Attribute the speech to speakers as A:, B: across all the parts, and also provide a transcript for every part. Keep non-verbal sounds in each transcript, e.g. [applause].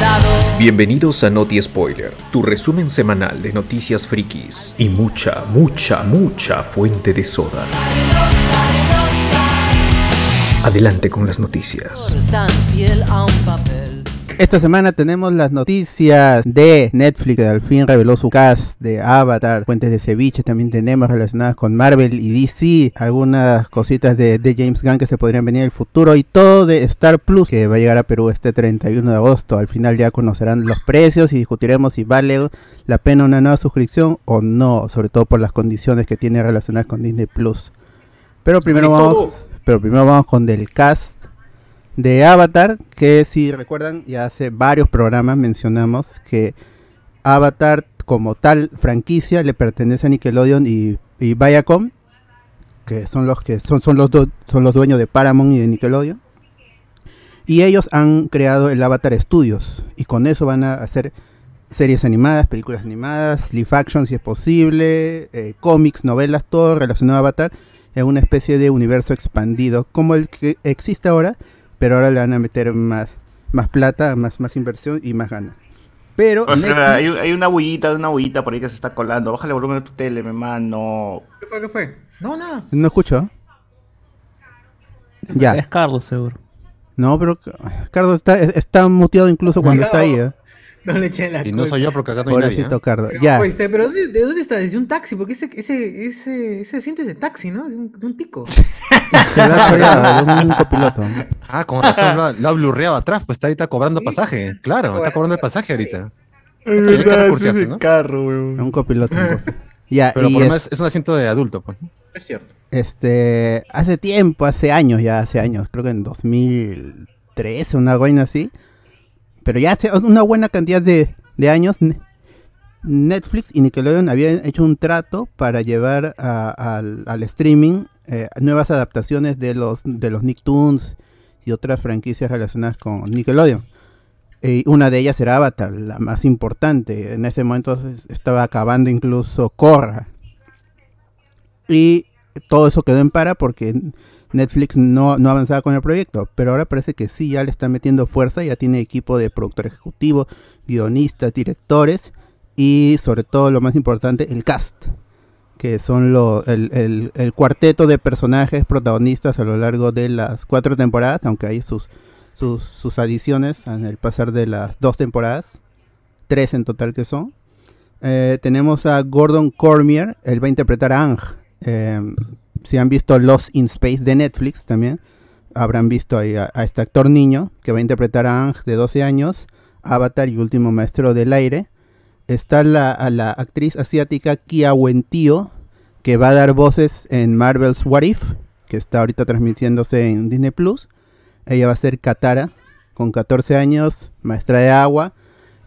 A: dado.
B: Bienvenidos a Noti Spoiler, tu resumen semanal de noticias frikis y mucha, mucha, mucha fuente de soda. Adelante con las noticias.
A: Tan fiel a un papel.
C: Esta semana tenemos las noticias de Netflix, que al fin reveló su cast de Avatar, fuentes de ceviche, también tenemos relacionadas con Marvel y DC, algunas cositas de, de James Gunn que se podrían venir en el futuro y todo de Star Plus que va a llegar a Perú este 31 de agosto. Al final ya conocerán los precios y discutiremos si vale la pena una nueva suscripción o no, sobre todo por las condiciones que tiene relacionadas con Disney Plus. Pero primero vamos, pero primero vamos con del cast de Avatar, que si recuerdan, ya hace varios programas mencionamos que Avatar como tal franquicia le pertenece a Nickelodeon y, y Viacom, que son los que son, son los do- son los dueños de Paramount y de Nickelodeon. Y ellos han creado el Avatar Studios y con eso van a hacer series animadas, películas animadas, live action si es posible, eh, cómics, novelas, todo relacionado a Avatar en una especie de universo expandido como el que existe ahora, pero ahora le van a meter más, más plata, más, más inversión y más ganas. Pero
D: Oye,
C: Netflix-
D: hay, hay una bullita, una bullita por ahí que se está colando. Bájale el volumen de tu tele, mi mano.
E: ¿Qué fue? ¿Qué fue? No, nada.
C: no escucho. Ya.
F: Es Carlos, seguro.
C: No, pero Ca- Cardo está, está muteado incluso cuando está ahí. ¿eh?
E: No le eché la
G: Y no soy yo porque acá no hay nadie. ¿eh?
C: Pobrecito Cardo.
E: Pero,
C: Ya. [laughs]
E: pues, pero ¿dónde- ¿de dónde está? ¿Desde un taxi? Porque ese, ese, ese, ese asiento es de taxi, ¿no? De un, de un tico.
C: Se lo ha choreado de un copiloto.
G: ¿eh? Ah, con razón lo ha, lo ha blurreado atrás, pues está ahorita cobrando pasaje. Claro,
H: pues.
G: está cobrando el pasaje ahorita. Tiene que recursearse, ¿no?
D: carro, weón.
C: Un copiloto.
G: [laughs]
C: un copi- Ya,
G: Pero
C: y
G: por lo
C: es-
G: menos es un asiento de adulto, pues.
D: Es cierto.
C: este, hace tiempo, hace años ya, hace años, creo que en 2013, una vaina así. Pero ya hace una buena cantidad de, de años, Ne- Netflix y Nickelodeon habían hecho un trato para llevar a- al, al streaming eh, nuevas adaptaciones de los, de los Nicktoons y otras franquicias relacionadas con Nickelodeon. Eh, una de ellas era Avatar, la más importante. En ese momento estaba acabando incluso Korra. Y todo eso quedó en para porque Netflix no, no avanzaba con el proyecto. Pero ahora parece que sí, ya le está metiendo fuerza, ya tiene equipo de productor ejecutivo, guionistas, directores y sobre todo lo más importante, el cast. Que son lo- el, el- el cuarteto de personajes protagonistas a lo largo de las cuatro temporadas, aunque hay sus, sus, sus adiciones en el pasar de las dos temporadas, tres en total que son. Eh, tenemos a Gordon Cormier, él va a interpretar a Ang. Eh, si han visto Lost in Space de Netflix también, habrán visto ahí a, a este actor niño que va a interpretar a Ang de 12 años, Avatar y Último Maestro del Aire. Está la, a la actriz asiática Kia Wentío, que va a dar voces en Marvel's What If, que está ahorita transmitiéndose en Disney Plus. Ella va a ser Katara, con 14 años, maestra de agua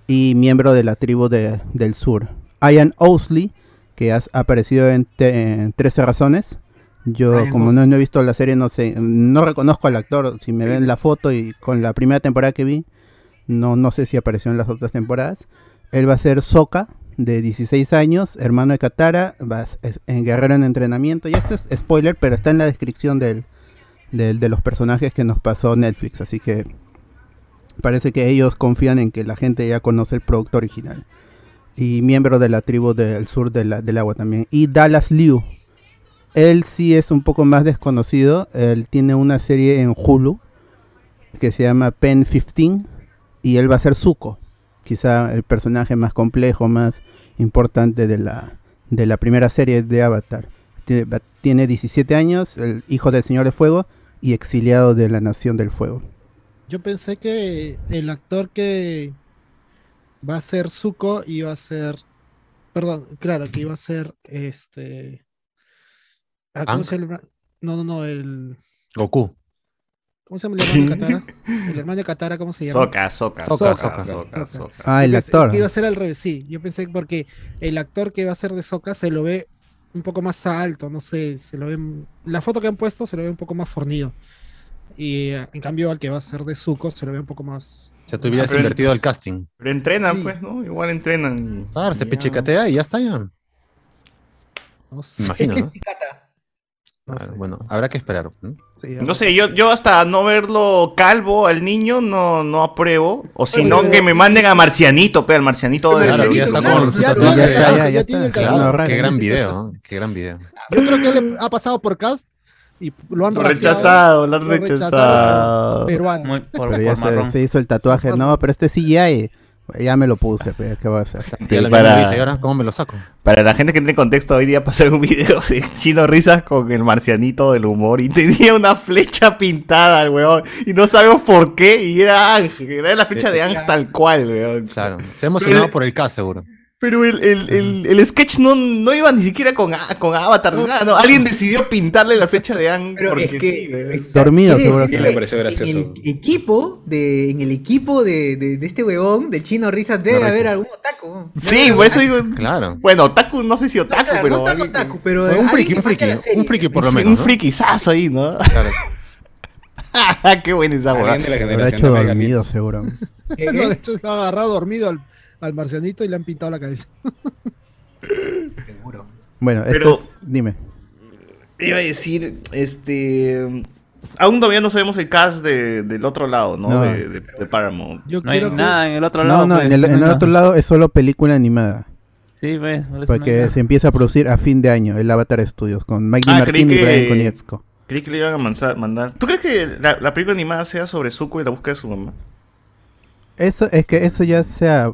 C: y miembro de la tribu de- del sur. Ian Owsley, que ha aparecido en, te- en 13 razones. Yo,
E: Ian
C: como no, no he visto la serie, no sé, no reconozco al actor. Si me ven la foto y con la primera temporada que vi, no, no sé si apareció en las otras temporadas. Él va a ser Soka, de 16 años, hermano de Katara, va a ser- en guerrero en entrenamiento. Y esto es spoiler, pero está en la descripción del, del- de los personajes que nos pasó Netflix. Así que parece que ellos confían en que la gente ya conoce el producto original. Y miembro de la tribu del sur de la- del agua también. Y Dallas Liu. Él sí es un poco más desconocido. Él tiene una serie en Hulu que se llama Pen 15 y él va a ser Zuko, quizá el personaje más complejo, más importante de la, de la primera serie de Avatar. Tiene, va- tiene 17 años, el hijo del Señor de Fuego y exiliado de la Nación del Fuego.
H: Yo pensé que el actor que va a ser Zuko iba a ser. Perdón, claro, que iba a ser este. ah, ¿Cómo
G: Ang.
H: se llama? No, no, no, el.
G: Goku.
H: ¿Cómo se llama el hermano de Katara? El hermano de Katara, ¿cómo se llama?
D: Soca, soca, soca,
G: Soca, soca.
D: soca, soca, soca.
C: Ah,
H: Yo
C: el
H: pensé
C: actor.
H: Que iba a ser al revés, sí. Yo pensé porque el actor que va a ser de Soka se lo ve un poco más alto, no sé, se lo ve. La foto que han puesto se lo ve un poco más fornido. Y eh, en cambio al que va a ser de Zuko se lo ve un poco más.
G: O sea, tú hubieras
D: Ah, pero-
G: invertido el casting.
D: Pero entrenan,
H: Sí.
D: pues, ¿no? Igual entrenan.
G: Ah,
D: y-
G: Claro, se
D: y ya.
G: pichicatea y ya está ya.
H: No sé. [laughs]
G: Me imagino, ¿no?
H: No
G: Ah,
H: sé.
G: Bueno, habrá que esperar. ¿no?
H: Sí,
I: No sé, yo, yo hasta no verlo calvo al niño no, no apruebo. O si no,
H: pero-
I: que me manden a Marcianito, pe, al Marcianito de
G: Claro, que
I: la
G: ya
I: vida.
G: está
H: claro,
G: con su
H: ya-
G: tatuaje.
H: ya- ya-
G: Claro,
H: ya tiene el
G: claro,
H: calado.
C: raro.
G: qué gran video, ¿eh? qué gran video.
H: Yo creo que él ha pasado por cast y lo han
I: Lo
H: raseado,
I: rechazado, lo han
H: lo rechazaron,
I: rechazado.
H: Peruano.
F: Muy por,
C: Pero
F: por
C: ya se,
F: marrón.
C: se hizo el tatuaje. No, pero este CGI ya me lo puse. pero ¿Qué va a hacer?
G: Ya lo
I: para-
G: mismo dice, ¿y ahora cómo me lo saco?
I: Para la gente que entre en contexto, hoy día pasé un video de Chino Risas con el marcianito del humor y tenía una flecha pintada, weón. Y no sabemos por qué, y era Ángel, era la flecha de Ángel tal cual, weón.
G: Claro, se
C: [laughs]
G: ha emocionado por el K seguro.
I: Pero el, el, el, el sketch no, no iba ni siquiera con, a- con Avatar, ni nada, no. Alguien decidió pintarle la flecha de Ángel
E: Pero
I: porque
E: es que,
I: sí, weón.
E: es-
C: Dormido,
E: quiere
C: seguro.
E: decir
C: Sí,
E: que
J: le pareció gracioso.
E: En el equipo de, en el equipo de, de, de este huevón, de Chino Risa, debe
G: Risas.
E: haber algún otaku.
I: Sí, por eso digo.
G: Claro.
I: Bueno, Otaku, no sé si Otaku,
E: Claro,
I: pero.
E: no tan
I: alguien-
E: otaku, pero
G: Fue un
E: alguien
G: friki,
E: que
G: un
E: marque
G: friki,
E: la serie.
G: un friki por lo
I: Un,
G: menos.
I: un
G: ¿no?
I: frikizazo ahí, ¿no? [laughs] Ah,
G: Claro.
I: Qué buena esa, weón.
J: Alguien de la
C: Habrá
J: generación
C: hecho
J: de Mega
C: dormido,
J: Kids.
C: seguro.
E: ¿Eh?
H: No, de hecho, se ha agarrado dormido al, al marcianito y le han pintado la cabeza.
C: Bueno, esto
I: Pero-
C: es- dime.
I: Iba a decir, este. Aún todavía no sabemos el cast de- del otro lado, ¿no?
C: No.
I: De, de- de Paramount.
H: Yo
F: No hay
H: quiero que-
F: nada en el otro lado.
C: No, no,
F: pues,
C: en el, en el
F: no.
C: otro lado es solo película animada.
F: Sí, pues. por eso no hay
C: Porque
F: nada.
C: se empieza a producir a fin de año el Avatar Studios con Mike
I: Ah, creí
C: Martín y
I: que-
C: Brian Konietzko.
I: Creí que le iban a manzar- mandar. ¿Tú crees que la, la película animada sea sobre Zuko y la búsqueda de su mamá?
C: Eso es que eso ya se ha-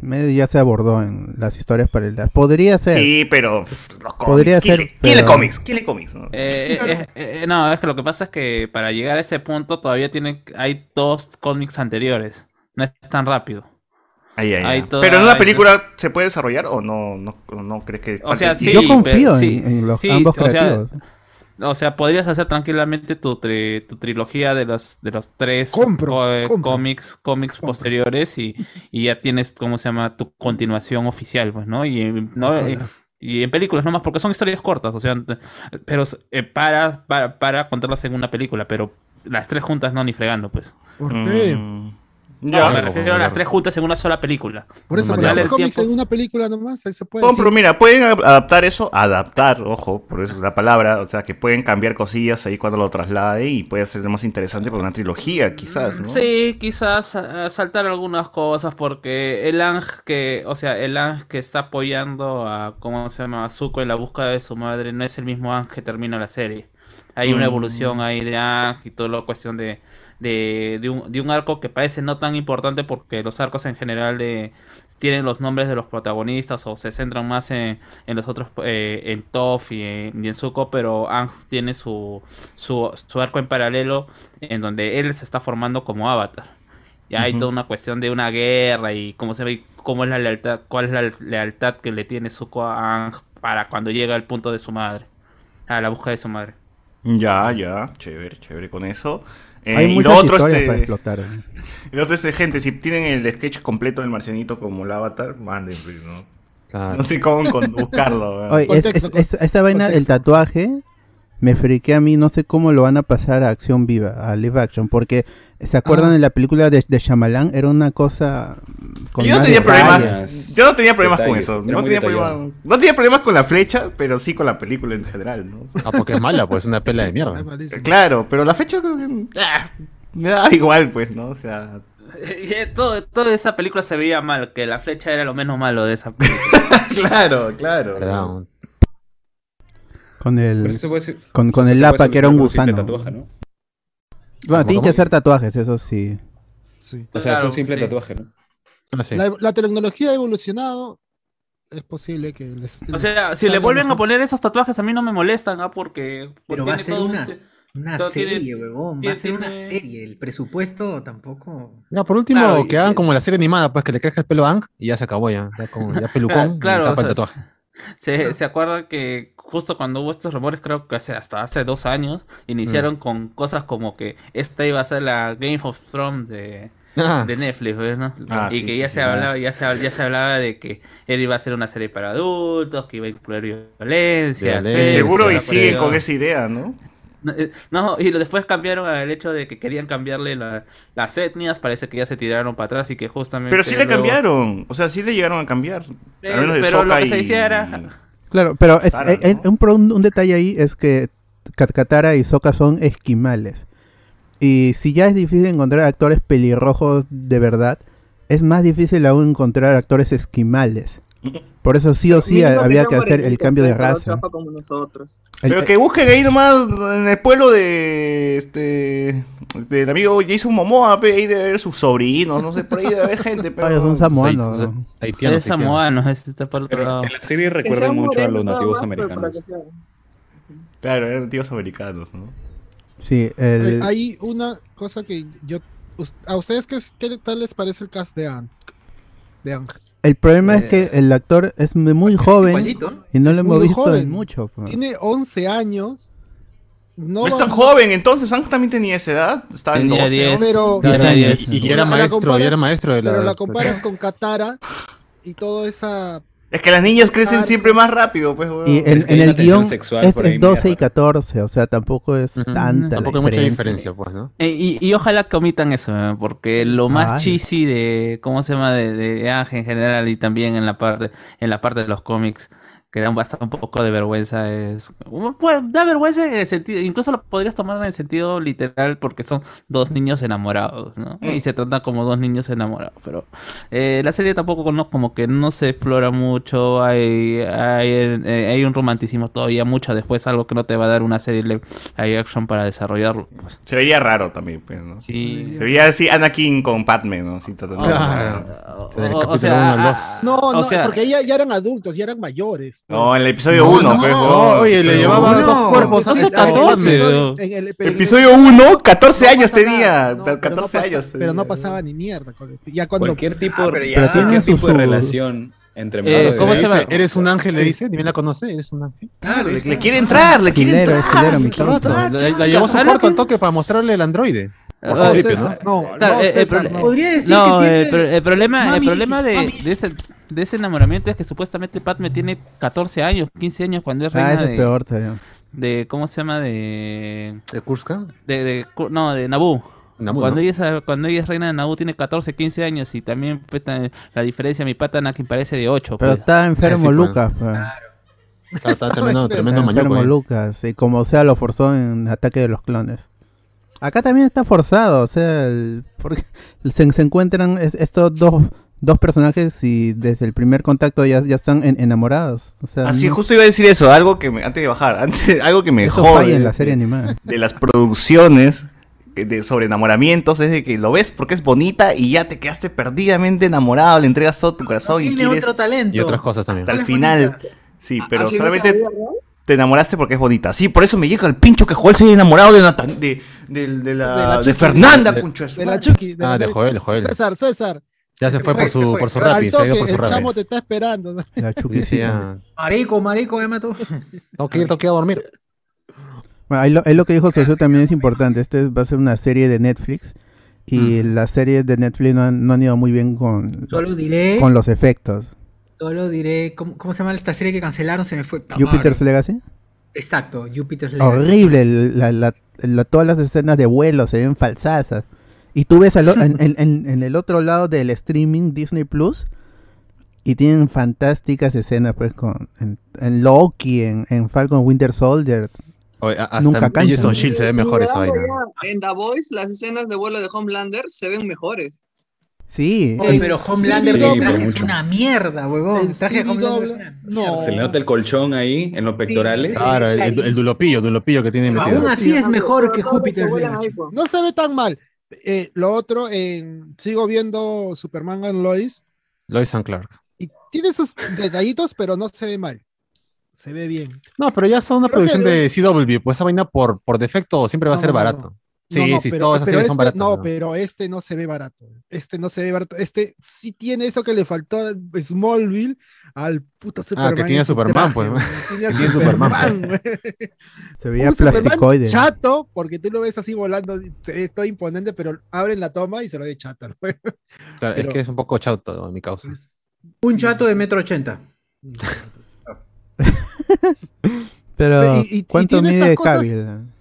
C: medio ya se abordó en las historias paralelas. Podría ser.
I: Sí, pero. pff, Los cómics.
C: Podría
I: ¿Quién
C: ser,
I: le- ¿Quién le
C: pero-
I: cómics? ¿Quién le cómics? no?
F: Eh, eh, eh, eh, no, es que lo que pasa es que para llegar a ese punto todavía tiene, hay dos cómics anteriores. No es tan rápido.
I: Ahí,
F: hay
I: ahí, ahí.
F: toda-
I: Pero en una
F: hay-
I: película se puede desarrollar o no, no, no crees que.
F: O sea,
I: falte-
F: sí.
C: Yo confío
F: pero-
C: en,
F: sí,
C: en los
F: sí,
C: ambos
F: o sea,
C: creativos.
F: O sea, podrías hacer tranquilamente tu, tri- tu trilogía de los, de los tres
H: Compro,
F: co- eh,
H: compro.
F: cómics, cómics
H: Compro.
F: posteriores y, y ya tienes, ¿cómo se llama? Tu continuación oficial, pues, ¿no? Y, en- no, y, y en películas nomás, porque son historias cortas, o sea, n- pero eh, para, para, para contarlas en una película, pero las tres juntas no ni fregando, pues.
H: ¿Por qué?
I: Mm.
F: No,
I: Ya.
F: me
G: Claro,
F: refiero a
G: claro.
F: las tres juntas en una sola película.
H: Por eso,
G: Dale
H: con los
F: el
H: cómics
F: tiempo.
H: en una película nomás, ahí se puede.
I: Compro,
H: decir.
I: mira, pueden a- adaptar eso, adaptar, ojo, por eso es la palabra, o sea, que pueden cambiar cosillas ahí cuando lo traslade y puede ser más interesante para una trilogía, quizás, ¿no?
F: Sí, quizás eh, saltar algunas cosas porque el Ang que, o sea, el Ang que está apoyando a, ¿cómo se llama? A Zuko en la búsqueda de su madre no es el mismo Ang que termina la serie. Hay una
I: Mm.
F: evolución ahí de Ang y toda la cuestión de, de, de un, de un arco que parece no tan importante porque los arcos en general de, tienen los nombres de los protagonistas o se centran más en, en los otros, eh, en Toph y en, y en Zuko, pero Ang tiene su, su, su arco en paralelo en donde él se está formando como avatar. Y hay
I: Ujú.
F: toda una cuestión de una guerra y cómo se ve y cómo es la lealtad, cuál es la lealtad que le tiene Zuko a Aang para cuando llega al punto de su madre, a la búsqueda de su madre.
I: Ya, ya, chévere, chévere con eso. Eh,
C: Hay
I: y
C: muchas
I: lo otro,
C: historias
I: este,
C: para explotar.
I: y lo otro, este, gente, si tienen el sketch completo del marcianito como el avatar, manden, pues, ¿no? No
G: Claro.
I: sé cómo con- buscarlo, weón.
C: Oye, es-
H: Contexto,
C: es- es- esa vaina, el
H: contexto.
C: tatuaje, me friqué a mí, no sé cómo lo van a pasar a acción viva, a live action, porque ¿se acuerdan
H: Ah.
C: de la película de, de Shyamalan? Era una cosa mm, con
I: yo no
C: más
I: tenía
C: detalles.
I: problemas, yo no tenía problemas con
J: Detalles,
I: eso,
J: era
I: no
J: muy
I: tenía,
J: detallado.
I: problemas, no tenía problemas con la flecha, pero sí con la película en general, ¿no?
G: Ah, porque es mala, pues es una pela de mierda.
H: Ay, malísimo.
I: Claro, pero la flecha creo que, ah, me da igual, pues, ¿no?
D: [laughs]
I: O sea,
F: [laughs] Y, eh, todo, toda esa película se veía mal, que la flecha era lo menos malo de esa película.
I: Claro, claro.
G: Perdón.
C: Con
J: Pero
C: el,
J: eso se puede decir-
C: con, con
J: se
C: el
J: puede
C: Lapa, que era un
J: solucionar
C: gusano.
J: con un simple tatuaje, ¿no?
C: Bueno, tienen que
G: ¿Cómo?
C: hacer tatuajes, eso sí.
H: Sí.
J: O sea, es
F: Claro,
J: un simple
F: sí.
J: tatuaje, ¿no?
G: Ah, sí.
H: La, la tecnología ha evolucionado. Es posible que les.
F: O
H: les
F: sea, si le
H: salga
F: vuelven a
H: mejor.
F: poner esos tatuajes a mí no me molestan, ¿ah? Porque, porque
E: Pero va a
F: tiene
E: ser
F: todo un
E: una,
F: se-
E: una
F: todo
E: serie,
F: tiene-
E: huevón. Va a
F: tiene-
E: ser una
F: tiene-
E: serie. El presupuesto tampoco.
G: Ya, por último,
F: Claro, y-
G: que hagan
F: y-
G: como la serie animada, pues que le crezca el pelo a Ang y ya se acabó ya. Ya, con, ya pelucón,
F: Claro,
G: y tapa el
F: o sea,
G: tatuaje.
F: ¿Se, se acuerdan que justo cuando hubo estos rumores, creo que hace, hasta hace dos años, iniciaron con cosas como que esta iba a ser la Game of Thrones de,
G: Ah,
F: de Netflix, pues, ¿no?
I: Ah,
F: y
I: sí,
F: que
I: sí,
F: ya,
I: sí,
F: se
I: ah.
F: hablaba, ya, se, hab- ya se hablaba de que él iba a hacer una serie para adultos, que iba a incluir violencia.
G: Violencia,
D: Eh,
F: sexo,
I: Seguro
G: Sí,
I: y
F: la
I: siguen con
F: cuestión.
I: esa idea, ¿no?
F: No, eh, No, y lo- después cambiaron al hecho de que querían cambiarle la- las etnias, parece que ya se tiraron para atrás y que justamente...
I: Pero sí le
F: luego-
I: cambiaron, o sea, sí le llegaron a cambiar.
F: Eh,
I: Al menos de
F: pero lo
I: Sokka
F: que se
I: y-
F: decía era...
C: Claro, pero es-
I: Claro,
C: eh, eh,
I: ¿no?
C: un, pro- un- un detalle ahí es que Kat- Katara y Sokka son esquimales. Y si ya es difícil encontrar actores pelirrojos de verdad, es más difícil aún encontrar actores
J: [laughs]
C: esquimales. Por eso sí o sí
K: Mínimo
C: había
K: sea
C: que hacer el
K: morenito,
C: cambio de
K: pero
C: raza.
K: chafa como nosotros.
C: El-
D: Pero que busquen ahí nomás en el pueblo de este del amigo Jason Momoa, pe, ahí debe haber sus sobrinos, no sé, por ahí debe haber gente,
C: Ah, ellos son
D: pero
C: samoanos.
I: Hait-
C: ¿no?
I: haitianos,
F: Es samoano, ese está para el otro
J: Pero
F: lado.
J: en la serie
K: Que
J: recuerdan
K: sean
J: mucho a los
K: morenos nada
J: nativos
K: más, pero para que
J: americanos.
K: sean-
D: claro, eran tíos americanos, ¿no?
C: Sí,
H: Hay-
C: el,
H: Eh, Hay una cosa que yo. us- ¿A ustedes qué, es- qué tal les parece el cast de Ang? De Ang.
C: el problema es que el actor es muy joven
E: Igualito, ¿no?
C: y no
H: Eh, es
C: lo hemos
H: muy
C: visto
H: joven.
C: en mucho.
F: Ah.
C: pues.
H: Tiene 11 años. No,
D: No es
H: va-
D: tan joven, entonces Ang también tenía esa edad, estaba en
F: Tenía
D: 12.
F: 10.
H: Pero,
F: Diez
G: Claro, y,
F: años.
G: y- y era
H: La
G: maestro, y era
H: comparas-
G: maestro de la.
H: pero la comparas con Katara y toda esa.
D: Es que las niñas crecen
H: Claro.
D: siempre más rápido, pues, weón.
C: Y
J: Pero
C: en,
J: es que
C: en
J: hay
C: el
J: una tensión
C: guión
J: sexual
C: es,
J: por ahí,
C: es 12 y
J: mierda.
C: 14, o sea, tampoco es
F: Ujú.
C: tanta
G: Tampoco
C: la
G: hay mucha
C: diferencia.
G: diferencia, pues, ¿no?
F: Eh, y, y ojalá que omitan eso, ¿eh? porque lo más
C: Ay.
F: cheesy de, ¿cómo se llama? De, de Ángel en general y también en la parte, en la parte de los cómics que dan bastante un poco de vergüenza es bueno, pues, da vergüenza en el sentido incluso lo podrías tomar en el sentido literal porque son dos niños enamorados ¿no? y se tratan como dos niños enamorados pero eh, la serie tampoco no, como que no se explora mucho hay hay, eh, hay un romanticismo todavía mucho después algo que no te va a dar una serie live action para desarrollarlo pues.
D: Se vería raro también, pues, ¿no?
F: sí
D: Se vería así Anakin con Padme, ¿no? Así, tratando-
F: O,
G: Claro. Desde el
F: o- o
G: capítulo
F: sea,
G: uno al
F: ah,
G: dos.
H: No,
F: O
H: no,
F: sea-
H: porque ya, ya eran adultos, ya eran mayores. pues.
D: No, en el episodio
E: No,
D: 1,
E: no.
D: pues, weón.
G: No, oye, le
D: Episodio
G: llevaba
D: uno.
G: dos cuerpos.
F: No
G: antes
F: sé,
G: de Padme.
F: 14.
H: en el- pero en el-
D: Episodio 1, 14
H: no
D: años
H: pasa
D: tenía.
H: nada, no,
D: 14
H: pero no pasa-
D: años tenía.
H: Pero no pasaba ni mierda. con- Ya cuando
J: Cualquier tipo,
E: Ah, pero ya.
C: Pero tiene
J: cualquier
C: su-
J: tipo de
C: su-
J: relación entre
F: Eh,
J: madre y
F: ¿cómo se
J: hija.
F: llama?
G: Eres un ángel, le dice. Ni me la conoce, eres un ángel.
E: Claro,
D: Le,
E: ahí
D: le
E: está.
D: quiere entrar, le quiere
C: Filero,
D: entrar.
C: filero, mi
D: le quiere
C: tonto.
D: entrar.
G: La, la llevó a su
F: ¿Sabes lo
G: cuarto al
F: que-
G: toque para mostrarle el androide.
F: o
G: Ojo,
H: No,
F: sea,
G: Felipe,
H: César,
G: ¿no?
H: no,
F: Claro,
H: no,
F: eh, eh,
H: César,
F: pero-
H: no.
E: Podría decir
F: No,
E: que
F: eh,
E: tiene...
F: pero el problema, el
E: Mami,
F: problema de,
E: mami.
F: de, ese, de ese enamoramiento es que supuestamente Padme tiene 14 años, 15 años cuando es
C: Ah,
F: reina
C: ese es
F: de,
C: peor todavía.
F: de- ¿cómo se llama? De,
G: ¿De Kurska?
F: de, de- cu- no, de Naboo.
G: Namu,
F: cuando,
G: ¿no?
F: ella es, cuando ella es reina de Naboo tiene 14, 15 años y también pues, ta- la diferencia, mi pata Anakin parece de 8.
C: Pero
F: pues.
C: está enfermo
G: pues.
C: Lucas. pues.
G: Está, está tremendo,
C: Está
G: tremendo
C: enfermo
G: mañuco, eh.
C: Lucas. Y como sea, lo forzó en Ataque de los Clones. Acá también está forzado. O sea, el- porque se, se encuentran es- estos dos, dos personajes y desde el primer contacto ya, ya están en- enamorados. O
I: Ah,
C: sea,
D: Así,
C: no-
D: justo iba a decir eso, algo que me, antes de bajar, [laughs] antes, algo que me
C: eso
D: jode
C: falla en la
I: eh.
C: serie
D: de,
C: animada.
D: de las producciones eh, de, sobre enamoramientos es de que lo ves porque es bonita y ya te quedaste perdidamente enamorado, le entregas todo tu
E: No
D: corazón y
E: tiene
D: quieres
E: otro talento.
G: Y otras cosas también.
D: hasta el
E: es
D: final.
E: bonita.
D: Sí, pero
K: Ah, Así no
D: solamente
K: sabía, ¿no?
D: te enamoraste porque es bonita. Sí, por eso me llega el pincho que Joel se haya enamorado de, Natan- de, del- de la,
H: De la
D: de
H: chica.
D: Fernanda,
G: De-
D: concho de su
H: De la
D: madre.
H: Chucky.
G: Ah, de Joel, Joel.
H: César, César.
G: Ya se fue por su, por su
H: al
G: rapi, se ha ido por
H: toque,
G: su ¿eh?
H: el
G: rapi.
H: chamo te está esperando. ¿no?
C: La
G: Dice
C: chuquisita.
G: ya,
E: Marico, marico,
H: [laughs]
E: me mató.
G: tengo que ir, tengo que ir a dormir.
C: Bueno, ahí lo, ahí lo que dijo Socio también es importante. Este va a ser una serie de Netflix. Y las series de Netflix no han, no han ido muy bien con,
E: Solo diré,
C: con los efectos.
E: solo diré, ¿cómo, cómo se llama esta serie que cancelaron? Se me fue. puta
C: Jupiter's
E: madre.
C: Legacy.
E: Exacto, Jupiter's Legacy.
C: Horrible. La, la- la- todas las escenas de vuelo se ven falsas. Y tú ves al o- en, en- en- en el otro lado del streaming Disney Plus. Y tienen fantásticas escenas, pues, con en, en Loki, en, en Falcon Winter Soldier.
G: Oye, a-
C: Nunca
G: hasta
C: cantan.
G: en Jason Shield se ve mejor esa
K: Mirando
G: vaina.
K: ya, En The Voice, las escenas de vuelo de Homelander se ven mejores.
C: Sí.
E: Oye,
C: y-
E: pero Homelander
J: sí,
E: el
J: sí,
E: traje
J: pero
E: es
J: mucho.
E: una mierda, huevón.
H: En
E: El traje de Homelander
H: CW,
E: es una
H: no.
E: mierda.
J: Se le nota el colchón ahí en los pectorales.
E: sí.
G: Claro, el, el- el dulopillo, dulopillo que tiene
E: Pero
G: metido.
E: aún así es
K: Pero
E: mejor
K: todos
E: que
K: los que
E: Jupiter's
K: vuelan
E: Legacy.
K: ahí, po.
H: [laughs] No se ve tan mal. Eh, lo otro, en- sigo viendo Superman and Lois
G: Lois and Clark.
H: y tiene esos detallitos, pero no se ve mal. Se ve bien.
G: No, pero ya son una
H: Creo que
G: producción de CW, pues esa vaina por, por defecto siempre va a
H: No,
G: ser
H: no, no.
G: barato. Sí, sí,
H: pero-
G: todas esas
H: pero
G: series son
H: este-
G: baratas,
H: No,
G: ¿no?
H: pero este no se ve barato. Este no se ve barato. Este sí tiene eso que le faltó al Smallville, al puta Superman.
G: Ah, que tiene
H: en su
G: Superman, pues.
H: güey.
G: [laughs]
H: Tiene a
G: Que tiene Superman, pues.
H: Superman, güey.
C: se [laughs] veía
H: Un Superman
C: plasticoide.
H: chato, porque tú lo ves así volando, se ve todo imponente, pero abren la toma y se lo ve chato. [laughs] güey.
G: Claro,
H: pero-
G: Es que es un poco chauto en mi causa.
E: Un chato de metro ochenta.
C: Pero,
H: Y- y- y
C: ¿cuánto
H: tiene estas
C: mide
H: cosas-
C: Cavill?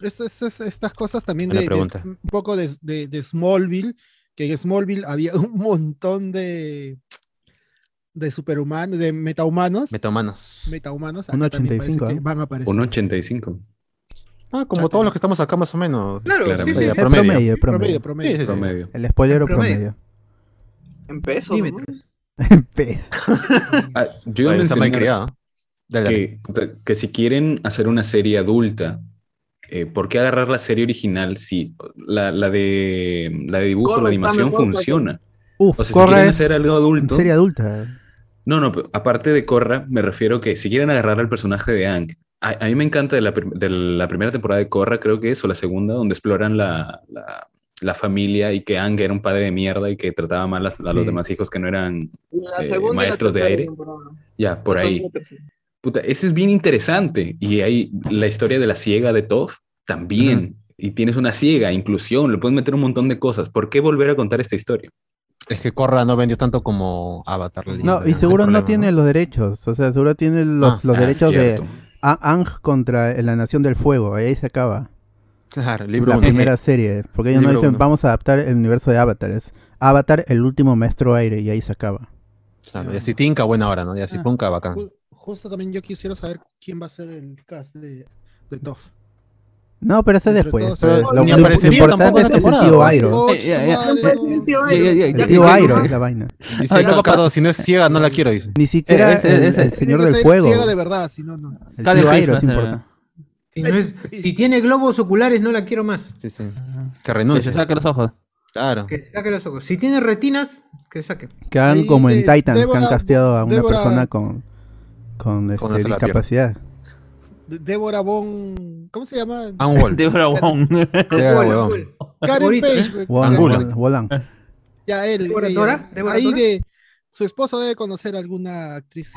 H: Estas, estas- estas cosas también de,
G: Buena
H: de-
G: pregunta.
H: un poco de, de- de Smallville, que en Smallville había [laughs] un montón de de superhumanos, de metahumanos.
G: Metahumanos.
H: metahumanos.
C: Un
H: acá también
C: 85,
H: parece que
C: ¿eh?
H: Van a aparecer.
J: Un 85.
G: Ah, como todos los que estamos acá más o menos.
K: Claro, sí,
G: Claramente.
K: sí.
G: Ya,
K: El
G: Promedio,
C: promedio, promedio.
G: Sí, sí, sí.
C: El spoiler o
K: Promedio.
C: promedio.
K: En peso.
H: [laughs]
C: Pez.
J: Ah, yo iba a
G: Bueno, está mal
J: mencionar
G: criado. Dale,
J: que, que si quieren hacer una serie adulta, eh, ¿por qué agarrar la serie original si la, la de, la de dibujo,
C: Corra
J: la
C: está
J: animación
C: mejor,
J: funciona?
C: Uf,
J: O sea, si
C: Corra
J: quieren
C: es
J: hacer algo adulto-
C: Serie adulta.
J: No, no, pero aparte de Korra, me refiero que si quieren agarrar al personaje de Aang, a, a mí me encanta de la, prim- de la primera temporada de Korra, creo que es, o la segunda, donde exploran la, la- la familia y que Aang era un padre de mierda y que trataba mal a, a los
K: Sí.
J: demás hijos que no eran
K: La
J: eh,
K: segunda y la
J: maestros de
K: tercera
J: aire.
K: temporada.
J: Ya, por
K: Son
J: ahí.
K: las terceras.
J: Puta, ese es bien interesante. Y hay la historia de la ciega de Toph también. Y tienes una ciega, inclusión, le puedes meter un montón de cosas. ¿Por qué volver a contar esta historia?
G: Es que Corra no vendió tanto como Avatar. la leyenda,
C: No, y
G: ese
C: seguro no
G: problema,
C: tiene los derechos. O sea, seguro tiene los,
G: Ah,
C: los
G: ah,
C: derechos
G: cierto.
C: de A- Ang contra la Nación del Fuego. Ahí se acaba.
G: Claro, libro
C: La
G: uno.
C: primera serie. Porque ellos no
G: Libro
C: dicen,
G: uno.
C: vamos a adaptar el universo de Avatar. Es Avatar, el último maestro aire. Y ahí se acaba.
G: Claro, y así Tinka, buena hora, ¿no? Y así
H: Ah.
G: Punka, bacán.
H: Ju- Justo también yo quisiera saber quién va a ser el cast de, de Toff.
C: No, pero eso es
H: Entre
C: después.
H: todos,
C: Pero
H: eh,
C: lo,
H: ni
C: lo
H: apareció
C: importante
H: tampoco
C: es,
H: en la
C: es el tío
H: temporada.
C: Airo.
H: Eh, ya, ya.
C: El
K: tío
G: Ya, ya, ya, ya.
C: tío Airo es la vaina.
G: Dice Cardo, Cardo, si no es ciega, no la quiero. Dice.
C: Ni siquiera el, el señor
H: Tiene que
C: del
H: ser
C: fuego.
H: ciega de verdad, si no, no.
C: El tío
F: pues,
C: Airo es
F: eh,
C: importante.
E: Si, no es- si tiene globos oculares, no la quiero más.
G: Sí, sí. Que renuncie.
F: Que se saque los ojos.
G: Claro.
E: Que saque los ojos. Si tiene retinas, que saque.
C: Que hagan como en
E: Y, eh,
C: Titans, que
E: Débora-
C: han casteado a una
E: Débora-
C: persona con, con, este,
G: una sola
C: discapacidad.
H: De- Débora Von. ¿Cómo se llama?
F: [laughs]
G: Angol.
F: Débora
C: [laughs]
F: Wong.
G: Débora Wong.
H: Karen
E: Ahorita,
H: Page,
E: ¿eh?
H: güey.
C: Wolan,
H: Karen-
C: Wolan, Wolan.
F: Ah.
H: Ya él.
E: ¿Débora
H: ella.
E: Dora? ¿Débora
H: Ahí
E: Dora?
H: de. Su esposo debe conocer alguna actriz.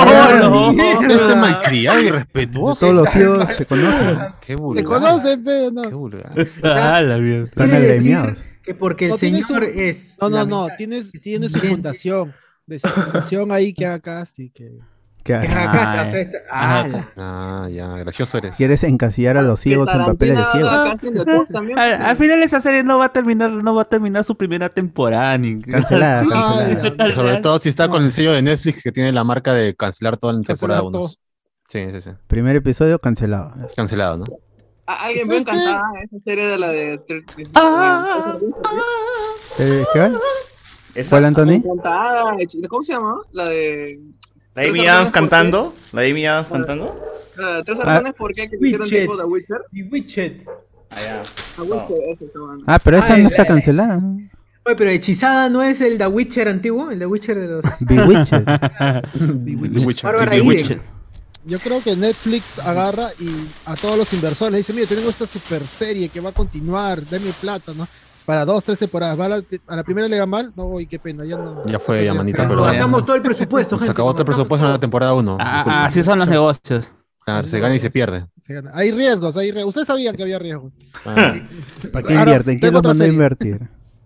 E: ¡Ah,
G: no!
E: mierda!
G: Este malcriado y
H: Oh,
C: De
G: respetuoso.
C: todos los tíos se conocen.
G: Qué
H: Se
G: vulgar.
H: conocen, pero
G: Qué
H: no.
G: vulgar.
F: Ah, la mierda.
C: Están
E: Quiere decir
C: agremiados.
E: Que porque el
H: No, tiene
E: señor
H: su-
E: es.
H: No, no,
E: la
H: no.
E: mitad-
H: Tienes, tiene su fundación. De su fundación ahí que haga casting. Que... [laughs]
C: Que
E: es
C: hacen?
E: la casa, o
H: eh.
E: sea, está-
F: Ah,
E: ¡Hala!
G: Ah, ya, gracioso eres.
C: ¿Quieres encasillar a los ciegos en papeles de ciegos?
J: [laughs]
C: pues,
F: Al,
C: eh.
F: al final esa serie no va a terminar, no va a terminar su primera temporada.
C: [laughs]
F: Ni...
C: Cancelada, cancelada.
H: Ay,
F: Al
G: Sobre
F: final.
G: todo si está con el sello de Netflix que tiene la marca de cancelar toda la temporada
H: Cancelar
G: 1. Sí, sí, sí.
C: Primer episodio cancelado.
G: Cancelado, ¿no?
K: A- Alguien ve
H: ¿Sabes qué?
K: encantada esa serie de la de.
J: Ah.
F: Ah,
G: Ah,
C: Eh, ¿Qué?
D: Esa-
C: ¿Cuál, Anthony?
K: Encantada. ¿Cómo se llama? La de.
D: ¿La Amy
K: Tres
D: Adams
K: hermanos, ¿por qué?
D: cantando? ¿La Amy Adams cantando?
K: la de
C: Ah,
K: Tres hermanas, ¿por qué? Que hicieron
E: Witcher.
K: tipo de Witcher.
E: Y Widget.
D: Allá.
K: La Witcher, esa esa banda.
C: Ah, pero esa
E: Ay,
C: no está
E: eh.
C: cancelada.
E: Oye, pero hechizada no es el The Witcher antiguo, el The Witcher
G: [laughs]
E: de los.
H: [laughs]
C: Bewitched.
G: The Witcher.
E: Bárbara
F: The
E: Iden.
F: Witcher.
H: Yo creo que Netflix agarra y a todos los inversores le dice, mire, tenemos esta super serie que va a continuar, deme plata, ¿no? Para dos, tres temporadas. Va a, la, a la primera le va mal, no, uy, qué pena, ya no.
G: Ya fue, ya, manita,
E: Pero
G: perdón.
E: nos gastamos
G: ya.
E: todo el presupuesto,
G: Se
E: gente.
G: acabó
E: nos
G: todo el
E: gastamos
G: presupuesto de la temporada 1.
F: Ah, ah, así son los negocios.
G: se gana y se pierde.
H: Se gana. Hay riesgos, hay riesgos. Ustedes sabían que había riesgos.
G: Ah,
C: ¿Para qué
H: Ahora,
C: invierten? ¿Quién
H: tengo
C: los mandó
H: otra
C: a
H: serie.
C: invertir?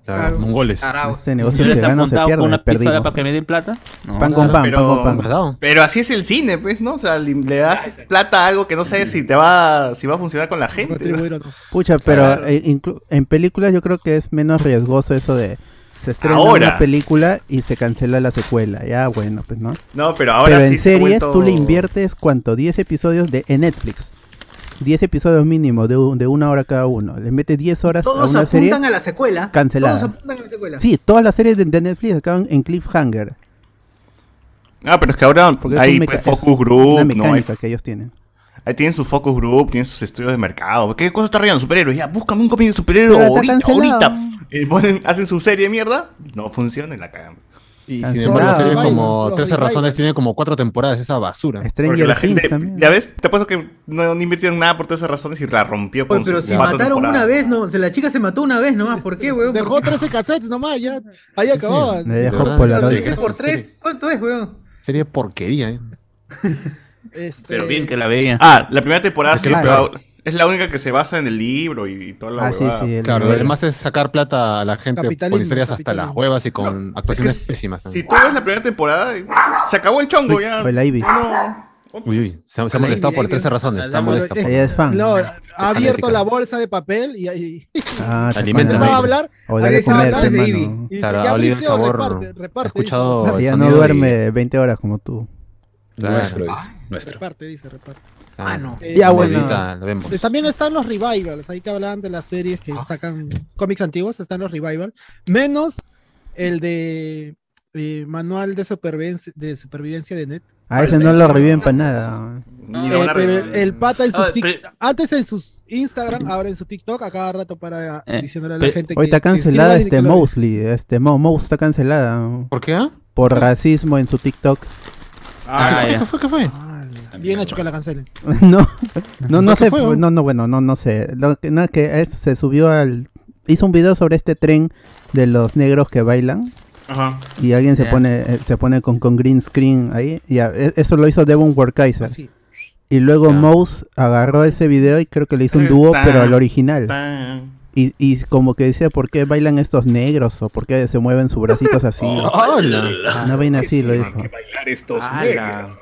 G: claro, mongoles.
E: Tarao.
C: Este
F: ¿Yo
C: negocio
F: les
C: se
F: he
C: gana o se
F: apuntado con
C: pierde.
F: una pistola
C: Perdimos.
F: para que me den plata? No.
C: Pan con pan, pan con pan.
G: ¿Verdad?
D: Pero así es el cine, pues, ¿no? O sea, le, le das plata a algo que no sabes si te va, si va a funcionar con la gente. ¿no?
H: Retribuir o no.
C: Pucha, pero eh, inclu- en películas yo creo que es menos riesgoso eso de se estrena
D: Ahora.
C: una película y se cancela la secuela. Ya, bueno, pues no.
D: No, pero ahora
C: pero
D: sí
C: en
D: se ha
C: series
D: vuelto-
C: tú le inviertes cuánto? 10 episodios de en Netflix. 10 episodios mínimo de, un- de una hora cada uno. Le metes 10 horas a
E: Todos
C: una
E: apuntan
C: serie.
E: a la secuela.
C: cancelada.
E: Todos apuntan a la secuela.
C: Sí, todas las series de, de Netflix acaban en cliffhanger.
D: Ah, pero es que ahora
C: Porque es,
D: hay
C: un meca-
D: pues,
C: es
D: focus group,
C: una
D: ¿no? Hay-
C: mecánica que ellos tienen.
D: ahí tienen su focus group, tienen sus estudios de mercado. ¿Qué cosa está arriba? Superhéroes. Ya, búscame un cómic de superhéroe
C: Pero
D: ahorita,
C: está
D: ahorita.
C: cancelado.
D: Y ponen- hacen su serie de mierda. No funciona y la cagan.
G: Y sin
C: Cancelado.
G: embargo, series
H: Revival,
G: como
H: los
G: 13
H: revival.
G: razones tiene como 4 temporadas esa basura.
D: Porque la
C: Stranger Things
D: gente,
C: también.
D: ya ves, te apuesto que no, no invirtieron nada por todas esas razones y la rompió con
E: Oye, pero
D: sus
E: si
D: cuatro
E: mataron
D: temporadas.
E: una vez, no, se la chica se mató una vez nomás. ¿Por qué, weón?
H: Dejó 13 cassettes nomás, ya. Ahí acababan.
C: Le dejó
G: De verdad,
C: Polaroid.
G: de verdad.
E: por tres? ¿Cuánto es, weón?
G: Serie porquería, ¿eh?
H: Este,
F: Pero bien que la veía.
D: Ah, la primera temporada
G: Es que
D: sí,
G: la-
D: pero es la única que se basa en el libro y, y toda la
C: Ah, sí,
D: huevada.
C: sí. el-
G: Claro,
C: el-
G: además es sacar plata a la gente con
H: Capitalismo,
G: historias hasta las
H: capitalismo.
G: huevas y con
D: Es que
G: actuaciones
D: si-
G: pésimas. ¿no?
D: Si tú ves la primera temporada, se acabó el chongo ya.
C: Fue la Ivy.
D: No.
G: Uy, uy, se, ha- se ha molestado por 13 razones. Está molesta. por-
C: Ella es fan.
H: No, ha abierto
G: analítica.
H: la bolsa de papel y ahí [laughs]
C: Ah, te
G: Alimenta.
H: empezaba
C: ponen
H: a
C: ahí.
H: hablar.
C: O dale
H: empezaba a
C: comer,
H: hablar de
C: hermano.
H: Y dice,
G: Claro,
H: ya
G: ha olido el
H: abriste o
G: sabor.
H: reparte, reparte.
G: He escuchado
C: Ella
G: el
C: no
G: sonido de-
C: duerme 20 horas como tú.
J: Claro.
I: Nuestro,
J: Ah,
I: dice. Nuestro.
H: Reparte, dice, reparte.
I: Ah, no.
H: Eh,
I: Ya, bueno. Ahorita lo vemos.
H: Eh, También están los revivals, ahí que hablaban de las series que sacan cómics antiguos, están los revivals, menos el de, de Manual de Supervivencia de, supervivencia de Net.
C: A ese no lo reviven para nada.
H: Eh, pero el, el pata en
C: Ah,
H: sus tic-
C: pero-
H: antes en sus Instagram, ahora en su TikTok, a cada rato para
C: Eh,
H: diciéndole a la
C: pe-
H: gente
C: Hoy
H: que
C: está cancelada
H: escriban y que
C: este
H: lo-
C: Mosley, este Mo, Mouse está cancelada.
G: ¿Por qué? ah?
C: Por racismo en su TikTok. [laughs]
H: Ah,
G: ¿Qué fue? ¿Qué fue?
H: Bien hecho que la cancelen.
C: No, no, no
H: ¿Qué
C: sé,
H: fue, oh?
C: no, no, bueno, no, no sé. Lo que, no, que es- se subió al, hizo un video sobre este tren de los negros que bailan.
D: Ajá.
C: Y alguien se
D: Ya.
C: pone, eh, se pone con, con green screen ahí. Ya, e- eso lo hizo Devon
H: Ah,
C: Workaiser. Y luego Mouse agarró ese video y creo que le hizo
H: [laughs]
C: un dúo,
D: Tan,
C: pero al original.
D: tan.
C: Y, y como que decía, ¿por qué bailan estos negros? ¿O por qué se mueven sus bracitos
F: [laughs]
C: así?
F: Oh,
D: ¡Hala!
C: Una vaina así lo dijo.
D: estos
E: negros.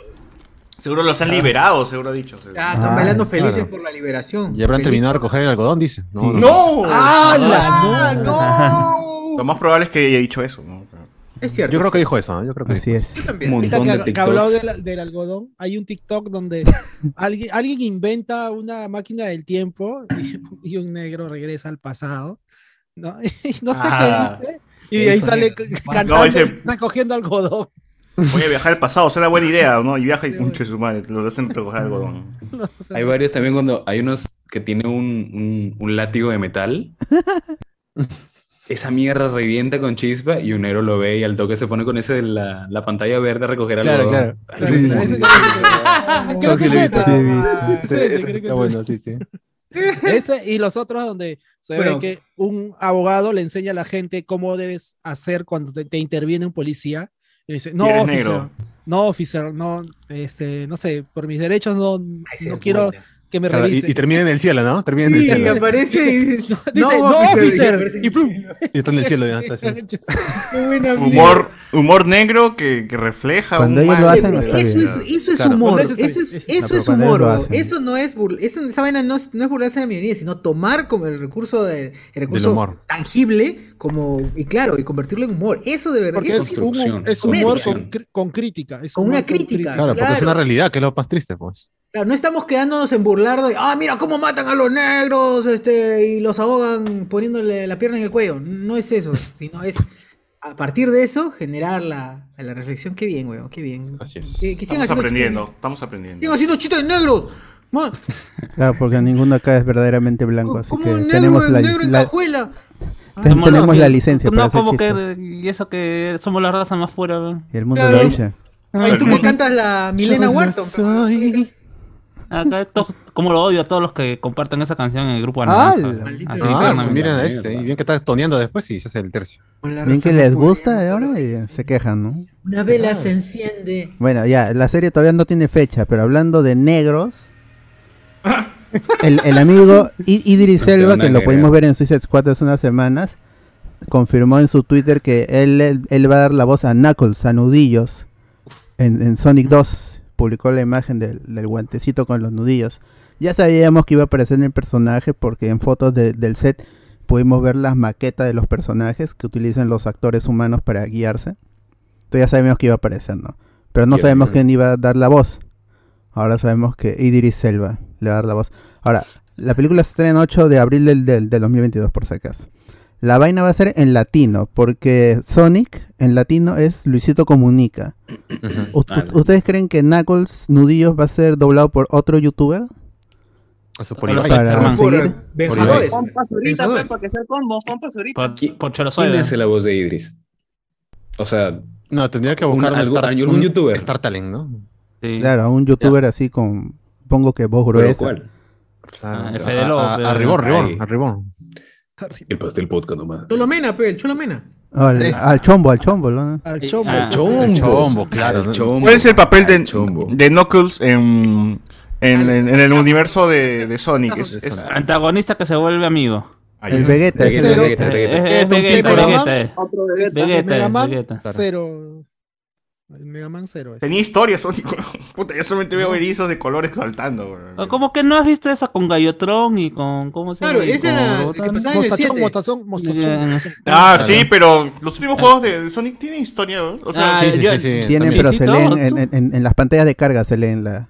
D: Seguro los han liberado, seguro ha dicho. seguro.
E: Ah, están
G: Ah,
E: bailando felices
G: claro.
E: por la liberación.
G: Ya habrán
E: Felices.
G: terminado de recoger el algodón, dice. No.
D: ¡No!
E: Ah.
G: Ah,
E: ¡Hala! ¡No!
D: Lo más probable es que haya dicho eso, ¿no?
E: [laughs] Es cierto.
G: Yo creo que dijo eso, ¿no? Yo creo que
C: Así es.
H: Ahorita que, que hablado del, del algodón, hay un TikTok donde alguien, alguien inventa una máquina del tiempo y, y un negro regresa al pasado. No, [laughs] Y no sé
D: Ah.
H: qué dice. Y de ahí
D: Hijo
H: sale
D: negro.
H: c-
D: No,
H: cantando,
D: ese-
H: recogiendo algodón. [laughs]
D: Voy a viajar al pasado, es una buena idea, ¿no? Y viaja y mucho su madre, lo hacen recoger algodón.
J: Hay varios también cuando hay unos que tienen un, un- un látigo de metal. Esa mierda revienta con chispa y un negro lo ve y al toque se pone con ese de la, la pantalla verde a recoger algo.
G: Claro, claro.
J: Ay, un
G: Sí, sí, sí.
J: montón.
H: Creo que es ese.
G: Sí, he visto.
H: Sí,
G: Ese-
H: sí,
G: ese
H: creo que
G: está
H: es
G: bueno,
H: ese.
G: sí, sí.
H: Ese y los otros donde se
E: Bueno.
H: ve que un abogado le enseña a la gente cómo debes hacer cuando te, te interviene un policía. Y dice, no,
D: Y eres
H: oficial,
D: negro.
H: no, oficial, no, este, no sé, por mis derechos no, no quiero que me
G: Claro, y,
H: revisen.
G: y termina en el cielo, ¿no? Termina en el
H: Sí,
G: cielo.
E: aparece y
H: dice,
E: "No,
H: no,
E: officer",
H: officer. Y plum.
G: Y está en el
H: [laughs]
G: cielo, ya. Está así.
H: Qué buena mierda.
D: Humor, humor negro que, que refleja
C: Cuando
D: un
C: ellos lo
D: mal-
C: hacen, está
E: Eso
C: bien.
E: es, eso es
D: Claro.
E: humor,
D: Cuando
E: eso
D: ellos están-
E: es,
D: No,
E: eso
D: pero
E: es
D: cuando
E: humor,
D: ellos lo hacen.
E: eso no es burla, eso- esa vaina no es, no es burlarse de la minoría, sino tomar como el recurso de el recurso
G: humor.
E: tangible como y claro, y convertirlo en humor. Eso de verdad,
H: Porque
E: eso
H: es,
E: sí
H: un- es
E: comedia.
H: humor con, cri- con crítica. Es
E: Con
H: humor
E: una crítica.
G: Claro, porque es
E: Claro.
G: una realidad que es lo más triste, pues.
E: Claro, no estamos quedándonos en burlar de, ah, mira cómo matan a los negros, este, y los ahogan poniéndole la pierna en el cuello. No es eso, [laughs] sino es a partir de eso generar la, la reflexión. Qué bien, weón, qué bien. Así es.
D: Estamos aprendiendo, estamos aprendiendo.
E: Siguen haciendo chistes de negros. Man,
C: Claro, Ah, porque ninguno acá es verdaderamente blanco, así que
E: como un negro,
C: tenemos la,
E: el negro en
C: la-
E: cajuela.
C: ten-
F: Somos
C: tenemos
F: los-
C: la licencia para
F: No,
C: hacer
F: como
C: chistes.
F: que. Y eso que somos la raza más pura, weón.
C: Y el mundo
E: Claro.
C: lo dice.
E: Ay, tú me cantas la Milena Wharton.
F: Acá [laughs] esto, como lo odio a todos los que compartan esa canción en el grupo
C: ¡Hala!
F: naranja. Así,
G: Ah,
F: Fernando,
G: miren a
F: mierda.
G: este. Y bien que está toneando después y se hace el tercio.
C: Bien que les gusta eh, ahora y se quejan, ¿no?
E: Una vela se enciende.
C: Bueno, ya, la serie todavía no tiene fecha, pero hablando de negros, el, el amigo I- Idris
J: Te
C: Elba,
J: van a
C: que lo
J: agregar.
C: pudimos ver en Suicide Squad hace unas semanas, confirmó en su Twitter que él, él, él va a dar la voz a Knuckles, a Nudillos, en, en Sonic 2. Publicó la imagen del, del guantecito con los nudillos. Ya sabíamos que iba a aparecer en el personaje porque en fotos de- del set pudimos ver las maquetas de los personajes que utilizan los actores humanos para guiarse. Entonces ya sabemos que iba a aparecer, ¿no? Pero no
J: Bien,
C: sabemos
J: bien.
C: quién iba a dar la voz. Ahora sabemos que Idris Elba le va a dar la voz. Ahora, la película se estrena el 8 de abril del, del, del 2022, por si acaso. La vaina va a ser en latino, porque Sonic en latino es Luisito Comunica. U-
G: Vale.
C: ¿Ustedes creen que Knuckles Nudillos va a su doblado por otro youtuber?
G: O sea,
C: Para seguir.
K: Benjadores. Juan Pazurita,
E: Benjadores.
K: pues, para que sea el combo. Juan Pazurita.
F: Por, por Cholo
J: ¿Quién
F: Soya.
J: es la voz de Idris? O sea,
G: No, tendría que buscar
J: un-
G: un,
J: algún-
G: Star,
J: algún
G: un
J: youtuber.
G: Star Talent, ¿no?
C: Claro, un youtuber así con, pongo que voz gruesa.
J: cuál?
G: Claro.
J: Ah, Fede López.
G: a, a Ribón,
J: Ahí.
G: Ribón, a Ribón.
J: El pastel podcast nomás.
E: Cholomena, pe, el Cholomena.
C: Al,
E: Tres.
C: al chombo, al chombo, ¿no?
H: Al
E: chombo.
J: Ah,
G: Chombo, chombo, claro.
J: Al
G: ¿no?
J: chombo.
D: ¿Cuál es el papel de,
J: Al chombo.
D: de Knuckles en, en, en- en el universo de, de Sonic? Es- es-
F: Antagonista que se vuelve amigo.
C: El Vegeta.
J: Vegeta,
C: ese.
J: Vegeta,
F: Eh,
J: Vegeta.
F: eh, Es
H: Vegeta,
F: Vegeta,
H: Vegeta,
F: Vegeta, eh.
K: Otro
H: Es
K: Vegeta.
F: Vegeta,
H: Mega Man
F: Vegeta.
H: cero. El Mega Man cero. es.
D: Tenía historia Sonic. [laughs] Puta, yo solamente veo erizos de colores saltando, weón.
F: Ah, Como que no has visto esa con Gallotron y con. ¿Cómo se
E: Claro,
F: llama? Y
E: esa
F: con
E: era la
F: Robotron.
E: que pasaba pues, en el 7.
H: mostazón, mostazón.
F: Ya.
D: Ah,
F: Claro.
D: sí, pero los últimos juegos de de Sonic tienen historia, weón. O sea,
F: Ah,
D: sí,
G: sí, sí,
F: yo-
G: sí, sí.
C: Tienen,
G: Sí,
C: pero
F: sí,
C: se
F: todo,
C: leen en,
F: todo.
C: en- en- en las pantallas de carga, se leen la,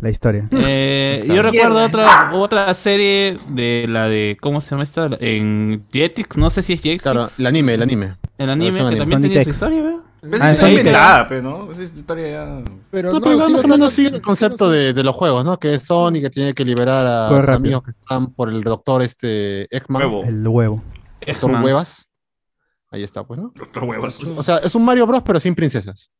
C: la historia.
F: [laughs] Eh,
C: Claro.
F: yo recuerdo
E: Mierda.
F: otra otra serie de la de cómo se llama esta en Jetix, no sé si es Jetix,
G: Claro, el anime, el anime.
F: el anime
G: versión
F: que
G: anime.
F: también tenía
C: Sonic
F: su
C: X.
F: historia, ¿verdad?
D: pero
C: Ah,
D: esa
C: sí.
D: pues, es inventada, pero no, esa es historia ya.
H: Pero
G: No, pero igual
H: sí
G: más o
H: lo
G: menos
H: sacan,
G: sigue
H: sí
G: el
H: lo
G: concepto
H: sacan.
G: de, de los juegos, ¿no? Que es Sonic que tiene que liberar a
C: Corre
G: los
C: rápido.
G: amigos que están por el doctor este Eggman,
D: Huevo.
C: El huevo.
G: doctor
F: Eggman.
G: Huevas. Ahí está, pues, ¿no?
D: Los huevos.
G: O sea, es un Mario Bros, pero sin princesas.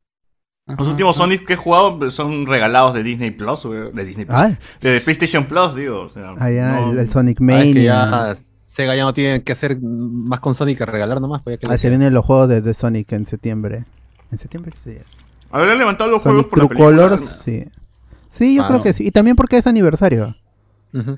F: Ajá.
D: Los últimos Sonic que he jugado son regalados de Disney Plus, weón. De Disney Plus.
C: Ah,
D: De PlayStation Plus, digo. o sea,
C: allá
D: no-
C: el, el Sonic
G: Ah, es que
C: Mania.
G: ya Sega ya no tiene que hacer más con Sonic que regalar nomás. Pues ya que
C: Ahí Ah, se vienen los juegos de, de Sonic en septiembre. ¿En septiembre? Sí.
D: Habrán levantado los juegos
C: Sonic
D: por la
C: True
D: película.
C: Colors, sí. Sí, yo
G: Ah,
C: creo
G: no.
C: que sí. Y también porque es aniversario.
G: Ujú.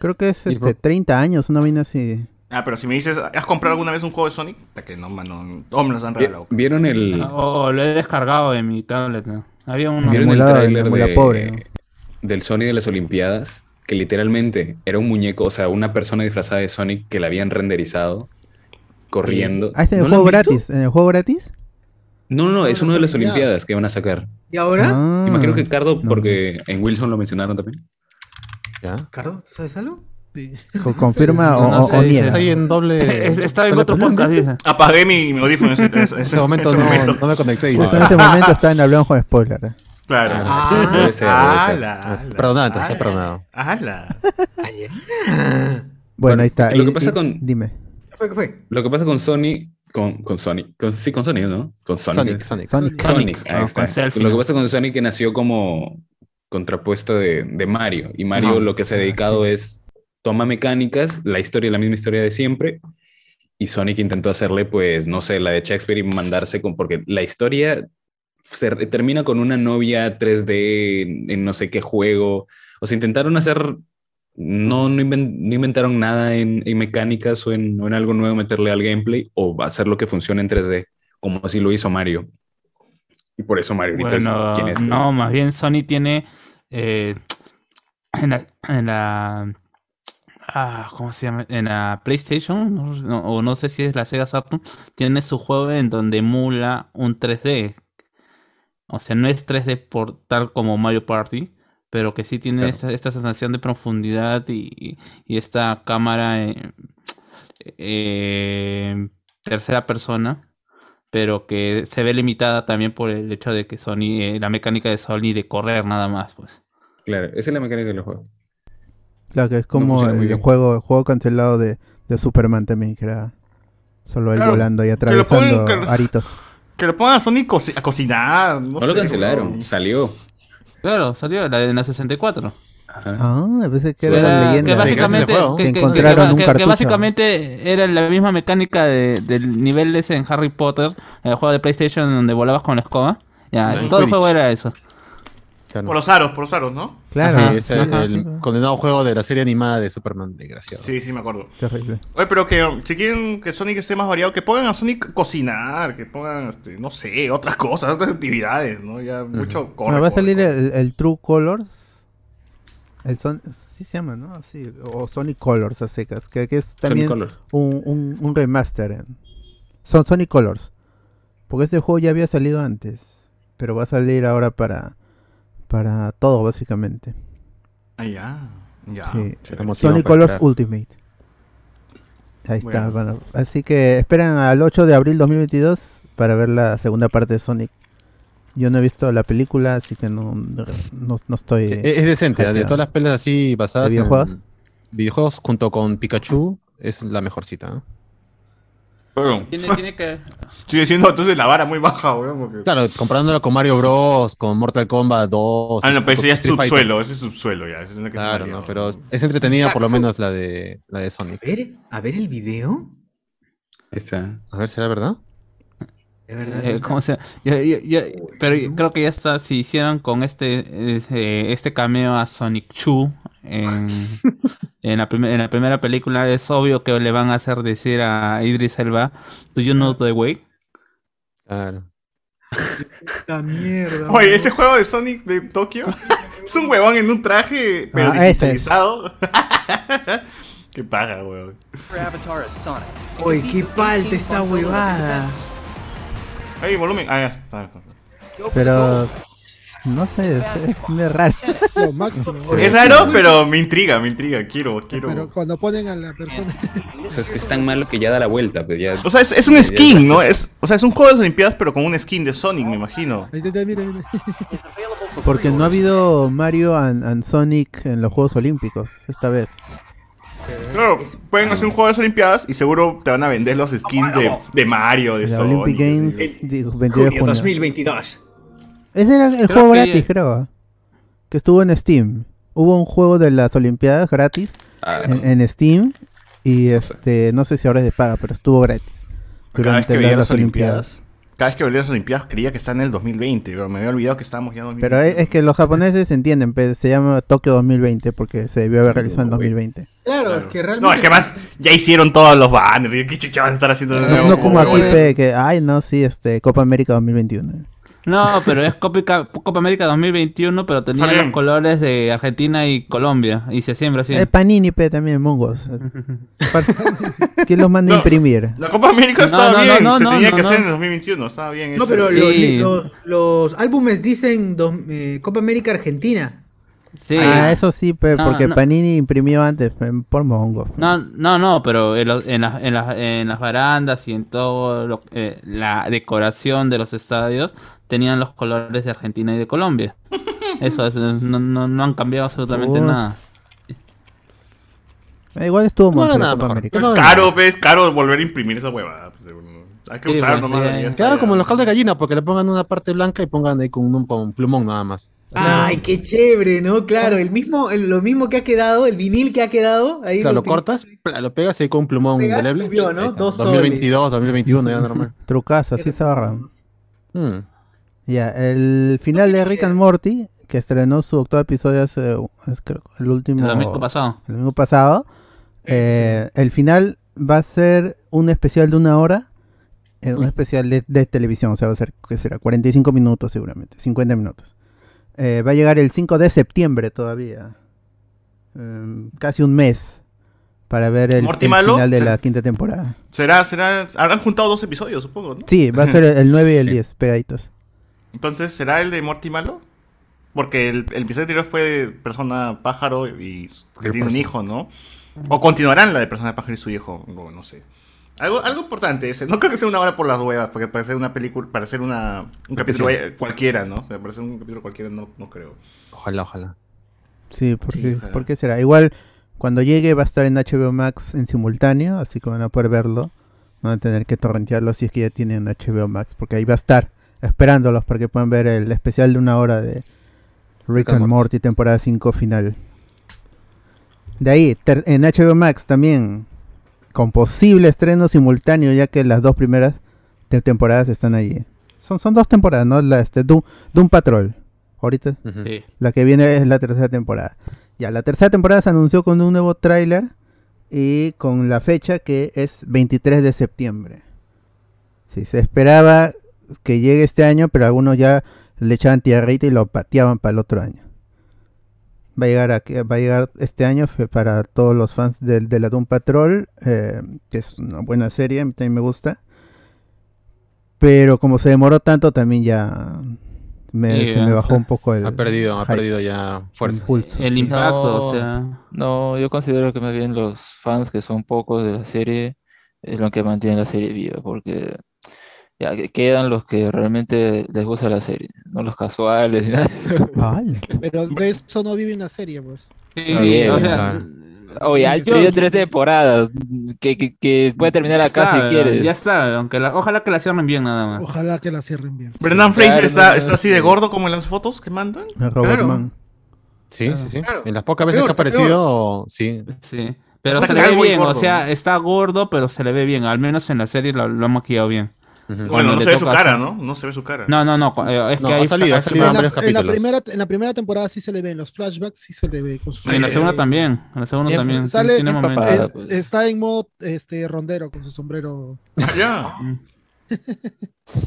C: Creo que es
G: Y
C: este,
G: por-
C: 30 años, una mina así.
D: Ah, pero si me dices, ¿has comprado alguna vez un juego de Sonic? Hasta que no, mano. Todos me los han regalado.
J: ¿Vieron el,
F: Ah, O o lo he descargado de mi tablet. ¿no? Había uno [laughs]
J: ¿Vieron
C: emulado,
J: el
C: en
J: tráiler
C: emula
J: de-
C: pobre, ¿no?
J: del Sonic de las Olimpiadas? Que literalmente era un muñeco, o sea, una persona disfrazada de Sonic que la habían renderizado corriendo.
C: Ah, este en
J: ¿No
C: el
J: lo
C: juego
J: han visto?
C: gratis. ¿En el juego gratis?
J: No, no, no, es
H: Son
J: uno de
H: las
J: las Olimpiadas
H: Olimpiadas
J: que van a sacar.
E: ¿Y ahora?
C: Ah,
J: Imagino que Cardo,
C: no.
J: porque en Wilson lo mencionaron también.
G: Ya.
E: Cardo, ¿tú sabes algo?
H: Sí.
C: co- confirma
F: No,
C: o,
F: no
C: o-
F: sé,
C: o
F: dice.
C: niega.
G: Está ahí
C: [laughs]
G: en doble.
F: Es- Estaba en
G: doble
F: otro
G: película.
F: podcast, dice.
D: Apagué mi, mi audífono en ese, en ese-
G: En ese momento
D: ese
G: no,
D: momento.
G: no me conecté. y-
C: Justo en ese momento está en hablando con spoiler. ¿eh?
D: Claro.
E: Ah,
J: puede ser, puede ser.
I: Ah,
D: Ala, ala,
G: Perdonado, Ah, entonces,
J: Ah,
D: ala,
G: está perdonado.
D: ala.
C: Bueno, ahí está.
J: lo
C: Y-
J: que pasa
C: y-
J: con-
C: Dime.
E: ¿Qué fue? ¿Qué fue?
J: Lo que pasa con Sony, con, con Sony, con- sí, con Sony, ¿no? Con
G: Sonic,
J: Sonic.
C: Sonic.
G: Sonic.
J: Sonic,
F: Sonic,
J: ahí
F: ah,
J: está.
F: con selfie,
J: Lo que
F: ¿no?
J: pasa con Sonic que nació como contrapuesta de, de Mario. Y Mario
F: Ajá.
J: lo que se ha dedicado es toma mecánicas, la historia, la misma historia de siempre. Y Sonic intentó hacerle, pues, no sé, la de Shakespeare y mandarse con. Porque la historia se re- termina con una novia 3D en, en no sé qué juego. O sea, intentaron hacer. No, no, inven- no inventaron nada en, en mecánicas o en, o en algo nuevo, meterle al gameplay o hacer lo que funcione en 3D, como así lo hizo Mario. Y por eso Mario ahorita
F: Bueno,
J: es quien es.
F: no, más bien Sony tiene eh, en la, en la- ah, ¿cómo se llama? En la PlayStation no- no- o no sé si es la Sega Saturn tiene su juego en donde emula un 3D. O sea, no es 3D por tal como Mario Party, pero que sí tiene
J: Claro.
F: esa- esta sensación de profundidad y, y esta cámara eh, eh, tercera persona pero que se ve limitada también por el hecho de que Sony, eh, la mecánica de Sony de correr nada más, pues.
J: Claro, esa es la mecánica del juego.
C: Claro, que es como
J: funciona muy
C: el
J: bien.
C: juego, el juego cancelado de, de Superman también, que era solo él
D: Claro,
C: volando y
D: lo ponen
C: atravesando
D: que-
C: aritos.
D: Que lo pongan a Sonic coci- a cocinar. No,
J: No lo
D: sé,
J: cancelaron,
D: weón.
J: salió.
F: Claro, salió la- en la 64.
J: Ajá.
C: Ah, a veces que
J: Era-
C: era la
F: Era, que
C: leyenda.
J: básicamente-
F: básicamente,
G: juego,
F: que,
C: que
F: que-
C: encontraron
F: que-
C: un
F: que- que
C: cartucho.
F: básicamente era la misma mecánica de- del nivel ese en Harry Potter, el juego de PlayStation donde volabas con la escoba. Ya,
G: Nice.
F: todo el juego
G: Quidditch.
F: era eso.
G: Claro.
D: Por los aros, por los aros, ¿no?
C: Mm. Claro,
J: Ah,
G: Sí, ese es
C: ajá,
G: el
C: sí,
G: condenado juego de la serie animada de Superman, desgraciado.
D: Sí, sí, me acuerdo.
C: terrible.
D: Oye, pero que um, si quieren que Sonic esté más variado, que pongan a Sonic a cocinar, que pongan, este, no sé, otras cosas, otras actividades, ¿no? Ya mucho corre,
C: Bueno, va a
D: corre,
C: salir
D: corre.
C: el, el True Colors. El Son sí se llama, ¿no? Sí, o Sonic Colors a secas, que, que es
J: Sonic
C: también
J: Colors.
C: un, un, un remaster. en- Son Sonic Colors. Porque este juego ya había salido antes, pero va a salir ahora para para todo básicamente.
D: Ah, ya. Ya.
C: Sí.
G: Será motivo
C: Sonic
G: Ah, para
C: Colors
G: crear.
C: Ultimate. Ahí está.
D: Bueno.
C: bueno. Así que esperan al 8 de abril 2022 para ver la segunda parte de Sonic. Yo no he visto la película, así que no, no, no estoy...
G: Eh, Es, decente, de
C: hypeado.
G: todas las pelas así basadas
C: ¿De videojuegos?
G: en videojuegos junto con Pikachu es la mejorcita. ¿eh? ¿no?
D: Bueno,
F: Tiene, tiene que...
D: sigue siendo entonces la vara muy baja, weón. Porque...
G: Claro, comparándola con Mario Bros, con Mortal Kombat 2.
D: Ah, no, pero ese ya es
G: Street Fighter.
D: subsuelo, ese es subsuelo ya. ese es una que se
G: Claro,
D: varía,
G: no,
D: ¿no?
G: pero es entretenida por lo menos la de la de Sonic.
E: A ver, a ver el video.
J: Ahí está.
G: A ver, ¿será verdad?
E: De verdad.
F: Eh, ¿cómo se- yo- yo- yo- pero yo creo que ya está. Si hicieran con este ese- este cameo a Sonic Chu en, en la primer- en la primera película, es obvio que le van a hacer decir a Idris Elba: Do you know the way?
G: Claro.
E: Esta mierda.
I: Oye, ese juego de Sonic
C: [laughs]
I: de Tokio es un huevón en un traje pero
C: Ah,
D: [laughs]
C: ese.
I: digitalizado. Qué paja, huevón.
E: Oye, qué palta esta huevada.
I: Ahí, volumen. Ah, ya. Ah, está.
C: Pero. No sé, es, es muy raro.
H: Lo [laughs] máximo.
I: Es raro, pero me intriga, me intriga. Quiero, quiero.
H: Pero cuando ponen a la persona.
J: O sea, es que es tan malo que ya da la vuelta. Pues
C: Eh,
J: ya,
I: O sea, es, es
J: ya-
I: un
J: ya
I: skin, ¿no?
J: gracioso.
I: Es, o sea, es un juego de las Olimpiadas, pero con un skin de Sonic, me
F: Ah,
I: imagino.
H: Ahí te- te- mira, mira. [laughs]
C: Porque no ha habido Mario and, and Sonic en los Juegos Olímpicos esta vez.
I: Claro, pueden hacer un juego de las Olimpiadas y seguro te van a vender los skins de, de Mario, de
C: La
I: Sonic.
C: Olympic
I: así.
C: Games,
I: El-
C: digo, 22 de
E: Junio
C: junio.
E: 2022.
C: Ese era el
F: Creo
C: juego
F: que-
C: gratis, creo. ¿ah? Que estuvo en Steam. Hubo un juego de las Olimpiadas gratis
J: Ah,
F: Eh,
C: en, en Steam. Y este, no sé si ahora es de paga, pero estuvo gratis.
I: Cada
C: Durante
I: vez que
C: la-
I: veía
C: las
I: las
C: Olimpiadas.
I: Olimpiadas. Cada vez que veía las Olimpiadas creía que está en el 2020, pero me había olvidado que estábamos ya en 2020.
C: Pero es, es que los japoneses entienden, pe- se llama Tokio 2020 porque se debió haber realizado en 2020.
E: Claro, es que realmente.
I: No, es que más, ya hicieron todos los banners. ¿Qué chucha vas a estar haciendo? de
C: No,
I: nuevo?
C: no como aquí,
I: huevón?
C: pe, que, ay, no, sí, este, Copa América 2021.
F: No, pero es Copa, Copa América 2021, pero tenía
I: Está bien.
F: los colores de Argentina y Colombia. Y se siembra así.
C: Es Eh, Panini, pe, también,
F: [laughs]
C: mongos. Par- ¿Quién los manda a
I: No.
C: imprimir?
I: La Copa América
F: No, no,
I: estaba
F: no,
I: bien,
F: no,
I: se
F: no,
I: tenía
F: no,
I: que
F: no.
I: hacer en el 2021, estaba bien.
E: No,
I: hecho.
E: pero
F: Sí.
E: los, los, los álbumes dicen dos- eh, Copa América Argentina.
F: Sí.
C: Ah, eso sí, pe,
F: No,
C: porque
F: no.
C: Panini imprimió antes, pe, por mongos. pe.
F: No, no, no, pero en, los- en las, en, las, en las barandas y en todo lo- eh, la decoración de los estadios tenían los colores de Argentina y de [laughs] Colombia. Eso es, no, no, no han cambiado absolutamente
C: Uy.
F: nada.
C: Eh, Igual estuvo
G: No,
C: monstruo
G: nada
C: la Copa
G: mejor.
C: América.
I: Pero es Pues caro, pe, es caro volver a imprimir esa huevada. pues, seguro, ¿no? Hay que
F: Sí,
I: usar
F: pues,
I: nomás.
F: ya,
I: y
F: ya.
I: está,
G: Claro,
I: ya.
G: como los caldos de gallina, porque le pongan una parte blanca y pongan ahí con un, con un plumón nada más.
E: Ay, qué chévere, ¿no? Claro, el mismo, el- lo mismo que ha quedado, el vinil que ha quedado. Ahí
G: Claro, lo
E: util-
G: cortas, pla, lo pegas ahí con un plumón
E: Pegas,
G: indeleble.
E: subió, ¿no?
G: Ahí está,
E: Dos
G: 2022, 2021, ya
E: [laughs]
G: normal.
C: Trucazo, así se agarran.
G: Hmm.
C: Ya, el final de
G: eh.
C: Rick and Morty, que estrenó su octavo episodio hace, es creo, el último.
F: El domingo pasado.
C: el domingo pasado. eh, El final va a ser un especial de una hora. eh, un especial de, de televisión. O sea, va a ser, ¿qué será? 45 minutos seguramente. 50 minutos. Eh, va a llegar el 5 de septiembre todavía. Em, casi un mes. Para ver el,
I: ¿Morty
C: el
I: Malo?
C: final de
I: Sí.
C: la quinta temporada.
I: Será, será, habrán juntado dos episodios, supongo, ¿no?
C: Sí, va a
I: [laughs]
C: ser el, el 9 y el 10 pegaditos.
I: Entonces, ¿será el de Morty Malo? Porque el, el episodio anterior fue de Persona Pájaro y que tiene un hijo, ¿no? O continuarán la de Persona Pájaro y su hijo, no, no sé. Algo, algo importante ese. No creo que sea una hora por las huevas, porque parece una película, parece una, un capítulo eh, cualquiera, ¿no? O sea, parece un capítulo cualquiera, no, no creo.
G: Ojalá, ojalá.
C: Sí, porque,
I: Sí, ojalá.
C: ¿por qué será? Igual cuando llegue va a estar en HBO Max en simultáneo, así que van a poder verlo. Van a tener que torrentearlo si es que ya tienen HBO Max, porque ahí va a estar esperándolos para que puedan ver el especial de una hora de Rick and Morty, temporada 5 final. De ahí, ter- en HBO Max también, con posible estreno simultáneo, ya que las dos primeras te- temporadas están allí. Son, son dos temporadas, ¿no? La, este, Doom, Doom Patrol. Ahorita
G: Ujú.
F: Sí.
C: la que viene es la tercera temporada. Ya, la tercera temporada se anunció con un nuevo tráiler y con la fecha que es 23 de septiembre. Sí, se esperaba que llegue este año, pero algunos ya le echaban tierrita y lo pateaban para el otro año. Va a llegar, aquí- va a llegar este año fe- para todos los fans del- de, la Doom Patrol, eh, que es una buena serie, a mí también me gusta. Pero como se demoró tanto, también ya me,
F: Sí,
C: se me
F: ya
C: bajó un poco el...
G: Ha perdido, ha
C: hype,
G: perdido ya fuerza.
C: impulso,
F: El
C: sí.
F: impacto,
L: No.
F: o sea.
L: No, yo considero que más bien los fans que son pocos de la serie es lo que mantiene la serie viva, porque ya que- quedan los que realmente les gusta la serie, no los casuales [laughs] ni nada. de eso.
C: Vale.
H: Pero de eso no vive una serie, pues.
F: Sí,
L: bien,
F: o sea,
G: claro.
L: Oye, ha
H: Yo-
L: tenido tres temporadas, que, que, que puede terminar
F: ya
L: acá si
F: está,
L: quieres.
F: Ya está, aunque la- ojalá que la cierren bien nada más.
H: Ojalá que la cierren bien.
I: Brendan Fraser
L: claro,
I: está,
L: no, no,
I: está así de gordo como en las fotos que mandan.
C: Robert
E: Claro.
C: Mann.
G: mm, Sí, sí, sí.
E: Claro.
G: En las pocas veces
E: Peor,
G: que ha aparecido, sí.
F: Sí. Pero
I: Está
F: se le ve
I: calvo y
F: bien, o
I: gordo.
F: sea, está gordo, pero se le ve bien. Al menos en la serie lo, lo han maquillado bien.
G: Ujú.
I: Bueno,
F: Cuando
I: no
F: le
I: se ve su
F: toca-
I: cara, ¿no? No se ve su cara.
F: No, no, no. cu- eh, Es
G: No,
F: que
G: ha
F: hay
G: salido, ha
F: flashbacks.
G: salido
H: En
G: en
H: la,
G: varios
H: en la
G: capítulos.
H: primera, en la primera temporada sí se le ve en los flashbacks, sí se le ve con su
F: Y en la segunda también. En la segunda
L: Sí,
F: también.
H: sale-
F: tiene
L: es
F: momentos.
L: papá.
H: Eh,
L: Ah, pues.
H: está en modo este rondero con su sombrero.
I: Ah, ya.
C: Sí,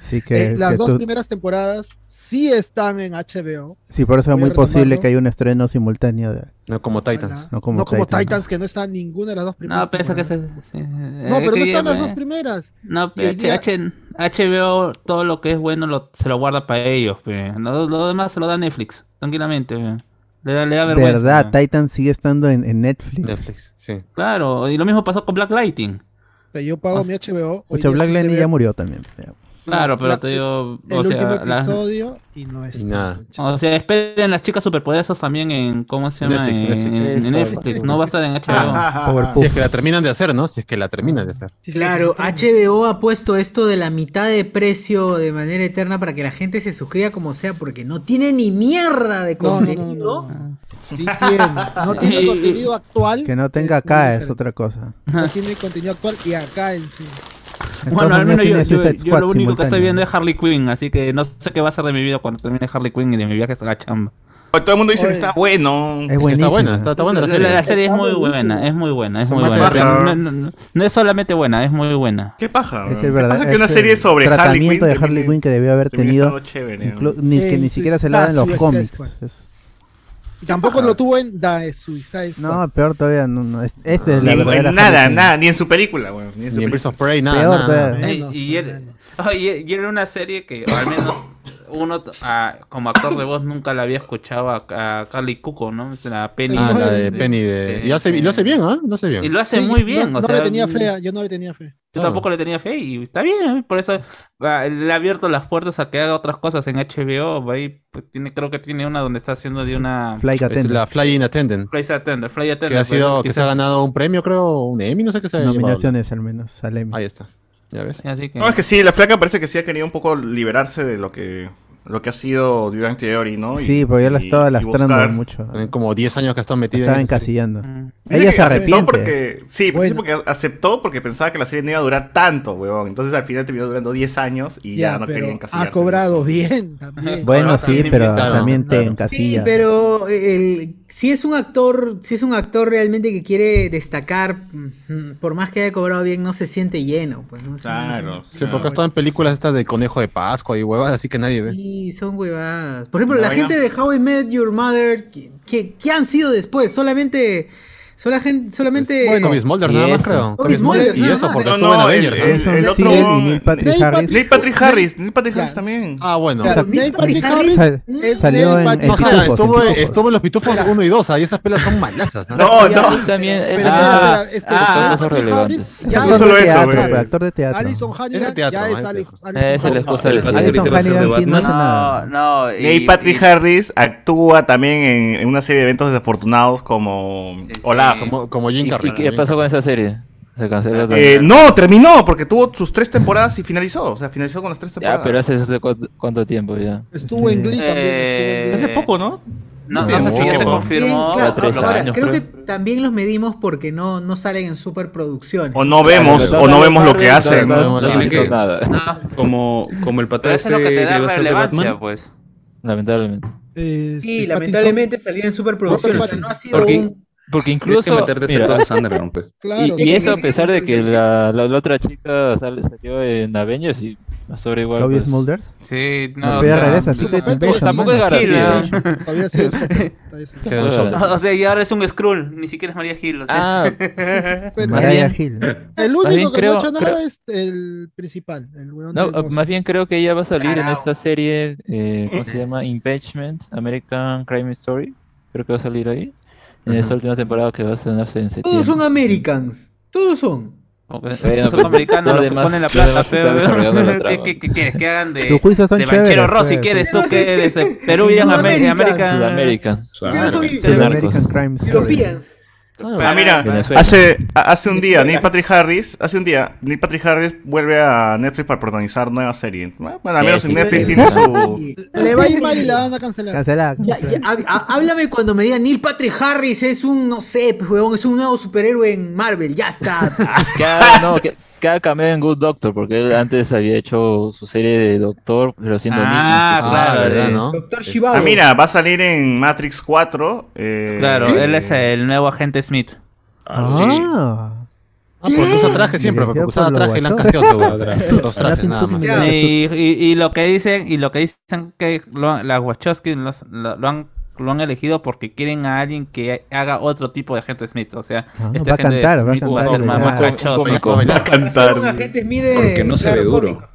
C: Así que,
H: Eh, las
C: que
H: dos
C: tú-
H: primeras temporadas sí están en HBO.
C: sí, por eso es
H: Voy a
C: muy posible
H: retomarlo.
C: que haya un estreno simultáneo. De,
G: no como Titans.
C: No como
H: no como
C: Titans.
H: Titans. que no está en ninguna de las dos primeras.
F: No, piensa que eh, se...
H: No, pero no están las dos primeras.
F: No,
H: Y el
F: pe,
H: día-
F: H- H- HBO todo lo que es bueno lo- se lo guarda para ellos. pe. Lo, lo demás se lo da Netflix, tranquilamente. pe. Le, da- le da vergüenza.
C: ¿Verdad? Titan sigue estando en, en Netflix.
G: sí.
F: Claro, y lo mismo pasó con Black Lighting.
H: O sea, yo pago mi HBO. hoy
C: Ocho,
H: día
C: Black
H: sí se
C: Lightning
H: ve
C: ya murió también.
F: Claro, pero
H: Black-
F: te digo...
H: El
F: o sea,
H: último
F: la-
H: episodio y no es.
F: O sea, esperen las chicas superpoderosas también en... ¿Cómo se llama?
G: Netflix,
F: en
G: Netflix.
F: en- en Netflix. Ah, No va a estar en
G: Ah,
C: Ah.
F: HBO.
G: Si es que la terminan de hacer, ¿no? Si es que la terminan de hacer.
E: Claro, HBO ha puesto esto de la mitad de precio de manera eterna para que la gente se suscriba como sea, porque no tiene ni mierda de contenido.
H: Sí tiene, no tiene contenido actual.
C: Que no tenga acá es otra cosa.
H: No tiene contenido actual y acá en sí.
F: Bueno, al
C: Estados
F: menos yo,
C: Unidos tiene
F: yo-
C: Suicide
F: yo
C: Squad
F: lo único que estoy
C: simultáneo.
F: viendo es Harley Quinn, así que no sé qué va a ser de mi vida cuando termine Harley Quinn y de mi viaje hasta la chamba.
I: Pues Todo el mundo dice que está bueno.
C: Es buenísima.
I: buena, está- está buena la serie.
F: es muy buena, es muy buena, es
I: Son
F: muy buena.
I: matas raras.
F: No, no- no- no es solamente buena, es muy buena.
I: ¿Qué paja?
C: Ese es verdad.
I: Pasa que una
C: ese
I: serie sobre Harley
C: tratamiento
I: Quinn
C: de Harley Quinn que debió haber
I: termina
C: tenido
I: estando chévere,
C: inclu-
I: ¿no?
C: ni, que
H: En
C: ni
H: su
C: siquiera se la dan
H: espacio,
C: los
H: es
C: cómics.
H: Squad.
C: Es-
H: Y tampoco lo tuvo en The Suicide Squad.
C: no, peor todavía. No, no, es- esta es
I: Ni
C: la
I: en-
C: verdadera
I: en nada,
C: Harley Quinn.
I: nada, ni en su película, güey. Ni en su
G: Ni en Birds of Prey, nada,
C: Peor,
G: nada.
C: peor.
F: Y, y era, oh, y- y era una serie que o al menos uno ah, como actor de voz nunca la había escuchado a, a Carly Cuco, ¿no? Es La Penny.
G: Ah, la de Penny. De... y lo hace, y lo hace bien, ¿ah? Lo hace bien.
F: Y lo hace
H: Sí,
F: muy bien.
H: No,
F: o
H: no
F: sea,
H: le tenía fe, yo no le tenía fe.
F: Yo tampoco le tenía fe y está bien, por eso ah, le ha abierto las puertas a que haga otras cosas en HBO. Ahí pues, tiene, creo que tiene una donde está haciendo de una.
C: Flight
G: Es
C: Attendant.
G: la Flying Attendant.
F: Flight Attendant, Flight
G: Que
F: Attendant,
G: ha sido,
F: pues,
G: que se ha ganado un premio, creo, un Emmy, no sé qué se ha llevado.
C: Nominaciones al menos al Emmy.
G: Ahí está. Ya
C: Eh,
G: ves.
F: Así que-
I: No, es que sí, la flaca parece que sí ha querido un poco liberarse de lo que, lo que ha sido Durant Theory, ¿no? Y-
C: Sí, porque yo la
I: y-
C: estaba
I: y
C: lastrando
I: buscar-
C: mucho.
G: Tienen como 10 años que están metidos.
C: Estaba encasillando.
F: mm.
I: Dice
C: Ella
I: que
C: se
I: Aceptó
C: arrepiente.
I: porque, sí, dice porque aceptó porque pensaba que la serie no iba a durar tanto, weón. Entonces al final terminó durando 10 años y ya,
H: Ya,
I: no
H: pero
I: quería
H: ha
I: encasillarse.
H: cobrado bien también.
C: Bueno, sí, pero
I: Claro,
C: también te
I: claro.
E: Sí,
C: encasilla.
E: pero el- si es un actor, si es un actor realmente que quiere destacar, mm, por más que haya cobrado bien, no se siente lleno, pues no
I: Claro.
G: Sí, porque están en películas estas de Conejo de Pascua y huevas, así que nadie ve.
E: Y son huevadas. Por ejemplo,
G: No,
E: la
G: ya.
E: gente de How I Met Your Mother, ¿qué, qué- qué han sido después? Solamente. sola gen-
L: Pues,
E: solamente.
G: Bueno, Tommy Smulders nada más, creo.
E: Tommy Smulders,
G: y
E: nada
G: eso,
E: más.
G: porque
I: No,
G: estuvo en
I: no, el-
G: Avengers. ¿no?
I: el- Eso, el otro- Steven y Neil Patrick
G: Neil
I: Harris. Neil Patrick Harris, Neil Patrick
G: Ya.
I: Harris también.
G: Ah, bueno.
I: O sea,
G: Neil
I: Patrick
G: Harris
C: Sal-
G: es
C: salió
G: Neil
C: en,
G: Patrick-
C: en
G: O sea,
C: Pitufos, en
G: estuvo,
C: Pitufos.
G: estuvo en los pitufos 1 y 2, ahí esas pelas son malazas.
I: No, no.
L: También,
G: Pero-
L: eh,
G: pero-
L: ah,
G: pero- este-
L: ah,
G: Patrick
L: relevante.
G: Harris
C: Es actor
G: solo
C: de
G: eso,
C: teatro,
G: güey.
C: pues, actor de teatro.
H: Alison
G: Era
H: Hannigan
G: teatro,
H: ya es
G: ¿no?
H: Ale-
L: Esa es la excusa de la serie.
C: Alison Hannigan sí no hace nada.
F: No, no.
I: Neil Patrick eh, Harris actúa también en, en una serie de eventos desafortunados como Olaf.
G: Como, como
L: ¿Y-
G: Jim
L: y
G: Carrey.
L: qué pasó con esa serie? Se canceló
I: Eh,
L: también.
I: no, terminó porque tuvo sus tres temporadas y finalizó. O sea, finalizó con las tres temporadas.
L: Ya, pero hace hace cuánto, cuánto tiempo ya.
H: Estuvo en Glee también.
F: Eh,
I: Hace poco, ¿no?
F: No, no sé si ya se confirmó. pues.
E: Bien, claro,
L: tres
E: ahora,
L: años,
E: creo que
L: creo.
E: también los medimos porque no, no salen en superproducciones.
I: O no vemos,
L: Claro,
I: o no
L: Batman,
I: vemos lo que
L: Batman,
I: hacen.
L: Batman,
I: ¿no?
L: Batman,
I: Tiene
L: Batman, [laughs]
I: que-
L: nada.
J: Ah, Como, como el
F: Pero
J: pata
F: eso es lo que te da
J: llegó a ser de
F: relevancia,
J: Batman.
F: pues.
L: Lamentablemente.
E: Sí, lamentablemente salieron en superproducciones. o sea, no ha sido
L: Porque,
E: un-
L: porque
J: Tienes que
L: incluso.
J: meterte
L: mira,
J: ciertos underground, pues.
L: y,
E: Claro,
L: y
E: sí,
L: eso a
E: sí,
L: pesar de que la, la, la otra chica sale- salió en Avengers y sobre igual.
C: Claudia
L: pues.
C: Smulders.
F: Sí,
C: no, o sea, regresa, así que
L: tampoco-
C: te besan,
L: Tampoco es
C: mano.
L: garantía.
C: Sí, ¿no?
H: Todavía
L: [laughs]
H: sí es papel, todavía sí es papel.
F: O sea, y ahora es un Skrull, ni siquiera es María Gil. O sea.
L: Ah.
F: [laughs]
C: Mariah
L: Más bien-
C: Hill.
H: El
L: más bien
H: único que
L: creo-
H: no ha hecho nada
L: creo-
H: es el principal, el weón
L: No,
H: del boss.
L: más bien creo que ella va a salir en esta serie, eh, ¿cómo se llama? Impeachment, American Crime Story. Creo que va a salir ahí. En esa última temporada que va a estrenarse en
E: Todos
L: septiembre.
E: son Americans. Todos son.
L: Ok,
F: Bueno, son americanos los que ponen la plata, pero ¿qué, qué, qué quieres que hagan de,
C: Sus juicios son
F: de Banchero
C: chéveres,
F: Rossi?
C: pues.
F: ¿Quieres tú
C: Pero
F: que
C: sí.
F: eres eh, Peruvian Amer-
E: Sudamérica.
F: American?
L: Sudamérica.
C: American Crime Story.
I: Ah, mira,
L: Venezuela.
I: hace, a- hace un día Neil Patrick Harris, hace un día Neil Patrick Harris vuelve a Netflix para protagonizar nueva serie. Bueno, al menos en
L: Sí,
I: Netflix
L: sí,
I: tiene
L: sí. [laughs]
I: su
H: Le va a ir mal y la van a cancelar.
C: Cancelada.
E: Ya, ya, hab- ha- háblame cuando me digan Neil Patrick Harris es un, no sé, pues, huevón, es un nuevo superhéroe en Marvel. Ya
I: [laughs]
E: está.
L: Cada, no, que- cada cameo en Good Doctor, porque él antes había hecho su serie de Doctor, pero siendo niño.
F: Ah,
L: así que-
F: claro,
L: ¿verdad,
C: eh.
F: de-
L: no?
G: Este,
E: Doctor
I: Ah,
E: Shivago.
I: mira, va a salir en Matrix 4. eh,
F: Claro,
I: eh,
F: él es el nuevo agente Smith.
I: Ah, sí.
C: Ah.
G: Ah, porque usa traje siempre, porque usaba traje y le han casteado, weón. Los trajes, nada más.
C: Ah,
F: Y, y- y lo que dicen, y lo que dicen que lo han- las Wachowski los- lo, lo han lo han elegido porque quieren a alguien que haga otro tipo de gente Smith, o sea,
C: Ah, va
F: esta
C: a
F: gente
C: cantar, va a
F: Smith
C: cantar, Ah,
F: ser más,
C: bailar.
F: más cachoso.
G: Va a cantar.
E: Un agente Smith de-
J: Porque no se ve
E: claro,
J: duro.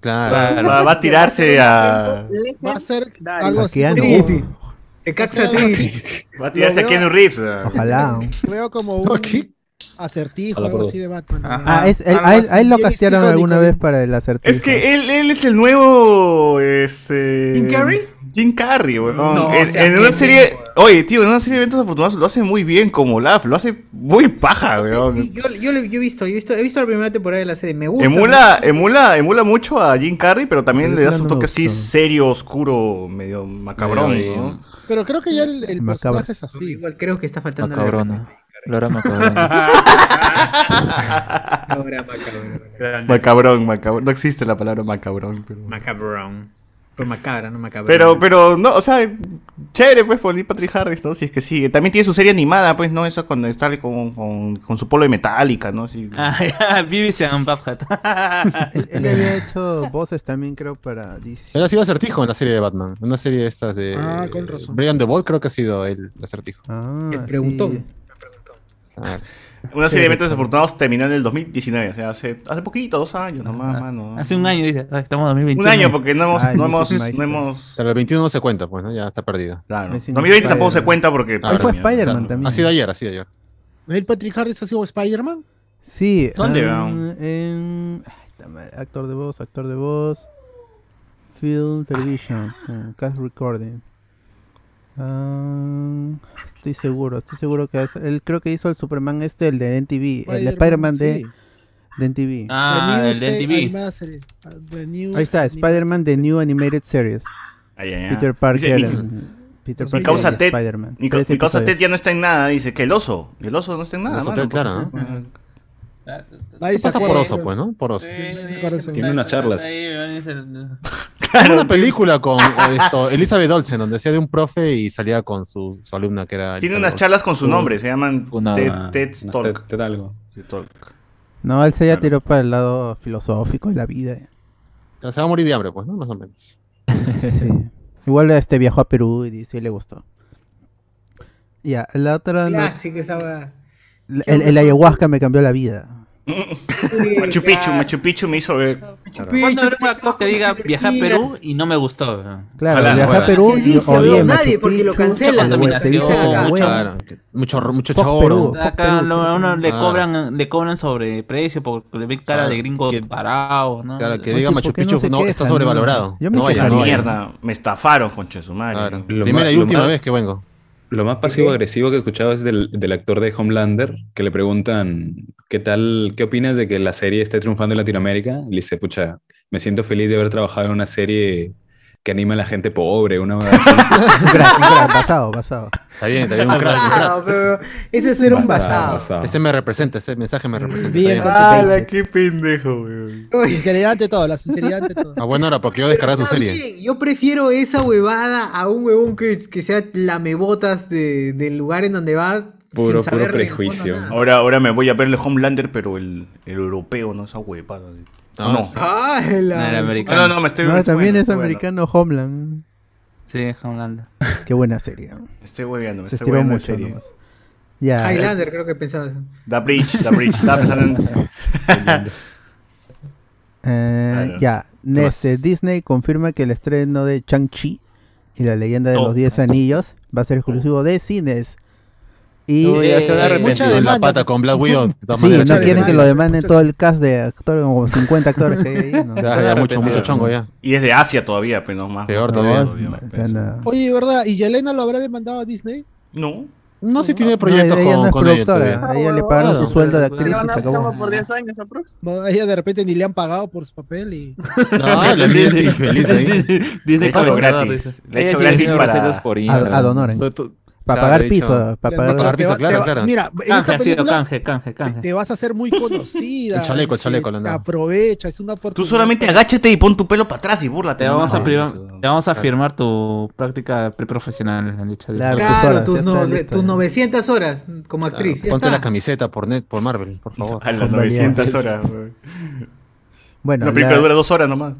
I: Claro. Ah, Va- va a tirarse a-
H: Va a ser
E: Dale.
H: algo así.
E: Vaqueano.
H: como-
E: Sí, sí. Te caxa
H: O sea, algo
E: atrás.
H: así.
I: Va a tirarse a
H: Lo
I: Keanu
H: veo-
I: Reeves. ah.
C: Ojalá.
H: Veo como un acertijo,
I: Hola,
H: algo
I: perdón.
H: así de Batman.
I: Ajá.
C: Ah, es- él-
I: Algo
C: a, él,
I: así.
C: a él lo
I: Bien
C: castearon
I: icónico,
C: alguna vez para el acertijo. [laughs]
I: Es que él, él es el nuevo. Este,
E: ¿Jim Carrey?
I: Jim Carrey, weón.
E: No,
I: en,
E: o sea,
I: en
E: bien,
I: una
E: bien,
I: serie. Oye, tío, en una serie de eventos afortunados lo hace muy bien como Laf. Lo hace muy paja, Ah, weón.
E: Sí, yo, yo, lo- yo he visto, yo he visto, he visto la primera temporada de la serie, me gusta.
I: Emula, emula, emula mucho a Jim Carrey, pero también le da su
E: no
I: toque así serio, oscuro, medio macabrón,
L: Medio
I: ¿no?
H: Pero creo que ya el, el
L: Macabro.
H: personaje es así.
E: Igual creo que está faltando
L: Macabrona. Laura Macabrona.
E: Ahora macabrón.
I: Macabrón, macabrón. No existe la palabra macabrón, pero.
E: Macabrón. Por macabra, no macabrón.
I: Pero, pero, no, o sea, chévere, pues, por Neil Patrick Harris, ¿no? Si es que sigue. También tiene su serie animada, pues, ¿no? Esa cuando está con, con, con su polo de metálica, ¿no? Sí.
F: Ah, [laughs] Vivis en Bad Hat.
C: Él, él había hecho voces también, creo, para DC.
G: Él ha sido acertijo en la serie de Batman. Una serie de estas de.
C: Ah, con razón.
G: Brian the Bolt creo que ha sido el acertijo.
C: Ah, sí.
G: Ah.
I: Una serie de eventos desafortunados terminó en el 2019, o sea, hace, hace poquito, dos años nomás, Ah, mano.
F: [laughs] Hace un año, dice. "Ay, Estamos en 2021.
I: Un año, porque no hemos. no hemos, no hemos-
G: Pero el 21 no se cuenta, pues, ¿no? Ya está perdido.
I: Claro.
G: No,
I: No, 2020 tampoco se cuenta porque.
C: Ahí fue Spider-Man también.
G: Ha sido ayer, ha sido ayer.
H: ¿El Patrick Harris ha sido Spider-Man?
C: Sí.
G: ¿Dónde,
C: ah,
G: weón?
C: en- ay, ta madre, Actor de voz, actor de voz. Film, television, ah, cast recording. Ah, estoy seguro, estoy seguro que es- él creo que hizo el Superman este, el de NTV, el
H: Spider-Man,
C: Spider-Man de,
H: sí.
C: de NTV.
F: Ah,
H: The New
F: el de
H: Se-
F: NTV.
H: animada serie. Ah, The New-
C: Ahí está, Spider-Man The New Animated Series.
I: Ay, ay, ay.
C: Peter
I: Dice,
C: Parker.
I: mi-
C: en- Peter
I: Mi
C: Parker
I: causa
C: y
I: Ted.
C: Spider-Man.
I: Mi, ca-
C: Tres
I: mi causa Ted
C: episodios.
I: ya no está en nada, dice que el oso. El oso no está en nada,
G: Oso
I: mano,
G: Ted, claro,
I: porque-
H: Nadie se
G: pasa por
H: acuerda.
G: oso, pues, ¿no? Por oso.
H: Nadie se acuerda de eso.
G: Tiene unas charlas.
F: Ahí, weón, dice-
G: Hubo una película con eh, esto, Elizabeth Olsen, donde hacía de un profe y salía con su, su alumna que era.
I: Tiene
G: Elizabeth
I: unas
G: Olsen.
I: charlas con su nombre, se llaman
G: Una-
I: Ted, Ted
G: unas
I: Talk.
J: Ted algo.
I: Talk.
C: No, él se ya tiró para el lado filosófico de la vida.
G: Se va a morir de hambre, pues, ¿no? Más o menos.
C: Sí. Igual este viajó a Perú y di- sí le gustó. Ya, la otra. no-
E: Clásico esa weá.
C: el, el ayahuasca me cambió la vida.
I: Machu Picchu, Machu Picchu me hizo ver.
F: ¿Cuándo habrá un actor que diga viajé a Perú y no me gustó? weón"?
C: Claro,
F: Ojalá,
C: viajé
F: ojalá.
C: a Perú y
E: dice,
C: odié
E: weón, nadie,
C: Machu
E: porque
C: [laughs]
E: lo
C: Picchu,
E: cancelan.
C: el huesevista de la hueva.
F: Mucha contaminación.
G: Mucho, mucho
C: Fuck
G: choro.
C: Perú.
F: Acá lo- a uno le
G: Ah.
F: cobran, le cobran sobreprecio porque le ven cara
G: Claro.
F: de gringo parado, ¿no?
G: Claro, que
F: Oye,
G: diga
F: ¿por
G: Machu
F: qué no
G: Picchu,
F: se
G: no,
F: quejan,
G: está sobrevalorado.
F: Yo
G: me No vaya, no vaya.
I: mierda, me estafaron, concha de su madre.
J: Lo
G: Primera
J: más-
G: y
J: lo
G: última
J: más-
G: vez que vengo.
J: Lo más pasivo-agresivo que he escuchado es del, del actor de Homelander, que le preguntan, ¿qué tal, qué opinas de que la serie esté triunfando en Latinoamérica? Y le dice, pucha, me siento feliz de haber trabajado en una serie que anima a la gente pobre, una...
C: Crack, crack, basado, basado.
G: Está bien, está bien. Un crack, un crack.
E: Basado, pero ese es ser un
J: Ah,
E: basado.
J: Este
G: Ese me representa, ese mensaje me representa.
H: Bien,
G: está bien.
I: ¡Hala, qué pendejo, weón!
H: Sinceridad ante todo, la sinceridad
L: [laughs]
H: ante todo.
G: A buena hora, porque yo descargué su
E: Está
G: serie.
E: bien, Yo prefiero esa huevada a un huevón que, que sea lamebotas de, del lugar en donde va.
J: Puro,
E: sin saber
J: puro prejuicio.
I: Ahora, ahora me voy a ver el Homelander, pero el, el europeo, no esa huepada. No, no.
E: Ah, la-
F: El americano.
I: No, no, no, me estoy
C: No, también
I: bueno,
C: es
I: bueno.
C: americano Homeland.
F: Sí, Homelander.
C: Qué buena serie.
I: Me estoy hueveando, me
C: Se
I: estoy
C: estiró
I: hueveando en
C: mucho
I: serio.
C: nomás. Ya.
E: Highlander, creo que pensaba eso.
I: The Bridge, The
C: [laughs]
I: Bridge. Estaba pensando en...
C: Eh,
I: Claro.
C: Ya,
I: ¿Qué más?
C: este, Disney confirma que el estreno de Chang-Chi y la leyenda de los 10 anillos va a ser exclusivo de cines. Y
L: Uy, ya se van a
G: Eh,
L: arrepentir.
G: mucha demanda. La pata con Black Widow. de todas
C: Sí,
G: maneras,
C: no
G: chévere.
C: quieren que lo demanden todo el cast de actores, como 50 actores que hay ahí.
G: [laughs]
C: ¿no?
G: Ya, ya, mucho, mucho chongo ya.
I: Y es de Asia todavía, pero no más.
G: Peor
I: más-
G: todavía.
I: todavía más.
C: O sea, no.
H: Oye, ¿verdad? ¿Y Yelena lo habrá demandado a Disney?
I: No.
G: No, si tiene
C: No, ella
G: proyectos
C: ella
G: con,
C: no es
G: con ¿eh? ella
C: productora,
G: todavía.
C: a ella le pagaron
G: Claro.
C: su sueldo de actriz
K: Le
C: y
K: van
C: se
K: a
C: acabó.
K: chamo por 10 años aprox.
H: No, a ella de repente ni le han pagado por su papel y...
G: No, la mierda infeliz ahí.
I: Le he hecho
L: Paso,
I: gratis.
L: dice.
I: Le he
L: Ella
I: hecho
L: sí le
I: gratis
L: hizo
I: para...
L: recetas por Instagram.
C: Ad honorem.
G: Tú- tú-
C: Para pagar piso, para pagar,
H: Te va- te va- Mira, en
F: Canje
H: esta
F: ha sido,
H: película
F: canje, canje, canje.
H: te- te vas a hacer muy
F: [laughs]
H: conocida.
F: El chaleco, el chaleco,
H: este,
F: lo andaba.
H: Aprovecha, es una oportunidad.
I: Tú solamente agáchate y pon tu pelo para atrás y búrlate.
F: Te vamos,
I: nomás.
F: a, pri- te vamos a firmar tu práctica preprofesional, han dicho.
E: Claro, tus, no- tus 900 horas como actriz. ya
G: Ponte
E: está.
G: la camiseta por, net, por Marvel, por favor.
M: A las 900 horas, güey.
C: Bueno,
M: La película
C: la-
M: dura dos horas nomás.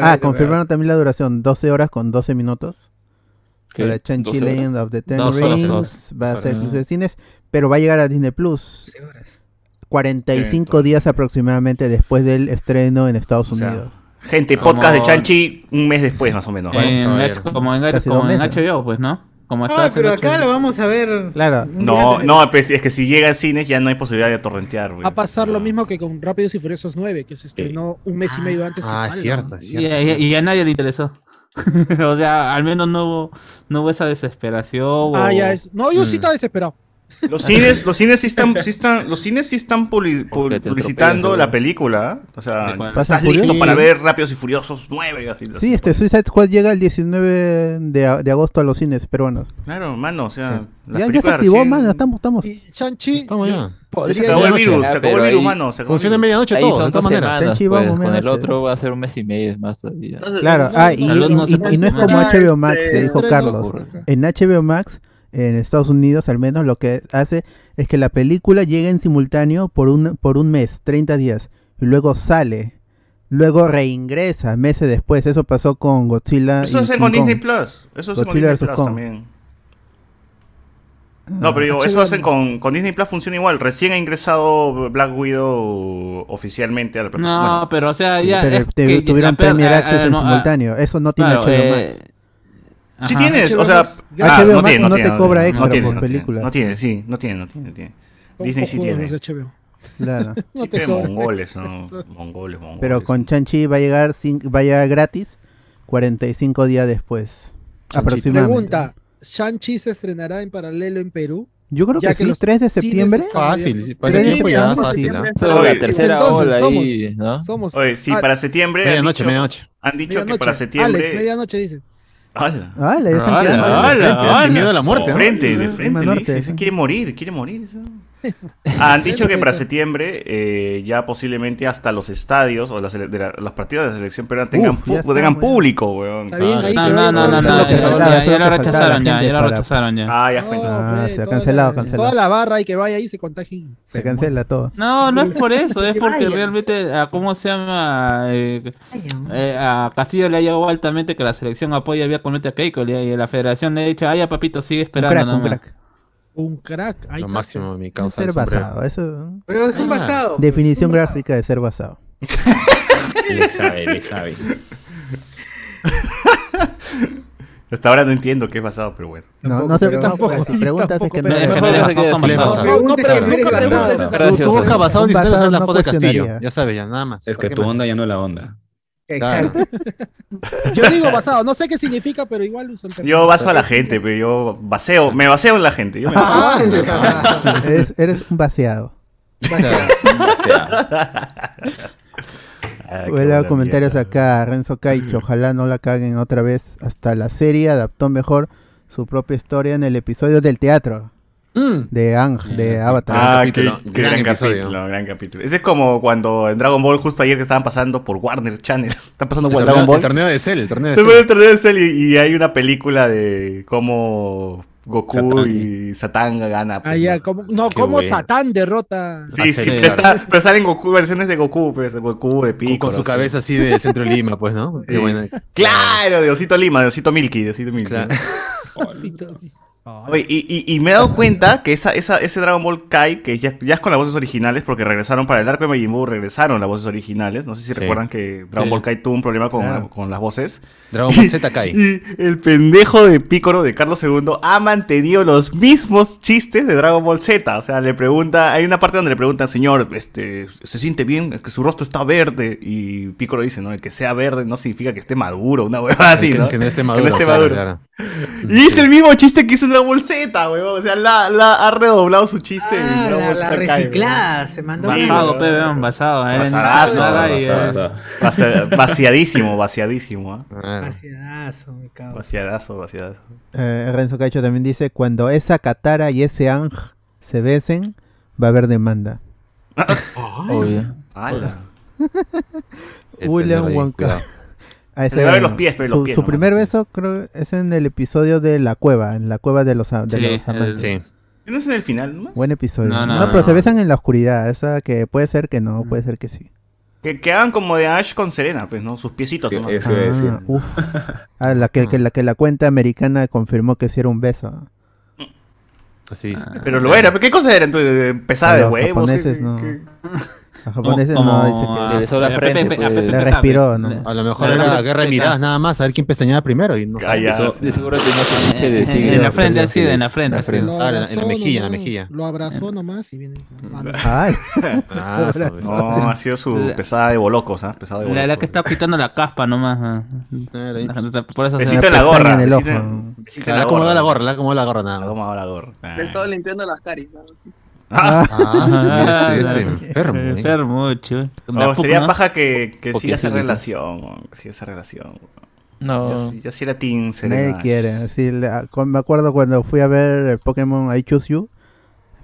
C: Ah, confirmaron también la duración, 12 horas con 12 minutos.
M: ¿Qué?
C: Para Chanchi
M: 12 horas.
C: Legend of the Ten
M: Dos horas,
C: Rings
M: dos
C: va a
M: horas.
C: ser exclusivo de cines, pero va a llegar a Disney Plus. 45 días aproximadamente después del estreno en Estados Unidos.
I: Gente,
F: Como- Eh,
I: podcast de Chanchi un mes después, más o menos.
F: En
I: ¿no?
F: H- como en, H-
I: Casi
F: como
I: dos
F: en
I: meses.
F: HBO, pues, ¿no? Como
E: Ah,
F: estás en
E: pero
F: HBO.
E: acá lo vamos a ver.
C: Claro.
I: No, no, pues, es que si llega al cine ya no hay posibilidad de torrentear, güey.
H: Va a pasar lo mismo que con Rápidos y Furiosos 9, que se estrenó un mes y medio
F: Ah,
H: antes que salga.
F: Y, y- y a nadie le interesó. [laughs] o sea, al menos no hubo, no hubo esa desesperación.
H: Ah,
F: o-
H: ya es. No, yo sí
F: Mm.
H: estaba desesperado.
I: Los cines, los cines sí están, sí están, los cines sí están puli- pu-
F: te atropellan,
I: publicitando
F: seguro.
I: la película. ¿eh? O sea,
C: Fast and
I: estás listo
C: Furious?
I: para
C: Sí.
I: ver Rápidos y Furiosos 9. así,
C: Sí, este Suicide Squad llega el 19 de, a- de agosto a los cines peruanos.
I: Claro, mano, o sea,
C: Sí.
I: las
C: Ya, ya se
I: películas
C: activó,
I: recién-
C: mano, estamos, estamos.
H: Chanchi.
G: Estamos ya.
H: Podría
I: Se acabó el
H: llegar-
I: virus, se acabó el
L: Pero
I: virus,
L: ahí-
I: mano. se acabó el
G: Funciona
I: virus.
G: en medianoche
L: Ahí
G: todo,
L: son
G: de todas
L: dos
G: maneras.
L: semanas,
G: Senchi,
L: pues,
G: vamos,
L: con el
G: medianoche.
L: otro va a ser un mes y medio más todavía.
C: Claro, ah, y,
L: Salud,
C: y-
L: no se
C: y- y no es
L: puede.
C: como HBO Max, que
L: Este,
C: dijo
L: estreno.
C: Carlos. En HBO Max, en Estados Unidos al menos, lo que hace es que la película llega en simultáneo por un, por un mes, 30 días, y luego sale, luego reingresa meses después. Eso pasó con Godzilla.
I: Eso
C: Ah, y
I: es
C: King
I: con Disney
C: Kong.
I: Plus. Eso es con
C: Godzilla
I: Disney
C: versus
I: Plus
C: Kong. Ah,
I: también. No, pero digo, eso hacen con, con Disney Plus funciona igual. Recién ha ingresado Black Widow oficialmente a
F: No,
I: la plataforma.
F: pero o sea, ya.
C: Pero
F: es
C: te-
F: que
C: tuvieron
F: la per-
C: Premier
F: a- a-
C: Access en
F: no, a-
C: simultáneo. Eso no tiene
F: claro,
C: HBO
F: eh,
C: Max.
I: Sí
F: ajá.
I: tienes, o sea, ah,
C: HBO Max
I: tiene,
C: no
I: tiene,
C: te cobra
I: tiene,
C: extra
I: no tiene,
C: por
I: no tiene,
C: película.
I: No tiene, sí, no tiene, no tiene, no tiene. Disney sí
H: Poco de los
I: tiene.
H: de HBO.
F: [laughs]
C: Claro.
H: No te
I: Sí tiene
H: jodas.
I: mongoles, ¿no? Mongoles, mongoles.
C: Pero con Chanchi va a llegar sin- va a llegar gratis 45 días después. Aproximadamente.
H: Pregunta: ¿Shang-Chi se estrenará en paralelo en Perú?
C: Yo creo que sí, 3 de septiembre.
G: Fácil, sí, para
C: 3 de
G: el tiempo ya
C: septiembre,
G: fácil,
C: sí.
G: ¿ah?
L: Sobre la tercera
H: Entonces,
L: ola
H: somos-
L: ahí, ¿no?
H: somos-
I: Oye, sí,
H: Ah,
I: para septiembre. han
G: medianoche,
I: dicho-
G: medianoche.
I: Han dicho que
H: Medianoche.
I: para septiembre. Ah,
H: Alex, medianoche dice.
I: ¡Hala!
C: ¡Hala! Ah, Ya están quedando.
G: Sin miedo a la muerte,
I: De
G: ¿no?
I: frente, de
G: Ah,
I: frente.
G: Lima
I: le dice,
G: Norte.
I: Quiere morir, quiere morir. ¿sí? Ah, han dicho que para septiembre eh, ya posiblemente hasta los estadios o las, ele- de la- los partidos de la selección peruana tengan,
F: Uf,
I: pu-
F: ya está,
I: tengan
F: weón.
I: público, weón.
F: Está bien, ahí No, que no, vayan no, todos. no, no,
I: Eso es lo que
F: ya-
I: faltaba,
F: ya-
I: eso es
F: ya
I: lo
F: lo
I: que faltaba.
F: rechazaron, ya, ya lo
C: para-
F: rechazaron ya.
I: Ah, ya fue.
C: Ah, se ha cancelado, cancelado.
H: pues, Toda la barra y que vaya ahí se contagien.
C: Se cancela todo.
F: No, no es por eso, es
H: Que
F: porque
H: vayan.
F: realmente a cómo se llama Eh, eh, a Castillo le ha llegado altamente que la selección apoya abiertamente a Keiko le- y la federación le ha dicho, ay, ya, papito, sigue esperando.
C: crack, un
F: nomás".
H: Un crack. Ahí
G: Lo
H: está.
G: máximo de mi causa.
C: Ser
G: del sombrero.
C: basado, eso.
E: Pero es un basado.
C: Definición gráfica de ser basado.
J: Le sabe, le sabe.
I: Hasta ahora no entiendo qué es pasado, pero bueno.
C: No, no se
I: pero-
C: tampoco. Si preguntas es que no
I: pero-
C: eres
I: pero-
C: basado.
I: pero- pero- pero-
C: No, preguntas
I: pero- pero-
C: que no eres
I: pero- pero-
C: basado.
I: pero-
G: Tú, tú buscas basado en
C: Un
G: internet, haces la
C: no
G: foto de Castillo.
C: cuestionaría.
G: Ya sabes, ya nada más.
J: Es que
G: ¿Qué
J: tu
G: más?
J: onda ya no es la onda.
G: Claro.
H: Yo digo basado, no sé qué significa, pero igual uso el término.
I: Yo baso a la gente, pero yo baseo, me baseo en la gente. Yo me
C: [laughs] eres, eres un vaciado.
I: Ah, qué
C: Voy a leer
I: buena
C: comentarios
I: mierda.
C: acá. Renzo Caicho, ojalá no la caguen otra vez. Hasta la serie adaptó mejor su propia historia en el episodio del teatro. De Ang, de Avatar.
I: Ah, qué, qué gran, capítulo, gran capítulo. Ese es como cuando en Dragon Ball, justo ayer que estaban pasando por Warner Channel. [laughs] Están pasando
G: El
I: por
G: torneo-
I: Dragon Ball.
G: el torneo de Cell, el
H: [laughs]
G: torneo de
I: Se
G: Cell.
I: fue el torneo de Cell y, y hay una película de cómo Goku
G: ¿eh?
I: y Satán gana. pues,
H: Ah, ya,
I: ¿no?
H: como- no,
I: Qué
H: como
I: bueno.
H: Satán derrota.
I: Sí, sí, pero, está- pero salen Goku, versiones de Goku, pues, de Goku de Pico.
G: Con su cabeza así de centro de Lima, pues,
I: [laughs]
G: ¿no? Qué buena.
I: Claro, de Osito Lima, de Osito Milky, de Osito Milky. Oye, y, y- y me he dado cuenta que esa, esa, ese Dragon Ball Kai, que ya, ya es con las voces originales, porque regresaron para el arco de Majin Buu, regresaron las voces originales. No sé si
G: Sí.
I: recuerdan que Dragon
G: Sí.
I: Ball Kai tuvo un problema con,
G: Claro.
I: con las voces.
G: Dragon
I: [laughs]
G: Ball Z Kai.
I: Y el pendejo de Pícoro de Carlos II ha mantenido los mismos chistes de Dragon Ball Z. O sea, le pregunta, hay una parte donde le preguntan, señor, este, ¿se siente bien? Es que su rostro está verde. Y Pícoro dice, no, el que sea verde no significa que esté maduro, una huevada así,
G: Que-
I: ¿no?
G: que no esté maduro,
I: esté
G: claro,
I: maduro.
G: claro.
I: Y es el mismo chiste que hizo en Dragon Z, weón. O sea, la, la ha redoblado su chiste. en
E: Ah,
I: Dragon
E: la,
I: Z
E: la
I: Kai, weón.
E: reciclada, se mandó.
F: Basado,
I: Sí,
F: pe, weón, basado. eh,
I: Basadazo,
F: nada y, eh,
I: basadazo. Vacia- Vaciadísimo, vaciadísimo. ¿ah?
E: Vaciadazo, mi cabrón.
I: Vaciadazo, vaciadazo.
C: Eh, Renzo Cacho también dice, cuando esa Katara y ese Ang se besen, va a haber demanda.
L: Obvio.
I: Ala.
G: este
C: William
L: Espera ahí,
C: Wonka.
L: cuidado.
C: Ah, ese-
I: Pero de los pies, pero de los
C: su,
I: pies
C: su
I: nomás.
C: primer beso creo es en el episodio de la cueva, en la cueva de los, a- de los amantes.
I: ¿No es en el final, no?
C: Buen episodio. No,
I: No, no,
C: pero
I: no.
C: se besan en la oscuridad, esa que puede ser que no, puede ser que sí.
I: Que, que hagan como de Ash con Serena, pues, ¿no? Sus piecitos. nomás.
C: Ah, uf. Ah, la que, que la que la cuenta americana confirmó que sí era un beso.
G: Así es.
I: Ah, Pero lo era. pues. ¿pero ¿Qué cosa era entonces? ¿Pesada de
C: Los
I: huevos?
C: japoneses
I: ¿Qué-
C: no.
I: qué-
C: Los japoneses
G: Como-
C: no,
G: como
C: dice que
G: a- a Pepe- Pepe- a Pepe
C: pues, le
G: Pepe.
C: respiró, ¿no?
G: A lo mejor era guerra de miradas nada más, a ver quién pestañaba primero. Y
I: Ah,
G: no
L: Calla.
G: Empezó-
L: De seguro tenía su pinche de siglo.
G: En la frente,
L: así, de en la frente, así.
G: Ah, en la- en la mejilla, en la
H: nomás,
G: mejilla.
H: Lo abrazó nomás y viene.
C: Ay.
G: Ah,
I: No, ha sido su pesada de bolocos, ¿ah? Pesada de
F: La
I: bolocos.
F: la que está quitando la caspa nomás. ah. La gente- Por eso se-
I: Besito en la gorra.
C: en el
I: besito
C: ojo.
I: en- besito
G: Le
I: en
G: ha acomodado la
I: ¿no?
G: gorra, le ha acomodado la gorra nada
I: Le ha
G: más.
I: acomodado la gorra. Ah.
K: Le estaba limpiando las caries. ¿no?
I: Ah.
G: Ah, mira, este- este enfermo, ¿eh?
F: Enfermo, chulo.
I: No, Oh, sería paja que, que
F: Porque
I: siga esa
F: sí, sí.
I: relación, weón, que siga esa relación. weón.
F: No.
I: Yo, sí- yo sí era Team Serena.
C: Oh. Nadie quiere. así la- con- me acuerdo cuando fui a ver el Pokémon I Choose You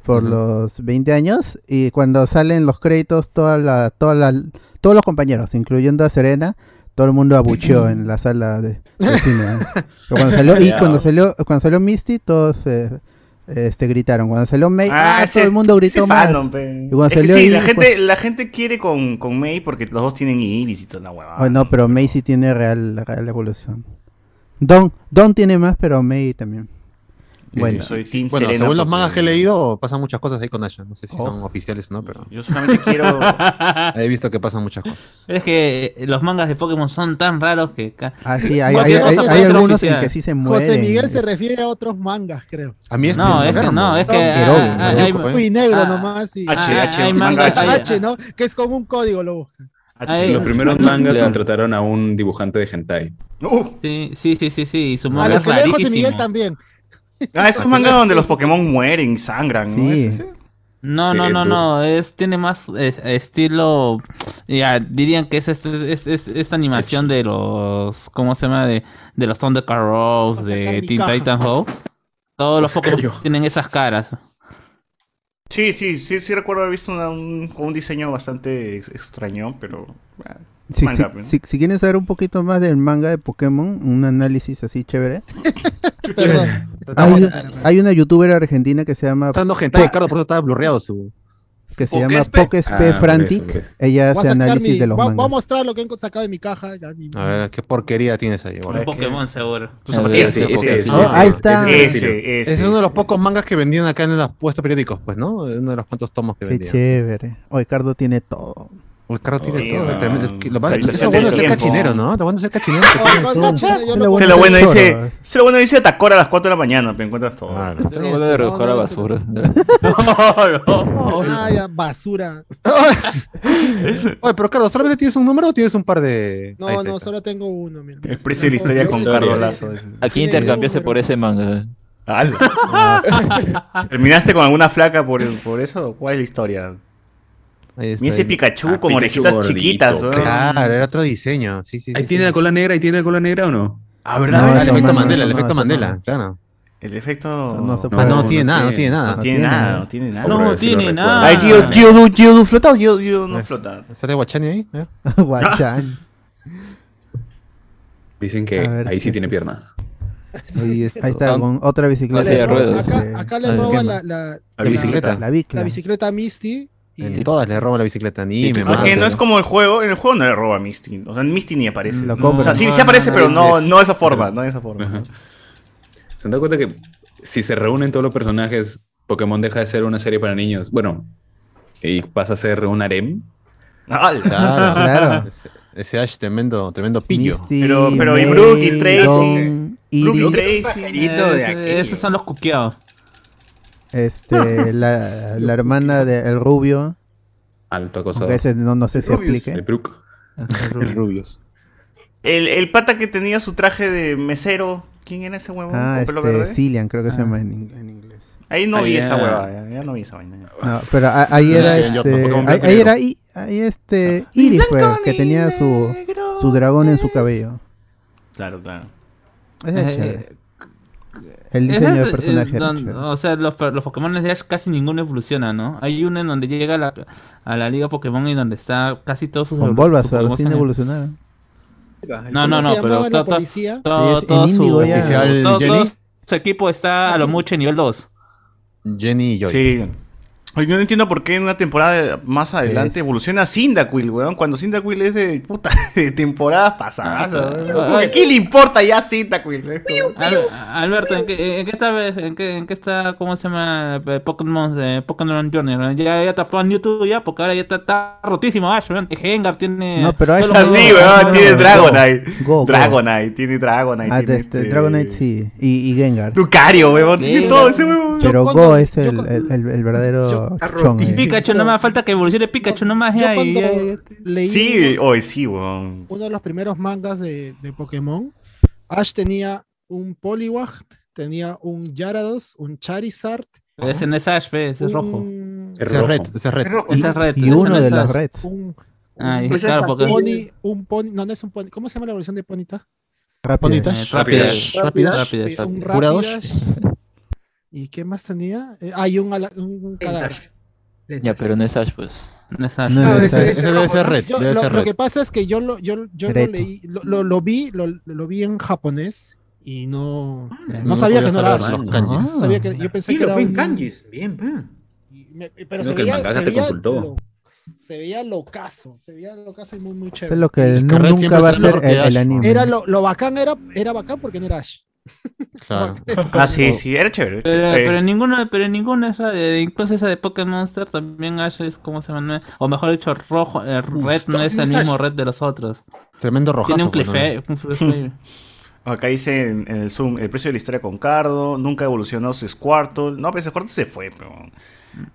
C: por los 20 años y cuando salen los créditos toda la, toda la- todos los compañeros, incluyendo a Serena, todo el mundo abucheó en la sala de,
I: [laughs]
C: de cine. ¿eh? Pero cuando salió, y
I: Ya.
C: cuando salió, cuando salió Misty, todos eh, este, gritaron. Cuando salió May, ah,
I: ese
C: todo el
I: es-
C: mundo
I: ese
C: gritó más.
I: fandom, pe.
C: Y cuando
I: Es que
C: salió
I: sí,
C: Eve,
I: la,
C: fue-
I: gente, la gente quiere con, con May porque los dos tienen iris y toda la huevada.
C: Oh, no, pero May sí tiene real, real evolución. Don, Don tiene más, pero May también. Bueno,
I: Yo soy Team
G: Bueno,
I: Serena
G: según los
I: porque- Oh.
G: mangas que he leído, pasan muchas cosas ahí con Asha. No sé si son oficiales o no, pero.
I: Yo solamente quiero-
G: [laughs] He visto que pasan muchas cosas.
F: Es que eh, los mangas de Pokémon son tan raros que. ca-
C: Ah, sí, hay-
F: Cualquier
C: hay-
F: cosa
C: hay-
F: puede
C: hay
F: ser
C: algunos
F: oficial.
C: en que sí se
H: José
C: mueren.
H: Miguel se refiere a otros mangas, creo.
G: A mí este
F: No, es que
G: enfermo.
F: no, es que.
G: Pero-
F: ah, ah, hay-
G: Grupo,
H: Muy negro
F: Ah,
H: nomás. Y...
F: H, H,
H: hay
F: un manga
H: manga
F: H.
H: H, ¿no? Que es con un código, lo buscan.
F: hay-
J: Ah, Los
F: [laughs]
J: primeros mangas
F: Claro.
J: contrataron a un dibujante de hentai.
F: Sí, sí, sí, sí, sí. Y su
H: A
F: manga
H: los
F: es
H: que lee Ah, José Miguel
F: rarísimo.
H: también.
I: Ah, esos mangas donde los Pokémon mueren y sangran, ¿no?
C: Sí.
I: ¿Es ese?
F: No,
I: Sí,
F: no, no,
I: tú.
F: no, es tiene más eh, estilo, ya dirían que es, este- es- es- esta animación de los, ¿cómo se llama? De, de los Thundercat Rose, de
H: mi
F: Teen
H: caja.
F: Titan Go. Todos los Pokémon tienen esas caras.
I: Sí, sí, sí, sí recuerdo haber visto una- un, con un diseño bastante ex- extraño, pero... bueno,
C: Si,
I: manga,
C: si-
I: pues, ¿no?
C: si- si quieren saber un poquito más del manga de Pokémon, un análisis así chévere.
G: [laughs]
H: Perdón.
C: hay, hay una youtuber argentina que se llama
G: Está dando gente, Ricardo, por eso estaba blurreado su.
C: que se
G: Pokés
C: llama
G: P.
C: Pokés
G: Ah,
C: P
G: por
C: Frantic.
G: eso, ok.
C: Ella
H: Voy
C: hace
H: a sacar
C: análisis
H: mi-
C: de los
H: va- Voy a
C: mangas.
H: mostrar lo que he sacado de mi caja. ya, mi-
G: A ver, qué porquería tienes ahí,
F: Un
G: boludo.
F: Pokémon seguro.
G: Tus zapatillas,
J: este
F: Ese,
G: sí,
F: ese,
G: sí,
C: Ah,
G: sí,
C: ahí
G: sí.
C: está.
G: Ese es, el
I: Ese,
G: estilo.
I: ese,
G: Ese es uno de los pocos mangas que vendían acá en los puestos periódicos, pues, ¿no? Uno de los cuantos tomos que
C: Qué
G: vendían.
C: chévere. Oh, Ricardo tiene todo.
G: Uy, Carlos tiene
I: Sí,
G: todo.
I: ah.
G: tremendo. Lo malo-
I: Ahí
G: Eso
I: está
G: es bueno de
I: el
G: ser
I: tiempo.
G: cachinero, ¿no? Lo bueno de ser cachinero. es que tienes todo.
H: Con China, yo
C: Se lo
H: no puedo-
I: Se lo bueno
C: Choro.
I: dice, se lo bueno dice Atacor a las 4 de la mañana, pero encuentras todo.
F: Ah,
G: Claro.
L: Tengo ganas Este de recoger la
F: [laughs]
L: basura.
H: Ah, ya, basura.
G: Oye, pero Carlos, ¿solamente tienes un número o tienes un par de.? Ahí
H: No,
G: está, ahí
H: no,
G: está.
H: solo tengo uno. mira.
I: El precio de la historia con Carlos Lazo. dice.
L: Aquí intercambiarse por ese manga.
I: Ala. [laughs] ¿Terminaste con alguna flaca por, por eso? ¿Cuál es la historia?
G: Ahí está.
I: Y ese Pikachu
J: Ah,
I: con
J: Pikachu
I: orejitas
J: gordito,
I: chiquitas. weón.
G: Claro, era otro diseño. Sí, sí.
J: Ahí
G: sí,
J: tiene
G: sí.
J: la cola negra, ahí tiene la cola negra o no?
I: Ah,
C: No,
I: ¿verdad?
G: el
C: no, no,
G: efecto Mandela, el
C: no,
G: efecto
C: eso
G: Mandela,
C: no.
G: claro.
I: El
C: Eso
I: efecto...
C: no se
I: No,
C: puede.
G: Ah, no, tiene nada, no tiene
C: no
G: nada.
I: tiene
C: tiene
I: nada,
C: nada.
I: no tiene nada.
J: No,
I: No,
J: Pobre,
F: No
J: sí lo
F: tiene
J: recuerdo.
F: nada. Eh,
I: Ay, Gio- Gio- Gio flota o Gio- Gio no flota.
G: ¿Sale Guachani ahí? ¿eh? A ver.
C: [laughs] Guachán.
J: Dicen que
C: A ver,
J: ahí sí
C: ¿qué
J: tiene
C: es
J: piernas.
C: Ahí está, con otra bicicleta. Este,
L: Vale, de ruedas.
H: Acá, acá le
C: Ah,
H: roba
C: quema.
H: la, la,
G: La bicicleta.
C: La bicla.
H: la bicicleta a Misty. Y
G: En todas le roban la bicicleta. Anime,
I: Porque
G: manga.
I: Ah, no es como el juego, en el juego no le roba a Misty. O sea, Misty ni aparece.
C: Lo
I: o
C: compra.
I: sea, sí,
F: No,
I: sí aparece,
F: no,
I: pero
F: no,
I: no,
F: es-
I: no de esa forma, no de esa forma.
J: ¿Se han dado cuenta que si se reúnen todos los personajes, Pokémon deja de ser una serie para niños? Bueno, y pasa a ser un harem.
I: Ala.
G: Claro,
C: Claro.
G: Ese, ese Ash tremendo, tremendo pillo.
C: Misty,
I: Pero- pero y
C: May,
I: Brooke y Tracy.
C: Dawn,
I: Brooke y
C: Iris,
I: Tracy,
E: pajarito de aquí,
F: esos son los cuqueados.
C: este, la, la hermana del rubio.
J: Alto acosador.
C: Aunque ese no, no sé si
J: El
C: explique.
J: Brook.
G: Rubios.
I: El, el pata que tenía su traje de mesero ¿Quién era ese huevón?
C: Ah,
I: con pelo
C: este,
I: verde?
C: Cillian, creo que se
I: Ah.
C: llama en, in- en inglés.
I: Ahí no vi
C: Ahí
I: esa
C: era-
I: hueva, ya, ya no vi esa vaina.
C: No, pero a- ahí era este, ahí, ahí era I- ahí
I: Ah.
C: este Iris pues, que tenía su, su dragón en su cabello.
I: Claro, claro.
C: Ese es chévere. El
F: Ese
C: diseño
F: Eh, es,
C: de personaje
F: eh,
C: era
F: don-
C: chévere.
F: o sea, los, per- los Pokémon de Ash casi ninguno evoluciona, ¿no? Hay uno en donde llega a la, a la Liga Pokémon y donde está casi todos sus
C: Con
F: sus
C: Bulbasaur
F: Pokémon
C: sin
F: en-
C: evolucionar.
F: No, no, no,
H: ¿Cómo se
F: pero
H: llamaba la
F: todo, todo,
H: policía?
F: todo-
C: Sí, es-
F: todo
C: en
F: su,
C: Índigo ya. Oficial
F: todo- todo
C: Jenny.
F: su equipo está a lo mucho en nivel 2.
G: Jenny y Joy.
I: Sí. Oye, yo no entiendo por qué en una temporada más adelante evoluciona Cyndaquil, weón. Cuando Cyndaquil es de puta [laughs] de temporadas pasadas.
F: Ah,
I: weón.
F: claro.
I: Como que, ¿Qué le importa ya Cyndaquil? weón?
F: Al- Alberto, ¿en qué, en qué está, en qué, en qué está, cómo se llama, eh, Pokémon, eh, Pokémon Journey? ¿no? Ya, ya tapó en YouTube ya, porque ahora ya está, está rotísimo Ash, weón. Gengar tiene...
C: No, pero Ash-
I: [laughs]
F: todo lo
C: Ah,
F: que-
I: Sí,
C: Go,
I: weón,
C: go,
I: tiene
C: go,
I: Dragonite.
C: go, go.
I: Dragonite, tiene Dragonite.
C: Ah,
I: tiene
C: este, Dragonite sí, y, y Gengar.
I: Lucario, weón, tiene todo ese weón.
C: Pero Go es el, el, el- el verdadero eh. chon.
F: Y Pikachu, no más falta que evolucione Pikachu, no más.
H: Yo
F: ya, y-
H: cuando
F: ya- ya-
H: leí
I: Sí, hoy sí, weón.
H: uno de los primeros mangas de, de Pokémon, Ash tenía un Poliwag, tenía un Gyarados, un Charizard,
F: Pero Ese no es Ash, pe, ese es
H: Uh,
F: rojo.
G: Es Ese es rojo. red, ese es red. Es rojo.
F: Ese es red.
C: Y
F: ese
C: uno
F: no
C: de
F: es
C: las
F: Ash.
C: reds.
H: un,
F: Ah, y
L: Pues
H: un-
F: claro, porque-
H: pony, un pony, no, no es un pony, ¿cómo se llama la evolución de Ponita?
C: Rápido.
F: Eh, Rapidash.
H: Rapidash,
F: Rapidash,
H: Eh, un
F: Rapidash.
H: Rapidash. ¿Y qué más tenía? Eh, Hay un, ala- un cadáver.
L: Ya, pero no es Ash, pues.
F: No es Ash.
L: No,
H: Ah,
L: debe
H: ese-
L: ser-
H: ese
L: ese
H: rojo,
L: debe ser
H: ¿no?
L: red,
H: Yo-
L: debe
H: lo,
L: ser
H: lo
L: red.
H: que pasa es que yo lo, yo, yo lo
C: Red.
H: leí, lo, lo- lo vi, lo, lo vi en japonés y no, no,
G: No
H: sabía que
G: podías
H: no era
G: hablar
H: Ash.
G: los kanjis.
H: No sabía que- yo pensé
E: Sí,
H: que
E: lo
H: era
E: fue en
H: un-
E: kanjis. Bien, pa.
H: y me- pero
J: Creo
H: se
J: que el
H: veía,
J: mangaka
H: se
J: te
H: veía
J: consultó.
H: lo- se veía locazo, se veía locazo y muy, muy
C: Eso
H: chévere.
C: es lo que
G: Es que
C: nu-
G: Red
C: nunca
G: siempre
C: va a
G: será
C: ser
G: lo que
C: el, el
G: Ash,
C: anime.
H: Era lo, lo bacán, era, era bacán porque no era Ash.
G: Claro.
I: Ah, sí, sí, era chévere.
F: Pero,
I: chévere. Eh,
F: pero ninguna, pero ninguna esa de, incluso esa de Pokémon Monster también Ash es como se llama, No es- o mejor dicho, rojo, eh, red no es el
G: es
F: mismo
G: Ash.
F: red de los otros.
G: Tremendo rojazo.
F: Tiene un
G: pues, ¿no?
F: cliffhanger, un cliffhanger.
I: Acá dice en, en el Zoom, el precio de la historia con Cardo, nunca evolucionó su Squirtle. No, pero ese Squirtle se fue, pero...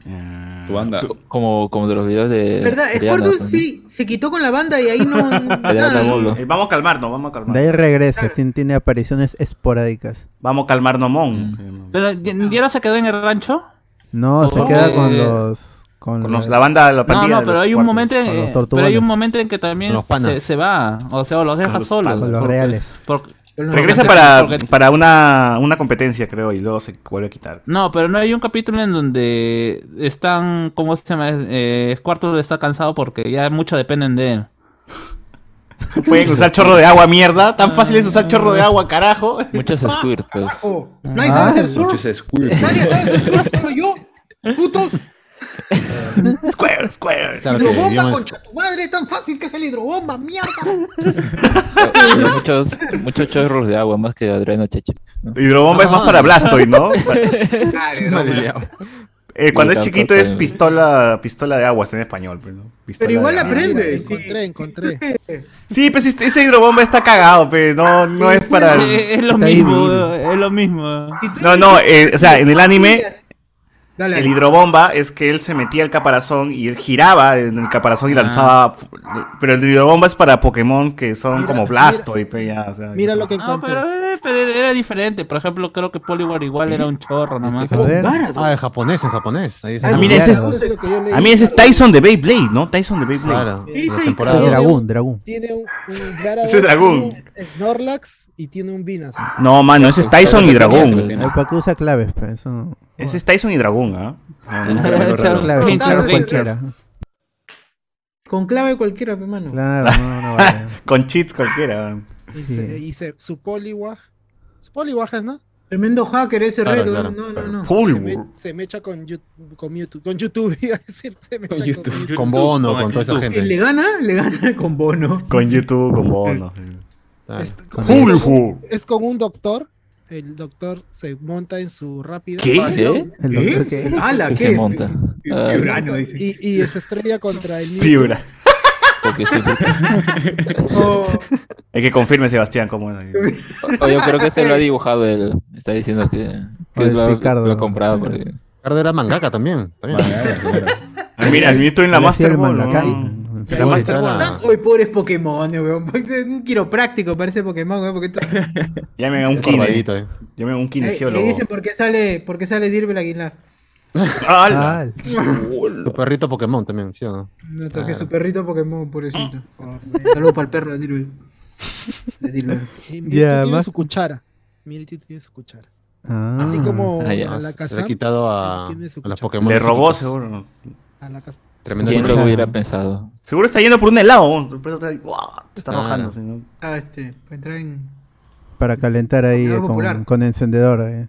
I: Eh,
J: Tu banda.
I: su-
L: Como, como de los videos de.
E: ¿Verdad?
L: coreanos,
E: Squirtle
L: ¿no?
E: sí se quitó con la banda y ahí no.
L: De
E: nada.
L: Databolo.
I: eh, vamos a calmarnos, vamos a
C: De
I: calmarnos.
C: ahí regresa, tiene, tiene apariciones esporádicas.
I: Vamos a calmarnos,
F: Mm.
I: Mon. Eh,
F: Pero ¿ya, ya no se quedó en el rancho.
C: No, se
F: Porque-
C: queda con los. Con,
I: Con
C: la-
I: los- la banda, la
F: No,
I: pandilla
F: no,
I: de
F: pero
I: los
F: hay un
I: Squirtles.
F: momento, en,
C: Con los
F: eh, pero
C: tortuganos.
F: hay un momento en que también
G: Con los
F: se,
G: panas.
F: se va, o sea, o los deja
I: los
F: solos.
I: panas.
C: con los
F: porque-
C: reales.
F: porque-
I: Regresa
F: porque-
I: para,
F: porque-
I: para una, una competencia, creo, y luego se vuelve a quitar.
F: No, pero no hay un capítulo en donde están, ¿cómo se llama? Eh, Squirtle está cansado porque ya mucho dependen de él.
I: Pueden usar chorro de agua, mierda.
F: Ah.
I: Tan fácil es usar chorro de agua, carajo.
F: [laughs]
L: Muchos Squirt, pues.
E: Oh, Nadie sabe hacer surf.
J: Muchos Squirtle.
E: Nadie sabe hacer surf, solo yo. Putos.
I: Square, square.
G: Claro, que
E: Hidrobomba,
G: digamos,
E: concha tu madre. Tan fácil que es el hidrobomba, [laughs] mierda.
L: Pero muchos, muchos chorros de agua, más que Adriano Cheche. ¿no?
I: Hidrobomba es más
F: Ah.
I: para
F: [laughs]
I: Blastoise, ¿no? Eh, cuando
L: Y
I: es
L: tanto
I: chiquito es
L: también.
I: pistola, pistola de agua, está en español. Pero, no. Pistola
E: Pero igual
I: de agua.
E: aprende. sí.
H: Encontré, encontré.
I: Sí, pues este- ese hidrobomba está cagado, pero no, no es
F: [laughs]
I: para...
F: Eh, es lo
C: Está ahí,
F: mismo,
C: Vivi.
F: es lo mismo.
I: No, no, eh, o sea, en el
F: Ah,
I: anime
E: Dale,
I: el
E: dale.
I: hidrobomba es que él se metía al caparazón y él giraba en el caparazón y lanzaba... Pero el hidrobomba es para Pokémon que son
H: Mira,
I: como
H: mira.
I: Blastoise, pe, ya, o sea,
H: Mira lo que
F: No,
H: encontré.
F: pero, eh, pero era diferente. Por ejemplo, creo que Poliwar igual era un chorro nomás.
C: A ver.
G: Ah, el japonés, el japonés. Ahí está.
I: Ah, mira, ese es-
H: Eso es lo que yo leí.
I: A mí ese es Tyson de Beyblade, ¿no? Tyson de Beyblade.
G: Claro.
E: Sí,
G: la
E: sí,
G: temporada
C: Sí,
G: dos.
C: dragón, dragón.
H: Tiene un, un Gyarados,
I: Ese es dragón. Ah,
H: tiene un Snorlax y tiene un Venusaur.
I: No, mano, ese es Tyson y Dragón.
C: El para qué usa claves, pues, pero eso no-
I: Ese es Tyson y Dragón, ¿ah?
F: Claro, claro.
C: Clave,
F: Claro,
C: [laughs] claro,
F: claro.
C: cualquiera.
E: Con clave cualquiera, mi mano.
C: Claro, no, no vale.
I: Con cheats cualquiera. ¿ah?
H: Y,
C: Sí.
H: se- y se- su Poliwag. Su Poliwag es, ¿no?
E: Tremendo hacker ese
G: Claro,
E: reto.
G: claro,
E: no,
G: claro.
E: no, no.
H: Se,
I: Full.
H: me- se mecha con, Yout- con YouTube. Con YouTube, [laughs] iba a decir. Se mecha con
J: YouTube.
H: YouTube.
G: Con Bono, con toda esa
E: Si le
G: gente.
E: gana, [laughs] le gana con bono.
I: Con YouTube, con bono.
G: Claro.
H: Es-
C: Con
H: es
I: Full,
H: con-
I: full.
H: es con un doctor. El doctor se monta en su rápida.
I: ¿Qué?
L: ¿Sí?
C: El
E: ¿Qué?
C: doctor que-
E: [laughs] ¡Hala!
L: Sí,
E: ¿Qué?
L: se monta. Ah.
E: Piurano, dice.
H: Y, y se estrella contra el Mewtwo.
I: Fibra.
L: Porque sí, porque-
E: Oh,
I: Es que confirme, Sebastián, cómo es.
L: O yo creo que se lo ha dibujado él. Está diciendo que, que
C: Oye,
L: lo,
C: sí,
L: ha-
C: Cardo.
L: lo ha comprado. porque-
G: Ricardo era mangaka también. también.
I: Ah, Mira, el mito en la
C: le hacía
I: Master
C: el
I: Ball.
C: mangaka.
I: ¿no?
E: Ya, ya está la- Uy, pobres Pokémon, weón. Un quiropráctico parece Pokémon, weón. Porque to-
I: Llamen a un
G: Está
I: kine.
G: formadito, eh.
I: Llamen a un kinesiólogo.
E: Le Eh, dicen por qué sale, por qué sale Dirvel Aguilar.
I: Ah,
G: ¡Hala! Tu perrito Pokémon también, ¿sí o no?
E: No toqué su perrito Pokémon, pobrecito. Saludos para el perro de Dirvel. De Dirvel.
H: Y Mewtwo
G: Ya,
H: tiene
G: más-
H: su cuchara. Mewtwo tiene su cuchara.
C: Ah.
H: Así como
G: Ah, ya.
H: a la
G: Se le
H: casa.
G: ha quitado a, a
H: tiene su
G: los
H: cuchara.
G: Pokémon.
I: Le robó,
G: psíquicos.
I: seguro.
H: A la casa.
G: Tremendo
L: ¿Quién lo
G: personaje. [laughs]
L: hubiera pensado?
I: Seguro está yendo por un helado. weón. El perro está ahí, ¡guau! Te está arrojando.
G: Claro.
I: si no-
E: Ah, este, para entrar en.
C: Para calentar ahí eh,
E: Algo
C: con,
E: popular.
C: con encendedor. eh.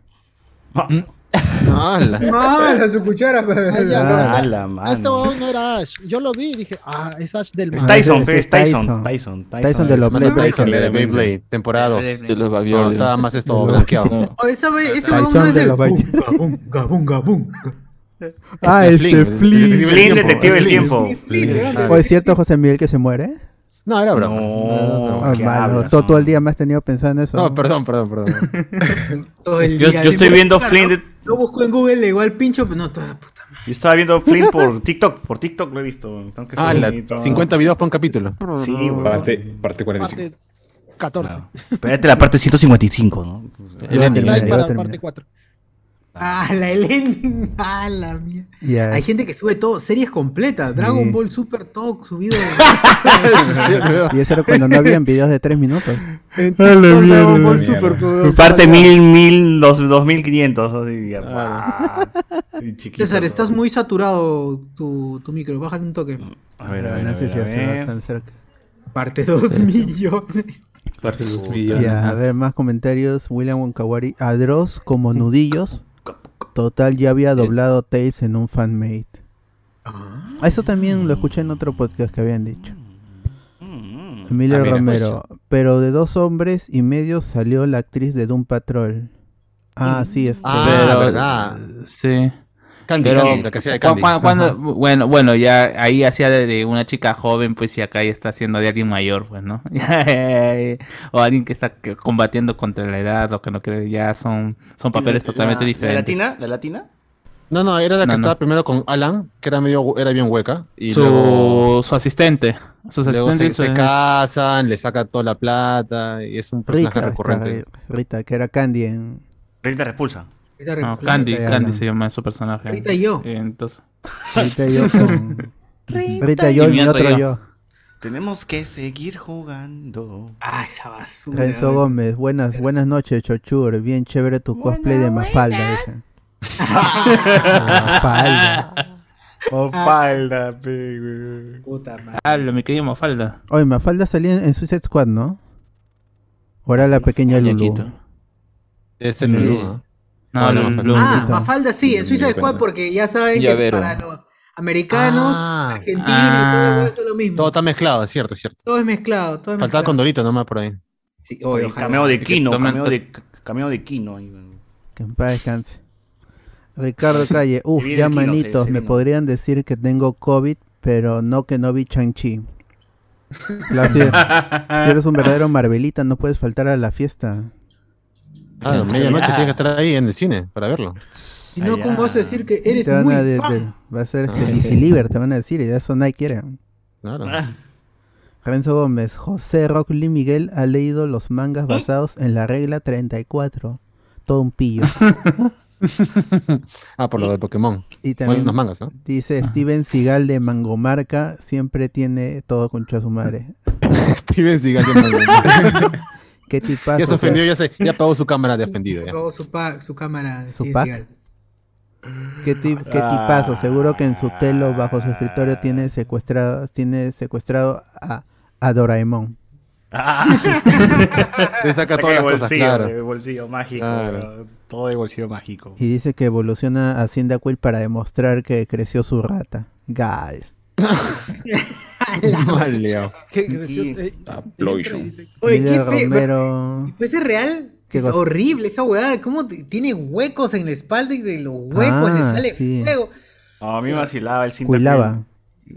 E: ¡Mala su cuchara! pero-
H: Ah, ya,
C: Ah,
H: pero, o sea,
C: a la
H: a este
C: mano.
H: huevón no era Ash. Yo lo vi y dije, ah, es Ash del
I: Es
H: mal.
I: Tyson,
C: ese-
I: fe,
C: ese
I: es Tyson.
C: Tyson.
I: Tyson. Tyson,
C: Tyson de los
G: Más de Este
C: Blade
G: Blade,
C: Blade.
G: de Beyblade, temporada 2.
L: De los Backyard,
G: Cuando estaba
L: digo.
G: más esto blanqueado.
E: Oh, ese wey- ese
C: Tyson
E: huevón no es
C: de
E: del.
C: los Bayer.
E: Gabum, gabum, gabum.
C: Ah,
G: de
C: este
G: Flynn,
C: Flynn.
I: Flynn, detective del tiempo.
C: ¿O es cierto José Miguel que se muere?
G: No, era broma.
I: No,
C: Ah,
I: ¿qué
C: malo.
I: hablas,
C: Todo,
I: no?
C: todo el día me has tenido pensando en eso.
G: No, perdón, perdón, perdón.
E: Todo el
I: Yo-
E: día.
I: yo estoy
E: Siempre-
I: viendo
E: Claro,
I: Flynn de-
E: Lo busco en Google, igual pincho, pero no, toda puta.
I: Yo estaba viendo Flynn por TikTok. Por TikTok lo he visto. Tengo que
G: Ah,
I: subir
G: la-
I: y todo.
G: 50 videos por un capítulo.
I: Sí, weón.
J: Parte, parte 45.
H: Parte 14.
I: Ah. Espérate la parte 155, ¿no?
C: Yo voy a terminar,
H: Like
C: yo voy a
H: para
C: terminar.
H: parte 4.
E: Ah, la Ellen. [laughs] Ah, la mierda.
C: Ya.
E: Hay gente que sube todo, series completas. Dragon Ball Super, todo
C: [laughs]
E: subido.
C: Y eso era cuando no habían videos de 3 minutos.
I: Parte 1000, 1000, dos- 2500. así, ya, guau. Sí, chiquito,
E: César,
I: ¿no?
E: estás muy saturado tu, tu micro. Bájale un toque.
I: A ver, a
C: Ah,
I: ver, a
C: No sé
I: ver,
C: si
I: a
C: hace
I: ver.
C: tan cerca.
E: Parte 2 millones.
J: Parte de los
C: Ya,
J: millones.
C: a ver, más comentarios. William Wonkawari. A Dross como nudillos. Total, ya había doblado Tails en un fanmate. Ah, Eso también lo escuché en otro podcast que habían dicho. Emilio
J: Ah, mira.
C: Romero. Pero de dos hombres y medio salió la actriz de Doom Patrol. Ah, sí, este.
G: Ah, verdad.
F: Sí.
G: Candy,
F: Pero,
G: Candy, la que hacía de Candy.
F: cu- cu- cuando- bueno, bueno, ya ahí hacía de, de una chica joven, pues, y acá ya está haciendo de alguien mayor, pues, ¿no? [laughs] o alguien que está que- combatiendo contra la edad, o que no cree, ya son, son papeles totalmente
I: La-
F: diferentes.
I: ¿La latina? ¿La latina?
G: No, no, era la que
F: No, no.
G: estaba primero con Alan, que era medio, era bien hueca. Y
F: su,
G: luego,
F: su asistente, sus
G: luego
F: asistentes.
G: se, se
F: eh,
G: casan, le saca toda la plata y es un personaje
C: Rita,
G: recurrente.
C: está- Rita, que era Candy en.
I: Rita repulsa.
F: no, Candy,
C: Rita y
F: Candy
C: Alan.
F: se llama su personaje.
E: Rita y yo.
F: Eh, Entonces,
C: Rita y yo con. Rita y yo
F: Y mi
C: y
F: otro
C: otro
F: yo.
C: yo.
I: Tenemos que seguir jugando.
E: Ah, esa basura.
C: Renzo Gómez, buenas, buenas noches, Chochur. Bien chévere tu cosplay de Mafalda, dice. Mafalda.
I: Oh,
E: Ah,
I: falda, pe,
E: Puta madre.
F: ah, lo me querido Mafalda.
C: Oye, Mafalda salía en, en Suicide Squad, ¿no? Ahora la pequeña Lulu.
F: Muñequito.
G: Es el
C: Sí.
G: Lulú, ¿no?
F: No,
L: Ah, no,
F: Lulu-
L: Mafalda.
F: Lulu.
E: Ah,
C: Lulita.
E: Mafalda sí, en Suiza Squad,
J: Lulita.
E: porque ya saben que
L: Llavero.
E: para los americanos,
G: Ah.
E: argentinos,
F: Ah.
E: todo eso es lo mismo.
G: Todo
E: Todo,
G: está mezclado, es cierto, es cierto.
E: es mezclado. Todo es
G: Faltaba
E: mezclado.
G: Condorito nomás por ahí.
E: Sí, oye,
I: El
E: ojalá.
I: cameo de
F: que
I: Kino,
F: tomen
I: cameo
F: to-
I: de, cameo de Kino. ahí, bueno.
C: Que en paz descanse. Ricardo Calle, uff,
I: viene
C: ya
I: el kilo, se- se
C: manitos, me
I: viene.
C: podrían decir que tengo COVID, pero no que no vi Chang-Chi. Claro, sí. si eres un verdadero Marvelita, no puedes faltar a la fiesta.
G: Claro, medianoche tienes que estar ahí en el cine para verlo.
E: Si no, ¿cómo vas a decir que eres
C: Te van
E: muy
C: a de-
E: fan?
C: de- va a ser este Dizzy Liver, te van a decir, y eso nadie quiere.
G: Claro.
I: Ah.
C: Renzo Gómez, José Rockly Miguel ha leído los
G: ¿Eh?
C: mangas basados en la regla 34. Todo un pillo.
G: [laughs] Ah, por lo de Pokémon.
C: Y
G: Bueno,
C: también
G: unos mangas, ¿no?
C: dice Steven Seagal de Mangomarca, siempre tiene todo concha a su madre.
G: [laughs] Steven Seagal de Marvel.
C: ¿Qué tipazo?
G: [laughs] Ya se
C: o sea,
G: ofendió, Ah, pues, ya, se, ya apagó su cámara de ofendido. [laughs] Ya.
E: Luego su, pa- su cámara.
C: ¿Su
E: sí,
C: pack?
E: Seagal.
C: ¿Qué, ti- qué tipazo? Seguro que en su telo bajo su escritorio tiene secuestrado, tiene secuestrado a, a Doraemon.
I: [laughs]
G: Le saca
I: Saca
G: todas
I: el
G: las cosas, [laughs]
I: bolsillo,
G: claro.
I: el bolsillo mágico.
G: Claro.
I: weón. Todo el bolsillo mágico.
C: Y dice que evoluciona a Cinda Quill para demostrar que creció su rata. Guys.
G: [laughs] Mal, Leo.
H: Qué gracioso. Eh,
J: Aploision.
H: entra y dice,
E: Oye, qué
C: Miguel
E: feo. [laughs]
C: Romero.
E: Pues es real.
C: ¿Qué
E: es
C: cosa?
E: horrible esa huevada. ¿Cómo te- tiene huecos en la espalda y de los huecos
C: Ah,
E: le sale
C: sí.
E: fuego?
I: a mí me vacilaba el cinta
C: Cuilaba.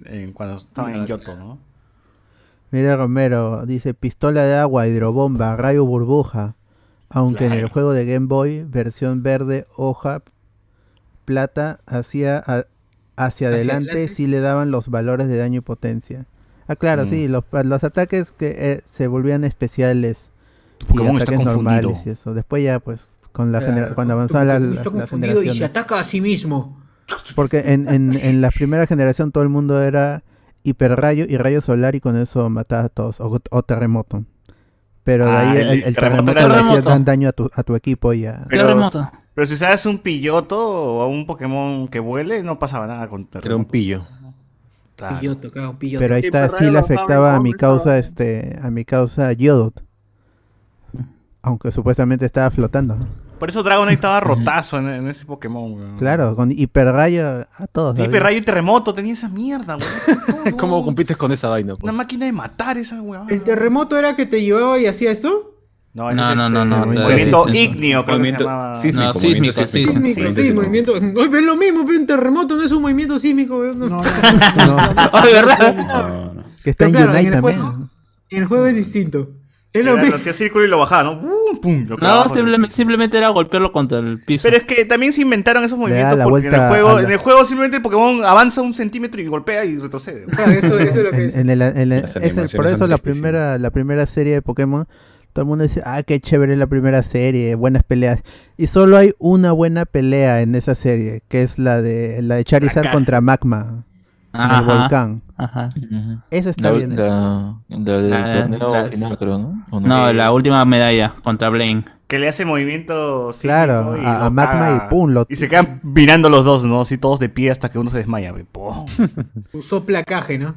I: en- cuando estaba en Kyoto, ¿no?
C: Mira Romero, dice pistola de agua, hidrobomba, rayo burbuja. Aunque en el
I: Claro.
C: juego de Game Boy, versión verde, hoja, plata, hacia, a- hacia adelante
E: adelante?
C: sí le daban los valores de daño y potencia. Ah, claro, sí,
E: Mm.
C: los, los ataques que eh, se volvían especiales.
D: Tu Pokémon está
C: ataques normales
D: confundido.
C: y eso. Después ya, pues, con la
E: Claro,
C: genera- cuando avanzaba la, la, la
E: Está confundido y se
C: generación.
E: ataca a sí mismo.
C: Porque en, en, en la primera generación todo el mundo era hiperrayo y rayo solar y con eso mataba a todos, o, o terremoto. Pero de
I: Ah,
C: ahí
I: el-
C: el, el
I: el terremoto
C: terremoto,
I: era
C: le hacía
I: terremoto.
C: dan daño a tu, a tu equipo y a...
I: Pero, pero si usabas un pilloto o a un Pokémon que vuele, no pasaba nada con Era un
G: pillo.
E: Pilloto, claro, un pilloto.
C: Pero ahí está, sí le afectaba a mi causa, este, a mi causa Yodot. Aunque supuestamente estaba flotando.
I: Por eso Dragonite estaba rotazo en, en ese Pokémon, weón.
C: Claro, con hiperrayo a todos.
I: Tipo,
C: había.
I: rayo y terremoto, tenía esa
C: [laughs]
I: mierda, weón.
G: [laughs] ¿Cómo compites con esa vaina? pues?
I: Una máquina de matar esa weón.
E: ¿El terremoto era que te llevaba y hacía esto?
I: No,
J: No,
I: es
J: no,
I: este,
J: no, no, no,
I: Movimiento
J: no, no.
I: ígneo, creo que
J: Movimiento
I: se llamaba.
J: sísmico,
I: No,
J: movimiento sísmico.
E: Sísmico,
J: Sí,
E: sí,
J: sísmico.
E: movimiento. Oye, pero es lo mismo, pero un terremoto no es un movimiento sísmico. weón. [laughs] No,
I: [laughs]
F: Ay, ¿verdad?
C: Que está en
E: Claro,
C: Unite
E: en el
I: pues,
C: también.
E: juego- en el juego es distinto. Es lo
I: Era-
E: mismo.
I: Lo
E: [laughs]
I: hacía círculo y lo bajaba, ¿no? ¡Bum! ¡Pum! Lo clavaba
F: No,
I: con el-
F: simplemente, simplemente era golpearlo contra el piso.
I: Pero es que también se inventaron esos movimientos
F: la
I: porque en el,
F: vuelta
I: juego,
F: a la-
I: en el juego simplemente el Pokémon avanza un centímetro y golpea y retrocede.
C: En- en el- en el- es
I: Las
C: el- por
I: animaciones
C: eso
I: son
C: la
I: tristísimas.
C: primera, la primera serie de Pokémon, todo el mundo dice, ah, qué chévere la primera serie, buenas peleas. Y solo hay una buena pelea en esa serie, que es la de la de Charizard
L: Acá.
C: contra Magma en
L: Ajá,
C: el volcán.
F: Ajá.
C: Esa está
L: La-
C: bien.
L: La, la del
F: La-
L: torneo
F: la-
L: final, creo, ¿no? ¿O
F: No, la última medalla contra Blaine.
I: Que le hace movimiento sísmico
C: Claro,
I: y
C: a-
I: lo
C: a Magma
I: caga.
C: y pum, lo-
I: Y se quedan mirando los dos, ¿no? Así todos de pie hasta que uno se
J: [laughs]
I: desmaya. ve, po.
E: Usó placaje, ¿no?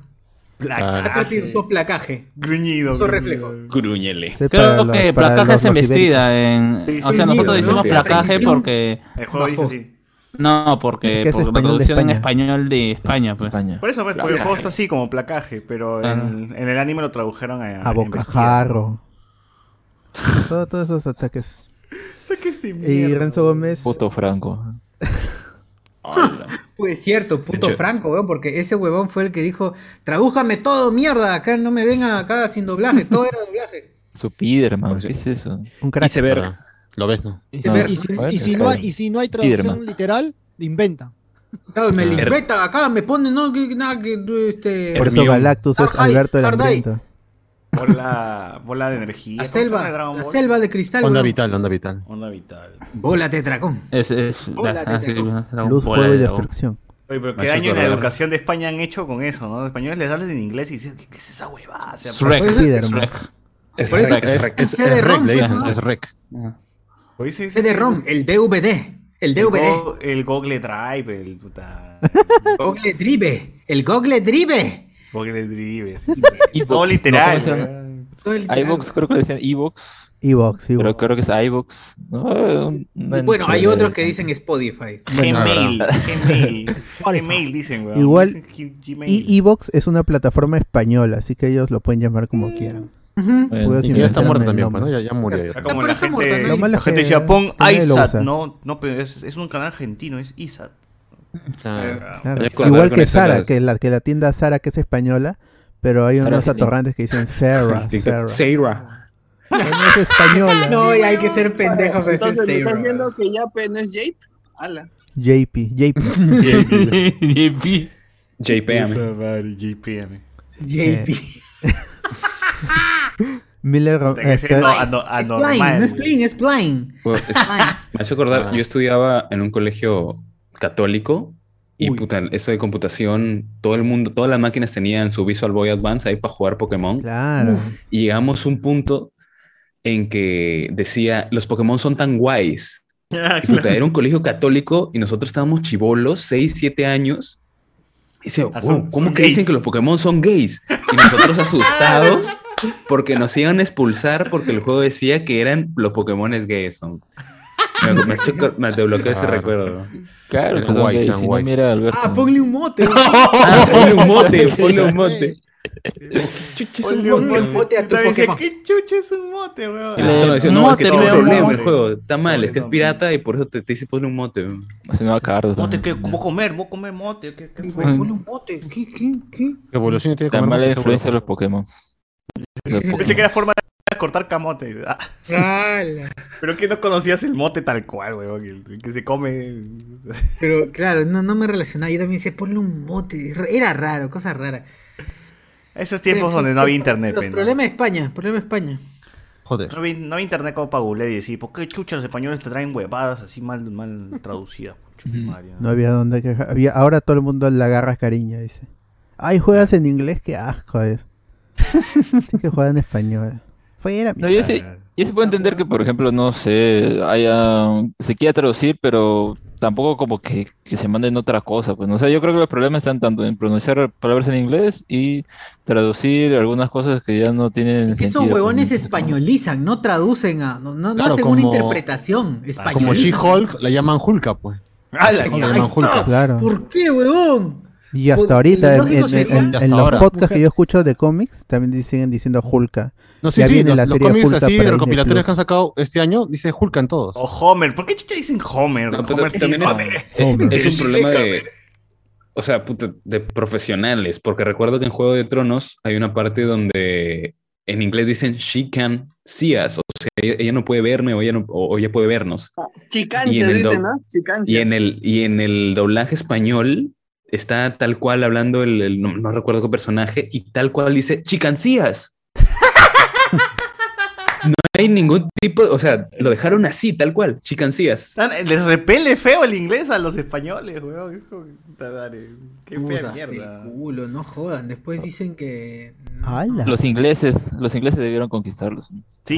E: Ah, Placaje. Usó placaje.
I: Gruñido.
E: Usó reflejo.
J: Gruñele.
F: Creo que placaje es en vestida. En,
I: Sí,
F: o
I: sí,
F: sea,
I: sí,
F: nosotros decimos
I: sí.
F: placaje
I: Precisión.
F: porque.
I: El juego dice así.
F: No,
I: Es
F: porque,
I: que es
F: porque la
I: español de
F: traducción en
I: España.
F: español de España. Pues.
I: Por eso, pues, porque el
F: Placaje.
I: juego está así como placaje, pero en, en el anime lo tradujeron a,
C: A bocajarro. Todo- todos esos ataques. Y Renzo Gómez.
L: Puto Franco.
E: Pues cierto, puto
L: Pinche-
E: Franco, weón, porque ese huevón fue el que dijo, tradújame todo, mierda, acá no me vengan acá sin doblaje, todo era doblaje.
L: Su Piderman, ¿qué es eso?
C: Un
L: crack.
G: Lo ves, ¿no?
H: Y,
L: No,
H: si- y si,
L: bueno,
H: y si
L: claro.
H: no, hay- y si no hay traducción
L: Spiderman.
H: literal, inventan.
E: Claro, me
L: Claro.
E: inventan acá, me ponen, no, que, nada, que, este...
C: Por eso Galactus es
E: Hard Eye,
C: Alberto el
E: Hard Eye.
C: Hambriento.
I: bola, bola de energía.
E: La
I: ¿Cómo se llama
E: selva,
I: de Dragon
E: la
I: Ball?
E: selva de cristal,
G: Onda
E: weón.
G: vital, onda vital.
I: Onda vital.
E: Bola tetracón.
F: Es, es,
E: Hola,
F: la-
E: Tete.
F: así, era un
C: Luz,
F: bola
C: fuego y
F: de dragón.
C: destrucción.
I: Oye, pero
F: Me
I: qué
F: hace
I: daño en la
F: acordar.
I: educación de España han hecho con eso, ¿no? Los españoles les hablan en inglés y dicen, ¿qué, qué es esa huevada? O sea,
F: Shrek,
I: por eso-
F: Spiderman. Shrek.
G: Es
I: Por eso-
G: rec, es rec, es-
I: CD
G: es rec,
I: ROM,
G: le
I: pues,
G: dicen,
I: ¿no?
G: es rec.
I: Ah. Hoy se dice-
E: CD-ROM, el DVD, el DVD,
I: Go- el Google Drive, el puta.
E: Google Drive, el Google Drive.
I: Google Drive. sí.
L: Evox,
I: Todo
L: ¿no?
I: literal.
L: ¿Cómo se
I: güey.
L: llama?
E: Todo el
L: iVox, creo que le decían iVox.
C: iVox, iVox.
L: Pero creo que es iVox. ¿no? Un-
E: Y
L: un-
E: Bueno, hay
L: un-
E: otros que dicen Spotify.
I: Gmail, Gmail, Gmail dicen, weón.
C: Igual,
I: Dicen Gmail.
C: y Evox es una plataforma española, así que ellos lo pueden llamar como quieran.
E: Ujú.
C: Puedes
G: Y que ya está
C: inventarme
G: muerto
C: el
G: también,
C: nombre.
G: pues, ¿no? Ya, ya murió. ya.
I: Está como la
E: está
I: gente,
C: Lo malo
I: la
C: es
I: gente
C: que
I: decía, pon
C: nadie lo
I: ISAT.
C: usa.
I: No, no, pero es, es un canal argentino, es ISAT. Ah,
G: Claro.
C: Claro.
G: Hay
I: que
C: Igual
G: con
C: que
G: esas
C: Sara,
G: las-
C: que la, que la tienda Sara que es española, pero hay
G: Sara
C: unos
G: Argentina.
C: atorrantes que dicen Sarah, Sarah.
G: Sarah.
C: Bueno, es española.
E: [laughs] No, y hay que ser pendejo para decir
K: Entonces, ¿me
E: Saber.
K: estás viendo que ya pues, no es Jape? Ala.
C: JP, JP.
L: [laughs]
F: JP.
I: Puta madre, JPM.
E: JP.
I: Eh,
C: Miller Ro-
I: Puta, que
C: este,
I: ese no, ano-
E: Es plain, no es
I: anormal. Pues,
E: plain, es plain.
J: Bueno, es- me
C: Ah.
J: hace acordar, yo estudiaba en un colegio católico y puta, eso de computación, todo el mundo, todas las máquinas tenían su Visual Boy Advance ahí para jugar Pokémon.
C: Claro.
J: Y llegamos a un punto en que decía, los Pokémon son tan guays.
I: [laughs] Ah,
F: [laughs]
J: Y puta,
I: claro.
J: era un
L: [laughs]
J: colegio católico y nosotros estábamos chivolos, 6, 7 años. Y decía,
I: Ah,
J: "Wow,
I: son-
J: ¿cómo
I: son
J: que dicen
I: gays".
J: que los Pokémon son gays? Y nosotros asustados porque nos iban a expulsar porque el juego decía que eran los Pokémon gays. Son. Me, me, hace- me desbloqueó ese
G: Claro.
J: recuerdo.
L: Claro,
J: Eran
L: que son
J: guays,
L: gays,
J: eran
L: si no,
J: guays.
L: mira, Alberto.
E: Ah, ponle un mote.
J: Ah, ponle un mote, ponle un mote. Chucha, es un
E: Ponle un
J: mote.
E: mote a tu
I: Yo decía,
E: Pokémon.
I: ¿qué chucha es un mote,
J: Y
I: weón?
J: nosotros diciendo,
F: Un
J: no, es que tiene
F: mote,
J: Ah, un
F: weón, un
J: problema el
I: mote.
J: juego. Está mal, es que es
I: Sobre-
J: pirata y por eso te, te dice ponle un mote. weón.
L: Se me va a caer.
I: Mote,
L: también.
I: ¿qué? ¿Voy a comer? ¿Voy a comer mote? ¿Qué, qué
L: [laughs]
I: fue?
E: Ponle un mote. ¿Qué, qué, qué?
G: Evolución tiene que
L: La
G: comer
L: mala
G: mucho
L: influencia de
G: seguro.
L: los Pokémon. Los
I: Pensé
L: Pokémon.
I: que era forma de cortar camote. Ah,
E: Ala.
I: pero que no conocías el mote tal cual, weón. El que se come.
E: Pero claro, no, no me relacionaba. Yo también decía, ponle un mote. Era raro, cosa rara.
I: Esos tiempos donde no había internet,
E: Los
I: pe, ¿no?
E: problema de España, problema de España.
I: Joder. No había, no había internet como para googlear y decir, ¿por qué chucha los españoles te traen huevadas así mal, mal traducidas? Chucha, madre, ¿no?
C: No había donde quejar. Había, ahora todo el mundo le agarra cariño, dice. Ay, juegas en inglés, qué asco es. Tienes que jugar en español. Fuera,
L: No, yo sí, yo sí puedo entender que, por ejemplo, no sé, haya, se quiera traducir, pero tampoco como que, que se manden otra cosa. Pues, no sé, yo creo que los problemas están tanto en pronunciar palabras en inglés y traducir algunas cosas que ya no tienen
E: Que esos
L: sentido.
E: huevones españolizan, no traducen a. No, no, no
L: Claro,
E: hacen una
L: como-
E: interpretación españolizan.
G: Como She-Hulk, la llaman Hulka, pues.
E: Ah, la-
G: la
E: ahí
G: llaman
E: está.
G: Hulka.
C: Claro.
E: ¿Por qué, huevón?
C: Y hasta
E: Pues,
C: ahorita,
E: lo
C: en,
E: lógico
C: en-
E: sería-
C: en- en
G: Hasta
C: los
G: ahora.
C: podcasts que yo escucho de cómics, también di- siguen diciendo Hulka.
G: No, sí,
C: ya
G: sí,
C: viene
G: los,
C: la
G: los
C: serie
G: cómics
C: Hulka
G: así,
C: para Disney
G: recopilatorios que
C: Plus.
G: han sacado este año, dice Hulka en todos.
I: O Homer, ¿por qué chucha dicen Homer?
J: No, pero
I: Homer
J: también es,
I: Simpson.
J: es- es un problema de. O sea,
C: [laughs]
J: puta, de profesionales. Porque recuerdo que en Juego de Tronos hay una parte donde en inglés dicen she can see us. O sea, ella, ella no puede verme o ella, no- o- o ella puede vernos. Y
K: Chicancia,
J: en el
K: dicen,
J: dog-
K: ¿no? Chicancia.
J: Y en el, y en el doblaje español está tal cual hablando el, el- no, no recuerdo qué personaje, y tal cual dice chicancías. no hay ningún tipo, o sea, lo dejaron así, tal cual, chicancías.
I: Están- Les repele feo el inglés a los españoles, weón. Es como que, puta madre, Qué fea
E: Puta,
I: mierda.
E: este culo, no jodan. Después dicen que.
L: Los ingleses, los ingleses debieron conquistarlos.
I: Sí,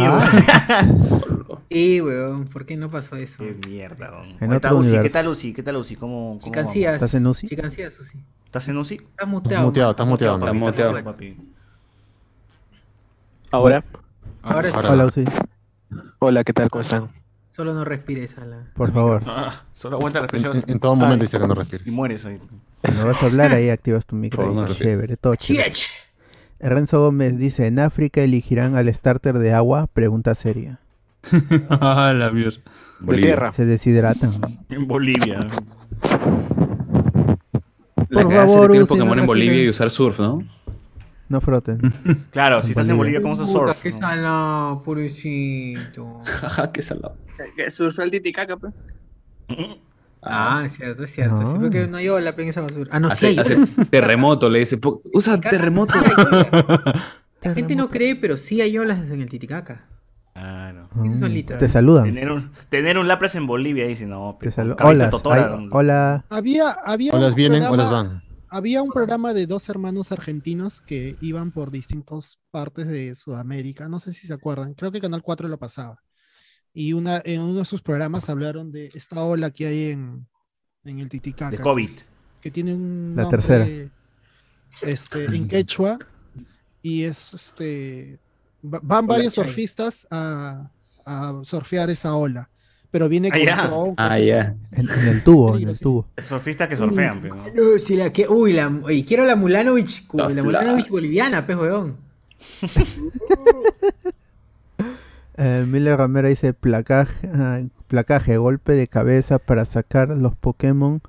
E: Sí, huevón, ¿por qué no pasó eso? Qué
I: mierda,
C: En
I: ¿Qué tal,
C: otro
I: Uzi? ¿Qué
C: universo.
I: tal, Uzi? ¿Qué tal, Uzi? ¿Cómo, cómo
E: Chicancías.
I: vamos?
C: ¿Estás en UCI?
E: Chicancías, Susi.
I: ¿Estás en Uzi?
E: Estás muteado.
G: Muteado,
E: man.
G: estás muteado,
I: Papi,
G: man.
I: estás
G: Muteado.
I: papi.
N: Ahora.
E: Ah, Ahora sí.
C: Hola, sí.
N: Hola, ¿qué tal? ¿Cómo están?
E: Solo no respires a la.
C: Por favor.
I: Ah, solo aguanta la presión.
G: [laughs] En- en todo momento dice que no respires.
I: Y mueres ahí.
C: Cuando vas a hablar, ahí activas tu micro.
G: Por favor,
C: y
G: no
C: chévere, todo chévere.
E: Chiech.
C: Renzo Gómez dice, en África elegirán al starter de agua, pregunta seria.
F: Ah, la mierda.
J: Bolivia.
C: Se deshidratan.
I: En Bolivia.
J: La
C: Por
J: cagada sería
C: favor,
J: tener
C: usen
J: Pokémon
C: la
J: en Bolivia
C: rapidez.
J: y usar surf, ¿no? [laughs]
C: No froten.
I: Claro, si estás en Bolivia, ¿cómo se
E: Puta,
I: surf?
E: qué salado, pobrecito.
J: Jaja, qué salado.
K: Que surfeó el Titicaca, pues. pe.
E: Ah, es cierto, es cierto. Sí,
J: Ah.
E: porque no yo la pegué esa basura. Ah, no,
J: Hace-
E: sé.
J: hace terremoto, le dice, "Po- usa terremoto.
E: La gente no cree, pero sí hay olas en el Titicaca.
I: Claro.
C: Mm,
E: Solita.
C: Te saludan.
I: Tener un, tener un lapras en Bolivia, dicen, no.
C: Te
I: pero
C: saludan.
I: Carlito
C: Hola.
I: Totora, ¿no?
C: Hola.
H: Había, había
G: O las
H: un
G: vienen o las
H: programa-
G: van.
H: Había un programa de dos hermanos argentinos que iban por distintas partes de Sudamérica. No sé si se acuerdan. Creo que Canal 4 lo pasaba. Y una, en uno de sus programas hablaron de esta ola que hay en, en el Titicaca.
I: De COVID.
H: Que tiene un.
C: La
H: nombre,
C: tercera. [laughs]
H: Este, en quechua. Y es este. va- Van
N: Hola,
H: varios
N: ¿qué hay?
H: surfistas a, a surfear esa ola. Pero viene con
I: Ah, ya.
H: troncos,
J: Ah,
H: es-
J: ya.
C: En, en el tubo, en el tubo.
I: Surfistas que surfean, pero.
E: Uy, si la que, uy, la, uy, quiero la Mulanovich, cu- la
I: La
E: Mulanovich boliviana, pues, huevón.
C: Eh, Miller Romero dice, placaje, ah, placaje, golpe de cabeza para sacar los Pokémon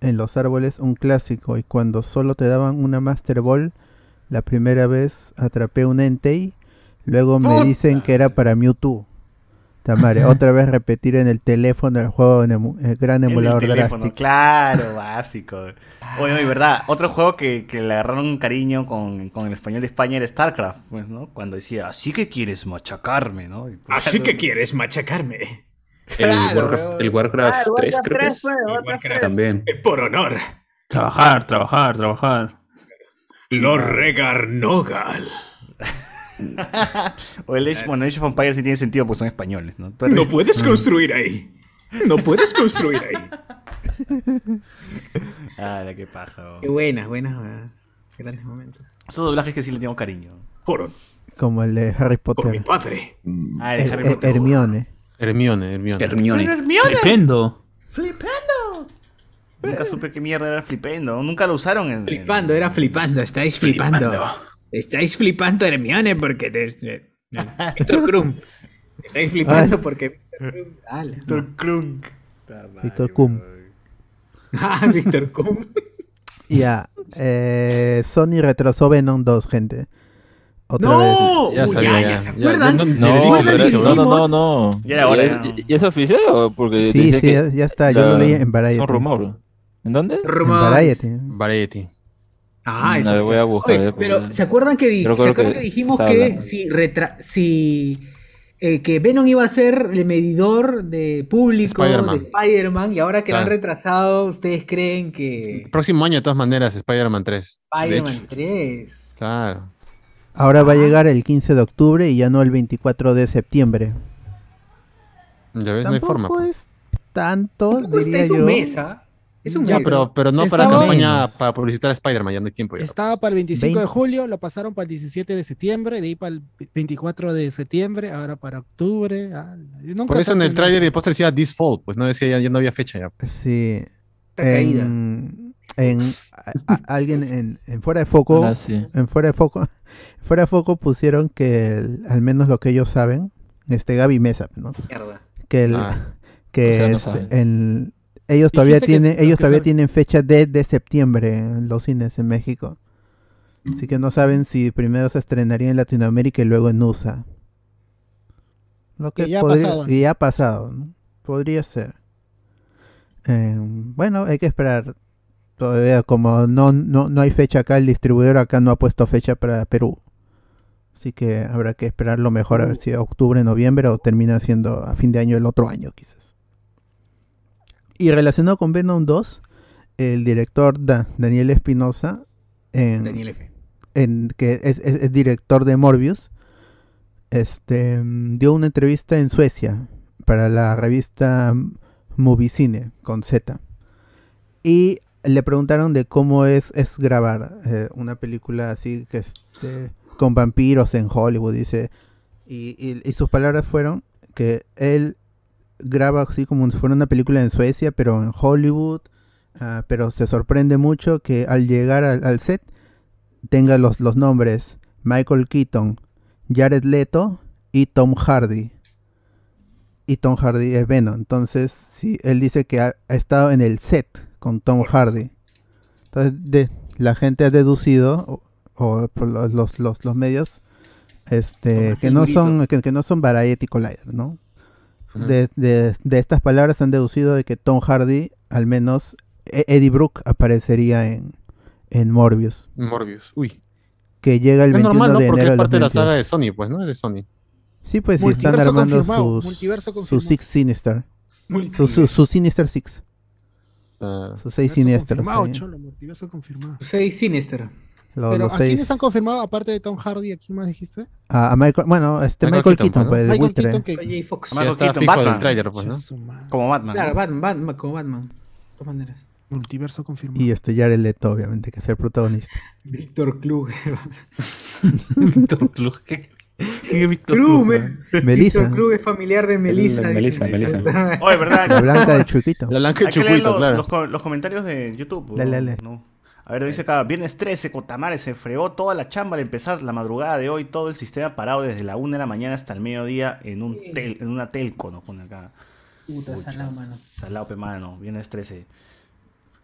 C: en los árboles, un clásico. Y cuando solo te daban una Master Ball, la primera vez atrapé un Entei, luego me dicen que era para Mewtwo.
I: [laughs]
C: Tamare, otra vez repetir en el teléfono el juego en emu- el gran
I: En el
C: emulador
I: teléfono,
C: drástico.
I: Claro, básico. Oye, oye, verdad, otro juego que, que le agarraron cariño con, con el español de España era StarCraft, pues, ¿no? Cuando decía, así que quieres machacarme, ¿no? Y, pues,
E: Así
I: claro,
E: que quieres machacarme.
J: El
I: Claro,
J: Warcraft,
I: weón.
J: el Warcraft
I: Claro,
J: 3,
I: Warcraft
J: creo que
I: 3,
J: es.
I: weón,
J: El
I: Warcraft
J: Warcraft
I: 3.
J: También.
O: Por honor,
F: Trabajar, trabajar, trabajar.
O: Lord Regar Nogal.
I: [laughs] O el Age, bueno, Age of Empires sí tiene sentido porque son españoles, ¿no? Tú eres-
O: No puedes
I: Mm.
O: construir ahí. No puedes construir ahí.
I: Ah, la que paja.
E: Qué buenas, buenas, huevón. Grandes momentos.
I: Esos doblajes que sí le tengo cariño.
C: Como el de Harry Potter.
I: mi padre. Ah, el
C: Her-
I: Harry
C: Her-
I: Potter.
C: Eh, Hermione.
G: Hermione, Hermione.
J: Hermione.
F: Flipendo.
I: ¡Flipando! Nunca supe qué mierda era flipendo. Nunca lo usaron en. en-
O: Flipando, era flipando, estáis flipando. Estáis flipando, Hermione, porque te. Víctor Krum.
E: Estáis flipando
O: Ay.
E: porque. Dale.
I: Víctor Krunk.
C: Víctor Kuhn.
E: Ah, Víctor Kuhn.
C: Ya, eh, Sony retrasó Venom 2, gente. Otra
E: ¡No!
C: vez.
L: Ya Uy, sabía, ya, ya. ya, ¿se acuerdan?
C: no,
L: No, pero- no, no, no, no.
C: Ya era hora,
L: ¿Y es, y es oficial o porque
G: Eh,
C: Sí,
L: dice
C: sí,
L: que
C: ya- ya está, yo lo leí en Variety.
L: Un rumor. ¿En dónde?
C: En Variety.
G: Variety.
E: Ah,
L: No,
E: eso.
L: lo
E: sí.
L: voy a buscar,
E: Oye,
L: eh,
E: pero
L: porque-
E: ¿se acuerdan que, di-
L: Pero
E: se
L: creo
E: acuerdan
L: que
E: que dijimos
L: está
E: que
L: hablando.
E: si, retra- si eh, que Venom iba a ser el medidor de público
G: Spider-Man.
E: de Spider-Man y ahora que lo han
G: Claro.
E: retrasado, ¿ustedes creen que
G: Próximo año, de todas maneras, Spider-Man 3. De hecho,
E: Spider-Man 3?
G: claro.
C: Ahora va a llegar el 15 de octubre y ya no el 24 de septiembre.
G: Ya ves, no hay
C: Tampoco
G: forma. pues.
C: es tanto,
E: Pues
C: diría
E: es un
C: yo.
E: mes, ¿ah? Es un
G: Ya,
E: mes.
G: pero, pero no para
H: Estaba-
G: campaña para publicitar a Spider-Man, ya no hay tiempo. Ya.
H: Estaba para el 25 de
G: Veinte.
H: julio, lo pasaron para el 17 de septiembre, de ahí para el 24 de septiembre, ahora para octubre. ah, nunca
G: Por eso en
H: se
G: el
H: hacen-
G: tráiler y el póster decía This Fall, pues no decía ya, ya no había fecha ya.
C: Sí. En, en- a- a- alguien en, en fuera de foco,
L: Ah,
F: [laughs]
L: sí.
C: en fuera de foco, [laughs] fuera de foco pusieron que el- al menos lo que ellos saben, este Gaby Mesa, ¿no?
E: Mierda.
C: Que el-
E: Ah.
C: que
L: O sea, no
C: este,
L: saben.
C: el- ellos todavía
L: Dijiste que
C: tienen,
L: es lo
C: ellos
L: que
C: todavía
L: saben.
C: tienen fecha de, de septiembre en los cines en México. Así que no saben si primero se estrenaría en Latinoamérica y luego en USA. Lo
H: Que
C: que
H: ya ha
C: podría-
H: pasado.
C: y ya ha pasado, ¿no? Podría ser. Eh, bueno, hay que esperar. Todavía, como no, no, no hay fecha acá, el distribuidor acá no ha puesto fecha para Perú. Así que habrá que esperarlo mejor, a ver si octubre, noviembre o termina siendo a fin de año el otro año, quizás. Y relacionado con Venom 2, el director Da- Daniel Espinosa, en,
E: Daniel F.
C: en- que es, es- es director de Morbius, este, mm, dio una entrevista en Suecia para la revista mm, Movicine con Z. Y le preguntaron de cómo es, es grabar eh, una película así que este, con vampiros en Hollywood, dice. Y, y- y sus palabras fueron que él graba así como si fuera una película en Suecia, pero en Hollywood. ah, pero se sorprende mucho que al llegar al, al set tenga los, los nombres Michael Keaton, Jared Leto y Tom Hardy. Y Tom Hardy es Venom. Entonces, sí, él dice que ha, ha estado en el set con Tom Hardy. Entonces, de, la gente ha deducido, o, o por los, los, los- los medios, este,
E: Tomás
C: que
E: el
C: no
E: grito.
C: son, que, que no son Variety Collider, ¿no?
E: Ujú.
C: De, de- de estas palabras han deducido de que Tom Hardy, al menos E- Eddie Brooke, aparecería en, en Morbius.
G: Morbius, uy.
C: Que llega el
G: es
C: 21
G: normal, ¿no?
C: de
G: Porque
C: enero
G: es
C: del
G: parte de la saga
C: 2022.
G: de Sony, pues, ¿no? Es de Sony.
C: Sí, pues sí,
G: Multiverso
C: están armando
G: confirmado,
H: multiverso
C: sus, sus
H: confirmado.
C: Six Sinister.
H: Multiverso.
C: Su, su- su Sinister Six. sus seis siniestros.
H: Confirmado,
C: ahí.
H: cholo, multiverso confirmado.
E: Seis Sinister.
C: Los-
H: Pero,
C: los
H: ¿a
C: seis-
H: quiénes han confirmado, aparte de Tom Hardy, a quién más dijiste?
C: A, a Michael, bueno, este Michael,
G: Michael Keaton,
C: Keaton,
G: ¿no?
C: pues, el
H: Michael
C: buitre.
H: Keaton, que-
E: Jay Fox.
G: Ya está
E: Keaton,
G: fijo
E: Batman.
G: el tráiler, pues, ¿no?
I: Como Batman.
E: Claro, Batman, Batman, como Batman. De todas maneras.
H: Multiverso confirmado.
C: Y este Jared Leto, obviamente, que es el
H: [laughs]
C: protagonista.
E: Víctor Klug.
F: Víctor Klug. ¿Qué qué Víctor
E: Klug,
F: Klug?
E: me-
F: man?
C: Melissa.
E: Víctor Klug es familiar de Melissa.
F: La
E: dice.
F: Melissa, Melissa.
L: [laughs]
I: Oye, ¿verdad?
C: La blanca de Chuquito. La blanca de
I: Hay que leer
C: Chuquito,
I: lo-
C: claro.
I: Los, co- los comentarios de YouTube. pues,
C: Dale,
I: no,
C: dale.
I: no. A ver, dice acá, viernes 13, Cotamares se fregó toda la chamba al empezar la madrugada de hoy, todo el sistema parado desde la 1 de la mañana hasta el mediodía en un tel- en una telco, nos pone acá.
E: Puta, salado, mano.
I: Salado pe mano, viernes 13.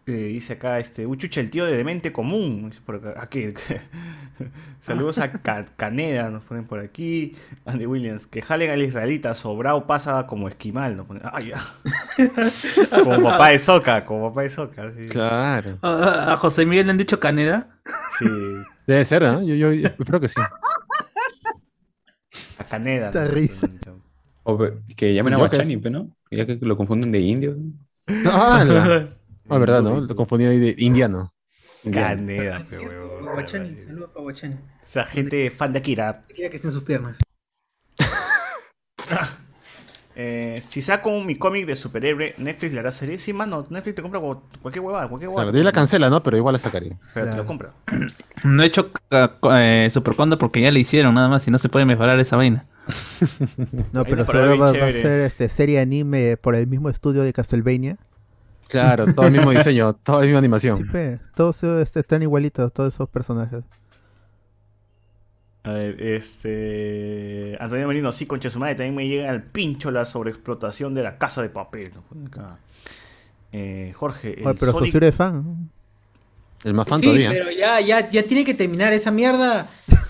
I: Eh, dice acá, este, Uchucha, el tío de demente común. Dice por acá, ¿a qué? [laughs] Saludos a Ca- Caneda, nos ponen por aquí. Andy Williams, que jalen al israelita, sobrao pasa como esquimal. Nos ponen, ah, ya. como papá de soca, como papá de soca. Sí.
G: Claro.
F: ¿A a José Miguel le han dicho Caneda?
I: Sí.
G: Debe ser, ¿no? Yo, yo, yo espero que sí.
I: [laughs] A Caneda.
C: Esta
I: ¿no?
C: risa.
J: O pe- Oh, que llamen a
G: Yo creo que
J: Guachani, pe, ¿no? Ya que lo confunden de indio.
G: Ah, la Ah, verdad, ¿no? Lo confundí ahí de indiano.
I: Caneda, pe, huevón.
E: Guachani, saludos para Guachani.
I: Esa gente fan de Akira.
E: Quiera que estén sus piernas.
I: Eh, si saco un- mi cómic de superhéroe, Netflix le hará serie. Sí, mano, Netflix te compra cu- cualquier huevada, cualquier huevada.
G: Claro, de ahí la cancela, ¿no? Pero igual la sacaría.
I: Pero te lo compra.
F: No he hecho ca- co- eh, Superconda porque ya le hicieron nada más y no se puede mejorar esa vaina.
C: No,
F: Hay
C: pero
F: una parada
C: solo
F: bien
C: va, va a
F: chévere.
C: ser este, serie anime por el mismo estudio de Castlevania.
G: Claro, todo el mismo diseño, toda la misma animación.
C: Sí, pe, todos eh, este, están igualitos, todos esos personajes.
I: A ver, este. Antonio Merino, sí, concha su madre. También me llega al pincho la sobreexplotación de la casa de papel. ¿no? Pone acá. Eh, Jorge. el
C: Oye, pero
I: Sonic-
C: Saussure es fan.
G: El más fan
E: sí,
G: todavía.
E: pero ya, ya, ya tiene que terminar esa mierda.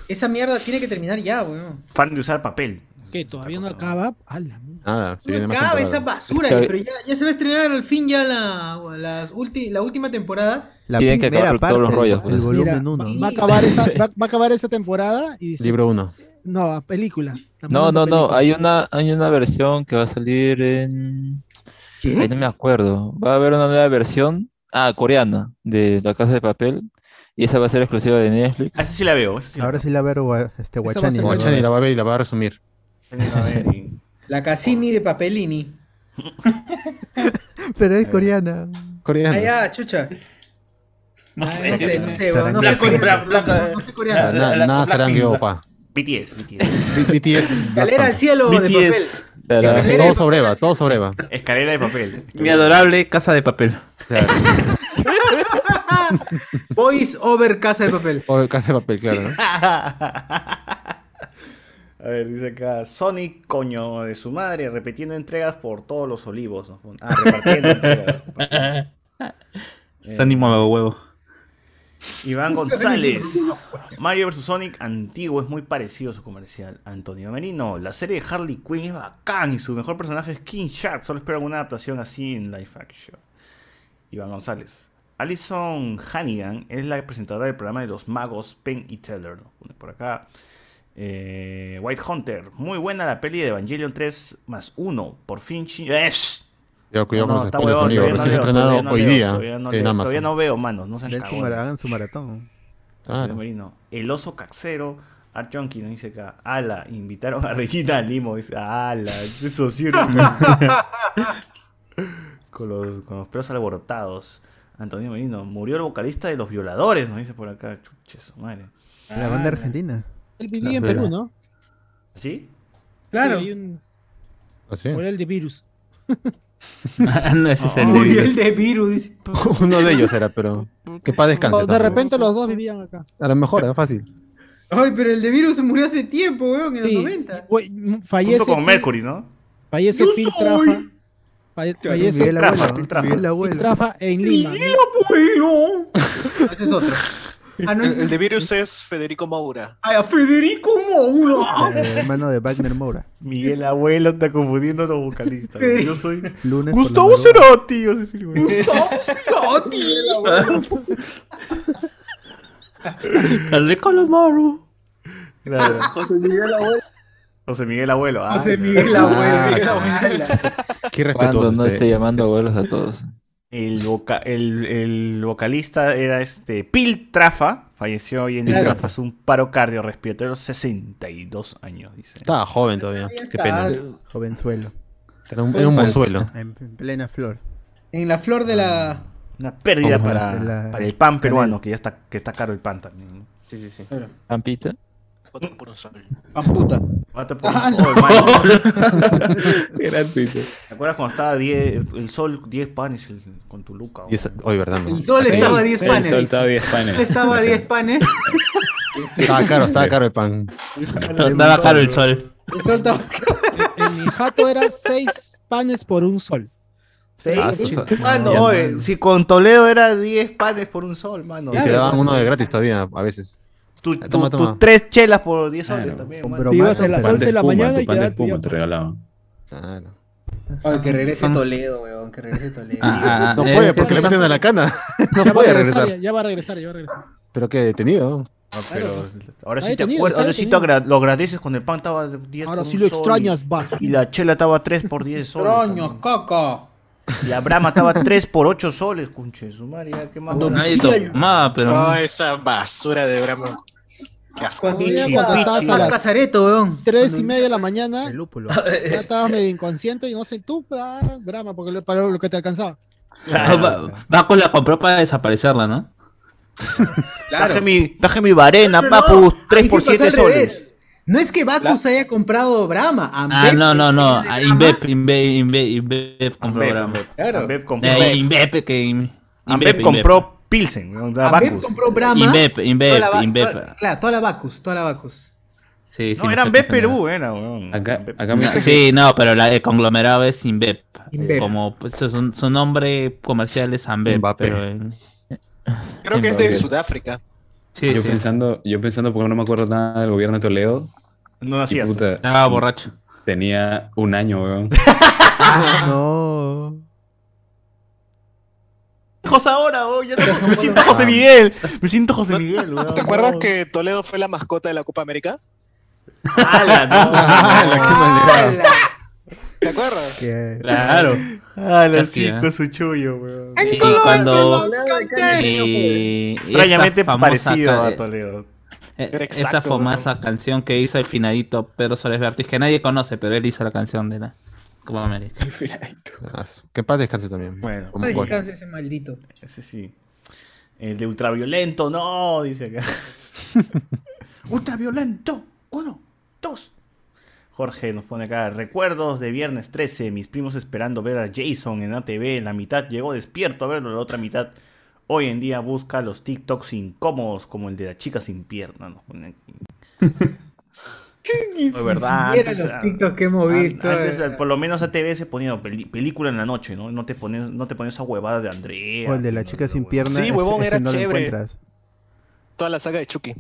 E: Esa mierda tiene que terminar ya, weón.
I: Fan de usar papel.
H: Que todavía no acaba. ¡Hala! mierda.
G: Nada, se viene más
E: Acaba
G: temporada.
E: esa basura,
G: Está-
E: pero ya, ya se va a estrenar al fin ya la, las ulti- la última temporada.
G: La Tienen que primera acabar todos parte, los rollos, el pues. volumen
H: Mira,
G: uno.
H: va- Va a, acabar esa, va, va a acabar esa temporada y dice,
G: Libro 1.
H: no, a película. Estamos
L: No,
H: hablando
L: no,
H: de
L: no. Hay una, hay una versión que va a salir en. Ay, no me acuerdo. Va a haber una nueva versión. Ah, coreana, de La Casa de Papel. Y esa va a ser exclusiva de Netflix.
I: Así sí la veo. esa sí la
C: Ahora sí la veo gua- este
I: va a
C: Guachani.
I: ser Guachani,
G: la va a ver y la va a resumir.
E: La Casimi de Papelini.
C: Pero
I: Eh,
C: es coreana.
E: Ah,
G: Coreana.
E: ya, chucha.
F: No
E: Ah,
F: sé.
E: no sé, no sé,
G: Será
E: weón, no
G: que-
E: sé coreano.
F: Black-
E: No sé coreano.
G: Nada, nada serán guión, pa.
I: BTS, BTS. [laughs]
G: BTS.
E: Galera al cielo de papel.
G: papel. Todo sobreva, todo sobreva.
I: Escalera de papel.
F: Mi adorable Casa de Papel.
E: Boys over Casa de Papel.
G: O casa de papel, claro. ¿no?
I: [laughs] A ver, dice acá, Sonic, coño de su madre, repitiendo entregas por todos los olivos. nos pone.
F: [laughs]
I: Ah, repartiendo entregas. repartiendo. Eh,
F: Está ni mueve huevo.
I: Iván González. Mario vs. Sonic antiguo es muy parecido a su comercial. Antonio Merino. La serie de Harley Quinn es bacán y su mejor personaje es King Shark. Solo espero alguna adaptación así en live action. Iván González. Alison Hannigan es la presentadora del programa de los magos Penn y Teller. Nos pone por acá. Eh, White Hunter. Muy buena la peli de Evangelion 3 más 1. Por fin. chi- ¡Esh!
G: Cuidado, cuidado con los
I: está
G: spoilers,
I: huevón,
G: amigo.
I: todavía no
G: Recién
I: leo,
G: estrenado
I: todavía no
G: hoy
I: leo,
G: día
I: todavía
G: en
I: no leo,
G: Amazon.
I: Todavía no veo, manos. No sean
C: Den su,
I: cagones.
C: mara- hagan su maratón.
I: Antonio Merino. El oso caxero. Art Junkie nos dice acá. Ala, invitaron a Regina Limo. Dice, ala, eso sí. [laughs] con, los, con los pelos alborotados. Antonio Merino. Murió el vocalista de Los Violadores, nos dice por acá. Chuche, su madre. Ah,
C: La banda argentina.
H: Él vivía
L: Ah,
H: en Perú, ¿no?
I: ¿Sí?
H: Claro.
G: Así
H: Por el de virus.
F: no, ese es el
E: Murió
F: de-
E: el de virus. dice.
G: [laughs] Uno de ellos era, pero. Que paz descanse.
H: O de
G: tampoco.
H: repente los dos vivían acá.
G: A lo mejor, era fácil.
E: Ay, pero el de virus se murió hace tiempo, weón, en
H: Sí,
E: los 90.
H: güey, m- fallece.
I: Junto con
H: Pil-
I: Mercury, ¿no?
H: Fallece
E: Yo
H: Pil
E: soy-
H: Trafa. Falle-
E: Yo-
H: Fallece
E: Miguel
H: Pil
E: Abuelo,
H: Trafa-
E: Miguel
H: Pil
E: Abuelo.
H: Trafa en Lima.
E: Miguel Abuelo. [laughs] Ese es otro. Ah, no,
K: el,
E: ese
K: el
E: es
K: de virus es Federico Maura.
E: Ay, a Federico Moura.
C: El hermano de Wagner Moura.
I: Miguel Abuelo está confundiendo a los vocalistas. Yo soy.
C: Lunes por la
I: Gustavo
C: madrugada.
I: Cerati. yo sé
E: [laughs]
I: si-
E: Gustavo Cerati.
F: André Calamaro.
I: Claro.
K: José Miguel Abuelo.
I: José Miguel Abuelo. ah,
E: José
I: claro.
E: Miguel Abuelo.
G: Qué
L: Cuando
G: respetuoso.
L: no
G: este-
L: esté llamando abuelos a todos.
I: El, voca- el, el vocalista era este Pil Trafa, falleció hoy en día
G: Claro.
I: tras un paro cardiorrespiratorio, 62 años, dice.
G: Estaba joven todavía. Qué pena.
C: Jovenzuelo.
G: Era un, era un mozuelo.
C: En, en plena flor.
E: En la flor de la.
I: Una pérdida
G: Ojo,
I: para,
C: de la-
I: para el pan
C: canela.
I: peruano, que ya está, que está caro el pan también. ¿no?
F: Sí, sí, sí.
L: Pampita.
K: Cuatro por un sol.
E: Pamputa.
I: Mata por-
E: Ah,
I: oh, [laughs] hermano.
J: Gratuito.
I: ¿Te acuerdas cuando estaba 10 el sol 10 panes el- con tu luca?
G: Y esa- hoy, ¿verdad? no?
E: El sol estaba a 10
J: El
E: panes.
J: sol estaba 10 panes.
E: Estaba a 10 panes.
G: [laughs] Estaba caro, estaba caro el pan.
F: Estaba caro el sol.
E: El sol estaba.
H: En mi jato era seis panes por un sol.
G: Ah,
I: ¿Sí?
G: eso-
I: Mano,
G: ya,
I: oye,
G: mano.
I: si con Toledo era 10 panes por un sol, mano.
G: Y te daban uno de gratis todavía, a veces.
I: Tu-
G: Ah,
I: tu-
G: toma, toma.
I: Tus tres chelas por 10 soles
J: Claro.
I: también.
C: Con
I: mano.
H: Te ibas
C: bromazo,
H: a las
C: pero-
J: Pan de
H: 11 de la
J: espuma,
H: mañana
J: tu
H: y
J: pan de
H: ya te
J: espuma
H: iba-
J: te regalaban.
G: Claro.
E: Ay, que regrese Toledo, weón. Que regrese Toledo.
F: Ah, ah,
G: No
F: eh,
G: puede, porque le meten a la cana. [laughs] No
H: Ya va
G: puede
H: a regresar,
G: regresar.
H: ya- ya va a regresar, ya va a regresar.
G: Pero que detenido.
I: Ah, pero ahora sí
H: Ahí
I: te
H: tenía,
I: acuerdas,
H: ahí
I: ahora sí te
H: tenía.
I: agra- lo agradeces cuando el pan estaba 10
H: Ahora
I: por
H: sí
I: un
H: lo
I: sol
H: extrañas, vas.
I: Y la chela estaba 3 por 10 soles.
E: Troños, coco.
I: Y la brama estaba 3 por 8 soles, cunche, su madre, ya, qué más.
E: Cuando
I: Ay,
F: Nadie tomaba, pero.
K: Toda esa basura de Brahma. Qué asco.
E: Cuando
H: Todavía
I: Pichi,
H: cuando
I: pichi.
H: estabas a
E: Ah,
H: las
E: Casareto, weón.
H: 3 y media de la mañana,
C: El lúpulo.
G: [laughs]
H: ya estabas medio inconsciente y no sé, tú, ah, brama, porque le paró lo que te alcanzaba.
I: Claro.
F: Va- Baco la compró para desaparecerla, ¿no?
E: Claro.
I: Daje mi, daje mi varena,
E: Pero
I: papu,
E: no,
I: 3
E: ahí
I: por
E: sí pasó
I: 7
E: al
I: soles.
E: revés. No es que Bacus haya comprado Brahma.
F: Ah,
E: Ambev
F: no, no, no.
E: de
F: Ah,
E: Brahma.
F: Inbep, Inbep, Inbep, Inbep compró
I: Ambep,
F: Brahma.
E: Claro.
I: Ambep compró,
F: Eh, Inbep, que. Inbep,
I: Ambep
F: Inbep.
I: compró Pilsen, o sea,
E: Ambev
I: Bacus.
E: compró Brahma.
F: Inbep, Inbep,
E: toda la va-
F: Inbep.
E: toda- Claro, toda la Bacus, toda la Bacus.
F: Sí, sí,
I: No, era
F: sé
I: Ambep
F: qué general.
I: Perú, era, weón.
J: Acá,
I: Ambep.
J: acá me dice que
F: Sí, no, pero la- el conglomerado es Inbep.
E: Inbep.
F: Como pues, su, su nombre comercial es Ambep.
G: Mbappé.
F: Pero, eh,
K: Creo que es de Sudáfrica.
F: sí,
J: yo
F: sí.
J: pensando, yo pensando porque no me acuerdo nada del gobierno de Toledo,
P: No nacías.
J: Y puta,
F: Estaba borracho.
J: Tenía un año, weón.
C: no.
I: Hijos ahora, oh, ya te- me siento José Miguel. Me siento José Miguel, weón.
Q: ¿Te acuerdas que Toledo fue la mascota de la Copa América?
I: ¡Hala, [laughs] no!
Q: ¡Hala! ¿Te acuerdas?
I: Claro. ¡Hala,
F: Casi,
I: sí,
F: ¿eh?
I: con Ah, su chullo, weón.
F: Y cuando. y
I: Extrañamente
F: esa famosa
I: parecido
F: ca-
I: a Toledo.
F: eh,
I: Era
F: esa
I: exacto,
F: famosa canción que hizo el finadito Pedro Soles Vértiz, que nadie conoce, pero él hizo la canción de la Copa América. El finadito.
G: Ah, su- Que en paz descanse también.
I: Bueno,
G: Como
E: Ay,
G: Juan.
E: descanse ese maldito.
I: Ese sí. El de ultraviolento, no, dice acá. [laughs] ultraviolento. Uno, dos. Jorge nos pone acá, recuerdos de viernes 13, mis primos esperando ver a Jason en ATV, la mitad llegó despierto a verlo, la otra mitad hoy en día busca los TikToks incómodos como el de la chica sin pierna, nos pone aquí. No, es verdad.
E: Mira los TikToks que hemos
I: an-
E: visto,
I: antes,
E: eh.
I: por lo menos ATV se ponía peli- película en la noche, ¿no? No te pones, no te pones esa huevada de Andrea.
C: O el de la chica sin pierna.
Q: Sí, huevón,
C: ese
Q: era
C: no lo
Q: chévere.
C: encuentras.
Q: Toda la saga de Chucky.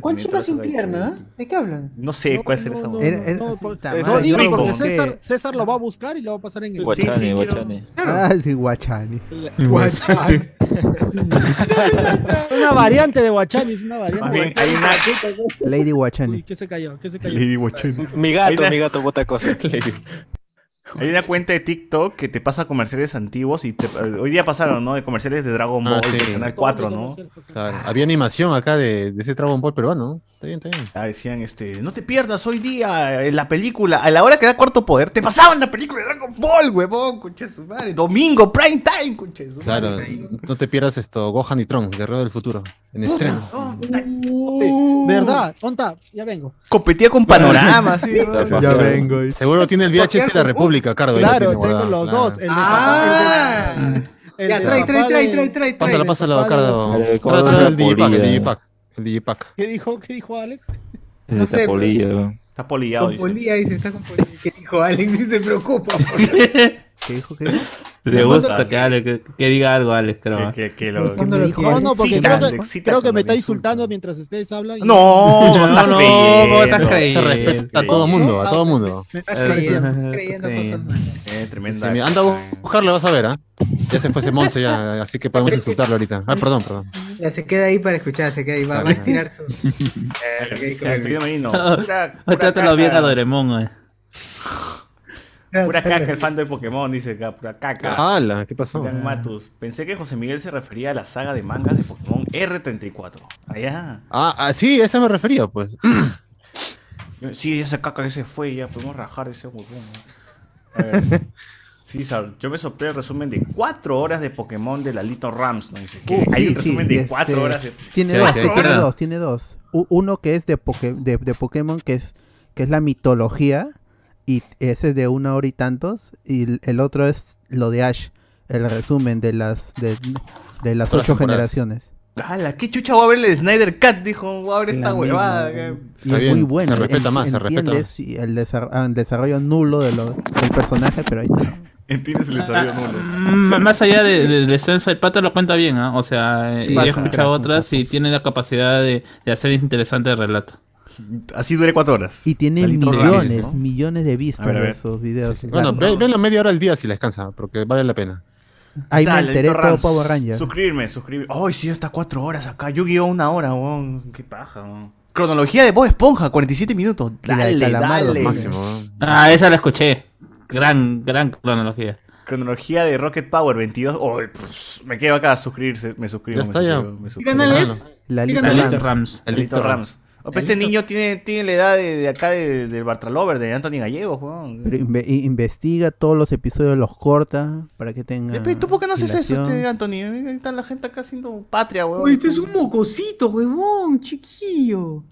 E: ¿Cuál chica sin pierna? ah? ¿De qué hablan?
I: No sé cuál será esa huevada.
C: Era- era-
H: pues, No,
C: sí,
H: por-
C: ta
H: no
C: madre, yo
H: digo, porque
C: como que-
H: César, César lo va a buscar y lo va a pasar en el
L: Guachani, guachani.
C: Ah, sí, Guachani.
H: Guachani. una variante de Guachani, es una variante.
I: Más bien, hay
C: Lady Guachani.
H: Uy, ¿Qué se cayó? ¿Qué se cayó?
I: Lady Guachani.
Q: Mi
I: Hay
Q: gato,
I: una-
Q: mi gato bota cosas.
I: Hay una cuenta de TikTok que te pasa comerciales antiguos y te- eh, hoy día pasaron, ¿no? De comerciales de Dragon Ball,
G: Ah, sí.
I: de Canal 4, ¿no?
G: [laughs] Claro, Había animación acá de, de ese Dragon Ball peruano. ¿no? Está bien, está bien.
I: Ah, decían este, no te pierdas hoy día en la película, a la hora que da cuarto poder, te pasaban la película de Dragon Ball, huevón, concha de su madre, domingo, prime time, concha de su madre.
G: Claro, no te pierdas esto, Gohan y Tron, Guerrero del Futuro, en estreno.
H: Uh, ¿Verdad? Onta, ya vengo.
I: Competía con Panorama, sí.
G: Ya vengo. Seguro tiene el VHS de la República, Cardo. ahí lo
H: Claro,
G: tiene
H: tengo
G: guardado,
H: los
G: claro.
H: dos. El de
E: Ah.
H: papá, el de- Ah. el
E: Ya,
H: de
E: trae,
H: papá
E: trae, trae,
H: de-
E: trae, trae, trae.
G: Pásala, pásala,
H: papá
G: Cardo.
L: de-
G: Trae, trae el Digipack, el
L: Polilla.
G: Digipack. El Digipack.
H: ¿Qué dijo? ¿Qué dijo Alex?
L: No
E: sé, pero-
I: Está polillado,
E: Con
I: dice.
E: polía dice, está con polía. ¿Qué dijo Alex? Y se preocupa. por-
C: ¿Qué dijo? ¿Qué
F: Le
I: gusta.
F: gusta que, Alex- que- que diga algo, Alex,
G: Ah.
F: [laughs] creo. ¿eh?
I: Que- que- que lo-
F: ¿Qué
I: que-
F: me
H: No, no, porque
F: Excita,
H: creo que,
F: excita
H: creo que
F: cuando
H: me está
F: le
H: insultando mientras ustedes hablan. y-
I: No,
F: No,
I: no,
F: no,
I: no,
F: ¿cómo estás
G: Se
F: creyendo?
G: respeta a todo mundo, a todo mundo.
H: Me
E: Eh,
F: estás
E: creyendo, creyendo cosas malas.
I: Eh,
G: Sí,
I: tremenda.
G: mira, anda a buscarlo, vas a ver, ¿ah? Ya se fue ese Monse ya, así que podemos insultarlo ahorita. Ah, perdón, perdón.
E: Ya se queda ahí para escuchar, se queda ahí. Va, va a estirar su.
I: Eh, ya, querido
G: [laughs]
I: Merino, pura- pura
F: Trátalo bien
I: caca.
F: a Doremón, eh.
I: Pura caca, el fan de Pokémon, dice acá, pura
H: Ah,
I: caca.
G: ¡Hala! ¿Qué pasó?
I: Julián Matus, pensé que José Miguel se refería a la saga de mangas de Pokémon R34. Allá.
G: Ah, ah, sí, a esa me refería, pues.
I: Sí, esa caca que se fue, ya podemos rajar ese huevón. ¿no? A ver. [laughs] Sí, Sar, yo me soplé el resumen de 4 horas de Pokémon de Lalito Rams. ¿no? Dice, ¿qué?
C: Uh,
I: Hay
C: sí,
I: un resumen
C: sí,
I: de 4
C: este,
I: horas de
C: Tiene,
I: ¡Cuatro
C: dos, tiene
I: horas!
C: dos, tiene dos. U- uno que es de, Poké- de, de Pokémon, que es, que es la mitología, y ese es de una hora y tantos, y el- el otro es lo de Ash, el resumen de las de, de las
G: Todas las
C: ocho
G: temporadas.
C: generaciones.
I: ¡Hala! ¿Qué chucha voy a ver el Snyder Cat? Dijo, voy a ver esta huevada.
C: Y
G: Está
C: es
G: bien,
C: muy bueno.
G: se respeta
C: en-
G: más, se respeta
C: entiendes y el, desar- ah, el desarrollo nulo de lo- del personaje, pero ahí está.
I: Entiendes, le salió
C: [laughs]
I: nulo.
F: Ah, M- Más allá de- de- del descenso, el pata lo cuenta bien, ¿ah? O sea, eh,
C: Sí,
F: yo he
C: pasa,
F: escuchado
C: pasa,
F: otras y tiene la capacidad de, de hacer interesante el relato.
I: Así duré 4 horas.
C: Y tiene
I: Lalito Rams,
C: millones,
I: ¿no?
C: millones de vistas
I: A ver, a
C: de
I: ver.
C: esos videos.
G: Bueno, ve, ve la media hora al día si la descansa, porque vale la pena.
C: Ahí
I: Está,
C: me
I: Lalito
C: enteré todo
I: Rams.
C: Power Ranger.
I: Suscribirme, suscribirme. Ay, sí, está cuatro horas acá. Yu-Gi-Oh! una hora, weón. Qué paja, weón. Cronología de Bob Esponja, 47 minutos.
C: la de
I: Dale,
C: Calamardo,
I: dale.
G: Máximo. ¿no?
F: Ah, esa la escuché. Gran, gran cronología.
I: Cronología de Rocket Power, 22. Oh, pues, me quedo acá a suscribirse. Me suscribo,
G: Ya
I: me
G: está, ya.
I: suscribo, me
E: ¿Qué
I: suscribo.
E: canal es?
C: Lalito
E: Díganme.
F: Lalito
C: Rams.
F: Rams.
I: Alito
G: Alito
I: Rams. Oh, pues, este niño tiene, tiene la edad de, de acá de- del Bartralover, de Anthony Gallegos, weón.
C: Pero inve- i- investiga todos los episodios, los corta para que tenga.
I: Eh, pero ¿Tú por qué no haces eso,
C: hilación.
I: este, Anthony? Ahí está la gente acá haciendo patria, weón.
E: Uy, este es un mocosito, huevón, chiquillo.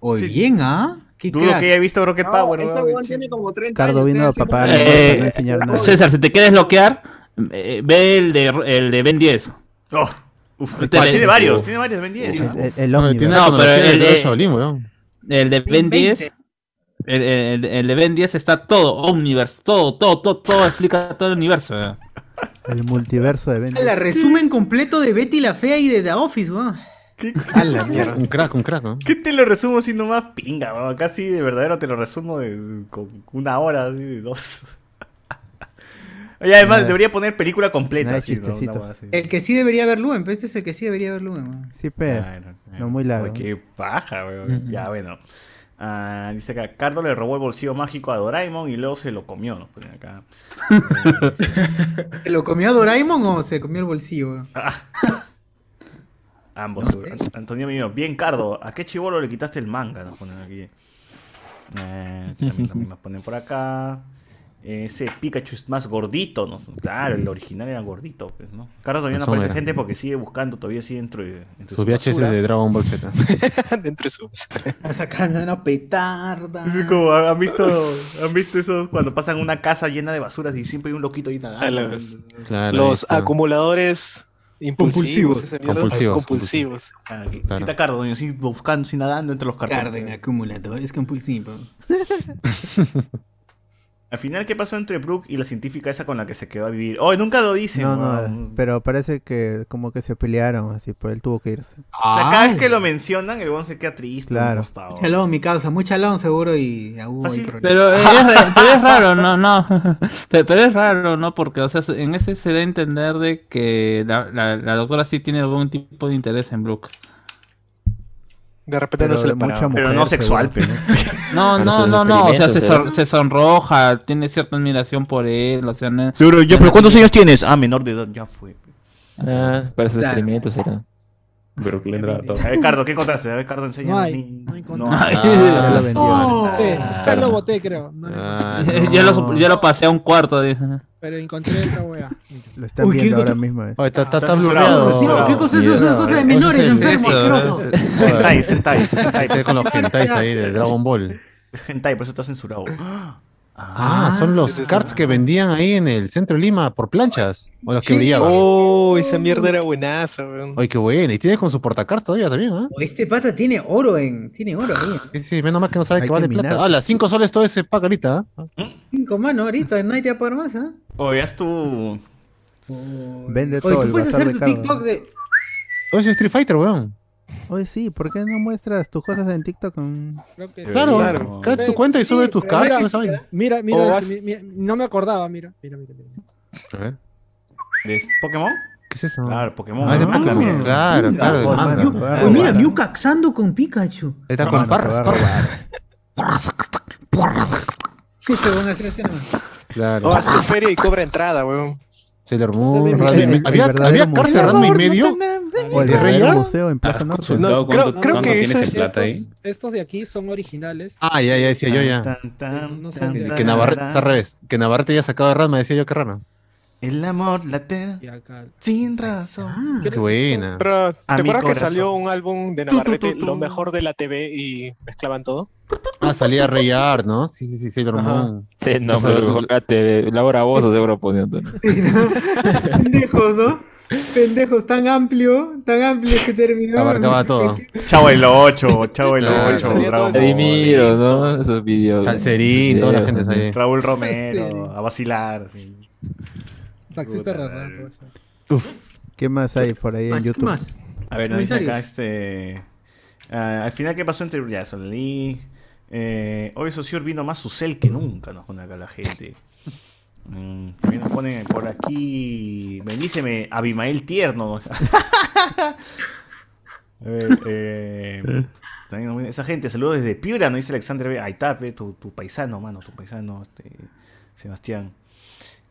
E: Oye,
I: Sí.
E: bien, ¿ah? Qué
I: Dudo
E: crack.
I: que haya visto Rocket Power,
K: Ese
I: weón.
K: huevón tiene como 30
C: Cardo
K: años.
C: vino a
K: ustedes
C: papá
K: sí
C: no
F: Eh,
C: va a enseñar nada.
F: César, si te quieres bloquear, eh, ve el de, el de Ben 10.
I: Oh, uf,
F: Te le-
I: tiene varios, tiene varios, Ben 10. ¿no?
C: El, el E
G: No,
C: Omniverse.
G: tiene
F: No,
G: la cronología
F: pero
G: del
F: el-
G: Guerrero
F: eh,
G: Shaolin, weón.
F: El de Ben 10. El, el- el de Ben 10 está todo, Omniverse, todo, todo, todo, todo, explica todo el universo. eh.
C: El multiverso de Ben.
E: La resumen completo de Betty la Fea y de The Office, weón.
G: A la mierda. Un crack, un crack, ¿no?
I: ¿Qué te lo resumo así nomás? Pinga, weón. Casi de verdadero te lo resumo de- con una hora, así de dos. [laughs] Oye, además,
E: Nada.
I: debería poner película completa.
C: Nada de
I: así, ¿no? Una
C: chistecitos.
I: hueá así.
E: El que sí debería ver Lumen, pero este es el que sí debería ver Lumen. weón.
C: Sí, pero. Eh, No muy largo.
I: eh, Uy, qué paja, weón.
C: Ujú.
I: Ya, bueno. Ah, dice acá, Cardo le robó el bolsillo mágico a Doraemon y luego se lo comió. Nos ponen acá.
E: ¿Se lo comió Doraemon o se comió el bolsillo?
C: [laughs]
E: weón?
I: Ambos. An- Antonio Mino, bien Cardo, ¿a qué chivolo le quitaste el manga? Nos ponen aquí. Eh, también, también nos ponen por acá. Eh, Ese Pikachu es más gordito, ¿no? Claro, el original era gordito, pues, ¿no? Cardo todavía no
G: Eso
I: aparece
G: era.
I: gente porque sigue buscando, todavía sigue dentro de. entre
G: Sus VHS
I: basura.
G: de Dragon Ball Z.
H: Dentro de su.
E: Está sacando una petarda.
I: Es como, ¿han visto, han visto eso cuando pasan una casa llena de basuras y siempre hay un loquito ahí
H: A
I: nadando?
H: los,
G: Claro,
H: los
G: ahí está.
H: acumuladores impulsivos.
I: Compulsivos.
H: esa mierda.
I: Compulsivos,
H: compulsivos.
I: Ah, que- Cita Cardo, doña, sí, buscando, sí, nadando entre los cartones.
E: Carden, acumuladores compulsivos.
I: Al final, ¿qué pasó entre Brooke y la científica esa con la que se quedó a vivir? Oh, nunca lo dicen,
C: No, eh.
I: weón.
C: no, pero parece que como que se pelearon, así, pues él tuvo que irse.
I: O sea, cada vez que lo mencionan, el weón se queda triste.
C: Claro.
I: costado.
E: Chalón, mi causa, muy chalón seguro y ah, hubo ahí problemas.
L: [laughs]
F: Pero eh, es, pero es raro, no, no. [laughs] Pero, pero es raro, ¿no? Porque, o sea, en ese se da a entender de que la, la- la doctora sí tiene algún tipo de interés en Brooke.
H: De repente no
F: Pero
H: se le
F: de mucha
H: paraba.
F: mujer, seguro.
C: [laughs]
F: No,
H: Para
F: no,
H: sus
F: no, no. O sea, se,
H: experimentos,
F: sor-
H: ¿eh?
F: se sonroja, tiene cierta admiración por él, o sea, no-
I: Seguro, ya,
F: no-
I: pero ¿cuántos años tienes? Ah, menor de edad, ya fue.
L: Ah, para sus ¿eh?
F: Claro.
L: experimentos era.
R: Pero que le entraba todo.
I: A ver, Cardo, ¿qué encontraste? A ver, Cardo, enseña.
K: No
I: a
K: hay,
I: mí.
K: no encontré.
I: No hay.
F: Ah, ya lo vendió.
E: Oh.
H: oh.
K: No, eh,
F: Ah.
K: ya lo boté, creo. no lo
G: Eh,
F: Ah,
K: encontré.
F: ya, lo, sup- ya lo pasé a un cuarto. dije.
K: Pero encontré esta wea.
C: Lo están
K: Uy, ¿qué
C: viendo ahora
K: encontró?
C: mismo. eh.
G: [laughs] Oye, está, está,
K: está censurado, censurado. ¿Qué cosa es eso? Es una cosa de menores, enfermos, asquerosos.
I: Hentai, hentai, hentai.
G: Estoy con los hentais ahí de Dragon Ball.
I: Es hentai, por eso está censurado.
G: Ah, son los carts que vendían ahí en el centro de Lima por planchas. O los que brillaban.
H: Oh, esa mierda era buenaza, weón.
G: Oye, qué bueno. Y tiene con su portacartas todavía también, ¿ah?
E: Este pata tiene oro en. Tiene oro ahí.
G: Sí, sí, menos mal que no sabe
E: Hay
G: que vale
E: que minar.
G: plata. Ah, las 5 soles todo ese pack ahorita, ¿ah?
E: Cinco manos ahorita, nadie te va a pagar más, ¿ah?
I: O veas tu.
C: Vende
E: Oye,
C: todo
E: tú
C: el
E: puedes
C: bazar
E: hacer
C: de
E: tu
C: Cardo.
E: TikTok de.
G: Todo ese Street Fighter, weón.
C: Oye, sí, ¿por qué no muestras tus cosas en TikTok? Mm.
G: Claro, Claro. crea tu cuenta y sube tus
K: pero
G: cartas,
K: mira,
G: esa vaina.
K: Mira,
G: O
K: mira,
G: vas-
K: mi- mi- no me acordaba, mira, mira, mira. mira.
G: A ver.
I: ¿Es Pokémon?
G: ¿Qué es eso?
I: Claro, Pokémon.
G: Ah, es de
I: Ah,
G: manga, mira.
C: Mm.
G: Claro, claro,
C: Ah,
G: de manga.
E: Oye, mira, Mew caxando con Pikachu. [laughs]
G: Ahí está con parras.
E: ¿Qué se van a hacer así nomás?
H: O
G: Claro.
H: hasta en feria y cobra entrada, weón.
G: Sailor Moon.
H: El-
G: Ranma y-
H: el
G: Había,
H: verdadero
G: había
H: museo.
G: cartas de Ranma y medio.
C: O el
G: de
C: verdadero
G: Rey.
C: museo en Plaza
G: Has
L: Pues,
C: Norte.
G: consultado Ah, No,
H: creo- creo que eso
R: tienes
H: es-
R: en plata ahí?
K: Estos de aquí son originales.
G: Ah, ya, ya decía yo ya.
K: No son de-
G: Que Navarrete está al revés. Que Navarrete ya sacaba de Ranma, decía yo que Ranma.
I: El amor late sin razón.
G: Qué buena.
H: Pero, ¿te
G: A mi
H: acuerdas que
G: corazón.
H: salió un álbum de
G: Tu, tu,
H: Navarrete,
G: tu, tu.
H: lo mejor de la TV y mezclaban todo?
G: Ah, salía Rey Art, ¿no? Sí, sí, sí, Sailor
H: Ajá.
G: Moon.
L: Sí, no,
G: Eso-
L: pero jugate, Laura Bozo seguro poniendo. [laughs]
E: Pendejos, ¿no? Pendejos, tan amplio, tan amplio que terminó.
G: Abarcaba todo.
I: Chavo el 8, Chavo el
L: Sí,
I: 8,
L: salía
I: Dragon
L: todo ese-
I: Ball.
L: Casimiro, ¿no? Esos videos.
G: Salserín, toda la gente salía.
I: Raúl Romero, a vacilar. sí.
K: Taxista
I: Puta
K: raro.
I: madre.
C: ¿Qué más hay por
E: Ah,
C: ahí en YouTube?
I: A ver, nos dice
C: Comentarios.
I: acá este. ah, al final, ¿qué pasó entre ya, eso leí. Eh, hoy Socior vino más Susel que nunca, nos pone acá la gente. Mm, también nos ponen por aquí. Bendíceme, Abimael Tierno. [laughs] A ver, eh, también nos viene- esa gente, saludos desde Piura, nos dice Alexander B. Aitape, tu, tu paisano, mano, tu paisano, este, Sebastián.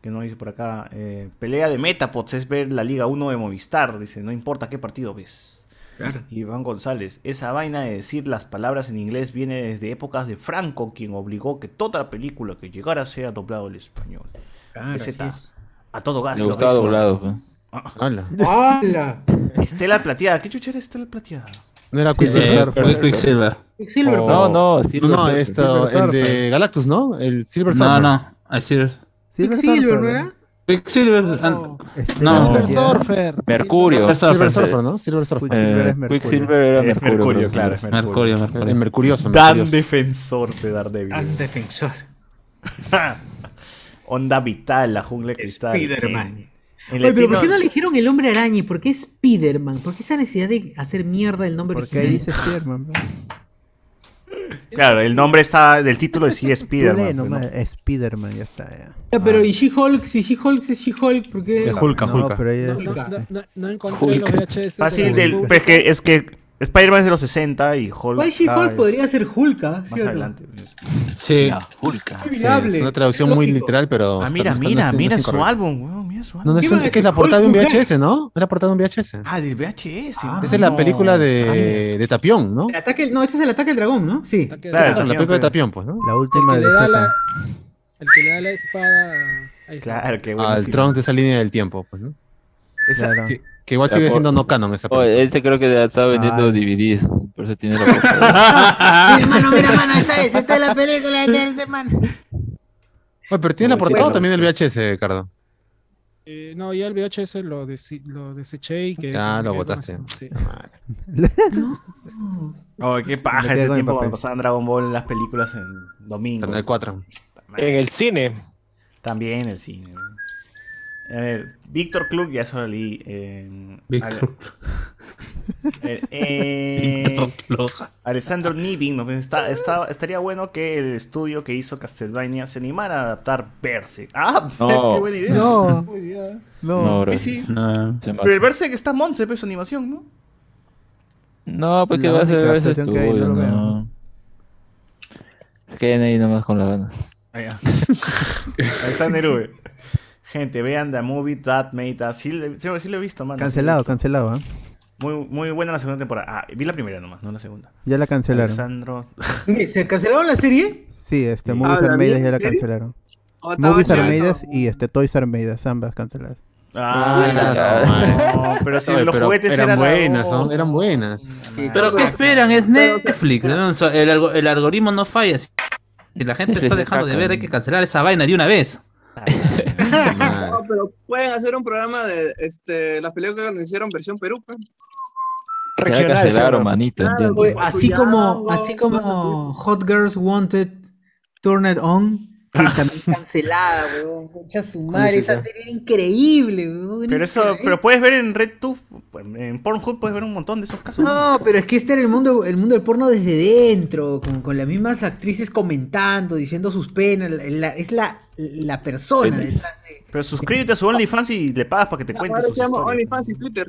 I: Que nos dice por acá. eh, pelea de Metapods es ver la Liga 1 de Movistar. Dice, no importa qué partido ves.
E: Claro.
I: Iván González, esa vaina de decir las palabras en inglés viene desde épocas de Franco, quien obligó que toda película que llegara sea doblado al español.
E: Claro,
I: Peseta,
E: así
I: a todo gas.
L: Me
I: lo
L: gustaba
I: hizo.
L: doblado, pues.
I: Ah.
E: ¡Hala!
I: Estela Plateada, ¿qué chucha era Estela Plateada?
G: No era
L: Sí,
G: Quicksilver.
L: eh, fue Quicksilver. Quicksilver,
G: O-
L: no, no,
G: no,
L: Silver
G: no,
L: Surfer.
G: esto,
L: Silver
G: el de
L: Surfer.
G: Galactus, ¿no? El Silver
L: No,
G: Surfer.
L: no, es Silver.
E: Quicksilver, ¿no era?
F: Quicksilver.
C: Este,
L: No,
G: Silver Surfer.
L: pues, Mercurio.
G: Silver Surfer, ¿no? Silver Surfer. Eh,
L: Quicksilver es Mercurio. Quicksilver era
I: Es Mercurio,
L: Mercurio,
I: claro, es Mercurio.
L: Mercurio, Mercurio.
G: El Mercurioso.
I: Tan
G: Mercurioso.
I: defensor de Daredevil.
E: Tan defensor.
I: [laughs] Onda vital, la jungla de cristal.
E: Spider-Man.
I: Eh, El
E: Oye, pero ¿por qué no
I: latino-
E: eligieron el hombre araña? ¿Y por qué Spider-Man? ¿Por qué esa necesidad de hacer mierda el nombre
C: Porque ahí
E: original?
C: dice Spider-Man. bro.
I: Claro, el nombre está del título de sí
C: Tú lee
I: Spider-Man. pues,
C: nomás
I: ¿no?
C: Spider-Man, ya está. Ya.
E: Ya,
G: ah.
E: pero ¿y She-Hulk? Si She-Hulk es She-Hulk, ¿por qué?
C: no, Pero ella es- este,
H: No, no- no encontré los VHS.
I: Fácil
H: de
I: Ah, del.
H: Hulk.
I: pero es que, es que Spider-Man es de los 60 y Hulk.
E: Why
I: está-
E: She-Hulk podría ser Pues Hulk, ¿ah? ¿sí
I: Más
E: o no?
I: adelante.
G: Sí.
E: Es
G: Sí, es una traducción muy literal, pero.
I: Ah,
G: está- este
I: mira,
G: no está- no
I: mira,
G: es- no
I: mira
G: es
I: su
G: incorrecto.
I: álbum, weón, mira su álbum.
G: No, no es, es que es la portada de un VHS, ¿no? Es la portada de un VHS.
I: Ah, del VHS.
G: Esa es la película de, de Tapión, ¿no?
E: El ataque, no, este es el ataque al dragón, ¿no? Sí.
G: Claro, la película de Tapión, pues, ¿no?
C: La última
H: El
G: de
H: que le da
G: Z.
H: la- el que le da la espada. a- a
I: Claro, qué
G: Al Trunks de esa línea del tiempo, pues, ¿no?
I: Esa-
G: Que, que igual sigue siendo no canon esa película.
L: Oye, este creo que ya está vendiendo
I: Ah.
L: DVDs, por eso tiene la
I: [laughs]
G: Ah.
C: Mira,
E: mano, mira, mano, esta es, esta es la película de Spider-Man.
G: Oye, pero tiene la
H: Bueno,
G: portada
H: bueno,
G: también del VHS, Cardo.
H: Eh, no, ya el VHS lo, desi- lo deseché y que.
G: Ya Ah, lo
H: que-
G: botaste.
H: sí.
I: Oye, qué
G: Me
I: paja
G: quedé
I: ese
G: con el
I: tiempo
G: papel.
I: cuando pasaban Dragon Ball en las películas en domingo.
G: Canal 4.
I: En el cine. También en el cine. weón. A ver, Víctor Klug, ya solo leí. eh,
F: Víctor
I: Ale- [laughs] Eh, eh,
F: Víctor Klug.
I: Alessandro Nibin nos está, está- estaría bueno que el estudio que hizo Castlevania se animara a adaptar Berserk. ¡Ah! [laughs]
L: No.
I: ¡Qué buena idea!
L: No.
I: Qué buena idea.
L: No, bro.
I: Sí, sí.
L: No, se mata.
I: Pero el Berserk está Monse, pues su animación, ¿no?
L: No, pues que
C: La
L: va a ser
C: única
L: ese
C: actuación que hay, no
L: estudio,
C: lo veo.
L: no. Se queden ahí nomás con las ganas.
I: Ah, ya. Alexander V. Gente, vean The Movie That Made Us. Sí, le- sí, sí lo he visto, mano.
C: Cancelado, cancelado. ¿ah?
I: Muy, muy buena la segunda temporada. Ah, vi la primera nomás, no la segunda.
C: Ya la cancelaron.
I: Alexandro.
E: ¿Se cancelaron la serie?
C: Sí, este,
I: Ah,
C: Movies
I: ¿la
C: Armeidas
I: vi?
C: ya la
I: ¿En serio?
C: cancelaron.
I: Oh, estaba
C: Movies
I: chévere.
C: Armeidas y este, Toys Armeidas, ambas canceladas.
I: Ah,
G: la
I: ya.
G: su madre.
I: No, pero si
G: Oye,
I: los
G: pero
I: juguetes
G: eran
I: eran la-
G: buenas, ¿no? eran buenas.
I: [laughs]
F: Pero ¿qué esperan? Es Netflix. ¿no? O sea, El, algo- el algoritmo no falla. Si si la gente
L: [laughs]
F: está dejando de ver, hay que cancelar esa vaina de una vez.
K: No, pero pueden hacer un programa de este, las películas que hicieron versión Perú. pues.
L: Regional,
K: seguro.
L: manito,
K: Claro,
L: ¿entiendes?
K: güey.
E: Así como, así como Hot Girls Wanted, Turn It On, que también cancelada, weón. Concha su madre,
I: Ah. Sí, sí,
E: esa
I: sí.
E: serie era increíble, weón.
I: Pero eso,
E: increíble.
I: pero puedes ver en RedTube, en Pornhub puedes ver un montón de esos casos.
E: No, pero es que este era el mundo, el mundo del porno desde dentro, con, con las mismas actrices comentando, diciendo sus penas. la- la- es la, la persona
I: Penas.
E: detrás de
I: Pero suscríbete a su OnlyFans y le pagas para que te cuente
K: Ahora
I: sus
K: se llama
I: historias.
K: OnlyFans y Twitter.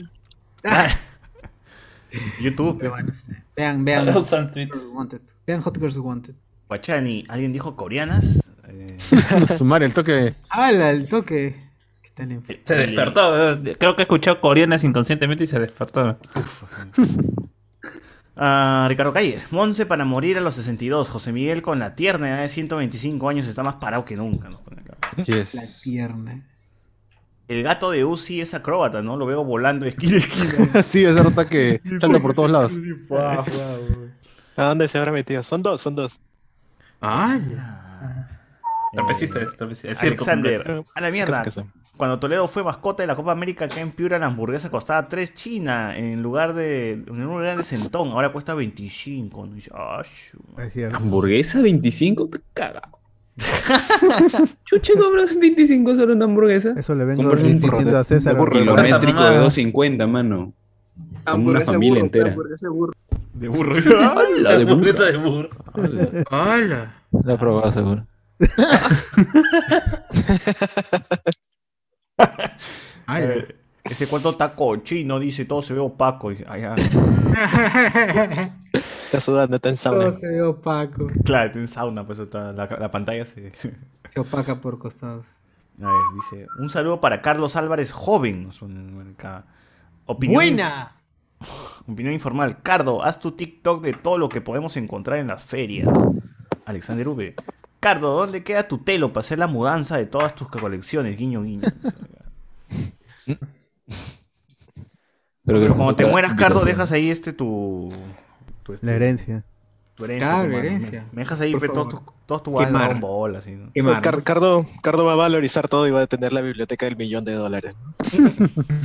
I: YouTube. pues,
E: Vean, vean.
I: Ahora
E: Hot Girls Wanted. Vean Hot Girls Wanted.
I: Guachani, ¿alguien dijo coreanas? eh,
G: Sumar el
I: [laughs]
G: toque.
E: ¡Hala, el toque! ¿Qué tal? enfermo?
F: Se despertó. eh. Creo que escuchó coreanas inconscientemente y se despertó.
I: Ah, Ricardo Calle, Monse para morir a los 62. José Miguel con la tierna edad de 125 años está más parado que nunca. ¿no? Pone acá.
G: Así
E: La
G: es.
E: pierna.
I: El gato de Uzi es acróbata, ¿no? Lo veo volando de esquina a esquina.
G: [laughs] sí, esa ruta
I: [laughs]
G: que salta por todos lados.
S: ¿A dónde se habrá metido? Son dos, son dos.
I: Ah,
F: Trapecista, trapecista. El circo
I: Alexander,
F: completo.
I: a la mierda.
F: Casi, casi.
I: Cuando Toledo fue mascota de la Copa América, acá en Piura la hamburguesa costaba 3 China en lugar de en un lugar de centón, ahora cuesta 25. ¿no? Y dice, "Ah, su madre".
J: ¿Hamburguesa 25? Te cagado. Chucho, compras 25 solo una hamburguesa.
C: Eso le
J: vengo
C: diciendo a César,
J: Un
C: ¿verdad?
J: kilométrico
C: Esa
J: de
C: mamada.
J: 250, mano. Como una
K: Hamburguesa de
J: familia
K: burro,
J: entera.
K: hamburguesa de burro.
I: De burro.
J: ¡Hala, de burro!
F: de burro.
L: ¡Hala! La he probado seguro.
I: A
F: eh.
I: ver, Ese cuarto taco chino dice, todo se ve opaco. Y dice,
F: [laughs]
I: "Ah, ya".
S: Está sudando, está en
E: Todo
S: sauna.
E: se ve opaco.
I: Claro, está en sauna, pues está, la, la pantalla se... [laughs]
E: Se opaca por costados.
I: A ver, dice, un saludo para Carlos Álvarez, joven. nos ponen acá. Opinión
E: ¡Buena!
I: Opinión informal. Cardo, haz tu TikTok de todo lo que podemos encontrar en las ferias. Alexander V. Cardo, ¿dónde queda tu telo para hacer la mudanza de todas tus colecciones? Guiño, guiño.
L: Pero,
I: Pero cuando te mueras, Cardo,
L: deja
I: dejas ahí este tu. tu- este,
C: La herencia.
I: tu herencia,
E: Claro,
I: tu mano.
E: herencia.
I: Me, me dejas ahí
E: Por
I: pe, todos tus
E: favor.
I: todos tus guadas de
S: Quemar.
I: Dragon Ball, así, ¿no?
S: Car- Cardo, Cardo va a valorizar todo y va a tener la biblioteca del millón de dólares.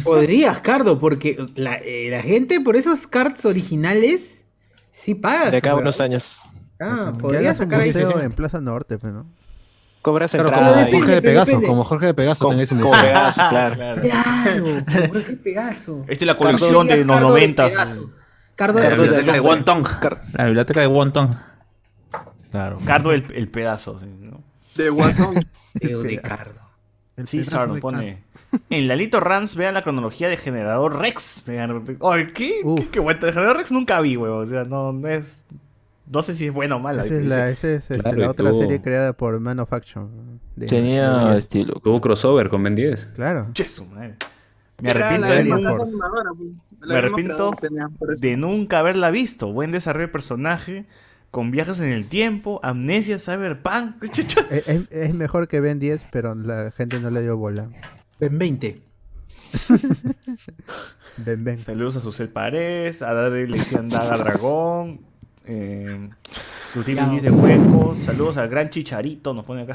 E: Podrías, Cardo, porque la, eh, la gente por esos cards originales sí paga.
S: De acá a
E: weón.
S: unos años.
E: Ah,
C: Ya
E: podría
C: hagas un
E: sacar ahí.
C: museo en Plaza Norte, pero pues, ¿no?
S: Cobras
G: Claro,
S: entrada.
G: como
S: y-
G: Jorge de Pegaso, como Jorge de Pegaso
S: Como-
G: tenéis un
S: como
G: museo.
S: Pegaso, claro.
E: Claro, como qué pegazo.
I: Esta es la
E: Cardo-
I: colección de los
E: Cardo
I: 90.
E: Pegaso. Cardo
F: La
E: de
F: biblioteca de Wonton. La biblioteca de Wonton.
I: Claro. Cardo el, el pedazo. sí, ¿no?
K: De Guatón.
I: de
E: Cardo.
I: Sí,
K: pedazo
I: Sarno
K: de
I: pone. En Lalito Rans vean la cronología de Generador Rex. Vean- Ay, ¿qué? ¿Qué, qué guata? Generador Rex nunca vi, huevo. O sea, no, no es. No sé si es bueno o mala.
C: Esa es la, esa es, este,
J: Claro,
C: la
J: y
C: otra
J: tuvo-
C: serie creada por Man of Action. de- de-
J: Tenía
C: de-
J: estilo. Tuvo crossover con Ben 10.
C: Claro.
I: Me arrepiento, de,
K: misma
I: no-
K: casa animadora, pues. La
I: me
K: misma
I: arrepiento
K: creadora tenía, por eso.
I: de nunca haberla visto. Buen desarrollo de personaje, con viajes en el tiempo, amnesia, cyberpunk. [laughs]
C: Es, E, es- es mejor que Ben 10, pero la gente no le dio bola.
E: Ben 20.
C: Ben Ben.
I: Saludos a Susel Paredes, a Dade Lección Daga Dragón, eh, su team
E: Claro.
I: Luis de Huecos, saludos al gran Chicharito, nos pone acá.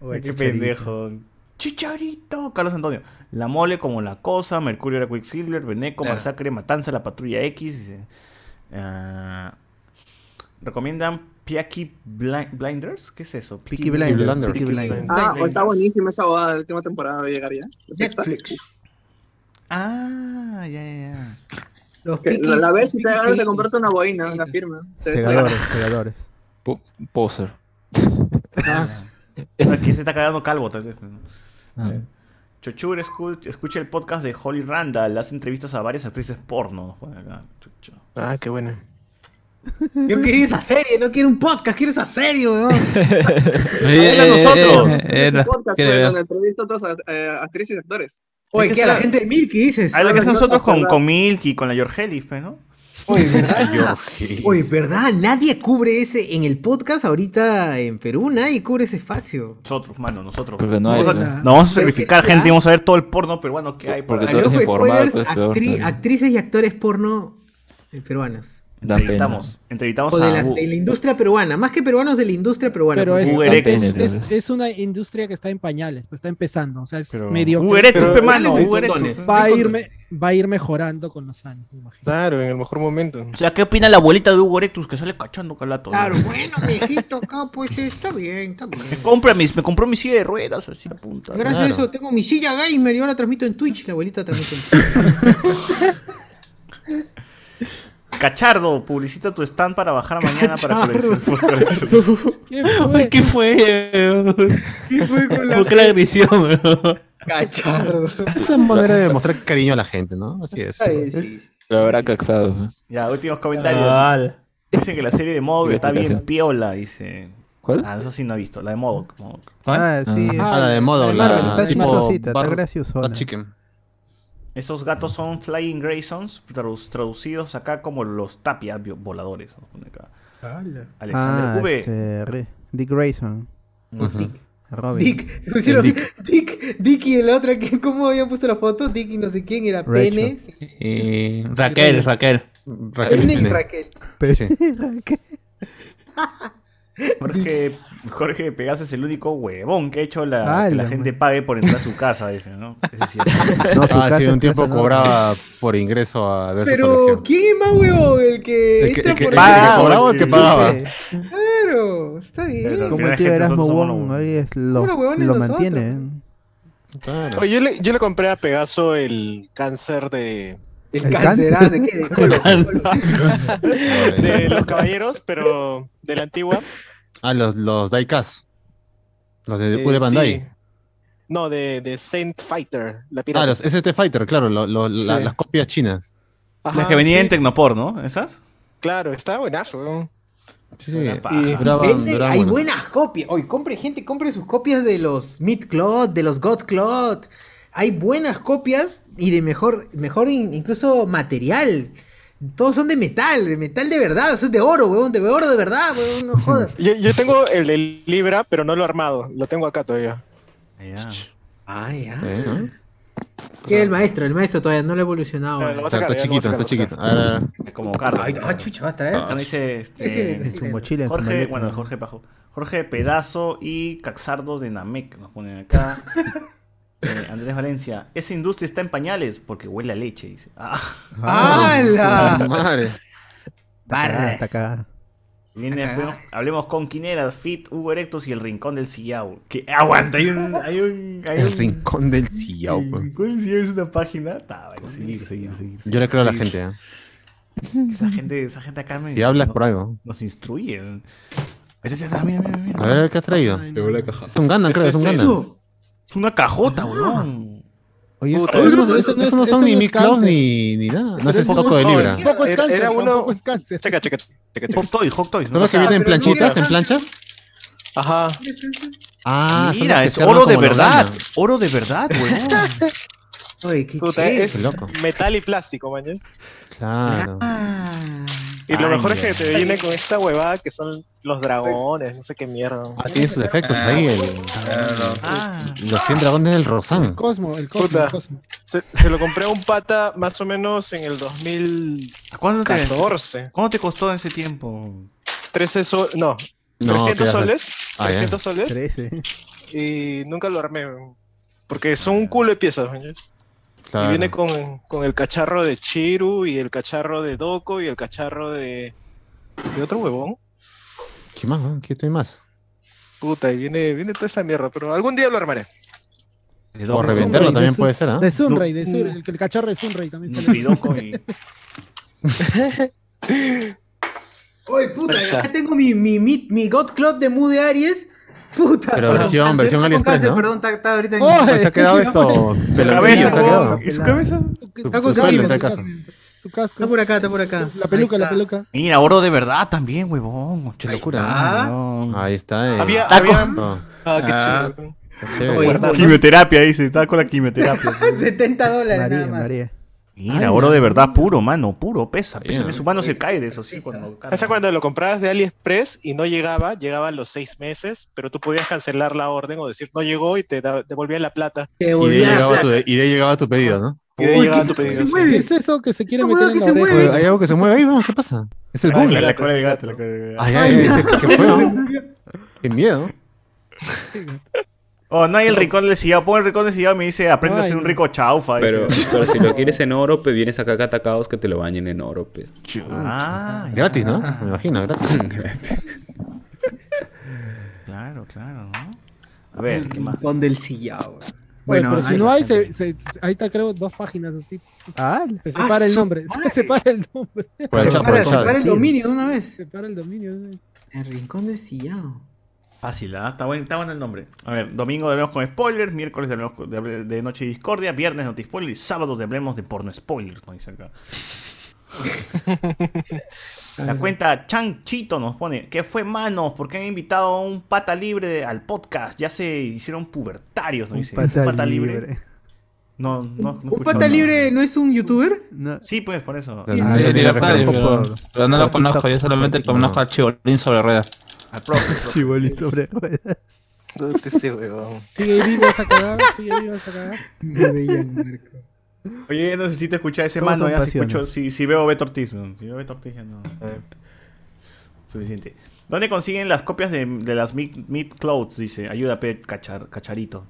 C: Oye,
I: Qué
C: Chicharito.
I: pendejo. Chicharito, Carlos Antonio. La mole como la cosa, Mercurio era Quicksilver, Veneco,
C: Ah.
J: Claro.
I: Masacre, Matanza, la Patrulla X. dice. Ah, ¿Recomiendan Peaky Blind- Blinders? ¿Qué es eso?
C: Peaky Blinders, Peaky Blinders.
K: Ah, o está buenísima esa boda, la última temporada va a llegar ya. ¿La sexta?
I: Ah, ya, ya, ya.
K: Que La, la ves y te dan ganas de comprarte una boina, una firma. Te ves-
C: Segadores, segadores.
L: Poser.
I: Aquí se está cagando calvo tal vez.
F: Ah. Eh,
I: Chochur escu- escucha el podcast de Holly Randall, hace entrevistas a varias actrices porno. Bueno, acá, chucho.
S: Ah, qué bueno.
E: Yo quería esa serie, no quiero un podcast, quiero esa serie, weón.
F: eh,
K: Hazla nosotros. Es un podcast,
I: quiere
K: güey,
I: ver.
K: donde entrevista a otras eh, actrices y actores.
E: Oye, ¿qué? A la gente de Milky dices.
I: Ah, la que
E: Hablas
I: hacen
E: de
I: nosotros con,
E: otras
I: con Milky, con la Yorgelis, pues, ¿no?
E: Oye,
I: ¿verdad?
E: [laughs] Oye, ¿verdad? Nadie cubre ese en el podcast ahorita en Perú, nadie cubre ese espacio.
I: Nosotros, mano, nosotros.
L: Porque no hay,
I: vamos a,
L: ¿verdad?
I: nos vamos a
E: Pero
I: sacrificar,
E: que sea.
I: gente, y vamos a ver todo el porno peruano que hay.
L: Porque
I: ahí.
L: tú eres
E: Ojo,
L: informal,
E: spoilers,
L: pues, peor,
E: actri-
L: claro.
E: actrices y actores porno eh, peruanos.
L: Da
I: Entrevistamos, entrevistamos
E: O de,
I: a
E: las- de la industria peruana, más que peruanos de la industria peruana.
H: Pero es,
I: Uber
H: es,
I: Erectus.
H: es- es una industria que está en pañales, pues está empezando. O sea, es
I: Pero-
H: medio.
I: Uber Erectus, pe, mano,
H: hay
I: Uber
H: condones,
I: Erectus.
H: Va a,
I: Hay
H: ir
I: condones.
H: me- va a ir mejorando con los años, me imagino.
S: Claro, en el mejor momento.
I: O sea, ¿qué opina la abuelita de Hugo Erectus que sale cachando calato?
E: Claro, bueno, mijito, acá pues está bien, está bien.
I: Me, compra mis, me compró mi silla de ruedas, así la punta.
E: Gracias a eso tengo mi silla gamer y ahora transmito en Twitch, la abuelita transmite en
I: Cachardo, publicita tu stand para bajar mañana
H: [laughs]
E: [laughs]
I: para coleccionar.
H: ¿Qué
F: Ay, ¿Qué [laughs] fue? ¿Qué fue con la, ¿Por qué la agresión? [laughs] weón?
E: Cachardo.
G: Esa manera de mostrar cariño a la gente, ¿no? Así es.
E: Ay, sí, sí.
L: Lo habrá caxado. pues.
I: Ya, últimos comentarios.
L: Ah.
I: Dicen que la serie de Modoc
L: Qué
I: está bien
L: explicación.
I: piola, dice.
L: ¿Cuál?
I: Ah, eso sí no he visto, la de Modoc. Modoc.
C: Ah, sí. es-
G: Ah, la de modo,
C: Marvel,
G: la
C: Está
G: tipo Ah,
C: chistosita, está
G: bar-
C: graciosona.
G: Hot Chicken.
I: Esos gatos son Flying Graysons, tradu- traducidos acá como los tapia vi- voladores. vamos a poner acá.
C: Ah,
I: Alexander V.
C: este, Re- Dick Grayson.
I: Ujú.
C: Robin. [laughs]
E: Dick, pusieron Dick. [laughs] Dick, y el otro, que- ¿cómo habían puesto la foto? Dick y no sé quién, era
C: Rachel.
E: Pene.
F: Eh, Raquel, Raquel.
G: Raquel
E: Pene y
G: Pene.
E: Raquel.
G: Sí. [laughs]
J: [laughs]
I: Jorge, Jorge Pegaso es el único huevón que ha hecho la,
C: Ay,
I: que la
C: la
I: gente pague por entrar a su casa, dice, ¿no? Eso es cierto.
C: No, su
G: ah,
C: casa,
G: sí,
C: su
G: un tiempo
C: casa, no.
G: cobraba por ingreso a ver su
E: Pero,
G: colección.
E: ¿quién es más huevón? El que
G: El que,
E: entra
G: el que-
E: por
G: el que
I: Ah,
G: cobraba o el que
I: sí.
G: pagaba.
E: Claro, está bien.
I: Pero-
C: Como
I: Mira,
C: el tío
I: gente,
C: Erasmo
I: nosotros somos
C: Wong,
I: los-
C: ahí es lo,
E: Puro huevón en
C: lo
E: nosotros.
C: mantiene.
G: Claro.
S: Oye, yo le, yo le compré a Pegaso el cáncer de,
E: El,
C: El
E: cáncer,
C: cáncer.
E: ah, ¿de
G: [laughs]
E: qué? De colo.
S: de los caballeros, pero de la antigua.
G: Ah, los, los Daikas. Los de
S: Eh,
G: Ule Bandai.
S: sí. No, de, de Saint Fighter, la pirata.
G: Ah, los ST Fighter, claro, lo- lo- la-
S: Sí.
G: las copias chinas.
S: Ajá,
I: Las que venían
S: sí,
I: en Tecnopor, ¿no? ¿Esas?
S: Claro, está buenazo, weón.
G: Sí, sí.
I: Una paja.
G: Duraban-
E: Vende-
G: duraban
E: hay
G: una-
E: buenas copias. Hoy, compre gente, compre sus copias de los Meat Clot, de los God Clot. Hay buenas copias y de mejor, mejor in- incluso material. Todos son de metal, de metal de verdad, eso es de oro, weón, de oro de verdad,
G: [laughs]
E: weón, no jodas.
S: Yo, yo tengo el de Libra, pero no lo he armado. Lo tengo acá todavía.
I: Ya.
E: Ay, ah.
G: Sí, Eh, ¿no?
E: Y el maestro, el maestro todavía no lo ha evolucionado.
S: Lo
E: weón.
S: vas a
G: Está,
S: sacar,
G: está
S: ya lo vas a
G: chiquito, está
S: sacar.
G: chiquito. A ver, a ver.
I: Como Carlos.
E: Ay, ah, chucha, vas a traer.
I: Acá dice, este,
E: Ese-
C: En su mochila, en su
I: Jorge,
C: maleta.
I: bueno, Jorge Pajo. Jorge Pedazo y Caxardo de Namek nos ponen acá. Eh, Andrés Valencia, esa industria está en pañales porque huele a leche, dice. Ah,
E: ¡Hala!
G: Madre.
C: Está acá,
E: Barras.
C: está acá.
I: Viene, bueno, hablemos con Quineras, Fit, Hugo Erectus y el Rincón del Sillao. Que aguanta, hay un. Hay un, hay
G: El
I: un-
G: rincón del pues. sillao.
I: el Rincón del Sillao es una página. Tá, bueno, seguir, seguir, seguir.
G: Yo le creo a la
I: seguir.
G: gente. ¿eh?
I: Esa gente, esa gente acá me.
G: Si hablas
I: nos-
G: por algo.
I: Nos instruye. Ahí está, ahí está, mira, mira, mira.
G: A ver, ¿qué has traído? Es un Gundam, creo, es un
I: ¿Este
G: Gundam.
I: eso? Es una
G: Ah.
I: cajota, weón.
G: Oye, eso,
I: Puta,
G: eso
I: eso
G: no-
I: no-
G: eso-
I: eso
G: eso
I: no
G: no
I: es-
G: son
I: eso
G: ni
I: no es
G: micros
I: cáncer.
G: ni, ni nada. No,
I: Pero
G: ese es
I: eso
G: un
I: no
G: poco de
I: es
G: libra.
I: joven.
H: Poco es
I: Era-
H: cáncer,
I: era uno-
H: poco es cáncer.
C: Checa, checa, checa, checa.
I: Hot Toys, Hot Toys.
G: ¿Son los que
I: O sea,
G: vienen en
I: pero
G: planchitas,
I: mira,
G: en planchas?
C: Ajá.
G: Ah, son los
I: Mira,
G: que
I: es
G: se arman
I: oro de
G: como los
I: verdad.
G: Gundam.
I: Oro de verdad, weón.
E: Oye, qué
C: Puta, es
G: Qué loco.
C: metal y plástico, man. ¿eh?
G: Claro.
E: Ah.
C: Y lo
G: Ay,
C: mejor es que
G: Dios.
C: te viene con esta huevada que son los dragones, no sé qué mierda.
G: Ah, tiene sus efectos. ahí el, los 100 dragones del Rosán.
H: Cosmo, el Cosmo,
C: Puta.
H: el Cosmo.
C: Se, se lo compré a un pata más o menos en el 2014.
I: ¿Cuánto te costó en ese tiempo?
C: 13 soles, no,
I: No,
C: 300
I: te-
C: soles.
I: Ah, ya.
C: 300 soles.
E: [laughs]
C: Y nunca lo armé, weón, porque son un culo de piezas, man.
G: Claro.
C: Y viene con, con el cacharro de Chiru y el cacharro de Doko y el cacharro de. de otro huevón.
G: ¿Qué más? weón? ¿Qué tiene más?
C: Puta, y viene, viene toda esa mierda, pero algún día lo armaré.
G: O
C: Sunray,
G: revenderlo
C: de
G: también
C: Sun-
G: puede ser, ¿ah?
H: De Sunray, de Sunray, el, el cacharro de Sunray también sale.
I: Sudoku y-
E: Oye, puta,
C: Ahí está.
E: ya tengo mi, mi, mi, mi God Cloud de Mood de Aries. Puta.
G: Pero
E: con
G: versión-
E: cáncer,
G: versión
E: con
G: AliExpress,
E: cáncer,
G: ¿no?
E: Perdón, está, está ahorita en...
G: ¿Cómo se ha quedado [laughs] esto? Peloncillo, se ha quedado.
I: ¿Y su cabeza?
E: Está con
G: Su sueldo,
E: cáncer,
G: está
E: su
G: caso.
E: cáncer.
H: Su casco.
E: Está por acá, está por acá.
H: La peluca, la peluca.
I: Mira, oro de verdad también, huevón. Qué locura. weón.
G: Ahí está. eh.
C: Había-
G: Ah,
C: había-
G: con-
C: Ah, qué
I: Ah.
C: chévere.
G: Qué
I: Oye, pues,
G: chévere.
I: quimioterapia, dice. Estaba con la quimioterapia.
E: [laughs] 70 dólares
T: María,
E: nada más.
T: María.
I: Mira, oro de verdad puro, mano. Puro, pesa. pesa. Su mano se cae de eso, sí. Cuando carga.
C: Esa cuando lo comprabas de AliExpress y no llegaba, llegaba a los seis meses, pero tú podías cancelar la orden o decir no llegó y te da- devolvían la plata.
G: Y de ahí llegaba tu- y de ahí llegaba tu pedido, ¿no?
C: Y de ahí llegaba tu pedido. sí.
H: ¿Qué es eso que se quiere
E: Esa
H: meter en
E: hueá que
H: la
E: se
H: oreja?
E: mueve.
G: Oye, Hay algo que se mueve ahí, weón, ¿qué pasa? Es el
C: Ay,
G: boom.
C: la- la-
I: cola del gato, la cola del gato.
G: Ay, ay, dice, ¿qué fue, weón? Qué miedo.
I: Oh, no hay el rincón del sillao. Pon el rincón del sillao y me dice, aprende a ser un rico chaufa.
J: Pero,
I: dice.
J: pero si lo quieres en oro, pues vienes acá catacados que te lo bañen en oro, pues.
I: Ah, ya.
G: Gratis, ¿no? Me imagino, gratis.
I: Claro, claro, ¿no? A ver, ¿qué más?
E: Rincón del sillao.
H: Bueno,
E: Bueno,
H: pero si
E: ahí
H: no
E: está.
H: hay, se, se- se- ahí está creo dos páginas así.
T: Ah,
H: Se separa el
E: su
H: nombre, [laughs] se
E: madre.
H: separa el nombre.
G: Por el chat, por
E: Para
G: el
E: sacar el
G: chat.
E: dominio de una vez.
H: Se separa el dominio. ¿no?
E: El rincón del sillao.
I: Fácil, ¿ah? Está buen, está bueno el nombre. A ver, domingo hablemos con spoilers, miércoles de, hablemos con- de, hable- de Noche y Discordia, viernes Noti Spoilers y sábado de hablemos de porno spoilers, como dice acá.
T: [laughs]
I: La cuenta Chan Chito nos pone, ¿qué fue manos? ¿Por qué han invitado a un pata libre de- al podcast? Ya se hicieron pubertarios, nos
T: Un
I: dice.
T: pata libre.
I: No, no, pues, no
E: ¿Un pata libre no es un youtuber?
T: No.
I: Sí, pues, por eso.
G: Ah,
F: Yo
G: yo tenía
F: diría
G: la
F: que
G: referencia
F: sí, pero-
G: por-
F: pero no lo
G: por
F: conozco,
G: TikTok.
F: yo solamente
G: No.
F: conozco al Chibolín sobre ruedas.
I: Al profe, profe.
T: Chibolín sobre ruedas.
C: Puta, ese huevón.
H: Sigue vivo esa cagada, sigue vivo esa cagada.
I: Oye, necesito escuchar ese
T: Todos
I: mano,
T: son
I: ya si,
T: pasiones.
I: escucho, si, si veo Beto Ortiz. ¿no? Si veo Beto Ortiz ya no. Suficiente. ¿Dónde consiguen las copias de, de las Meat, Meat Clouds? Dice, ayuda Pet Cachar- Cacharito.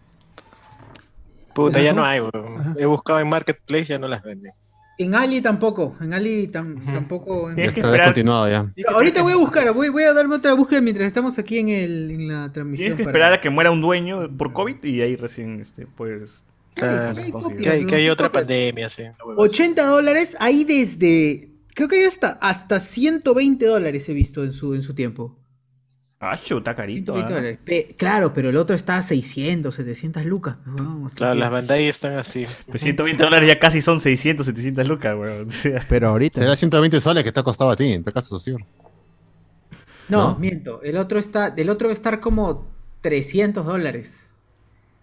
C: Puta, ya no hay, huevón. He buscado en Marketplace, ya no las venden.
E: En Ali tampoco. En Ali tam- tampoco. en-
I: Tienes que
G: Está
I: esperar-
G: descontinuado ya.
E: Pero ahorita voy a buscar, voy, voy a darme otra búsqueda mientras estamos aquí en, el, en la
I: Tienes
E: transmisión.
I: que
E: para-
I: esperar a que muera un dueño por COVID y ahí recién este, puedes.
C: Claro.
E: sí, hay copias,
C: Que hay, que hay
E: ¿no?
C: otra pandemia, sí. la huevada.
E: 80 dólares, hay desde. Creo que hay hasta, hasta 120 dólares he visto en su, en su tiempo.
I: Ah, chuta, carito.
E: 120
I: ah.
E: dólares. Pe- claro, pero el otro está a 600, 700 lucas. Weón, o sea,
C: Claro, las Bandai están así.
I: Pues 120 dólares ya casi son 600, 700 lucas, weón. O sea,
T: Pero ahorita.
G: Será 120 soles que te ha costado a ti, en tu caso, señor.
E: No,
G: ¿No?
E: miento. El otro está, del otro va a estar como 300 dólares.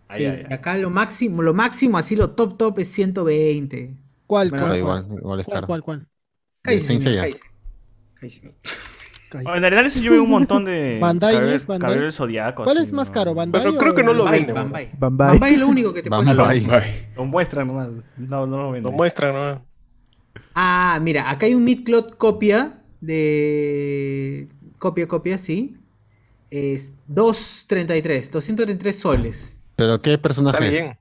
I: Ay,
E: Sí,
I: ay, ay.
E: y acá lo máximo, lo máximo, así lo top top es 120.
H: ¿Cuál, cuál,
E: Bueno,
G: Pero
E: Ah,
G: igual, igual es
H: cuál,
G: caro.
H: cuál, cuál?
E: Cállese,
G: Saint
E: señor,
G: Seiya.
E: cállese. Cállese.
H: Cállate.
I: Oh, en realidad eso yo veo un montón de.
H: [laughs] Bandai, ¿no
I: Cabellos
H: es Bandai?
I: cabellos zodiacos.
H: ¿Cuál
I: así,
H: es más
I: ¿no?
H: caro, Bandai?
C: Pero
H: o
C: creo que no lo
H: Bandai?
C: venden.
E: Bambay,
C: huevón.
E: Bambay.
T: Bambay.
E: Bambay es lo único que te puede
G: Bambay.
I: Lo muestran nomás. No, no lo
C: Lo
I: venden.
C: muestran, ¿no?
E: Ah, mira, acá hay un Midcloth copia de. Copia, copia, sí. Es 233, 233 soles.
G: Pero qué
C: Está
G: personaje es.
C: bien.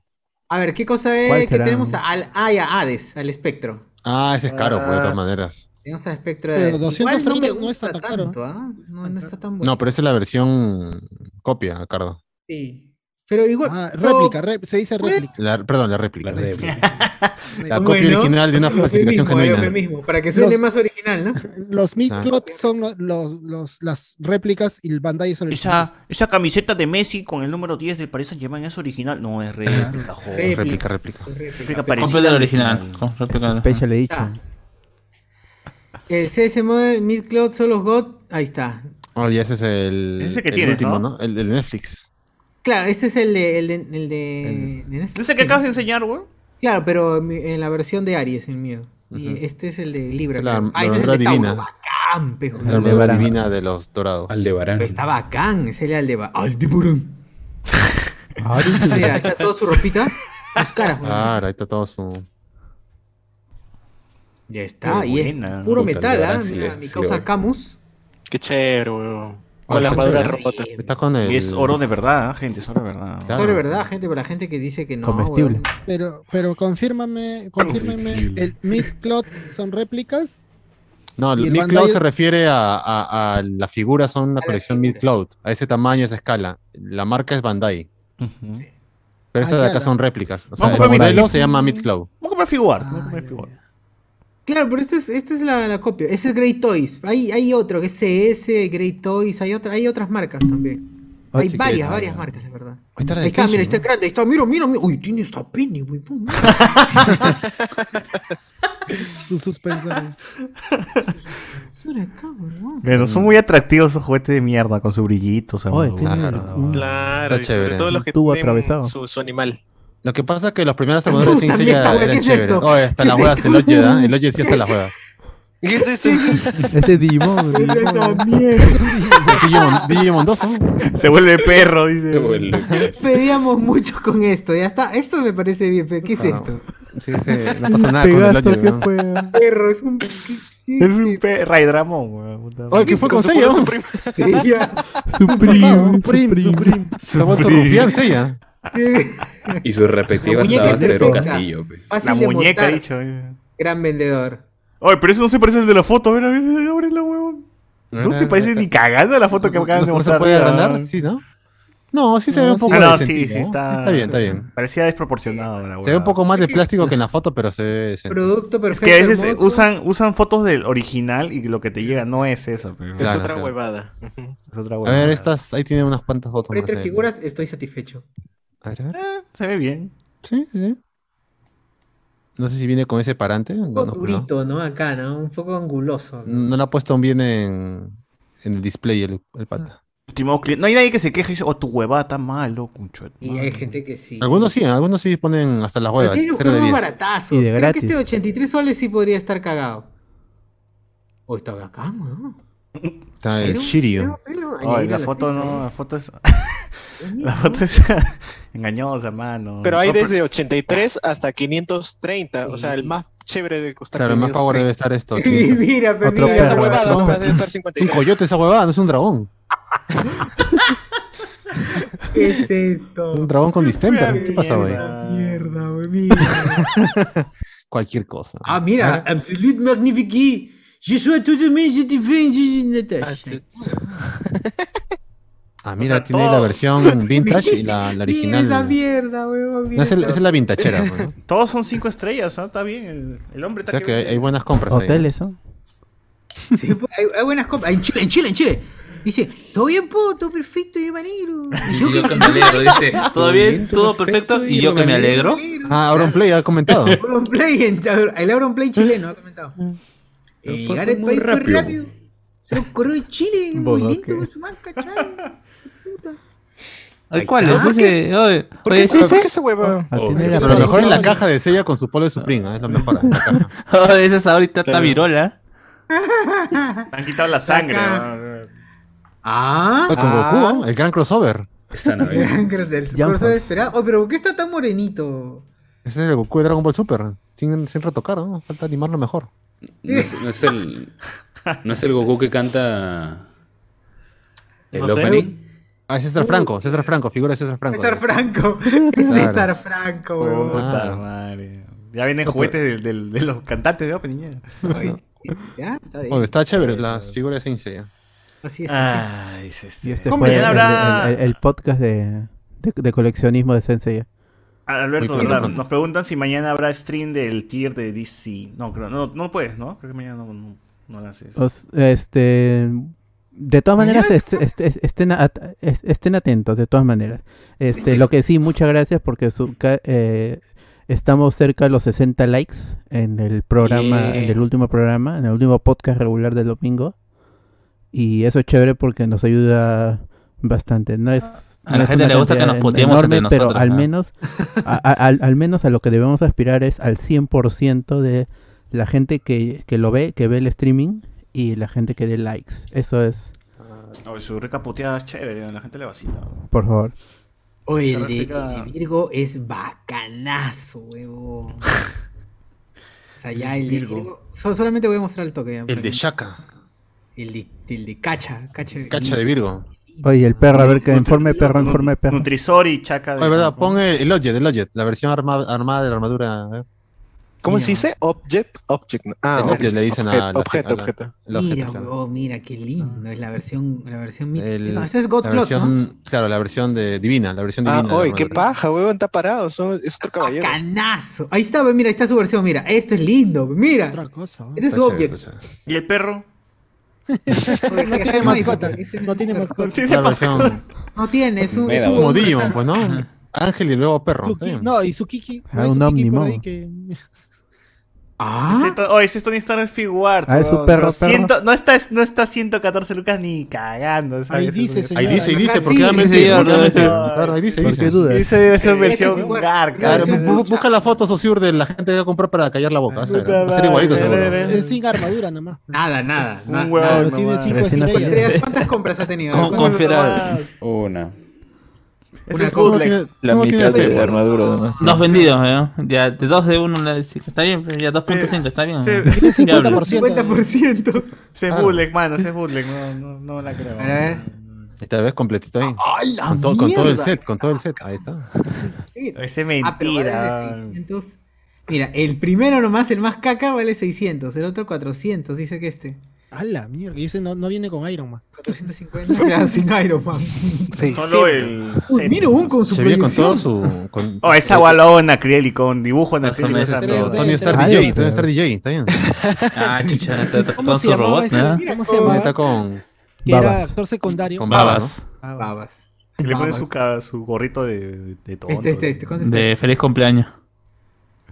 E: A ver, ¿qué cosa
T: ¿Cuál
E: es que
T: será?
E: tenemos? a- Al, ah, ya, Hades, al espectro.
G: Ah, ese es caro, pues, de
C: Ah.
G: todas maneras.
E: Tenemos al espectro de...
H: Pero 200
E: Igual no me
H: soles no
E: gusta
H: está tan caro.
E: tanto, ¿ah? No, no está tan bueno.
G: No, pero esa es la versión copia, Cardo.
E: Sí. Pero igual... Oh,
H: Ah,
E: pero-
H: réplica, rep- se dice réplica.
G: La- perdón, la réplica. La,
E: Bueno,
G: copia original de una
E: eufemismo,
G: falsificación genuina.
E: eufemismo, para que suene
H: Los-
E: más original, ¿no? Pues,
H: Los
G: Ah.
H: microts son lo- los, los- las réplicas y el Bandai es el
I: Esa, esa camiseta de Messi con el número 10 de Paris Saint-Germain es original. No, es réplica, joder.
G: Réplica, réplica.
I: Réplica
F: Compra
I: parecida
F: el
I: al
F: original.
C: Special
T: Ah.
C: Edition.
E: El CS Model, Mid Cloud, Solo God, ahí está.
G: Oh, ya ese es el,
E: Ese que
G: el
E: tienes,
G: último,
E: ¿no?
G: ¿no? El, el Netflix.
E: Claro, este es el de, el de, el de, de Netflix.
I: Ese que acabas de enseñar, güey.
E: Claro, pero en mi- en la versión de Aries, el mío. Y
G: Ujú.
E: este es el de Libra.
G: Es la-
E: creo.
G: la
E: este
G: armadura
E: Tauro.
G: divina.
E: Bacán, pejo.
G: La armadura divina de los dorados. Aldebarán.
E: Está bacán, es el Aldebarán.
G: [laughs]
E: Aldebarán. Mira, ahí está toda su ropita. Sus caras, güey.
G: Claro, ahí está todo su.
E: Ya está,
G: Qué
E: y es
G: buena.
E: puro
G: Puta,
E: metal,
G: Aldebarán
E: ¿ah?
G: sí
E: Mira,
G: le-
E: mi
G: sí
E: causa
G: le-
E: Camus.
U: Qué chévere, weón. Con la
G: está
U: armadura
G: chévere.
U: rota.
G: Está con el.
I: Y es oro de verdad, ¿eh, gente, es oro de verdad.
E: Todo es verdad, gente, para la gente que dice que no.
G: Comestible.
E: güey.
H: Pero, pero confírmame, confírmame, el Midclot son réplicas.
G: No,
H: Y el
G: Mid
H: Bandai
G: Cloud
H: es-
G: se refiere a, a, a la figura, son una colección Mid Cloud, a ese tamaño, a esa escala. La marca es Bandai. Pero
E: Ah,
G: estas de acá
E: claro.
G: son réplicas. O sea,
I: Vamos
G: el
I: con Mid
G: modelo
I: Cloud.
G: se llama Mid Cloud.
I: Vamos a comprar figuar. Vamos a comprar figuar.
E: Claro, pero esta es, esta es la, la copia. Ese es Great Toys. Hay, hay otro que es CS, Great Toys. Hay, otra, hay otras marcas también.
C: Ah,
E: hay
C: sí,
E: varias,
C: que-
E: varias marcas, la verdad.
C: Ahí está la de
E: ahí está,
C: Casio,
E: mira, ahí está
C: ¿no?
E: grande. Ahí está, mira, mira, mira. Uy, tiene esta penny, güey. pum, mira.
I: [laughs]
H: Su suspensa.
E: Mira acá, weón.
I: Bueno, son muy atractivos esos juguetes de mierda con su brillito. su
G: Oye,
I: armadura.
G: tiene
I: Claro.
G: un-
C: [laughs]
U: Claro, y
G: Está
U: sobre
G: chévere.
U: todo los que
G: Un tubo
U: tienen
G: atravesado.
U: Su, su animal.
G: Lo que pasa es que los primeros armadores de
U: Puta,
G: Saint
U: mira esta
G: Seiya
U: hueá, ¿qué
G: eran
U: es
G: chéveres.
U: esto?
G: Oye, hasta las
U: ¿Qué es
G: huevas, el
U: esto?
G: Oye, ¿eh? El Oye sí hasta las huevas.
U: ¿Qué es eso?
C: Este es
T: [laughs]
C: Digimon. [laughs] Digimon.
G: Digimon, Digimon 2, ¿no?
I: Se vuelve perro, dice.
E: Pedíamos mucho con esto, ya está. Esto me parece bien, pero ¿qué es
G: Ah,
E: esto?
G: Sí, sí, no pasa nada con el
I: Pegaso,
G: Oye,
I: ¿qué
G: ¿no?
I: fue?
E: Perro, es
I: [laughs]
E: un.
I: Es un pe- Raidramon, güey. puta madre.
G: Oye, ¿qué fue con Seiya?
E: Supreme, Supreme.
G: Se ha vuelto rufián Seiya.
J: Y su respectiva estaba Pedro Castillo. pe.
E: Fácil
I: La
E: de
I: muñeca,
E: montar.
I: dicho. eh.
E: Gran vendedor.
I: Oye, pero eso no se parece al de la foto. Mira, mira, mira, ábrelo, huevón. No se parece ni cagando a la foto que acaban de
G: ¿No se
I: mostrar.
G: puede
I: arriba.
G: agrandar? Sí, ¿no? No, sí se ve un poco
I: Ah, no,
G: decente,
I: sí, sí,
G: ¿no?
I: está...
G: Está bien, está bien.
I: Parecía desproporcionado la
G: Se ve un poco más de plástico que en la foto, pero se ve decente.
E: Producto
I: Es
E: perfecto.
I: que a veces
E: hermoso.
I: usan, usan fotos del original y lo que te llega no es eso. pero-
G: Es Claro, otra claro.
U: huevada.
I: Es otra
G: A
I: huevada.
G: ver, estas, ahí tiene unas cuantas fotos.
E: Por
G: más
E: entre
G: ahí.
E: figuras estoy satisfecho.
G: A ver, a ver.
I: Se ve bien.
G: Sí, sí. No sé si viene con ese parante. No,
E: Un
G: no,
E: poco
G: no.
E: durito, ¿no? Acá, ¿no? Un poco anguloso.
G: No la ha puesto aún bien en, en el display el, el
E: Ah,
G: pata.
I: Estimado cliente, no hay nadie que se queje y dice, oh, tu huevada está malo, cuncho.
E: Y hay gente que sí.
G: Algunos sí, algunos sí ponen hasta las
E: Pero
G: huevas.
E: tiene unos
G: 0 de
E: juegos
G: 10.
E: baratazos. Creo que este de 83 soles sí podría estar cagado. O está acá, ¿no?
G: Está el
E: Pero-
G: Shiryu.
E: pero-
I: Ay, la
E: Añadirle
I: foto
E: aceite.
I: no, la foto es. [laughs] la foto es [laughs] engañosa, mano.
U: Pero hay
I: No,
U: desde 83 hasta 530. O sea, el más chévere de costar.
G: Claro, el más power debe estar
E: [laughs]
G: esto. aquí.
E: Mira, pero
G: Otro
U: mira, esa
G: perro.
U: huevada
G: No,
U: nomás debe estar
G: Es un
U: 53.
G: coyote esa huevada, no es un dragón.
E: ¿Qué es esto?
G: Un dragón con distemper. ¿Qué pasa, güey?
E: Mierda, mierda, güey. Mira.
G: Cualquier cosa.
E: Ah, mira, Absolute Magnifique. Je suis totalmente satisfecho.
G: Ah, mira, tiene la
E: [laughs]
G: versión vintage y la, la
E: Mira esa
G: original.
E: mierda, weón.
G: No,
E: mira
G: esa es la-
E: esa-
G: esa es la vintachera, güey. ¿no?
I: Todos son cinco estrellas, ¿ah? está bien. El, el hombre
G: O
I: está
G: sea que hay,
I: vende.
G: hay buenas compras ahí.
C: Hoteles son.
E: Sí, pues, hay, hay buenas compras. En Chile, en Chile, en Chile. Dice, todo bien, po, todo perfecto, yo me alegro.
F: Y yo que me alegro, dice. Todo bien, todo perfecto. Y yo que me alegro.
G: Ah, Auronplay ha comentado.
E: [laughs] Auronplay, en- el Auronplay chileno ha comentado. Y
G: fue
E: ahora el
G: muy
E: país fue
G: rápido.
E: rápido. Se lo corrió de Chile, muy
F: Bodoque.
E: lento con su
C: [laughs]
E: marca, chaval. Puta.
F: Ay, ¿Cuál es
E: está.
F: ese? Oye,
E: ¿Por
F: oye,
E: qué
F: ese-
E: se- por qué
U: ese huevo?
G: Ah,
F: Obvio.
G: tiene la- Pero lo mejor es la caja de sella con su polo de Supreme, ¿eh? es lo mejor. la
E: [laughs]
G: caja.
F: Oye, ese es ahorita está virola.
I: Han quitado la sangre.
E: Acá.
I: ¿no?
E: Ah,
G: Fue con Goku, ¿eh? el gran crossover.
E: [laughs] Gran gracia, el
G: Jump
E: crossover
G: House.
E: esperado. Oh, pero ¿por qué está tan morenito?
G: Ese es el Goku de Dragon Ball Super. Sin, sin retocar, ¿no? Falta animarlo mejor.
J: No es, no es el, no es el Goku que canta el
G: No sé.
J: opening.
G: Ah, César Franco, César Franco, figura de
C: Ah,
G: César Franco.
E: Uh. César
C: [laughs]
E: Franco. [laughs] Es César Franco, weón.
C: Ah.
I: Puta madre. Ya vienen
G: No,
I: juguetes del- del- de, los cantantes de Open. ya.
E: Ahí está. Ya, está bien.
G: Oh, está chévere, las figuras de Insei.
E: Así es.
I: Ay,
E: así es.
C: Y este
E: ¿Cómo
C: fue
E: ya
C: el,
E: habrá-
C: el- el- el podcast de, de- de coleccionismo de Sensei.
I: Alberto,
C: Muy
I: ¿verdad?
C: pronto.
I: nos preguntan si mañana habrá stream del tier de DC. No, creo, no, no puedes, ¿no? Creo que mañana no, no, no lo haces.
C: Os- este, de todas maneras, est- est- est- estén, at- est- estén atentos, de todas maneras. Este, lo que sí, muchas gracias porque su- ca- eh, estamos cerca de los 60 likes en el programa,
G: Bien.
C: en el último programa, en el último podcast regular del domingo. Y eso es chévere porque nos ayuda bastante. No es,
F: A la
C: no es
F: gente
C: una
F: le gusta que
C: cantidad
F: nos puteemos
C: enorme,
F: entre
C: pero
F: nosotros,
C: al
F: ¿no?
C: menos a- a- al, al menos a lo que debemos aspirar es al 100% de la gente que, que lo ve, que ve el streaming y la gente que dé likes. Eso es,
I: Oye, su rica puteada es chévere, a la gente le vacila.
C: por favor.
E: Oye, el
I: Esa
E: de,
I: gráfica-
E: el de Virgo es
C: [laughs]
E: bacanazo, huevón. O sea, ya el de
G: Virgo.
E: Virgo. so- solamente voy a mostrar el toque. ya,
G: El de
E: para-
G: Shaka.
E: El de, el de Cacha. Cacha,
G: Cacha de Virgo.
C: Oye, el perro, a ver que informe perro, informe perro.
I: Nutrisor y chaca
G: Oye, verdad, pon el, el Odjet, el Odjet, la versión arma- armada de la armadura. ¿eh? a ver.
V: ¿Cómo se dice? Object, object. Ah,
G: El objeto, le dicen a
V: objeto,
G: la-
V: objeto,
G: a la-
V: objeto.
G: el objeto,
E: mira,
G: claro.
E: huevón, mira, qué lindo. Es la versión, la versión mítica.
G: El-
E: No, ese es God
G: la
E: Clock, ¿no?
G: versión, Claro, la versión de divina, la versión
V: Ah,
G: divina. de la
V: oye, qué
G: armadura.
V: paja, huevón, está parado. Son, es otro caballero.
E: Bacanazo. Ahí está, ve, mira, ahí está su versión. Mira, este es lindo. Mira. Otra
H: cosa.
E: Este es su
I: Está chévere,
E: object.
I: ¿Y el perro?
E: no
H: tiene mascota,
E: este
H: Este
G: [laughs]
E: No tiene
H: mascota.
G: La
E: [laughs]
G: versión
E: No tiene, es un.
G: es
E: es
G: un
E: un-
G: como Digimon, pues, ¿no? Ángel y luego perro. está bien.
H: No, y su Kiki.
G: Ah, un ómnimo.
E: Ah.
I: Ese to- Oye, ese Tony Stark es figuarte.
G: A ver, su
I: weón.
G: perro,
I: Pero
G: perro.
I: ciento- no, está, no está 114 lucas ni cagando. ¿sabes?
H: Ahí dice,
I: Ese-
G: Ahí dice, ahí
I: Acá
G: dice,
I: sí,
G: porque va a
I: sí,
G: mentir,
I: señor.
G: porque va a mentir.
I: Ay,
G: Este, Claro, ahí dice, ahí
I: ¿por
G: dice.
I: qué dudas? Ese debe
E: [laughs]
I: ser
E: Este
I: versión garca.
G: Claro,
I: Ese-
G: bu- bu- busca la foto, Sosur, de la gente que va a comprar para callar la boca. vas a ver.
I: Puta
G: Va a ser igualito,
I: madre,
G: seguro.
H: [laughs]
I: eres-
H: Es sin armadura
G: Ah,
H: nomás.
E: Nada, nada.
I: Un
E: na-
I: huevón,
E: nada.
I: nomás.
E: Tiene cinco
I: Recién ha
E: estrellas.
I: salido.
E: ¿Cuántas compras ha tenido?
J: Con-
E: ¿Cuántas compras?
J: confiar- Una.
E: Una
F: tú no
E: complex.
F: tienes- La tú no mitad tienes de Facebook. armadura nomás. Dos vendidos, ¿eh? Ya, de dos de uno, la- está bien, pues, ya 2.5, está bien. ¿eh?
I: Se-
F: Fiable.
E: 50%.
I: Se
E: Ah.
F: Claro.
I: burlen, mano, se burlen. No, no, no la creo.
G: Esta vez completito ahí.
E: la
G: Con, todo- con todo el
E: Ah, mierda!
G: set, con todo el set. Ahí está.
I: Ese
E: Ah, pero vale
I: mentira.
E: de 600. Mira, el primero nomás, el más caca, vale 600. El otro 400, dice que este.
H: A la mierda. Y ese no, no viene con Iron Man.
E: 450. Claro, sin Iron Man.
I: Solo el.
E: Uy, mira, un con su
G: Se viene con
E: proyección.
G: todo su. Con,
I: Oh, esa balón acrílico, con dibujo en acrílico. esa mierda.
G: Tony Stark DJ, Tony Stark DJ, está
E: [laughs]
G: bien.
F: Ah, chucha, está- está
H: ¿Cómo
F: con
H: se
F: su
H: llamaba
F: robot,
H: ese?
F: ¿no?
H: Mira, ¿cómo se llamaba?
G: Está con.
H: Que era
G: Babas.
H: actor secundario.
G: Con babas.
C: Ah,
E: Babas.
I: Y Le pone
E: Babas.
I: su, ca- su gorrito de, de tonto.
E: Este, este, este, ¿cuánto está?
F: De feliz cumpleaños.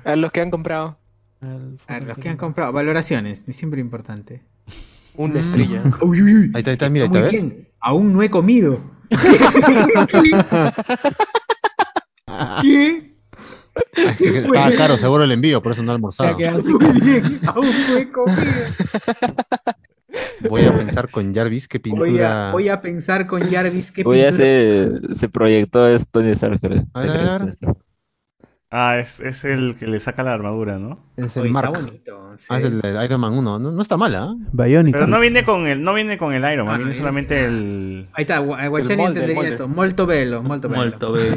V: A los que han comprado.
E: A ver, los que han comprado. Valoraciones, siempre importante.
V: Una estrella.
E: [laughs] Uy, uy, uy.
G: Ahí está, ahí está, mira, ahí
E: Muy
G: está, ¿ves?
E: bien. Aún no
G: [laughs]
E: he comido. ¿Qué?
G: Estaba caro, ah, seguro el envío, por eso no he almorzado.
E: Muy bien, aún no he comido.
G: Voy a pensar con Jarvis qué
E: Voy a,
G: pintura.
E: voy a pensar con Jarvis qué
L: Voy a
E: pintura-
L: se, se proyectó es Tony Stark. creo.
G: A ver, a ver, a ver.
I: Ah, es, es el que le saca la armadura, ¿no?
G: Es
E: Oye,
G: el
E: está
G: Mark.
E: bonito. sí.
G: Ah, es el de Iron Man 1. No, no está mala. ¿eh?
C: Bionic.
I: Pero no viene con el, no viene con el Iron Man,
E: Ah,
I: viene
E: es-
I: solamente el.
E: Ahí está, Gua- Guachani
I: molde, el
E: entendería
I: molde.
E: esto. Molto bello, molto bello.
F: Molto bello.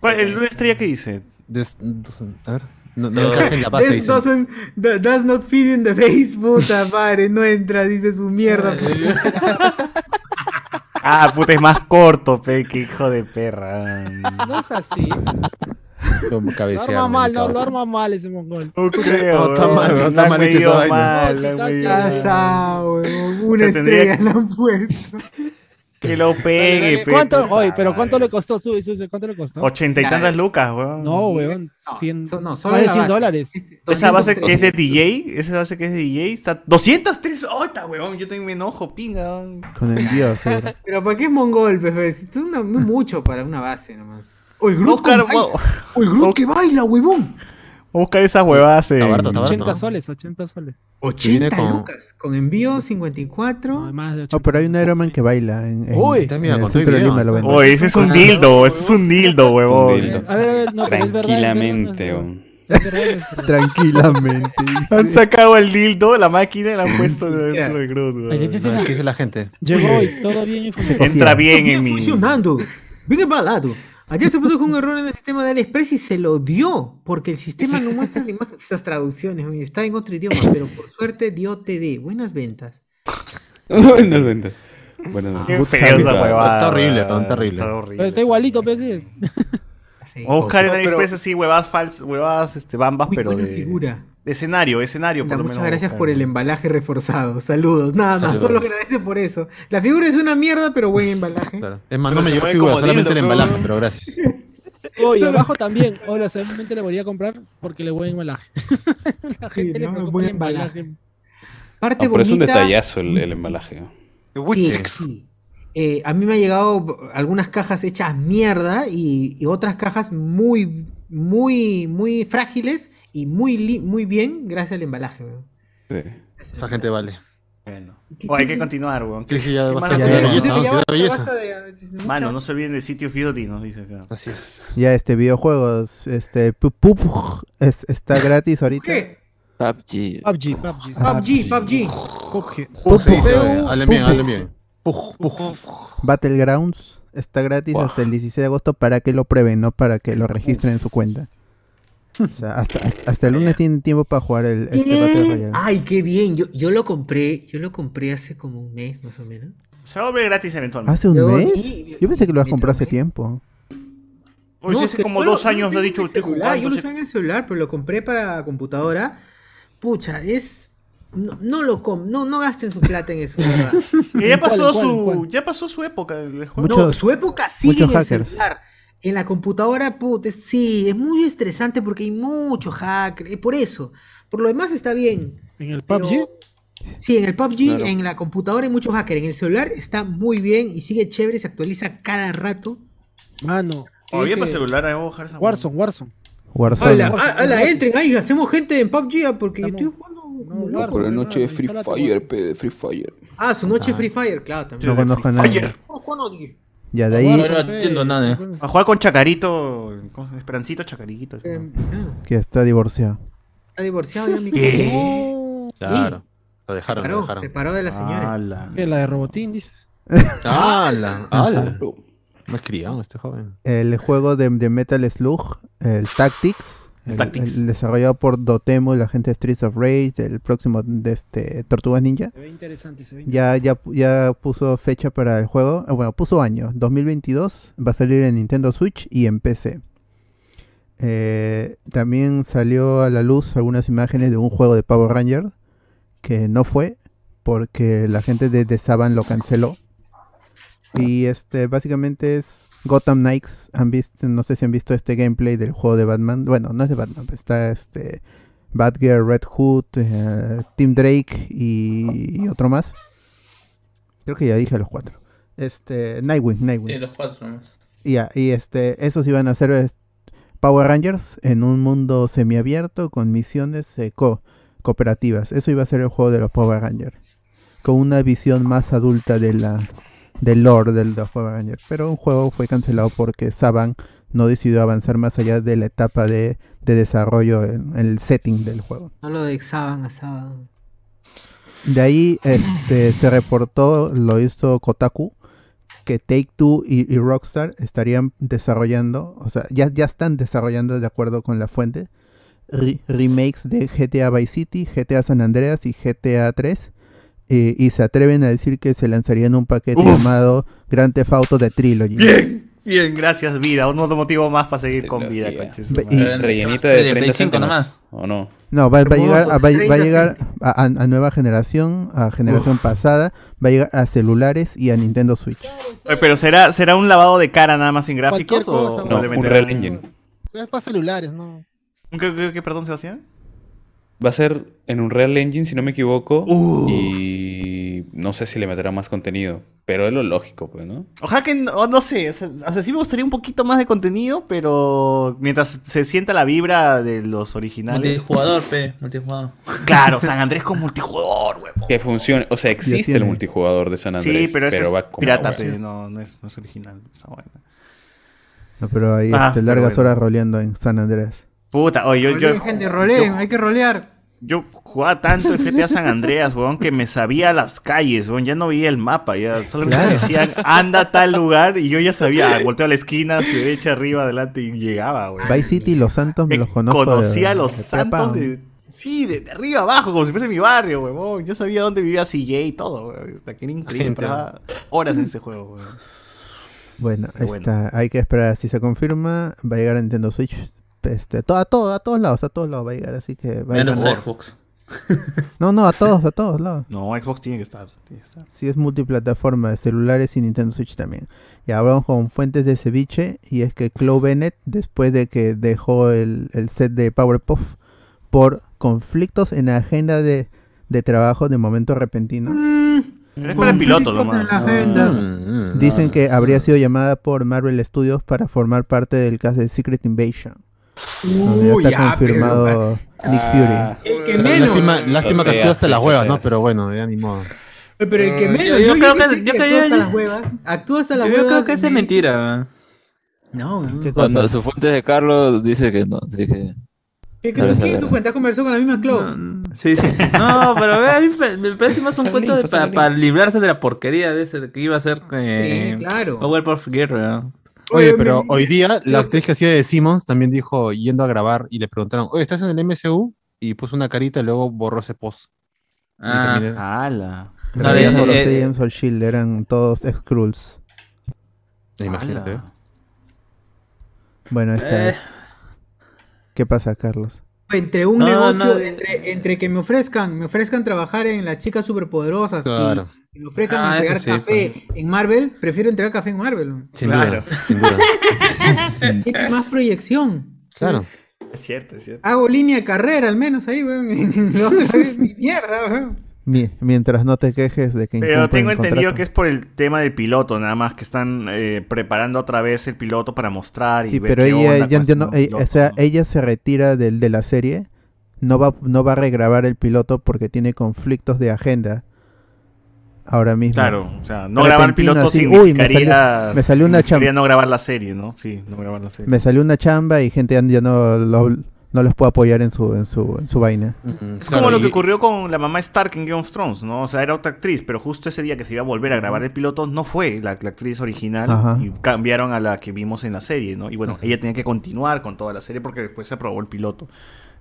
I: ¿Cuál, el, ¿Una estrella que dice?
G: Des- dos- a ver. No, no encaja en la base.
E: This
G: dice.
E: doesn't, that does not fit in the face, puta madre, no entra, dice su mierda. pues,
I: Ah, puta, es más corto, pe, que hijo de perra.
H: No es así.
E: [laughs]
G: Como
H: Lo
G: cabecear.
H: arma mal, no,
G: delicado.
H: lo arma mal ese mongol.
I: No creo,
G: No, está
I: weón.
G: mal, weón, está
I: La han
G: mal hecho
I: medido
G: esa vaina.
I: mal,
H: No,
I: la
H: si
I: han
H: está
I: medido mal.
E: Casado, huevón, una
I: Se tendría
E: estrella
I: que-
E: la han puesto.
I: Que lo pegue, pe,
H: ¿Cuánto?
I: puta
H: Oye, pero ¿cuánto
I: madre.
H: le costó? Sube, sube, ¿cuánto le costó?
I: Ochenta y tantas lucas, weón.
H: No, weón. 100,
E: no, solo
H: más de
E: la
H: 100
E: base. Este,
H: dólares.
I: Esa base que es de DJ, esa base que es de DJ, está 203. ¡Oh, está, weón! Yo también me enojo, pinga.
C: Con envío, seguro.
E: Pero ¿para qué es mongol, bebé? Si tú no, no mucho para una base nomás. Uy, Groot,
I: Oscar,
E: con-
I: wow.
E: Uy, Groot que baila, huevón.
I: Voy a buscar esas huevadas. eh, en-
G: Está barato, está barato.
H: 80 soles, 80 soles.
E: 80
G: viene con-
E: lucas, con envío 54.
C: No, pero hay un Iron Man que baila en, en-
H: Uy.
C: en
H: Está,
G: mira,
C: el
G: con
C: centro de
G: video.
C: Lima. Lo venden.
I: Oye, ese es un dildo, ese es un dildo,
J: Un dildo.
I: huevón.
H: A ver, a ver, no, pero es verdad. es verdad,
J: Tranquilamente, weón.
H: es verdad, es verdad.
C: Tranquilamente.
I: Han sacado el dildo, la máquina y la han puesto dentro del Groot, weón.
G: No, es que dice la gente.
I: [laughs]
H: Llegó y todo bien y funcionó.
I: Entra bien
E: Bien
I: en mi.
E: funcionando. Bien embalado. Ayer se produjo un error en el sistema de AliExpress y se lo dio, porque el sistema no
I: [laughs]
E: muestra la imagen. Estas traducciones, oye, está en otro idioma, pero por suerte dio TD. Buenas ventas.
J: Buenas ventas. Buenas ventas.
I: Qué
J: Puta
I: feo esa
J: vida.
I: huevada,
J: Está horrible,
I: huevada,
J: está horrible.
I: está
H: Pero está igualito, pues sí.
I: O buscar en
H: No, pero-
I: AliExpress así huevadas falsas, huevadas este, bambas, pero
E: buena
I: de,
E: figura.
I: de escenario, escenario
E: Ya,
I: por lo
E: muchas
I: menos.
E: gracias por el em- embalaje reforzado. Saludos. Nada más,
I: Saludos.
E: solo agradece por eso. La figura es una mierda, pero buen embalaje.
G: Es más, no me
E: Pero se
G: llegó
E: mueve
G: figura,
E: como
G: solamente el
E: dildo,
G: embalaje,
E: pero-
G: pero gracias.
H: Oh, y
E: Solo-
H: abajo también. Hola, solamente le volví a comprar porque le voy a embalaje. [laughs] La gente le preocupa
E: buen
H: el embalaje.
E: Parte
J: Ah, pero es un
E: bonita.
J: detallazo el, el embalaje. ¿no?
E: Sí, sí. Eh, a mí me han llegado algunas cajas hechas mierda y, y otras cajas muy, muy, muy frágiles y muy, li- muy bien gracias al embalaje. weón.
G: Esa gente vale.
I: Bueno. O hay que continuar, weón.
G: Sí, sí, ya
I: Qué
G: basta
I: mala
G: de
I: suerte.
G: belleza, ¿no? Ya basta, belleza.
E: basta de-
I: Mano, no se olviden de City of Beauty, nos dice acá.
G: Así es.
C: Ya este videojuegos, este pu- pu- pu- es- está gratis ahorita.
E: ¿Qué?
L: PUBG.
H: PUBG, PUBG.
E: PUBG, PUBG.
C: Puj,
G: Sí, sí,
C: puj,
G: hazle Eh, bien,
C: puj.
G: hazle bien.
C: Battlegrounds está gratis hasta el 16 de agosto para que lo prueben, no para que lo registren en su cuenta. O sea, hasta, hasta- hasta el lunes tienen tiempo para jugar el este Battle
E: Bien.
C: Royale.
E: Ay, qué bien. Yo, yo lo compré, yo lo compré hace como un mes más o menos.
I: Se va a volver gratis eventualmente.
C: ¿Hace un
E: Yo- y-
C: mes? Yo pensé que lo habías comprado hace tiempo.
I: Oye,
E: No,
I: sí,
E: es
I: hace
E: que
I: como
E: yo lo-
I: dos
E: yo lo
I: años
E: tengo
I: lo he
E: en
I: dicho,
E: el
I: estoy
E: celular,
I: jugando,
E: Yo lo
I: sí.
E: tengo en el celular, pero lo compré para computadora. Pucha, es. No, no lo com no, no gasten su plata en eso, de
I: [laughs]
E: ¿verdad?
I: Que ya pasó su, ya pasó su época el juego.
E: no, su época sigue en
I: muchos
E: el
I: hackers.
E: celular. En la computadora, puta, es- sí, es muy estresante porque hay mucho hacker. eh, por eso. Por lo demás está bien.
H: ¿En el
E: PUBG? Sí, en el PUBG,
H: Claro.
E: en la computadora hay muchos hackers. En el celular está muy bien y sigue chévere, se actualiza cada rato.
H: Mano.
I: Todavía
H: que-
I: Ah, para celular hay que bajar esa
H: Warzone, Warzone.
C: Warzone.
E: Ala, a- ala, ah, entren ahí, hacemos gente en PUBG ah, porque yo estoy jugando. como loco.
J: Por la noche de Free Fire, pe, de Free Fire.
E: Ah, su noche Free Fire, claro, también. Oh,
C: No conozco a nadie.
E: No, Juan Odie.
C: Ya de ahí,
I: A jugar con Chacarito, ¿cómo se llama? Esperancito Chacarito. ese, ¿no?
C: que está divorciado.
E: eh, Está divorciado ya mi
I: ¿Qué?
E: No.
G: Claro.
E: Sí.
G: Lo dejaron,
E: Se
G: lo
E: paró,
G: dejaron.
E: se paró de la señora.
I: Ala.
H: Que la de Robotín, dice.
G: ¡Hala! ¡Hala! Más criado este joven.
C: El juego de, de Metal Slug, el Tactics, el,
G: Tactics.
C: el desarrollado por Dotemu y la gente de Streets of Rage, el próximo de este Tortugas Ninja.
H: Se ve interesante, se ve
C: Ya, ya, pu- ya puso fecha para el juego, eh, bueno, puso año, 2022, va a salir en Nintendo Switch y en PC. Eh, también salió a la luz algunas imágenes de un juego de Power Ranger que no fue porque la gente de, de Saban lo canceló. Y este básicamente es Gotham Knights. Han visto, no sé si han visto este gameplay del juego de Batman. Bueno, no es de Batman, pues está este Batgirl, Red Hood, eh, Team Drake y, y otro más. Creo que ya dije a los cuatro. Este Nightwing, Nightwing.
F: Sí, los cuatro más.
C: Y ya, y este, esos iban a ser es- Power Rangers en un mundo semiabierto con misiones eh, co- cooperativas. Eso iba a ser el juego de los Power Rangers. Con una visión más adulta de la, del lore del- de los Power Rangers. Pero un juego fue cancelado porque Saban no decidió avanzar más allá de la etapa de, de desarrollo en en el setting del juego.
E: Hablo de Xaban a Xaban.
F: Eh,
C: De ahí este, se reportó, lo hizo Kotaku, que Take Two y, y Rockstar estarían desarrollando, o sea, ya, ya están desarrollando de acuerdo con la fuente, re- remakes de GTA Vice City, GTA San Andreas y GTA 3. eh, y se atreven a decir que se lanzaría en un paquete
I: Uf.
C: llamado Grand Theft Auto de Trilogy.
I: Bien, bien, gracias vida. Un otro motivo más para seguir con vida, conches.
C: Ve- y-
J: Rellenita de 30
F: 35
J: céntimos,
F: nomás.
J: ¿O no?
C: No, va, va a
F: Hermoso,
C: llegar, a, va- va a,
F: 30
C: llegar a, a- a nueva generación, a generación pasada, va a llegar a celulares y a Nintendo Switch.
I: Oye, pero será, será un lavado de cara nada más sin gráficos
H: Cualquier
I: o
H: cosa,
J: No,
I: le
J: un
I: meterán-
J: Real Engine.
H: Es para celulares, ¿no?
I: ¿Qué, qué- qué, perdón, Sebastián?
J: Va a ser en un Real Engine, si no me equivoco. Y no sé si le meterá más contenido. Pero es lo lógico, pues, ¿no?
I: Ojalá que no, no sé, o sea, o sea, sí me gustaría un poquito más de contenido, pero mientras se sienta la vibra de los originales.
F: Multijugador, pe, multijugador.
I: Claro, San Andrés con multijugador, güey.
J: Que funcione. O sea, existe el
I: tiene.
J: multijugador de San Andrés.
I: Sí, pero ese
J: va
I: es
J: como
I: pirata,
J: agua.
I: pe, no, no es, no es original. esa vaina.
C: No, pero ahí
I: Ah,
C: este,
I: pero
C: largas
I: bueno.
C: horas roleando en San Andrés.
I: Puta, oye, yo, yo,
E: Roleen, gente, roleen, hay que rolear.
I: Yo jugaba tanto el GTA San Andreas, weón, que me sabía las calles, weón. Ya no veía el mapa, ya solo me decían, anda a tal lugar, y yo ya sabía, volteo a la esquina, su derecha, arriba, adelante, y llegaba, weón.
C: Vice City, Los Santos,
I: [laughs]
C: me los conozco.
I: Conocía a
C: de-
I: los
C: de
I: santos
C: Peapa.
I: de. Sí, de, de arriba abajo, como si fuese mi barrio, weón. Yo sabía dónde vivía CJ y todo, weón. Hasta que era increíble,
C: Gente,
I: pasaba horas en ese juego, weón.
C: Bueno,
I: Pero bueno.
C: está. Hay que esperar. Si se confirma, va a llegar a Nintendo Switch. Este, todo, a todo, a todos lados, a todos lados va a llegar, así que va a
I: Menos
C: llegar.
I: Xbox.
C: No, no, a todos, a todos lados.
I: No, Xbox tiene que estar. Tiene que estar.
C: Si es multiplataforma, de celulares y Nintendo Switch también. Y hablamos con fuentes de ceviche, y es que Chloe Bennett, después de que dejó el, el set de Powerpuff por conflictos en la agenda de, de trabajo de momento repentino.
F: Mm.
C: Mm.
I: Es para el piloto,
C: Conflictos
I: nomás.
C: en la agenda. Dicen que habría sido llamada por Marvel Studios para formar parte del caso de Secret Invasion.
F: Mm.
C: donde ya
G: Uy,
C: está
G: ya,
C: confirmado
G: pero-
C: Nick
G: Ah.
C: Fury.
G: El que menos. Lástima- lástima que activaste las huevas, ¿no? Pero bueno, ya ni modo.
E: Pero el que
F: Mm, yo-
E: menos.
F: yo creo que-
E: pensé
F: yo creo-
E: actúa hasta
F: yo-
E: las huevas. Actúa hasta las
F: Yo
E: huevas.
F: creo que esa es
E: y-
F: mentira.
E: No,
L: Cuando su fuente de Carlos dice que no, así que.
E: ¿Qué,
L: Dale,
E: crees que
L: dale.
E: tu cuenta conversó con la misma Chloe?
F: Sí, sí, sí. No, pero ve, a mí me- me parece más un
E: Pásale
F: cuento
E: el link,
F: de-
E: pásale
F: para,
E: el
F: para librarse de la porquería de ese de que iba a ser eh,
L: Sí, claro.
F: Powerpuff Girl. ¿no?
G: Oye, pero hoy día la actriz que hacía de Simmons también dijo, yendo a grabar, y le preguntaron, oye, ¿estás en el MCU? Y puso una carita y luego borró ese post.
F: Ah.
I: ¡Hala!
C: Pero
F: No,
C: ya
F: eh,
C: solo
F: eh,
C: Saiyan, Soul Shield, E eran todos Skrulls.
F: ah,
G: Imagínate. ¿eh?
I: ¡Hala!
C: Bueno, esta
E: Eh.
C: es. ¿Qué pasa, Carlos?
E: Entre un
F: No,
E: negocio,
F: no.
E: Entre, entre que me ofrezcan, me ofrezcan trabajar en las chicas superpoderosas
G: Claro.
E: y que me ofrezcan
G: Ah,
E: entregar
G: eso sí,
E: café en Marvel, prefiero entregar café en Marvel.
G: Sin duda, sin duda.
E: Tiene más proyección.
G: Claro.
I: Es cierto, es cierto.
E: Hago línea de carrera al menos ahí, weón. [laughs] En lo otro es mi mierda, weón.
C: Mi- mientras no te quejes de que
I: Pero
C: incumplen
I: tengo
C: el
I: entendido
C: contrato.
I: que es por el tema del piloto, nada más que están eh, preparando otra vez el piloto para mostrar y
C: Sí,
I: ver
C: pero
I: qué
C: ella, ya
I: onda con
C: entiendo,
I: este
C: ella-
I: nuevo
C: o sea, eh, ella se retira del, de la serie, no va, no va a regrabar el piloto porque tiene conflictos de agenda ahora mismo.
I: Claro, o sea, no grabar el
C: Repentino,
I: piloto
C: así,
I: significaría,
C: uy, me salió, me salió una
I: significaría
C: chamba,
I: no grabar la serie, ¿no? Sí, no grabar la serie.
C: me salió una chamba y gente ya ya no, lo- no los puedo apoyar en su, en su, en su vaina.
L: Mm,
I: Es como lo que ocurrió con la mamá Stark en Game of Thrones, ¿no? O sea, era otra actriz, pero justo ese día que se iba a volver a grabar el piloto, no fue la, la actriz original
C: Ajá.
I: y cambiaron a la que vimos en la serie, ¿no? Y bueno, ella tenía que continuar con toda la serie porque después se aprobó el piloto.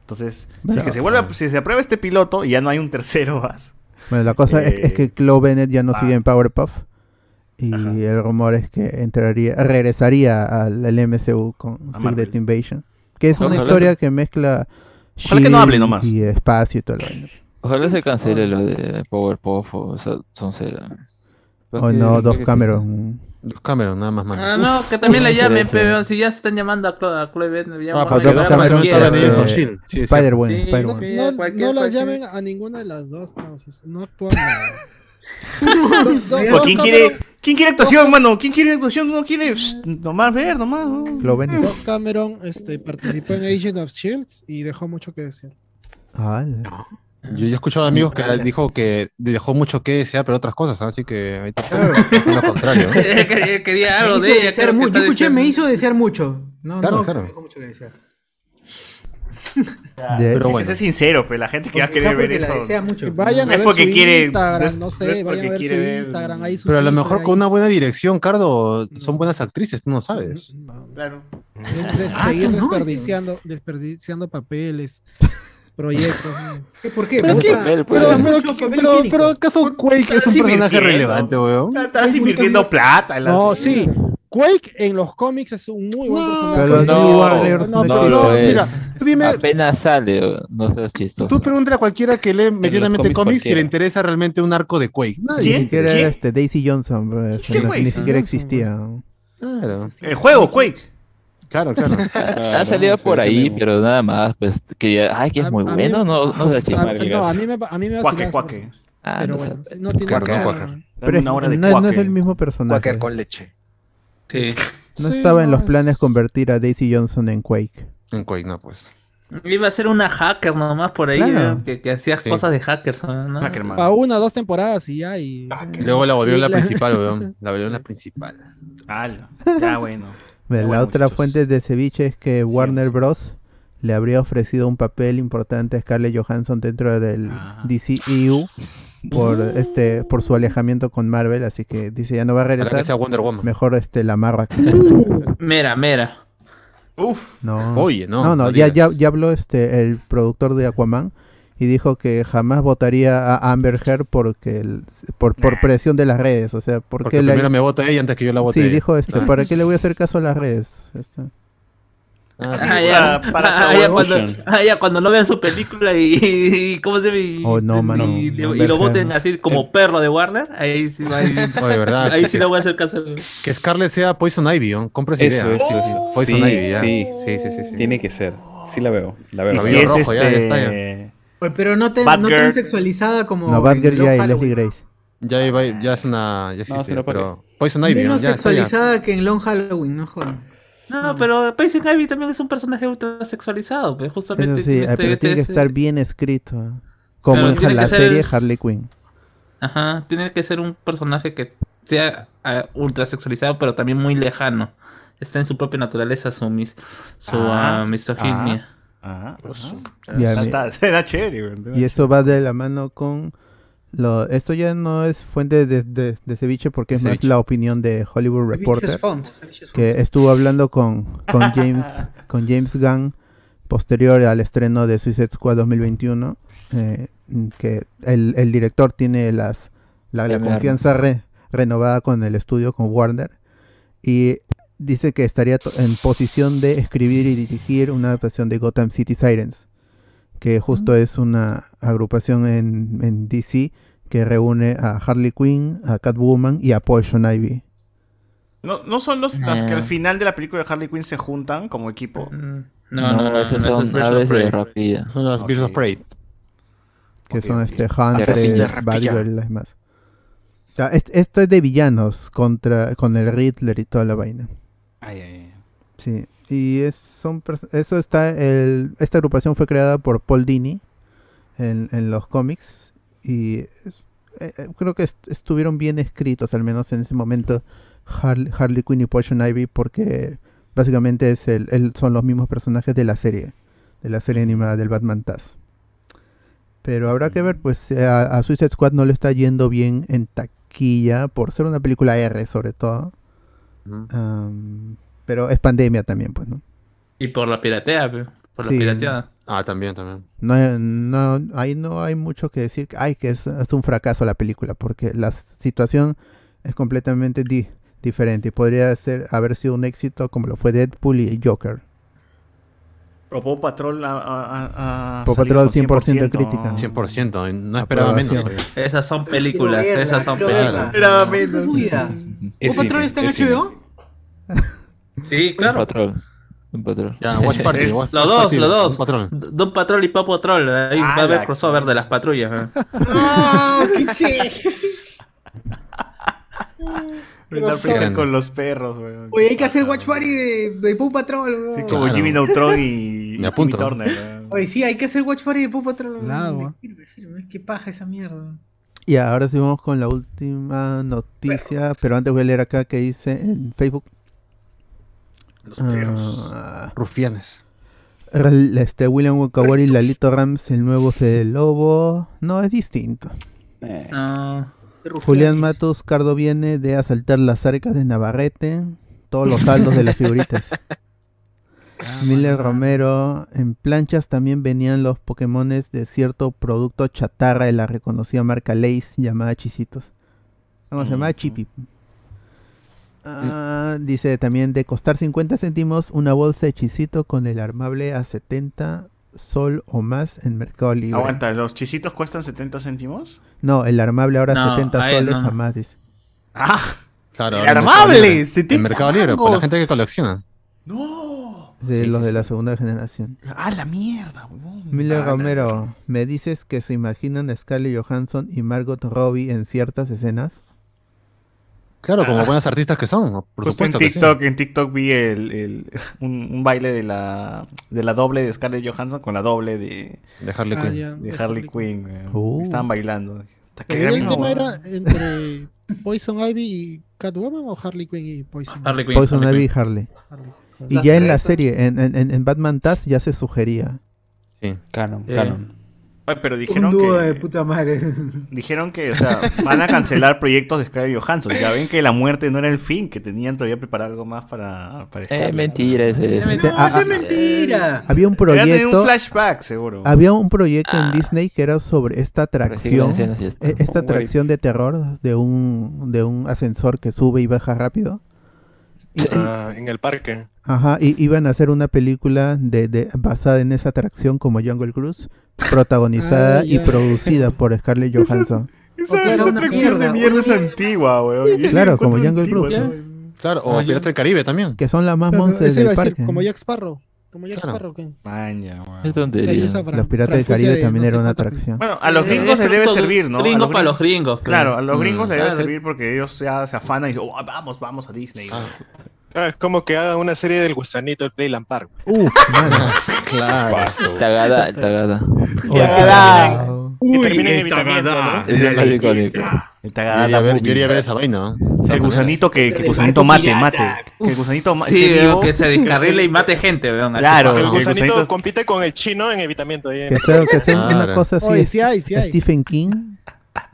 I: Entonces, si,
C: Bueno,
I: es que se vuelve, si se aprueba este piloto y ya no hay un tercero más.
C: Bueno, la cosa es- es, que Chloe Bennett ya no
I: ah.
C: sigue en Powerpuff. Y el rumor es que entraría, regresaría al, al MCU con
I: A
C: Secret Invasion. Que es una
L: Ojalá
C: historia
L: se-
C: que mezcla
L: Ojalá que no hable
C: Shield
L: nomás.
C: y espacio y todo lo vaina.
L: Ojalá se cancele lo de Powerpuff o esa soncera.
C: O Oh, no, Dos Cameron.
G: Dos Cameron, nada más,
F: Ah, no, que también la llamen, pero si ya se están llamando a Chloe, a Chloe Bennett, ya
C: Ah,
F: van a
C: para Dos
F: llevar a
C: Cameron
F: cualquiera.
C: estaba en eso,
G: Shield. Sí, sí.
C: Spider-Man.
F: Sí,
C: Spider-Man.
F: sí,
H: No,
F: cualquier-
H: no las
F: cualquier-
H: llamen a ninguna de las dos, no, si no actúan.
I: [laughs]
H: nada. Do- do-
I: ¿O
H: dos
I: ¿Quién quiere, ¿Quién quiere actuación, mano? ¿Quién quiere actuación? No quiere. Pss, nomás ver, nomás. ¿no?
C: Chloe Bennett.
H: Bob Cameron este, participó en Agent of Shields y dejó mucho que decir.
C: Ah,
I: Ah,
C: Ala.
G: Yo, yo he escuchado amigos que dijo que dejó mucho que desear, pero otras cosas, ¿ah? así que ahí está. lo
F: [laughs]
G: contrario.
F: Ella [laughs] quería, quería algo
E: Me
F: de
E: hizo
F: ella.
E: desear
F: creo que
E: mucho.
F: está
E: Yo escuché,
F: deseando.
E: me hizo desear mucho. No,
G: Claro,
E: no,
G: claro.
E: me dejó mucho que desear.
C: De-
I: Pero
C: Pero
I: bueno.
C: bueno.
I: Ser sincero, pues la gente que va a
E: Porque-
I: querer ver
E: porque la
I: eso.
E: desea mucho.
H: Vayan
I: No
H: a
I: es
H: ver
I: porque
H: su
I: quiere- no es-
H: Instagram, no
I: no
H: sé,
I: es
H: vayan
I: porque
H: a ver su
I: quiere ver-
H: Instagram, ahí su
G: Pero a lo
H: Instagram,
G: mejor con una buena dirección, Cardo,
F: Mm.
G: son buenas actrices, tú no sabes.
I: Claro.
H: Es de
E: Ah,
H: seguir
E: tú no,
H: desperdiciando, desperdiciando papeles, [laughs] proyectos.
E: ¿Qué- ¿Por qué?
H: Pero
E: ¿Por
H: qué-
E: qué?
H: pero-
L: pues.
E: Porque
H: pero-
E: mucho
H: pero-
E: papel
H: pero-
E: higiénico.
G: pero caso Quake es un
I: Estás
G: personaje
I: invirtiendo.
G: relevante, weón.
I: Estás invirtiendo plata. en la
H: No,
I: serie.
H: sí. Quake en los cómics es un muy buen personaje.
C: pero los New Warriors
H: no,
C: no
H: pero
L: lo
H: no,
L: es.
H: mira,
G: tú dime-
L: Apenas sale, no seas chistoso.
G: Tú pregúntale a cualquiera que lee medianamente
L: cómics
G: cómics si
L: cualquiera.
G: le interesa realmente un arco de Quake.
C: Ni
G: Nadie.
C: siquiera era este, Daisy Johnson, pues,
G: ¿Qué
C: no-
G: güey?
C: ni siquiera
G: Ah,
C: existía.
G: Claro.
I: El juego, Quake.
G: Claro, claro.
L: [laughs] [laughs]
F: Ah,
L: Ha salido por ahí, pero nada más, pues, que ya, ay, que es muy
H: a mí-
L: bueno, no, no seas
H: a-
L: chistoso.
H: no, a mí me, a mí me va a
I: Cuaque,
H: sonar-
I: cuaque.
L: Ah,
H: Pero
L: no
H: bueno,
L: sé.
H: si no tiene
L: Cuaque,
H: cara-
L: cuaque.
C: Pero es-
I: Una hora de
C: no, no es
I: cuaque.
C: el mismo personaje.
W: Quaker con leche.
F: Sí.
C: No
H: Sí,
C: estaba en
H: no,
C: los
H: es-
C: planes convertir a Daisy Johnson en Quake.
G: En Quake, no, pues.
F: Iba a ser una hacker nomás por ahí,
C: Claro.
F: ¿eh? que, que hacías
G: Sí.
F: cosas de hackers.
I: Ah,
F: ¿no?
G: Hackerman.
H: Para una, dos temporadas y ya. Y...
X: Ah,
H: eh.
G: Luego la volvieron la
H: Y la-
G: principal, weón. La volvieron la principal.
I: Ala, Ya, bueno.
C: Mira, la otra fuente de ceviche es que Warner Bros. le habría ofrecido un papel importante a Scarlett Johansson dentro del
I: Ah.
C: DCEU por este por su alejamiento con Marvel, así que dice ya no va a regresar.
G: que sea Wonder Woman.
C: Mejor este la amarra.
G: [laughs]
C: aquí.
F: Mera, mera.
I: [laughs] Uf.
C: No.
G: Oye, no,
C: No, no,
G: no
C: ya, ya,
G: digas.
C: ya habló este el productor de Aquaman y dijo que jamás votaría a Amber Heard porque el- por, por presión de las redes, o sea, porque,
G: Porque
C: la-
G: primero me vota ella antes que yo la vote.
C: Sí,
G: a ella.
C: dijo este,
G: Ah.
C: ¿para qué le voy a hacer caso a las redes? Este.
F: Ah, ya. Ah, ya cuando, ah, ya cuando no vean su película y, y- cómo se ve y,
C: Oh, no, mano.
F: y- y-
C: No,
F: y
C: no,
F: lo voten
C: no. Eh. Ah,
F: así como perro de Warner, ahí sí, va- ahí,
G: No, de verdad.
F: ahí
G: que-
F: sí le voy a hacer caso.
G: Que Scarlett sea Poison Ivy, ¿no? compra esa
X: Eso
G: idea. Oh.
X: es, sí, sí.
G: Poison
X: Sí,
G: Ivy, ya.
X: sí, sí, sí, Tiene que ser. Sí la veo. La veo.
G: Y
X: la
G: si
X: veo.
G: es Rojo, ya, este- ya está,
E: Oye, Pues, Pero no te-
X: Bad
E: no tan
X: Girl.
E: sexualizada como.
C: No,
E: en
C: Badger
E: Love
C: ya y
E: Halloween.
C: Leslie Grace.
G: Ya, iba- ya es una. Ya existe,
X: sí, no, ¿para
G: pero. Poison Ivy, ¿no?
E: Menos
G: ya está, ya.
E: sexualizada que en Long Halloween, no jodan.
F: No, pero pues, Pacing Ivy también es un personaje ultra sexualizado, pues justamente.
C: Eso sí, ah,
F: este-
C: pero
F: este-
C: tiene que
F: este-
C: estar bien escrito. Como
F: Claro,
C: en
F: tiene que
C: la
F: ser-
C: serie Harley Quinn.
F: Ajá, tiene que ser un personaje que sea ah, ultra sexualizado, pero también muy lejano. Está en su propia naturaleza, su, mis, su
I: Ah,
F: ah, misoginia.
I: Ah,
C: Ya,
I: Está-
C: mira.
I: está- era chévere, güey, era
C: Y eso va de la mano con... Lo, esto ya no es fuente de, de, de ceviche porque es más
E: Ceviche.
C: la opinión de Hollywood Reporter
E: font, ceviche's
C: que estuvo hablando con, con James con James Gunn posterior al estreno de Suicide Squad 2021 eh, que el, el director tiene las la, la
Y: Tener.
C: confianza re- renovada con el estudio con Warner y dice que estaría to- en posición de escribir y dirigir una adaptación de Gotham City Sirens que justo es una agrupación en, en DC que reúne a Harley Quinn, a Catwoman y a Poison Ivy.
I: No, no son los, las que
C: Ah.
I: al final de la película de Harley Quinn se juntan como equipo.
F: Mm, No, no, no,
L: esas
F: no, eso es
L: son
F: Birds of
L: aves de
F: Prey.
L: rapida.
G: Son las Birds of Prey.
C: Que son este
L: Agarrasilla,
C: Hunter,
L: rapilla.
C: Batgirl y las más. O sea, es- esto es de villanos contra con el Riddler y toda la vaina.
I: Ay, ay,
C: Sí. Y es, son pers- eso está el, esta agrupación fue creada por Paul Dini en, en los cómics y es- eh, eh, creo que est- estuvieron bien escritos al menos en ese momento Harley, Harley Quinn y Poison Ivy porque básicamente es el, el- son los mismos personajes de la serie de la serie animada del Batman Taz. Pero habrá que ver, pues a, a Suicide Squad no le está yendo bien en taquilla por ser una película R sobre todo. Am, pero es pandemia también, pues, ¿no?
F: Y por la piratea, pe, por la
C: Sí.
F: pirateada.
G: Ah, también, también.
C: No, no, ahí no hay mucho que decir. que, Ay, que es, es un fracaso la película, porque la situación es completamente di- diferente. y Podría ser, haber sido un éxito como lo fue Deadpool y Joker.
I: O Paw Patrol a, a, a- a
C: Paw
I: salir
C: Patrol
I: con
C: 100% crítica.
G: 100%, ¿eh? no esperaba menos. ¿eh?
C: Aprobación.
F: Esas son películas,
E: Quiero verla,
F: esas son
E: quiero
F: películas.
E: verla.
G: [laughs]
E: Era menos. Mira. ¿Vos patrón está en HBO?
F: Sí, claro.
L: Patrón. Un patrón.
G: Ya,
F: Los dos, los dos. D- Don Patrol y Papo Patrol. Ahí va a haber
L: la-
F: crossover de las patrullas. ¿eh?
E: ¡Oh, [laughs] qué chévere!
I: Brindar
E: Grosor.
I: prisa con los perros, weón.
E: Oye, hay que hacer Watch Party de, de Paw Patrol.
I: Sí,
E: weón.
I: como Jimmy Neutron y,
G: Me
I: y Timmy
G: apunto.
I: Turner, weón.
E: Oye, sí, hay que hacer Watch Party de Paw Patrol.
C: Claro,
E: weón. Firme, firme. Qué paja esa mierda.
C: Y ahora sí vamos con la última noticia, pero antes voy a leer acá que dice en Facebook. Los
G: perros. Rufianes.
C: Este William Wakawari y Lalito Rams, el nuevo Fede Lobo. No, es distinto.
F: No.
C: Julián Matus Cardo viene de asaltar las arcas de Navarrete, todos los saldos de las
I: [laughs]
C: figuritas.
I: Ah,
C: [laughs] Miller Romero, en planchas también venían los Pokémones de cierto producto chatarra de la reconocida marca Lays llamada Chisitos. Vamos, llamada Chipi. Ah, dice también de costar 50 céntimos una bolsa de chisito con el armable a 70 sol o más en Mercado Libre.
I: Aguanta, ¿los chisitos cuestan 70 céntimos?
C: No, el armable ahora
I: No,
C: 70
I: ahí
C: soles
I: no.
C: a más, dice.
I: ¡Ah!
G: Claro,
I: ¡El
G: en
I: armable!
G: Mercado Libre.
I: 70
G: En Mercado Libre, para la
I: mangos.
G: gente que colecciona.
C: De los de la segunda generación.
I: ¡Ah, la mierda, weón!
C: Miller Romero, ¿me dices que se imaginan a Scarlett Johansson y Margot Robbie en ciertas escenas?
G: Claro, como buenas artistas que son, por
I: Justo Ah. Pues en
G: supuesto. que sí.
I: TikTok, en TikTok vi el, el- [laughs] un, un baile de la, de la doble de Scarlett Johansson con la doble de,
G: de Harley
H: Ah, Quinn. ya,
I: de
H: de
I: Harley Quinn. weón.
C: Uh.
I: Estaban bailando. Está que
H: Pero
I: era
H: el
I: mi
H: tema
I: mamá.
H: era entre Poison Ivy y Catwoman o Harley Quinn y Poison
F: Harley
C: Poison Ivy y Pues Harley. Y ya en la serie, en, en- en- en Batman Taz ya se sugería.
X: Sí, canon,
C: Sí.
X: canon.
I: Ay, pero dijeron
E: Un dúo
I: que.
E: de puta madre.
G: Eh,
I: Dijeron que, o sea, van
H: [laughs]
I: a cancelar proyectos de Scarlett Johansson. Ya ven que la muerte no era el fin, que tenían todavía preparado algo más para. para
C: Eh,
I: Scarlett.
C: mentira ese- ese. No,
I: Ah,
C: ese es
I: ah,
C: mentira.
G: eh,
C: Había un
I: Deberían tener
C: proyecto-
I: un flashback, seguro.
C: Había un proyecto en Disney que era sobre esta atracción,
I: Reciben escenas y ya está.
C: eh, esta
I: Oh, güey.
C: atracción de terror de un de un ascensor que sube y baja rápido.
S: Ah, en el parque.
C: Ajá, y iban a hacer una película de, de- basada en esa atracción como Jungle Cruise, protagonizada
I: Ah,
C: y
I: ya.
C: producida por
H: [laughs]
C: Scarlett Johansson.
I: Esa,
E: claro,
I: esa
E: una mierda,
I: atracción de mierda es antigua, weón.
C: Claro, como
I: Encuentro
C: Jungle
I: antigua,
C: Cruise.
I: ¿no?
C: ¿no?
G: Claro, o Pirata del Caribe también.
C: Que son las más
H: Claro,
C: monces
H: eso iba
C: del
H: a decir,
C: parque.
H: como Jack Sparrow. Como Jack Sparrow, ¿qué?
I: Maña,
C: Es
H: tontería. Sí, yo uso fran-
C: Los Piratas del
H: francucia
C: Caribe
H: de
C: también
H: no
C: era
H: sé
C: una
H: cuánto-
C: atracción.
I: Bueno, a los
H: Eh,
I: gringos
H: es
I: les debe
H: producto
I: servir, ¿no?
H: gringo
I: A
H: para los gringos,
I: Claro,
H: claro.
I: a los
H: Mm,
I: gringos les debe
S: claro.
I: servir porque ellos ya se afanan y dicen, "Oh, vamos, vamos a Disney.
S: Ah, es como que haga una serie del gusanito del Playland Park.
C: Uh,
G: claro.
L: Tagada, tagada.
S: Y
I: Uy,
S: termina
I: el
S: inevitable,
I: tagadá.
S: ¿no?
L: Es el más icónico.
I: El
G: Yo
I: tagada
G: iría a ver-
I: movie.
G: yo iría a ver esa vaina.
I: El gusanito que, que el gusanito mate, mate. Que el gusanito ma-
F: Sí,
I: esté
F: weón,
I: vivo.
F: que se descarrile y mate gente, weón.
I: este [laughs] Claro,
F: Así
I: el
F: pasa.
I: gusanito-
S: Gusanito compite con el chino en evitamiento. ahí en-
C: Que sea, que sea una cosa así.
H: Oye,
C: es-
H: sí hay, sí hay.
C: Stephen King.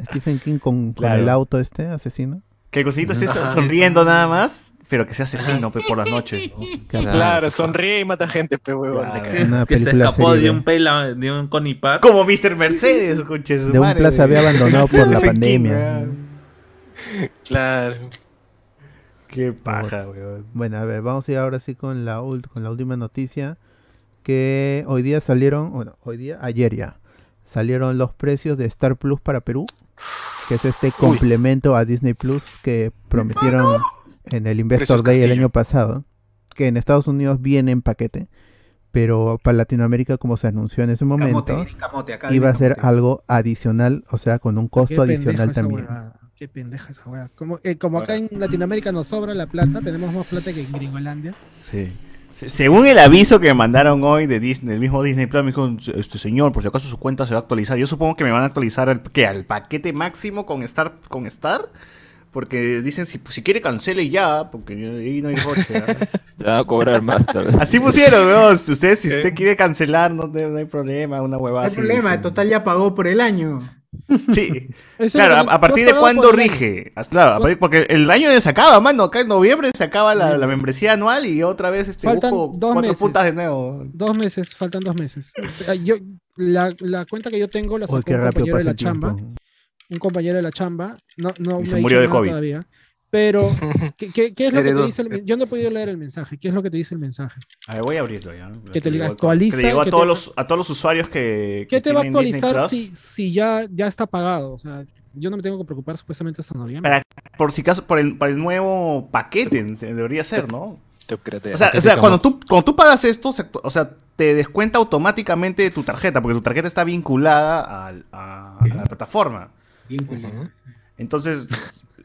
C: Stephen King con, con
I: Claro.
C: el auto este, asesino.
I: Que el gusanito esté
C: Ajá.
I: sonriendo nada más, pero que sea asesino pe, por las noches.
S: Claro, sonríe y mata gente, pe huevón. te
I: Claro.
S: cagas.
C: Una
F: que se
C: película
F: escapó
C: serie
F: de
C: B.
F: un, pela, de un conipar. [laughs]
I: Como Mr. Mercedes, conches.
C: De un plaza B
I: [laughs]
C: abandonado por
I: Este
C: la pandemia.
I: ah.
S: Claro.
I: Qué paja, weón.
C: Bueno, a ver, vamos a ir ahora sí con la, ult- con la última noticia. Que hoy día salieron, bueno, hoy día, ayer ya, salieron los precios de Star Plus para Perú, que es este complemento a Disney Plus que prometieron en el Investor
Y: Precios
C: Day el
Y: Castillo.
C: año pasado, que en Estados Unidos viene en paquete, pero para Latinoamérica, como se anunció en ese momento,
E: viene camote, acá
C: iba
E: viene
C: a ser algo adicional, o sea, con un
H: Qué
C: costo
H: pendeja
C: adicional
H: esa
C: también.
H: huevada, Qué pendeja esa weá. Como, eh, como acá en Latinoamérica nos sobra la plata, tenemos más plata que en Gringolandia.
I: Sí. Se- Según el aviso que me mandaron hoy de Disney, del mismo Disney Plus, me dijo, este señor, por si acaso su cuenta se va a actualizar. Yo supongo que me van a actualizar al, ¿qué? al paquete máximo con Star, con Star, porque dicen si, pues, si quiere cancele ya, porque ahí no hay roche. ¿ah?
L: [laughs] Te van a cobrar más, tal vez.
I: Así
E: [laughs]
I: pusieron, weón. Si usted, si usted quiere cancelar, no, te- no hay problema, una huevada.
E: No hay
I: así
E: problema,
I: dicen.
E: total ya pagó por el año. [laughs]
I: Sí.
E: Eso
I: Claro, a,
E: es lo que
I: a
E: tú
I: partir
E: has
I: de
E: pagado
I: cuándo
E: por el año.
I: rige. As- Claro, a partir- porque el año se acaba, mano. Acá en noviembre se acaba la, la membresía anual y otra vez este
H: Mm. Faltan
I: busco
H: dos
I: cuatro
H: meses.
I: puntas de nuevo.
H: Dos meses, faltan dos meses. Ah, Yo, la, la cuenta que yo tengo la
C: Uy,
H: sacó
C: qué
H: un
C: rápido
H: compañero
C: pasa
H: de la
C: el tiempo.
H: chamba. Un compañero de la chamba. No, no
I: Y
H: me
I: se
H: ha dicho
I: murió de
H: nada
I: COVID.
H: Todavía. Pero, ¿qué, qué- qué es lo que
I: Heredó.
H: te dice el men- Yo no he podido leer el mensaje. ¿Qué es lo que te dice el mensaje?
I: A ver, voy a abrirlo ya. ¿no?
H: Que te
I: llegó-
H: actualiza
I: Que le llegó a
H: y que
I: todos,
H: te-
I: los, a todos los usuarios que.
H: ¿Qué
I: que
H: te va a
I: tienen Disney
H: actualizar
I: Plus.
H: si, si ya, ya está pagado? O sea, yo no me tengo que preocupar supuestamente hasta noviembre.
I: Para, por si acaso, por el, para el nuevo paquete te- debería ser, ¿no?
S: Te upgradeas.
I: O sea, o
S: Paquete
I: sea,
S: como-
I: cuando, tú, cuando tú pagas esto, se actu- o sea, te descuenta automáticamente de tu tarjeta, porque tu tarjeta está vinculada al- a, a la plataforma. Entonces,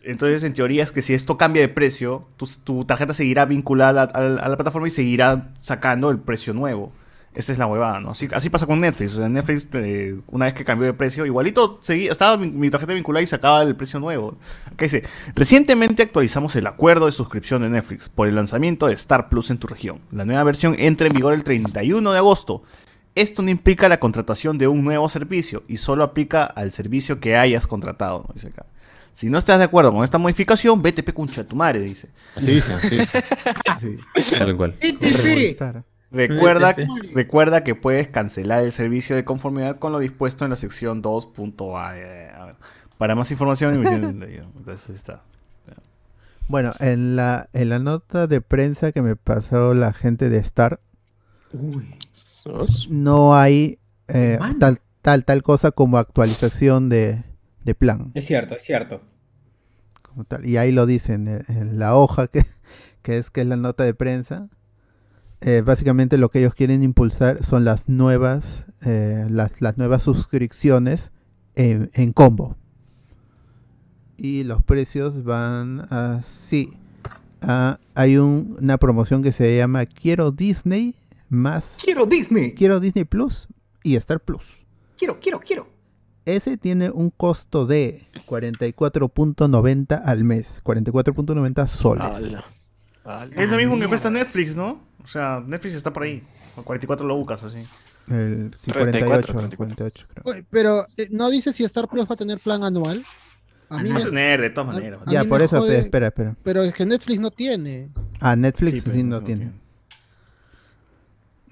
I: entonces, en teoría es que si esto cambia de precio, tu, tu tarjeta seguirá vinculada a, a la- a la plataforma y seguirá sacando el precio nuevo. Esa es la huevada, ¿no? Así, así pasa con Netflix. O sea, Netflix, eh, una vez que cambió de precio, igualito seguí- estaba mi, mi tarjeta vinculada y sacaba el precio nuevo. Acá dice, recientemente actualizamos el acuerdo de suscripción de Netflix por el lanzamiento de Star Plus en tu región. La nueva versión entra en vigor el 31 de agosto. Esto no implica la contratación de un nuevo servicio y solo aplica al servicio que hayas contratado, ¿no? dice acá. Si no estás de acuerdo con esta modificación, vete pe cuncha tu madre, dice.
G: Así dice, así dice.
I: Sí.
G: Tal cual.
I: Recuerda,
G: Sí,
I: recuerda que puedes cancelar el servicio de conformidad con lo dispuesto en la sección 2.a. eh, a ver. Para más información, [laughs] entonces ahí está.
C: Bueno, en la, en la nota de prensa que me pasó la gente de Star, no hay eh,
E: Mano.
C: tal, tal, tal cosa como actualización de, de plan.
Z: Es cierto, es cierto.
C: como tal. Y ahí lo dicen eh, en la hoja que, [laughs] que es que es la nota de prensa. Eh, básicamente lo que ellos quieren impulsar son las nuevas eh, las, las nuevas suscripciones en, en combo. Y los precios van así. Ah, hay un- una promoción que se llama Quiero Disney más
E: Quiero Disney.
C: Quiero Disney Plus y Star Plus.
E: Quiero, quiero, quiero.
C: Ese tiene un costo de 44.90 al mes, 44.90 soles.
I: Es lo mismo que cuesta Netflix, ¿no? O sea, Netflix está por ahí. Con 44 lo buscas, así.
C: El
I: 34,
C: 58, 58, creo.
H: Oye, Pero eh, no dice si Star Plus va a tener plan anual. A
I: Va a
H: me-
I: tener, de todas maneras.
H: a
C: Ya,
H: mí
C: por
H: me
C: eso,
H: jode-
C: pe- espera, espera.
H: Pero es que Netflix no tiene.
C: Ah, Netflix sí, no tiene.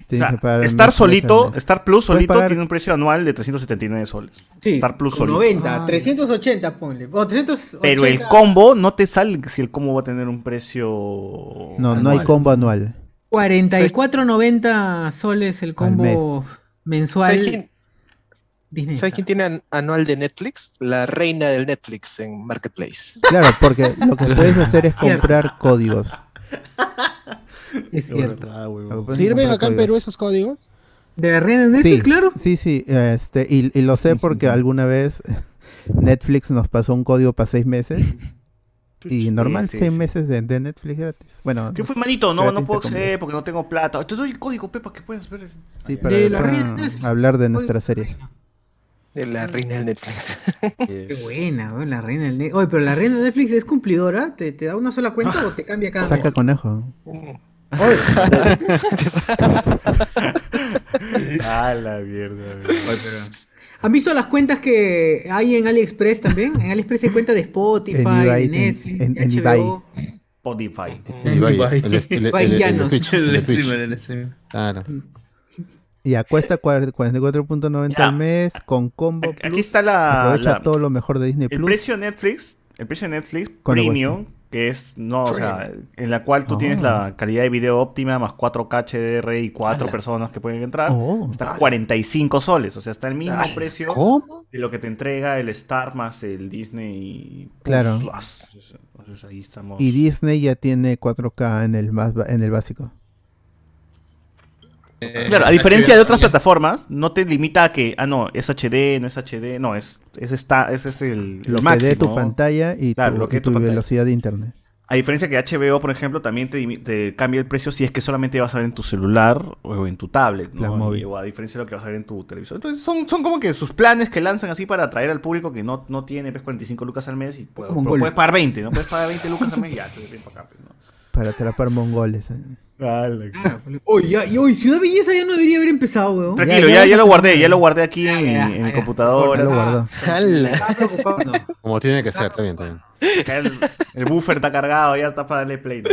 C: Tienes que pagar Netflix
I: Star
C: al
I: solito,
C: mes.
I: Star Plus
C: Puedes
I: solito
C: pagar-
I: tiene un precio anual de 379 soles. Star Plus
E: Con
I: solito.
C: Ah,
E: 90, 380, ponle. O 380.
I: Pero el combo no te sale si el combo va a tener un precio.
C: No,
I: No,
C: no hay combo anual.
E: 44.90 soles el combo mensual.
S: ¿Sabes quién, ¿Sabes quién tiene an- anual de Netflix? La reina del Netflix en Marketplace.
C: Claro, porque lo que puedes hacer es comprar códigos.
E: Es
I: cierto.
C: Lo que puedes
H: ¿Sirven
C: Pues comprar
H: acá en
C: códigos.
H: Perú esos códigos?
E: ¿De Reina
C: Sí, sí, sí, este, y, y lo sé porque alguna vez [laughs] Netflix nos pasó un código para seis meses. Y normal,
I: sí,
C: seis
I: sí.
C: meses de, de Netflix gratis. Bueno,
I: ¿Qué fue, manito? No,
C: gratis
I: no puedo
C: te comes.
I: acceder porque no tengo plata. Te doy el código, Pepa, que puedes ver.
H: [laughs]
C: Sí, para que puedan hablar de nuestras series.
S: De la reina del Netflix. [laughs]
E: Qué buena, weón, la reina del Netflix. Oye, pero la reina de Netflix es cumplidora. ¿Te, te da una sola cuenta o te cambia cada
C: Ah, Saca
E: mes?
C: conejo.
I: Ah, la mierda.
E: ¿Han visto las cuentas que hay en AliExpress también? En AliExpress hay cuentas de Spotify,
C: En eBay,
E: de
C: en-
E: Netflix,
C: en-
E: de
C: en
E: HBO.
I: Spotify.
C: El Ibai, el- el- el- el- el- el Twitch, el Twitch.
G: Claro.
C: Y cuesta cuar- 44.90 al mes con combo.
I: Aquí está la-
C: Aprovecha
I: la-
C: todo lo mejor de Disney
I: El
C: Plus.
I: precio de Netflix, el precio de Netflix
C: ¿Cuánto
I: Premium, que es, no, o sea,
C: Premium.
I: en la cual tú
C: Ah.
I: tienes la calidad de video óptima más 4K HDR y 4 personas que pueden entrar,
C: Oh.
I: está a 45 soles, o sea, está el mismo precio de lo que te entrega el Star más el Disney Plus.
C: Claro.
I: Entonces, entonces ahí estamos.
C: Y Disney ya tiene 4K en el más ba- en el básico.
F: Eh,
I: Claro, a diferencia de otras plataformas, no te limita a que, ah, no, es HD, no es HD, no, es, es esta, ese es el, el
C: Lo que
I: máximo.
C: dé tu pantalla y
I: Claro,
C: tu,
I: lo que
C: y
I: dé tu
C: tu
I: pantalla.
C: velocidad de internet.
I: A diferencia que HBO, por ejemplo, también te, dimi- te cambia el precio si es que solamente vas a ver en tu celular o en tu tablet,
C: Las
I: ¿no?
C: móvil.
I: Y- o a diferencia de lo que vas a ver en tu televisor. Entonces son, son como que sus planes que lanzan así para atraer al público que no, no tiene pues, 45 lucas al mes y puede-
C: Como un
I: pero
C: gol.
I: puedes pagar 20, ¿no? Puedes pagar 20 lucas al mes y ya, te doy tiempo acá. pues, ¿no?
C: Para atrapar mongoles. eh.
E: Oye, ya- y hoy Ciudad Belleza ya no debería haber empezado, weón.
I: Tranquilo, ya, ya lo guardé, ya lo guardé aquí en, mi- en mi computadora.
G: Ya lo guardó.
E: Estaba preocupado.
G: Como tiene que ser, está bien, está bien.
I: Acá El, el buffer está cargado, ya está para darle play. ¿no?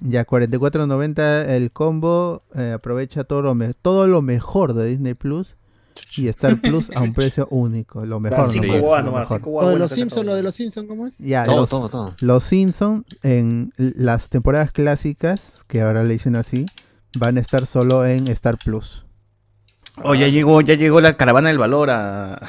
C: Ya 44.90 el combo, eh, aprovecha todo lo, me- todo lo mejor de Disney Plus y Star Plus a un precio único, lo mejor.
I: Cinco
C: nomás,
I: guas
C: lo
I: nomás,
C: mejor.
I: cinco guas
H: Lo de
I: buenas
H: los
I: te saca
H: Simpsons, lo de los Simpsons, ¿cómo es?
C: Ya, los, los Simpsons en las temporadas clásicas, que ahora le dicen así, van a estar solo en Star Plus.
I: Oh, ya llegó, ya llegó la caravana del valor a.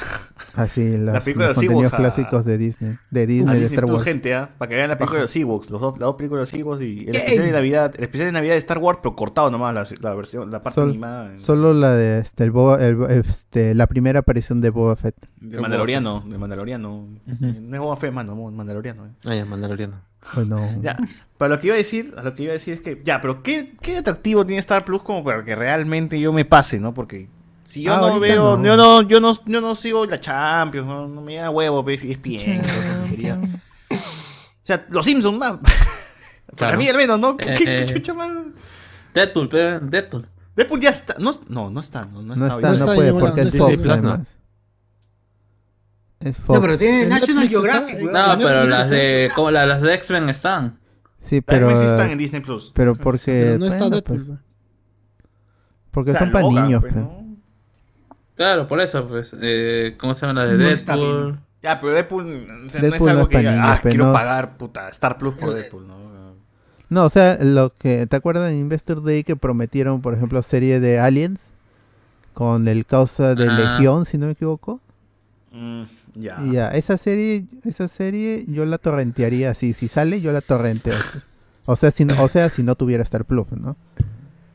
C: Así,
I: La
C: las-
I: película
C: los
I: de
C: contenidos
I: los Ewoks a-
C: clásicos de Disney, de Disney,
I: a
C: de
I: Disney
C: Star
I: Plus,
C: Wars.
I: gente, ¿ah? Para que vean la película de los Ewoks, los dos, las dos películas de los Ewoks y el
C: Yay.
I: especial de Navidad, el especial de Navidad de Star Wars, pero cortado nomás la, la versión, la parte
C: Sol-
I: animada.
C: Solo la de este, el Boba- el- este, la primera aparición de Boba Fett.
I: Del Mandaloriano, del Mandaloriano. No es Boba Fett, mano, Mandaloriano. eh.
G: Ah, ya, Mandaloriano.
C: Bueno,
I: Ya, para lo que iba a decir, a lo que iba a decir es que, ya, pero ¿qué, qué atractivo tiene Star Plus como para que realmente yo me pase, ¿no? Porque si yo
C: Ah,
I: no
C: ahorita
I: veo,
C: no.
I: Yo, no, yo, no, yo no sigo la Champions, no, no me da huevo, E pe, es bien. O sea, los Simpsons, más. [laughs] Para
F: Claro.
I: mí al menos, ¿no? ¿Qué, qué- qué
F: Eh.
I: chucha más?
F: Deadpool, pero Deadpool.
I: Deadpool ya está. No, no, no está. No, no
C: No
I: está,
C: está,
I: hoy.
C: no puede, porque es Fox, además. Es Fox.
E: No, pero tiene
F: En
E: National
F: Netflix
E: Geographic, weón.
F: No, pero las
E: Netflix
F: de, como la- las de X-Men están.
C: Sí,
F: Las
C: pero.
F: Netflix están en Disney Plus.
C: Pero
F: Sí,
C: porque.
F: pero no está
C: bueno,
F: Deadpool,
C: pues. Porque
F: Está
C: son para
F: loca,
C: niños,
F: pues,
C: pe.
F: Claro, por eso, pues. eh, ¿Cómo se llama la de
I: No está
F: Deadpool?
I: bien. Ya, pero Deadpool, o sea, no
C: Deadpool
I: es
C: no
I: algo
C: es
I: que
C: pa'
I: diga,
C: niños,
I: ah,
C: pero
I: quiero
C: no-
I: pagar, puta, Star Plus por Deadpool, ¿no?
C: No, o sea, lo que. ¿Te acuerdas en Investor Day que prometieron, por ejemplo, serie de Aliens? Con el causa de
I: Ah.
C: Legión, si no me equivoco.
I: Mm, ya.
C: Y ya, esa serie, esa serie yo la torrentearía así. Si sale, yo la torrenteo. O sea, si no, o sea, si no tuviera Star Plus, ¿no?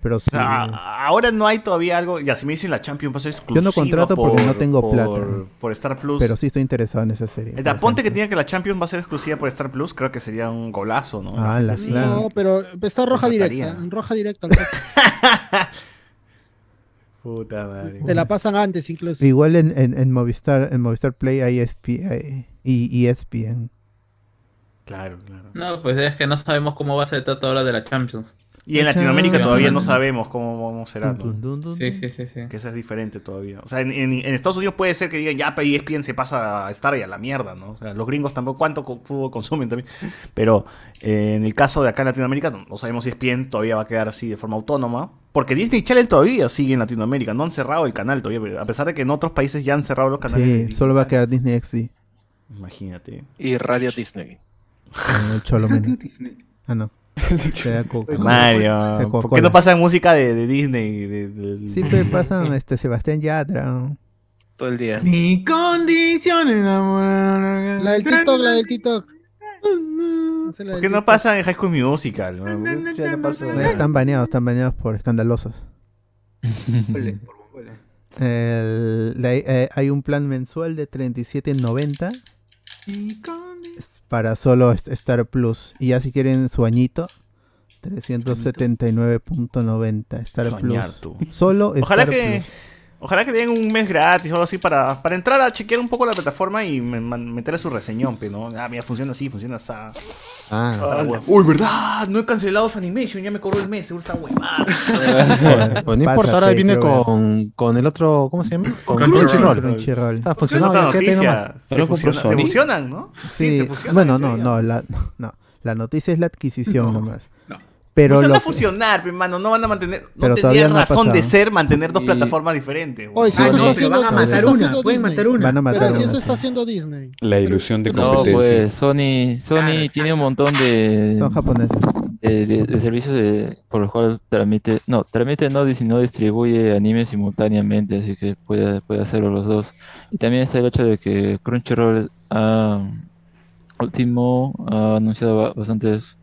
C: Pero si,
I: O sea, a- ahora no hay todavía algo. Ya, si me dicen la Champions, va a ser exclusiva.
C: yo no contrato porque no
I: por-
C: tengo
I: por-
C: plata.
I: Por Star Plus.
C: Pero sí estoy interesado en esa serie.
I: Eh, da, ponte que tiene que la Champions va a ser exclusiva por Star Plus. Creo que sería un golazo, ¿no?
C: Ah, la
I: Sí.
C: claro.
H: No, pero está roja
I: Contrataría.
H: directa. en Roja directa.
I: [laughs] Puta madre.
H: Te la pasan antes incluso.
C: Igual en, E eh, en, en Movistar, en Movistar Play hay ESP, hay- y ESPN.
I: Claro, claro.
F: No, pues es que no sabemos cómo va a ser el trato ahora de la Champions.
I: Y en Latinoamérica todavía no sabemos cómo cómo será. ¿no?
F: Sí, sí, sí, sí.
I: Que eso es diferente todavía. O sea, en, en- en Estados Unidos puede ser que digan, ya, pero E ESPN se pasa a estar y a la mierda, ¿no? O sea, los gringos tampoco, ¿cuánto co- fútbol consumen también? Pero eh, en el caso de acá en Latinoamérica, no, no sabemos si E ESPN todavía va a quedar así de forma autónoma. Porque Disney Channel todavía sigue en Latinoamérica, no han cerrado el canal todavía, a pesar de que en otros países ya han cerrado los canales.
C: Sí, solo va a quedar Disney XD.
I: Imagínate.
S: Y Radio Disney.
C: con el Cholo Mena. Ah, no. Se da Coca- se da
I: Mario, ¿por qué
C: Coca-Cola.
I: no pasa música de, de Disney? De, de-
C: Sí, pues pasan este, Sebastián Yatra. ¿no?
S: Todo el día.
E: Mi condición enamorada.
H: La del TikTok, la del TikTok.
I: [laughs] ¿Por qué no pasa en High School Musical? ¿no? Ya no pasa.
C: Están baneados, están baneados por escandalosos. El- la- eh, hay un plan mensual de 37.90 para solo est- Star Plus. Y ya si quieren su añito, 379.90 Star
I: Soñar
C: Plus.
I: tú.
C: Solo
I: Ojalá
C: Star
I: que,
C: Plus.
I: ojalá que den un mes gratis o algo así para, para entrar a chequear un poco la plataforma y me- man- meterle su reseñón, pe, ¿no? Ah, mira, funciona así, funciona así.
G: Ah, [laughs]
I: Uy, ¿verdad? No he cancelado Funimation, ya me cobró el mes, seguro está
C: Ah,
I: huevada.
G: Joder, pues no importa, ahora
I: Pásate,
G: viene
I: creo.
G: con, con el otro, ¿cómo se llama? Con
I: Crunchyroll.
G: Crunchyroll. Ah, pues
I: Crunchyroll.
G: Está
I: Porque
C: pues,
I: esa es
G: funcionando, ya
I: otra
G: que tengo
I: noticia.
G: más.
I: Se Solo compró fusiona- se Sony. fusionan, ¿no?
C: Sí,
I: Sí, se fusionan Pues
C: bueno, no, no, la, [laughs] no, la noticia es la adquisición nomás. Pero
I: Pero van
C: lo
I: a fusionar, pe, mano, no van a mantener, no
C: Pero
I: tendría
C: todavía no ha
I: razón de
C: pasado.
I: ser mantener dos
C: Sí.
I: plataformas diferentes. güey.
H: Oye, si
I: Ah,
H: eso
I: no,
H: está
I: pero
H: haciendo-
I: van a matar
H: eso está
I: una,
H: haciendo
I: pueden
H: Disney.
I: matar una.
C: Van a matar
H: Pero si
C: una,
H: eso
C: sí.
H: está haciendo Disney.
X: La ilusión de
L: No,
X: competencia.
L: pues Sony, Sony tiene un montón de.
C: Son japoneses.
L: De, de- de servicios de- por los cuales transmite. No, transmite no, dis- no distribuye anime simultáneamente, así que puede, puede hacerlo los dos. Y también está el hecho de que Crunchyroll ha. Último ha anunciado ba- bastantes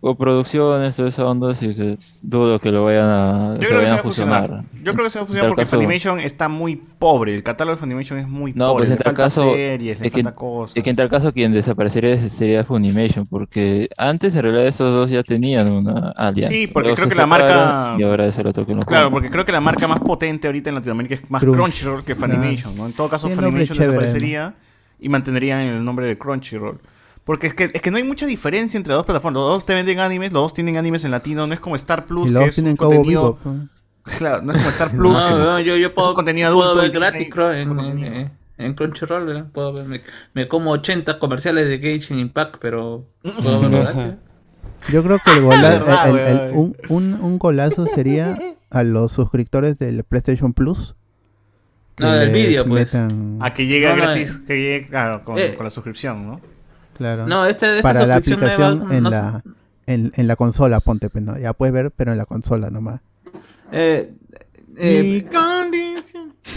L: coproducciones, toda esa onda, así que dudo que lo vayan a,
I: Yo
L: se
I: creo que
L: vayan
I: se va
L: a
I: a fusionar.
L: fusionar.
I: Yo creo que se va a
L: En
I: fusionar
L: tal
I: porque
L: caso-
I: Funimation está muy pobre. El catálogo de Funimation es muy
L: No,
I: pobre.
L: pues en tal
I: Le falta
L: caso,
I: series, le
L: es que,
I: falta cosas.
L: es que en tal caso quien desaparecería es- sería Funimation, porque antes en realidad esos dos ya tenían una alianza.
I: Sí, porque
L: Luego
I: creo
L: se
I: que la
L: separan
I: marca-
L: Y ahora es el otro que lo
I: Claro,
L: compra.
I: porque creo que la marca más potente ahorita en Latinoamérica es más
L: Crunch.
I: Crunchyroll que Funimation, ¿no? En todo caso,
L: Tiene nombre
I: Funimation
L: chévere,
I: desaparecería y mantenerían el nombre de Crunchyroll. Porque es que, es que no hay mucha diferencia entre las dos plataformas. Los dos te venden animes, los dos tienen animes en latino, no es como Star
C: Y
I: Plus, que
C: luego
I: es un
C: tienen Cabo
I: contenido-
C: Vivo. ¿no?
I: [laughs] Claro, no es como
C: [laughs]
I: Star Plus.
F: No,
I: que es un-
F: no, yo, yo
I: es
F: puedo,
I: un contenido
F: puedo
I: adulto.
F: ver
I: y Disney-
F: gratis, creo, en, en- en Crunchyroll, ¿verdad? Puedo ver, me, me como 80 comerciales de Genshin Impact, pero
C: [laughs]
F: puedo verlo gratis.
C: Yo creo
I: [laughs]
C: que el gola-
F: Es verdad,
C: el- el- el-
F: weón.
C: un, un- un golazo sería a los suscriptores del PlayStation Plus. que
I: No, del
C: les
I: vídeo, pues.
C: metan-
I: A que llegue
F: No, no,
I: gratis, que llegue claro, con,
F: Eh.
I: con la suscripción, ¿no?
C: Claro.
F: No, este- esta
C: para la
F: suscripción nueva,
C: aplicación en,
F: no sé.
C: la, en, en la consola, ponte, pues, ¿no? Ya puedes ver, pero en la consola nomás.
F: Eh, eh,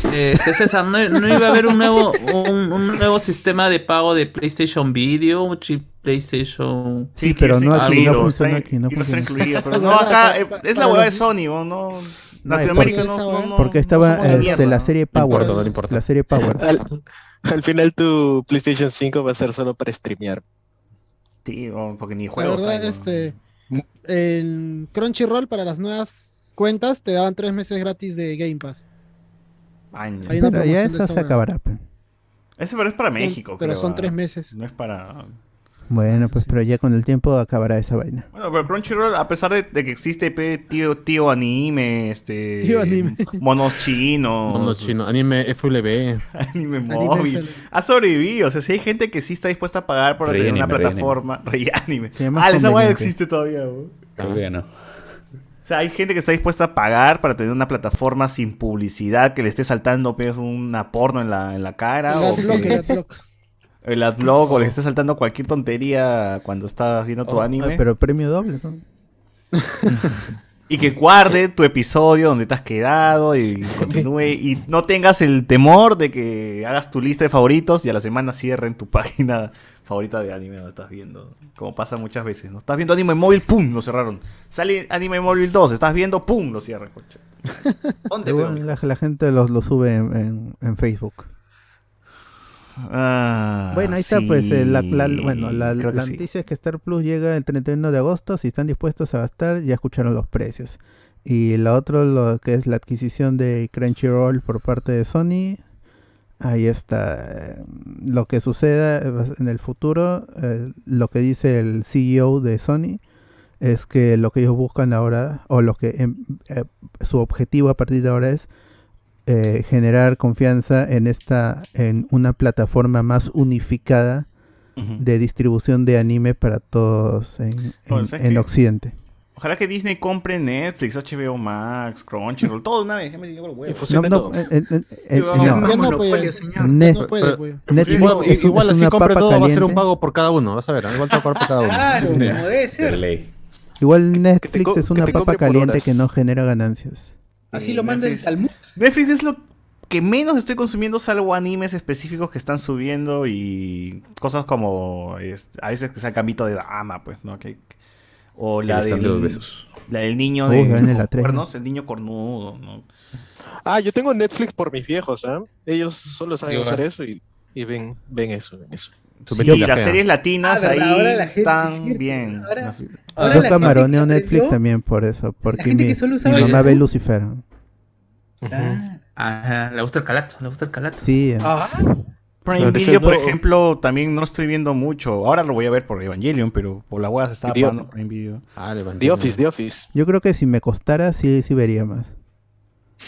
F: eh, este, César, ¿no, no iba a haber un nuevo, un, un nuevo sistema de pago de PlayStation Video, un chip PlayStation.
C: Sí, pero no
I: "Ah,
C: aquí, no funciona aquí, no
I: Y no está
C: funciona.
I: incluido,
C: [laughs]
I: pero no, acá eh, es la hueá de Sony, ¿no? no
C: No, es
I: Latinoamérica
C: porque,
I: no, no, no-
C: porque
I: no
C: estaba
I: somos de
C: este,
I: mierda,
C: la
I: ¿no?
C: serie
S: No
C: Power.
S: importa, no importa.
C: La serie Power.
S: Al, al final tu PlayStation 5 va a ser solo para streamear.
I: Sí, porque ni
H: La verdad, este. El Crunchyroll para las nuevas cuentas te daban tres meses gratis de Game Pass.
I: Año.
H: Hay una
C: Pero ya
H: promoción de
C: esa
H: esa
C: se
H: hueá.
C: acabará. pues. pe.
I: Ese pero es para
H: Sí,
I: México,
H: pero
I: creo,
H: son
I: ¿ah?
H: tres meses.
I: No es para...
C: Bueno, pues, pero ya con el tiempo acabará esa vaina.
I: Bueno, pero Crunchyroll, a pesar de, de que existe pe, tío, tío anime, este...
G: Tío anime.
I: Monos chinos.
G: Mundo chino, anime FLB.
I: anime
G: Anime
I: móvil. Ha sobrevivido. O sea, si hay gente que sí está dispuesta a pagar por
G: Rey
I: tener una
G: anime, rey
I: plataforma. [laughs] Rey anime.
G: Sí, es más
I: Ah, esa hueá
G: conveniente.
I: existe todavía, güey.
X: Creo que ya no.
I: O sea, hay gente que está dispuesta a pagar para tener una plataforma sin publicidad que le esté saltando pues, una porno en la, en la cara.
H: El
I: o
H: adblock,
I: que-
H: el
I: [laughs]
H: adblock.
I: el adblock, o le esté saltando cualquier tontería cuando estás viendo tu
C: Ah,
I: anime.
C: pero premio doble. ¿no?
I: Y que guarde tu episodio donde te has quedado y continúe. y no tengas el temor de que hagas tu lista de favoritos y a la semana cierren tu [laughs] página favorita de anime donde estás viendo. Como pasa muchas veces, ¿no? Estás viendo anime móvil, ¡pum! Lo cerraron. Sale anime móvil 2, estás viendo, ¡pum! Lo cierran,
C: [laughs]
I: coche. ¿Dónde,
C: Igual la, la gente los lo sube en, en- en Facebook. bueno, ahí está, pues, eh, la, la- bueno, la,
I: Creo que
C: la
I: Ah, sí.
C: noticia es que Star Plus llega el 31 de agosto. Si están dispuestos a gastar, ya escucharon los precios. Y la otra, lo que es la adquisición de Crunchyroll por parte de Sony, Ahí está. eh, Lo que suceda eh, en el futuro, eh, lo que dice el CEO de Sony, es que lo que ellos buscan ahora, o lo que em, eh, su objetivo a partir de ahora es eh, generar confianza en esta, en una plataforma más unificada de distribución de anime para todos en,
I: Bueno,
C: en-
I: ¿sabes
C: en
I: qué?
C: Occidente.
I: Ojalá que Disney compre Netflix, HBO Max, Crunchyroll, todo de una vez. Ya me llegó el huevo.
J: pues-
C: No, no, eh, eh, eh, eh,
I: Yo,
C: no.
I: vamos, monopolio, señor.
C: Net-
I: No puede, güey.
C: Netflix
G: Igual-
C: es,
G: igual
C: es
G: así
C: una
G: compre
C: papa
G: todo, va a ser un
C: caliente.
G: pago por cada uno, vas a ver, ¿eh? igual te va a pagar por cada uno.
E: Claro, como debe ser. De
C: Igual Netflix
E: co-
C: es
E: que
C: una
E: te
C: papa
E: compre por
C: caliente
E: horas.
C: que no genera ganancias.
E: Así lo manda el Talmud.
I: Netflix es lo que menos estoy consumiendo, salvo animes específicos que están subiendo y cosas como es- a veces que sea el Gambito de dama, pues, ¿no? Que, o la
J: El stand
I: del,
J: de los besos.
I: la del
S: Oh,
I: niño
C: Uy,
I: de
C: en el
I: con
C: A3,
I: cuernos, el niño cornudo, ¿no?
S: Ah, yo tengo Netflix por mis viejos, ¿ah? Ellos solo saben
I: Igual.
S: usar eso y, y ven, ven eso, ven eso.
I: Sí, las series latinas
S: Ah,
I: ahí
S: ¿verdad? Ahora la gente-
I: están
S: es cierto,
I: bien.
S: ahora-
I: Ahora
C: Yo
I: la
C: camaroneo
I: gente que
C: Netflix
I: aprendió-
C: también por eso, porque
I: gente
C: mi,
I: que solo
C: mi
I: usaba
C: mamá
I: YouTube.
C: ve Lucifer.
H: Ah.
E: Ah.
F: Ajá, le gusta el calato, le gusta el calato.
C: Sí. eh,
I: Ah. Prime
F: Pero ese
I: Video, por
F: no-
I: ejemplo, también no lo estoy viendo mucho. Ahora lo voy a ver por Evangelion, pero por la hueá se estaba
S: The-
I: pagando Prime Video.
G: Ah,
S: The Office, The Office.
C: Yo creo que si me costara, sí, sí vería más.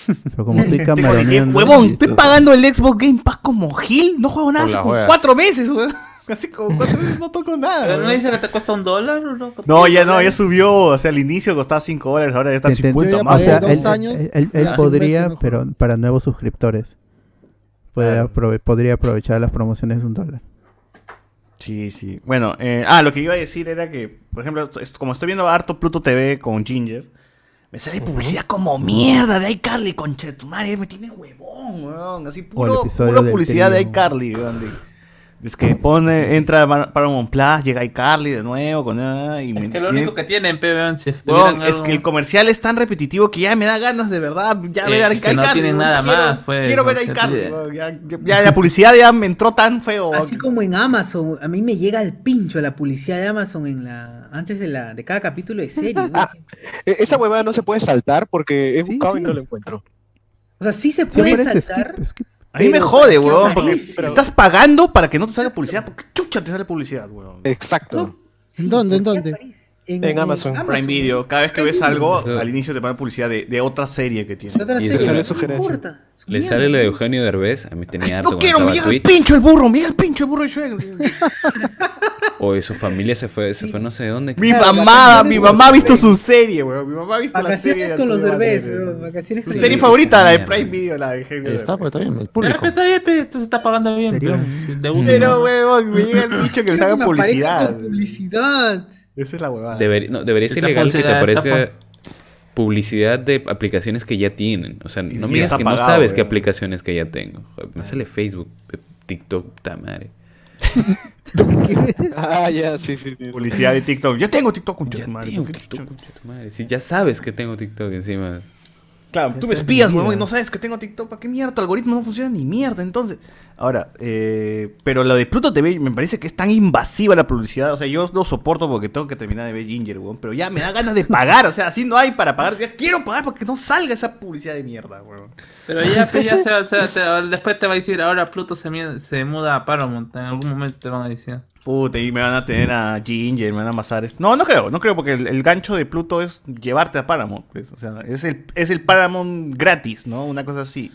C: Pero
I: [laughs]
C: como estoy
I: Tengo
C: camaroneando...
I: Huevón, estoy pagando el Xbox Game Pass como Gil. No juego nada
C: Por
I: hace
C: las
I: como
C: huevas.
I: cuatro meses, weón. [laughs] Hace como cuatro meses no toco nada.
F: Pero
I: weón.
F: no dice que te cuesta un dólar o no?
I: No, ya no, ya subió. O sea, al inicio costaba 5 dólares, ahora ya está
C: Te- te-
I: 50
C: o
I: más.
C: sea, él,
I: weón.
C: él- él- él
I: Ah,
C: podría, pero para nuevos suscriptores. Puede aprove- podría aprovechar las promociones de un dólar.
I: Sí, sí. Bueno, eh, ah, lo que iba a decir era que, por ejemplo, esto- esto- como estoy viendo harto Pluto TV con Ginger, me sale publicidad como mierda de iCarly, concha de tu madre, me tiene huevón, weón. Así puro,
C: episodio
I: puro
C: del
I: publicidad de
C: trío.
I: iCarly, weón. de- Es que pone, entra Mar- Paramount Plus, llega iCarly de nuevo, con ah, y me-
F: Que lo
I: tiene-
F: único que tienen, pe, weón, si
I: Weón,
F: tuvieran
I: es
F: algo-
I: que el comercial es tan repetitivo que ya me da ganas de verdad ya
F: Eh,
I: ver a
F: es que no
I: iCarly,
F: tienen
I: weón.
F: nada
I: Quiero-
F: más, pues,
I: Quiero ver
F: no
I: a
F: sé,
I: iCarly,
F: tú-
I: weón. Ya- ya- ya la publicidad ya me entró tan feo.
E: Así como en Amazon, a mí me llega al pincho la publicidad de Amazon en la antes de la de cada capítulo de serie. güey.
S: E- Esa huevada no se puede saltar porque he buscado y no la encuentro.
E: O sea, sí se
S: Sí,
E: puede
S: parece
E: saltar.
I: A mí me
E: pero-
I: jode,
E: ¿qué
I: weón, porque
E: narices?
I: estás pagando para que no te salga publicidad, porque chucha te sale publicidad, weón.
S: Exacto.
H: ¿En dónde? ¿En dónde?
E: En, Amazon.
I: Prime Video, cada vez que ves algo, al inicio te pagan publicidad de, de otra serie que tiene.
E: otra
I: Y
J: serie,
I: eso-
J: no Le sale la de Eugenio Derbez, a mí tenía harto
I: No
J: cuando
I: quiero,
J: estaba
I: mira
J: el
I: el
J: Twitch.
I: pincho el burro, mira el pincho el burro de Shrek.
J: [laughs] Oye, su familia se fue, se fue no sé dónde.
I: Mi mamá, mi mamá ha visto su serie, weón. Mi mamá ha visto la serie.
E: Vacaciones
I: de
E: con los
I: Antonio
E: derbés,
I: Banderas.
E: weón, vacaciones
I: Su
E: con los
I: serie
E: Derbez.
I: favorita, la de Prime Video, la de Eugenio
G: Ahí está,
I: Derbez.
G: pues está bien, el
F: Ya,
G: público.
F: pe, está bien, pe, tú se está pagando bien, pe. De
J: pues.
F: una.
I: Pero, weón, me llega el pincho que le salga
E: Una pareja
I: publicidad.
E: con publicidad.
I: Esa es la huevada.
J: Debería, no, debería ser
I: Estafa,
J: legal que te
I: estafa.
J: aparezca publicidad de aplicaciones que ya tienen. O sea, no
I: sí,
J: me digas
I: está
J: que no
I: pagado, Ah.
J: sabes
I: weón.
J: qué aplicaciones que ya tengo. Joder, Me sale Facebook, eh, TikTok, tamare.
S: Ah, ya, sí, sí. sí.
I: [laughs] Publicidad de TikTok. Yo tengo TikTok, con tu madre.
J: tengo
I: ¿Qué
J: TikTok, Madre, si ya sabes que tengo TikTok encima.
I: Claro, tú me espías, weón, y no sabes que tengo TikTok. ¿Para qué mierda? Tu algoritmo no funciona ni mierda, entonces. Ahora, eh, pero lo de Pluto TV me parece que es tan invasiva la publicidad. O sea, yo lo soporto porque tengo que terminar de ver Ginger, weón. Pero ya me da ganas de pagar. O sea, así no hay para pagar. Ya quiero pagar porque no salga esa publicidad de mierda, weón.
F: Pero ya, pe, ya se, va- se va- te va- después te va a decir, ahora Pluto se, mie- se muda a Paramount. En algún momento te van a decir.
I: Puta, y me van a tener a Ginger, me van a amasar. esto. No, no creo, no creo, porque el, el gancho de Pluto es llevarte a Paramount. pues. O sea, es el, es el Paramount gratis, ¿no? Una cosa así.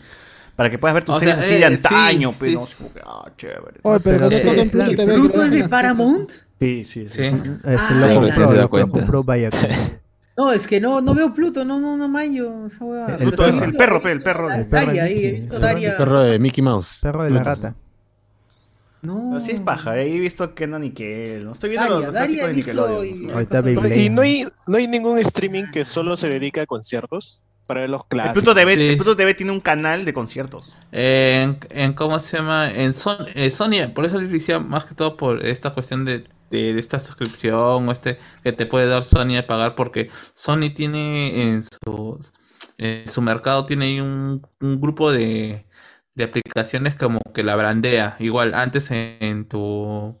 I: Para que puedas ver tus
F: O
I: series
F: sea,
I: así
F: eh,
I: de antaño,
F: sí,
I: pues,
F: sí.
I: ¿no? Así como que, ah, chévere.
H: Oye, pero cuando toca en Pluto TV,
E: ¿Pluto
H: creo
E: es
H: que
E: de
H: la
E: Paramount?
I: Sí, sí.
F: Sí.
C: Este
E: Ah,
C: lo
E: recién
C: compró,
E: se da
C: lo, lo
E: cuenta.
C: compró Viacom.
E: No, es que no, no veo Pluto, no, no, no mayo. Esa hueá.
C: El
E: Pero
C: perro.
E: sí
C: El
E: lo-
I: perro, pe, el perro.
E: Daria,
I: El perro de
E: ahí, he
I: Mickey.
E: visto
I: El perro de
E: Daria.
G: Perro de Mickey Mouse.
C: Perro de la rata.
E: No.
I: Así es paja, eh, he visto Kenan y Kel. No estoy viendo
S: Daria,
I: los
S: Daria
I: clásicos de
S: hizo
I: Nickelodeon.
C: Ahí está Beyblade.
S: ¿Y no hay, no hay ningún streaming que solo se dedica a conciertos para ver los
I: El
S: clásicos?
I: Pluto, TV, el Pluto TV tiene un canal de conciertos.
F: Eh, en, en cómo se llama en Son- eh, Sony por eso le decía más que todo por esta cuestión de, de- de esta suscripción o este que te puede dar Sony al pagar porque Sony tiene en sus en su mercado tiene ahí un, un grupo de, de aplicaciones como que la brandea igual antes en, en tu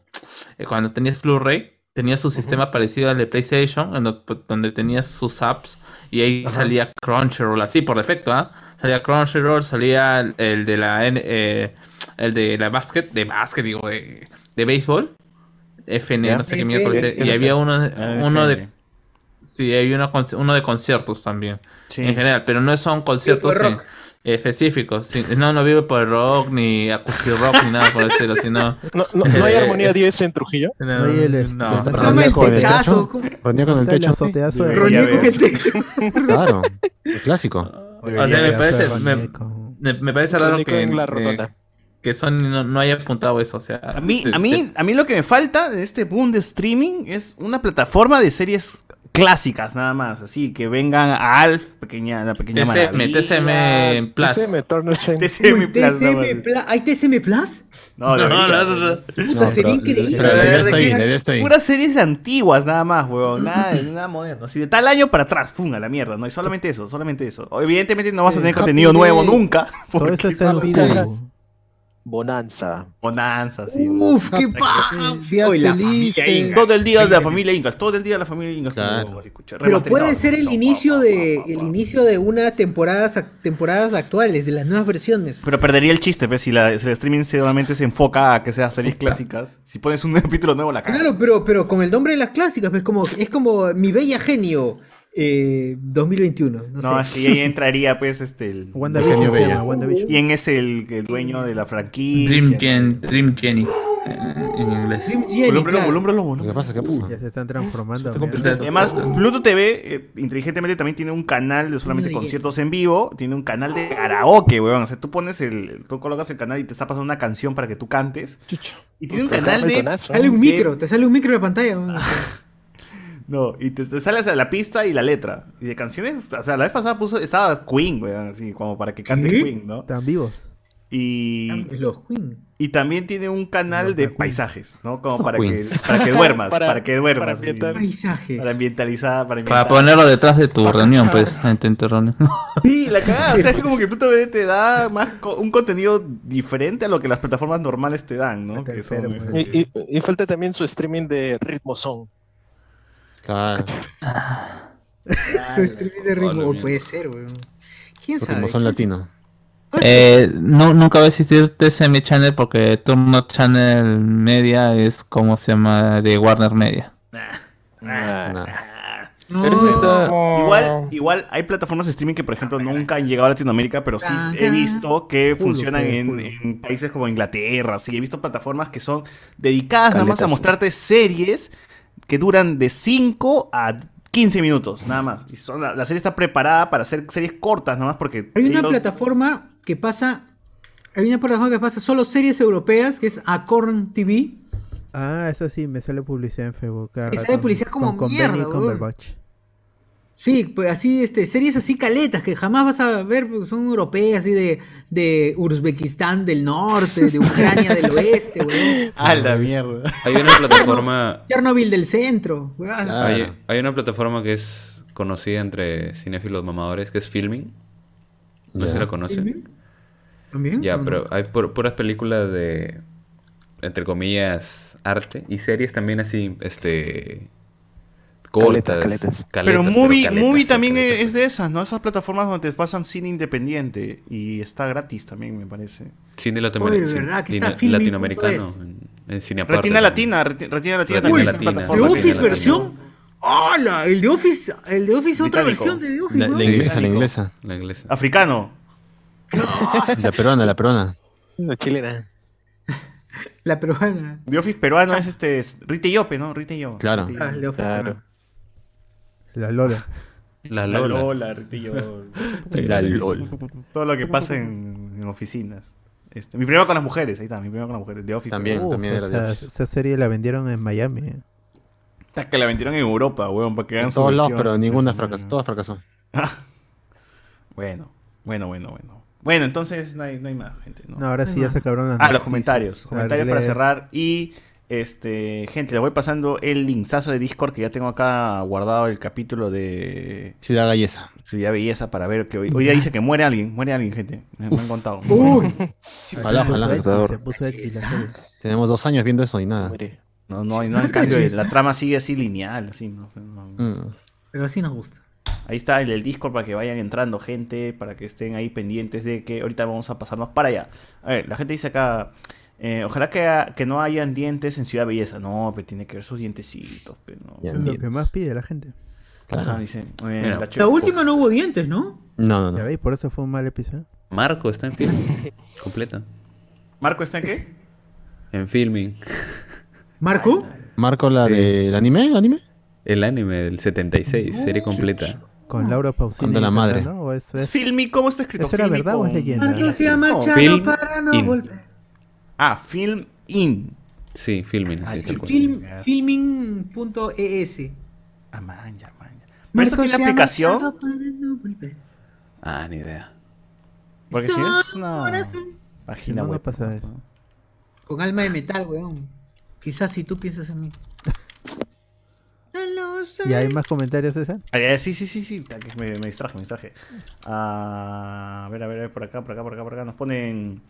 F: eh, cuando tenías Blu-ray Tenía su sistema parecido al de PlayStation, en do- pues, donde tenías sus apps y ahí salía Crunchyroll, así por defecto, ¿ah? Salía Crunchyroll, salía el de la N- eh, el de la básquet, de básquet, digo, de, de béisbol. FN,
X: Ya.
F: no sé qué
X: FN.
F: miércoles. es, Y había uno,
X: Ah,
F: uno de.
X: FN.
F: Sí, hay uno, con- uno de conciertos también.
X: Sí.
F: En general, pero no son conciertos
X: Vive por
F: en- específicos. sí. No, no vive por el rock, ni acústico rock, ni nada por el estilo, sino. Eh,
S: No, no- no hay armonía 10 en Trujillo.
F: No, hay
C: este,
F: el- este, no.
S: Está
F: Ronía
S: el
F: con el
S: techazo.
F: techo.
G: Ronía con el
F: Está el
G: techo. sí.
F: azoteazo de- Ronía
G: Ya
F: con
G: veo.
F: el techo.
G: Claro, el clásico.
F: O sea, me parece, me, me- me parece raro
G: Ronnie
F: que,
G: con la
F: que-
G: rotonda.
F: que Sony no, no haya apuntado eso. O sea,
I: A mí, a, mí, a mí lo que me falta de este boom de streaming es una plataforma de series clásicas, nada más. Así, que vengan a Alf, pequeña, la pequeña
F: TCM,
I: maravilla.
F: TCM Plus. TCM
I: TCM Plus, nada más.
E: TCM Plus. ¿Hay TCM Plus?
I: No,
F: No,
I: no,
F: no, no, no.
E: Puta, sería increíble.
G: pero la idea está ahí, la idea está ahí.
I: Puras series antiguas, nada más, weón. Nada, [laughs] de- nada moderno. Así de tal año para atrás, funga la mierda, ¿no? Y solamente eso, solamente eso. Evidentemente no vas a
S: Eh,
I: tener
S: Happy
I: contenido nuevo
S: Days.
I: nunca.
S: Todo
I: porque
S: eso está en
I: son
S: video.
I: puras
S: Bonanza.
I: Bonanza, sí.
S: Uf,
E: [laughs] qué paja. Días
I: Hoy la
E: felices.
I: familia Ingalls, Todo el día de la familia Ingalls, todo el día de la familia Ingalls. Uy, escucha,
E: Pero
I: remasterizado.
E: puede ser el inicio de el inicio de una temporadas ac- temporadas actuales, de las nuevas versiones.
I: Pero perdería el chiste, pues, si, la, si el streaming solamente se enfoca a que sean series clásicas. Si pones un [laughs] capítulo nuevo, la cagas.
E: Claro, pero, pero con el nombre de las clásicas, pues como, es como Mi Bella Genio eh, 2021. No,
I: No,
E: sé.
I: es que ahí entraría pues este el
E: WandaVision
I: el genio
E: se llama,
I: Bella.
E: WandaVision.
I: ¿Quién es el, el dueño de la franquicia?
F: Dream, Gen- Dream Jenny eh, en inglés.
I: Volúmbralo, volúmbralo, volúmbralo.
G: pues,
C: Ya se están transformando.
I: Además, Pluto TV eh, inteligentemente también tiene un canal de solamente
C: Muy bien.
I: conciertos en vivo, tiene un canal de karaoke, weón. O sea, tú pones el, tú colocas el canal y te está pasando una canción para que tú cantes. Y tiene un canal de.
E: Sale un
I: de-
E: micro, te sale un micro de pantalla.
I: Ah,
E: Ah,
I: No, y te, te sales a la pista y la letra. Y de canciones, o sea, la vez pasada puso, estaba Queen, weón, así, como para que cante
E: ¿Qué?
I: Queen, ¿no?
C: Están vivos.
I: Y.
E: Los Queen.
I: Y también tiene un canal de paisajes, ¿no? Como para que,
F: Queens.
I: para que duermas, para,
E: Para-
I: que duermas.
E: para
I: así.
E: ambientar. Paisajes.
I: Para ambientalizar, para
F: Para
I: ambientar.
F: ponerlo detrás de tu reunión, pues, gente en tu reunión. [laughs]
I: Sí, la cagada. O sea, es como que Pluto TV te da más co- un contenido diferente a lo que las plataformas normales te dan, ¿no? Que son, este,
S: Y, y- y falta también su streaming de Ritmo Song.
E: Su streaming de ritmo, o puede ser, weón. ¿Quién sabe?
G: Como son latino.
F: Eh, no, nunca va a existir TCM Channel porque Turno Channel Media es como se llama de Warner Media.
I: Pero eso está-
E: Oh.
I: Igual, igual hay plataformas de streaming que, por ejemplo, nunca han llegado a Latinoamérica, pero sí
E: Ah,
I: he visto que
G: Hulu,
I: funcionan
G: pues,
I: en,
G: Hulu.
I: en países como Inglaterra. Sí, he visto plataformas que son dedicadas nada más a
G: Caletas.
I: mostrarte series que duran de 5 a 15 minutos, nada más. Y son, la, la serie está preparada para hacer series cortas, nada más porque...
E: Hay una
I: ellos-
E: plataforma que pasa. Hay una plataforma que pasa solo series europeas, que es Acorn TV.
C: Ah, eso sí, me sale publicidad en Facebook. cada
E: Te
C: rato,
E: sale publicidad como
C: con, con
E: mierda,
C: Benny y con
E: weón.
C: Berbatch.
E: Sí, pues así, este, series así caletas que jamás vas a ver, pues, son europeas, así de, de Uzbekistán del norte, de Ucrania del oeste, weón.
I: A la mierda.
X: Hay una plataforma.
E: Chernobyl del centro, Ah, weón.
X: hay, hay una plataforma que es conocida entre cinéfilos mamadores que es Filming. No sé si
G: Ya.
X: la conocen.
E: ¿También?
X: Ya,
E: ¿O no?
X: pero hay pu- puras películas de entre comillas arte y series también así este
S: Caletas,
X: cortas,
S: caletas.
I: Pero
X: caletas,
I: Movie,
X: caletas,
I: Movie
X: sí,
I: también
X: caletas.
I: es de esas, ¿no? Esas plataformas donde te pasan cine independiente y está gratis también, me parece.
X: Cine
I: Oye,
X: latinoamericano,
I: ¿verdad? Que está
X: cine
I: Filmin.es.
X: latinoamericano
E: pues.
X: en, en cine aparte.
I: Retina Latina, Reti- Retina Latina también es una
E: ¿De
I: plataforma.
E: Office versión? ¡Hala! El de Office, el de Office otra
I: Británico.
E: versión de The Office,
G: La,
E: weón.
G: la inglesa, la inglesa.
X: La inglesa.
I: Africano.
G: La peruana, la peruana.
S: La chilena.
E: La peruana.
I: The Office peruano es este es Rita y Yope, ¿no? Rita y Yope.
G: Ah. Claro. Ah,
I: Rita y Yope.
S: Claro.
C: La Lola.
X: La
I: La
X: Lola.
I: Lola, Rita y Yope.
X: La Lola.
I: Todo lo que pasa en, en oficinas. Este, mi problema con las mujeres, ahí está, mi problema con las mujeres. The Office.
C: Uf, o sea, Esa serie la vendieron en Miami. eh.
I: Hasta que la vendieron en Europa, weón, para que hagan
G: En
I: su
G: todos lados,
I: versión.
G: pero ninguna
I: Sí, sí,
G: fracasó. Todas fracasó.
I: Bueno, bueno, bueno, bueno. Bueno, entonces no hay, no hay más, gente. No,
C: No, ahora sí ya se acabaron las
I: Ah, los
C: noticias.
I: comentarios. Comentarios para
C: Arle-
I: cerrar. Y, este, gente, les voy pasando el linkazo de Discord que ya tengo acá guardado el capítulo de...
G: Ciudad Gallesa.
I: Ciudad Belleza para ver que hoy... Hoy ya dice que muere alguien, muere alguien, gente. Me, me han contado.
G: Uy.
I: Sí,
G: Ojalá,
I: se
G: ojalá.
I: puso Etsy,
G: Libertador.
I: se puso Etsy la serie.
G: Tenemos dos años viendo eso y nada.
I: [laughs] No, no hay, no hay cambio. La trama sigue así lineal, así, no, no.
G: Mm.
E: Pero así nos gusta.
I: Ahí está el, el Discord para que vayan entrando gente, para que estén ahí pendientes de que ahorita vamos a pasarnos para allá. A ver, la gente dice acá, eh, ojalá que, que no hayan dientes en Ciudad Belleza. No, pero tiene que ver sus dientecitos. Pero no.
C: Eso es lo que más pide la gente.
I: Ajá, dice, eh,
E: Mira,
I: la
E: la
I: chica-
E: última no hubo dientes, ¿no?
G: No, no,
C: ¿Ya veis? Por eso fue un mal episodio.
J: Marco está en filming. Completa.
I: ¿Marco está en qué?
J: En filming.
E: ¿Marco?
G: Marco la del anime, ¿el anime?
J: El anime del 76, serie completa.
C: Con Laura Pausini.
J: Anda la madre.
C: ¿no? ¿O eso es-
I: Filmi, ¿cómo está escrito?
C: ¿Eso era
I: Filmi
C: verdad o Pues, es
I: con-
C: leyenda?
E: Marco se llama
I: No,
E: Chano
I: Film
E: para no
I: In.
E: volver.
I: Ah, Film In.
J: Sí, filming.
E: Ah,
J: sí, tal cual.
E: film-
I: Pues,
E: Filming.es.
I: Ah, man, ya, man, ya. ¿Pero
E: Marco
I: esto tiene
E: se llama
I: aplicación?
E: Chano para no volver.
J: Ah, ni idea.
I: Porque si
E: Son
I: es una
E: corazón.
I: página
C: No, no
I: web.
C: pasa eso.
E: Con alma de metal, weón. Quizás si tú piensas
I: [laughs]
E: en mí.
C: ¿Y hay más comentarios, César?
I: Ah, ya, sí, sí, sí, sí. ta, que Me, me distraje, me distraje. Ah, a ver, a ver, a ver, por acá, por acá, por acá, por acá. Nos ponen.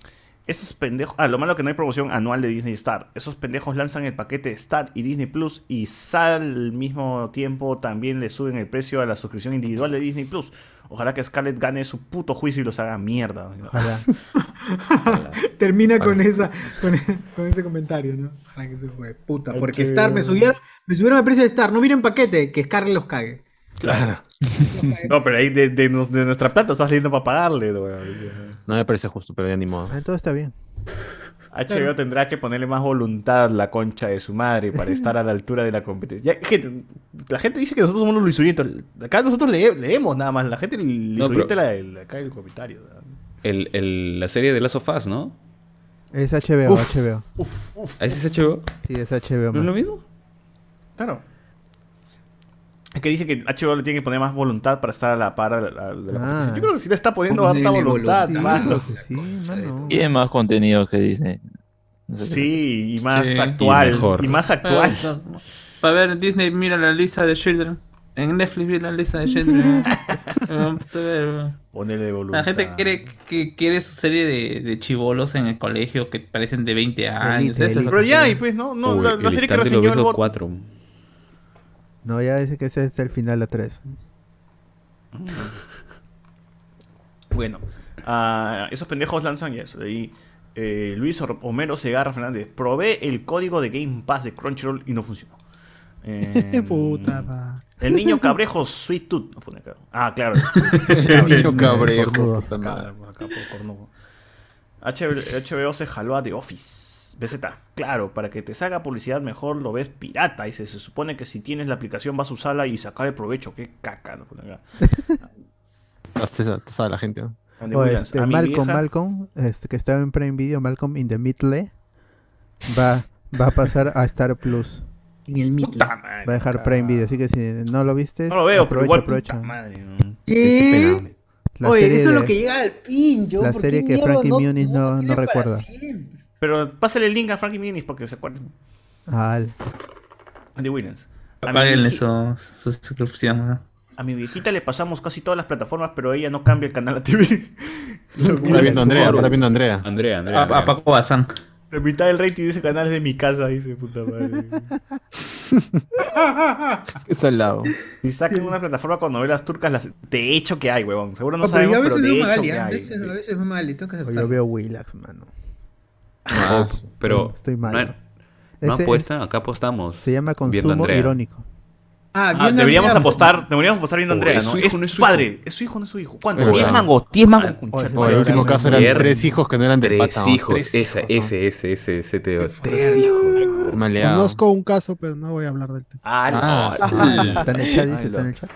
I: Esos pendejos. Ah, lo malo que no hay promoción anual de Disney Star. Esos pendejos lanzan el paquete Star y Disney Plus y sal al mismo tiempo también le suben el precio a la suscripción individual de Disney Plus. Ojalá que Scarlett gane su puto juicio y los haga mierda.
J: [laughs]
C: Ojalá.
E: Termina
I: Ojalá.
E: con esa con, e-, con ese comentario, ¿no? Ojalá que se fue puta.
I: Ay,
E: Porque
I: qué-
E: Star me subieron, me subieron el precio de Star. No miren paquete, que Scar los cague.
G: Claro.
I: No, pero ahí de, de nos- de nuestra plata estás saliendo para pagarle, weón.
G: No me parece justo, pero ya ni modo. [laughs]
C: Ah, todo está bien.
I: HBO
C: Claro.
I: tendrá que ponerle más voluntad la concha de su madre para estar a la altura de la competencia. Ya, gente, la gente dice que nosotros somos los lisurientos. Acá nosotros le- leemos nada más. La gente lisurienta
J: pero-
I: la- la- acá en el comentario. ¿no?
J: El, el- la serie de Last of Us, ¿no?
C: Es HBO,
J: Uf.
C: HBO.
J: ¿Ahí sí se HBO?
C: Sí, es HBO.
J: ¿No es lo
C: Max.
J: mismo?
I: Claro. Es que dice que HBO le tiene que poner más voluntad para estar a la par de la, de la
C: Ah.
I: competencia. Yo creo que sí le está poniendo harta
E: Ponele
I: voluntad,
E: voluntad.
I: mano.
C: Sí, mano.
L: Tiene más contenido que Disney. No sé
I: Sí, y más
L: Sí.
I: actual.
L: Y mejor.
I: y más actual.
F: Para Ah, ver, Disney mira la lista de Children. En Netflix mira la lista de Children.
I: [laughs]
F: Mm, puta ver,
I: Ponele voluntad.
F: La gente quiere que quiere su serie de, de chivolos en el colegio que parecen de 20 años. eso es lo
I: Pero
F: que
I: ya,
F: quieren.
I: y pues no, no,
J: Uy,
I: la, la
J: el
I: serie
J: instante
I: que
J: lo
I: reseñó el
J: veo
I: bot.
J: cuatro.
C: No, ya dice que ese es el final a 3.
I: Bueno, ah, esos pendejos lanzan ya eso. Y eh, Luis Or- Homero Segarra Fernández, probé el código de Game Pass de Crunchyroll y no funcionó. Eh,
H: Puta, pa.
I: el niño cabrejo, Sweet Tooth. nos pone acá. Ah, claro.
G: El niño cabrejo,
I: Cornudo.
G: puta madre.
I: Acá, por acá, por cornudo. HBO, se jaló a The Office. BZ, claro, para que te salga publicidad mejor lo ves pirata. Y se, se supone que si tienes la aplicación vas a usarla y sacar el provecho. Qué caca. nos pone acá.
G: César, te sabe la gente, ¿no?
I: Andy
C: O
I: Williams,
C: este,
I: a mi
C: Malcolm,
I: vieja-
C: Malcolm, este, que estaba en Prime Video, Malcolm in the Middle, E, va, va a pasar a Star Plus.
E: [laughs] En el Middle. E.
I: Puta madre,
C: Va a dejar
I: acá.
C: Prime Video, así que si no lo viste,
I: No lo veo, pero
C: aprovecha,
I: igual,
C: aprovecha.
I: puta madre, ¿no?
E: ¿Qué?
C: La
E: Oye,
C: serie
E: eso es lo
C: de-
E: que llega al pincho.
C: la
E: ¿por
C: serie
E: qué
C: que
E: mierda
C: Frankie
E: no-
C: Muniz no- no
E: tiene para
C: recuerda.
E: siempre?
I: Pero pásale el link a Frankie Minis porque se acuerden.
C: Al-
I: Andy Williams. A mi,
F: Páguenle
I: vieji-
F: su, su suscripción. ¿no?
I: a mi viejita le pasamos casi todas las plataformas, pero ella no cambia el canal a TV.
G: Está viendo Andrea, está viendo Andrea.
J: Andrea, Andrea.
F: A,
J: Andrea.
F: a Paco Bazán.
I: [laughs] La mitad del rating de ese canal es de mi casa, dice puta madre.
G: Es al lado.
I: Si sacan una plataforma con novelas turcas, las de hecho que hay, huevón. Seguro no
E: No, pero
I: sabemos,
E: yo a
I: pero,
E: veces veo
I: de hecho
E: Magali,
I: que
E: ¿ah? a
I: hay.
E: veces a veces veo Magali, tengo que
C: o
E: aceptar.
C: yo veo Willax, mano. Eh,
G: Ah,
J: No,
I: Ah,
J: pero.
C: Mm, estoy mal.
J: No, hay- no
C: Ese-
J: apuesta, acá apostamos.
C: Se llama
J: Viendo
C: consumo
J: Andrea.
C: irónico.
E: Ah,
I: Ah,
E: bien,
I: deberíamos
E: Andrea,
I: apostar, deberíamos apostar viendo a
J: Oh,
I: Andrea,
J: es
I: ¿no?
J: su hijo,
I: es
J: no es su
I: padre, es su hijo, no es su hijo. ¿Cuánto?
J: Es
I: 10
J: verdad.
I: mangos, 10 mangos.
J: Ah,
I: concha tu
G: O el
I: madre.
G: último caso eran
J: Mierda.
G: tres hijos que no eran de
J: Tres
G: pata. ¿no?
J: hijos.
G: Tres
J: esa,
G: hijos, ¿no?
J: ese, ese, ese, ese te veo. Tres hijos.
G: Maleado.
H: Conozco un caso, pero no voy a hablar del tema.
I: Ah, no.
G: Ah,
I: Ah,
G: sí.
C: Está en el chat,
I: Ay,
C: dice, está en el chat.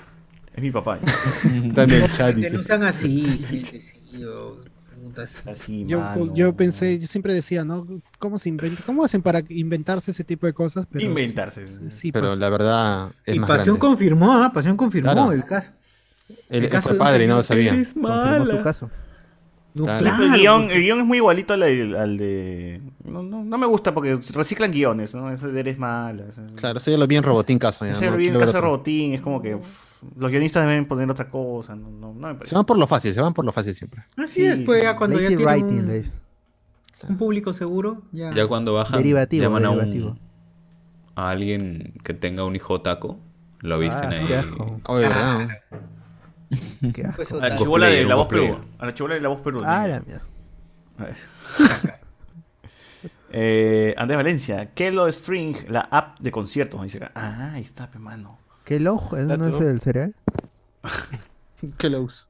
I: Es
E: [laughs]
I: mi papá.
G: Está en el chat,
E: Que
G: dice.
E: no sean así, gente, sí, o putas.
I: Así,
H: Yo,
E: Ah,
I: mano.
H: yo pensé, yo siempre decía, ¿no? ¿Cómo se inventa? ¿Cómo hacen para inventarse ese tipo de cosas? Pero
I: Inventarse.
H: sí- sí pues,
G: Pero
H: pasa.
G: la verdad es
E: Y
G: más
E: Pasión
G: grande.
E: confirmó, ¿ah? Pasión confirmó
G: Claro.
E: el caso.
G: Él
E: el
G: él
E: caso de
G: fue
E: un
G: padre y no
E: señor
G: lo sabía.
C: Confirmó su caso.
E: No,
G: Claro.
E: claro.
I: El guión, el guión es muy igualito al, al- al de. No, no, no me gusta porque reciclan guiones, ¿no? Eso de eres mala. eso-
G: Claro, eso ya lo vi en Robotín caso. ya,
I: Ese
G: no
I: bien
G: quiero ver
I: caso de
G: otro.
I: robotín, es como que. uf, los guionistas deben poner otra cosa. No, no, no me
G: Se
I: parece.
G: van por lo fácil, se van por lo fácil siempre.
E: Así es, pues ya cuando ya
C: Lazy
E: tienen
C: writing, le
E: un,
C: dice.
E: un público seguro, ya.
J: Ya cuando bajan,
C: Derivativo,
J: llaman a, un-
C: derivativo.
J: a alguien que tenga un hijo taco Lo visten
C: Ah,
J: ahí.
C: qué asco.
I: Oye, ¿verdad?
C: Qué asco.
I: A la chibola de la voz Perú. A la chibola de la voz Perú.
C: Ah, la mierda.
I: A ver. eh, Andrés Valencia, Kelo String, la app de conciertos. Dice acá. Ah, ahí está, hermano.
C: ¿Qué lojo? ¿Eso no es
I: Dato.
C: el cereal?
I: Kelos.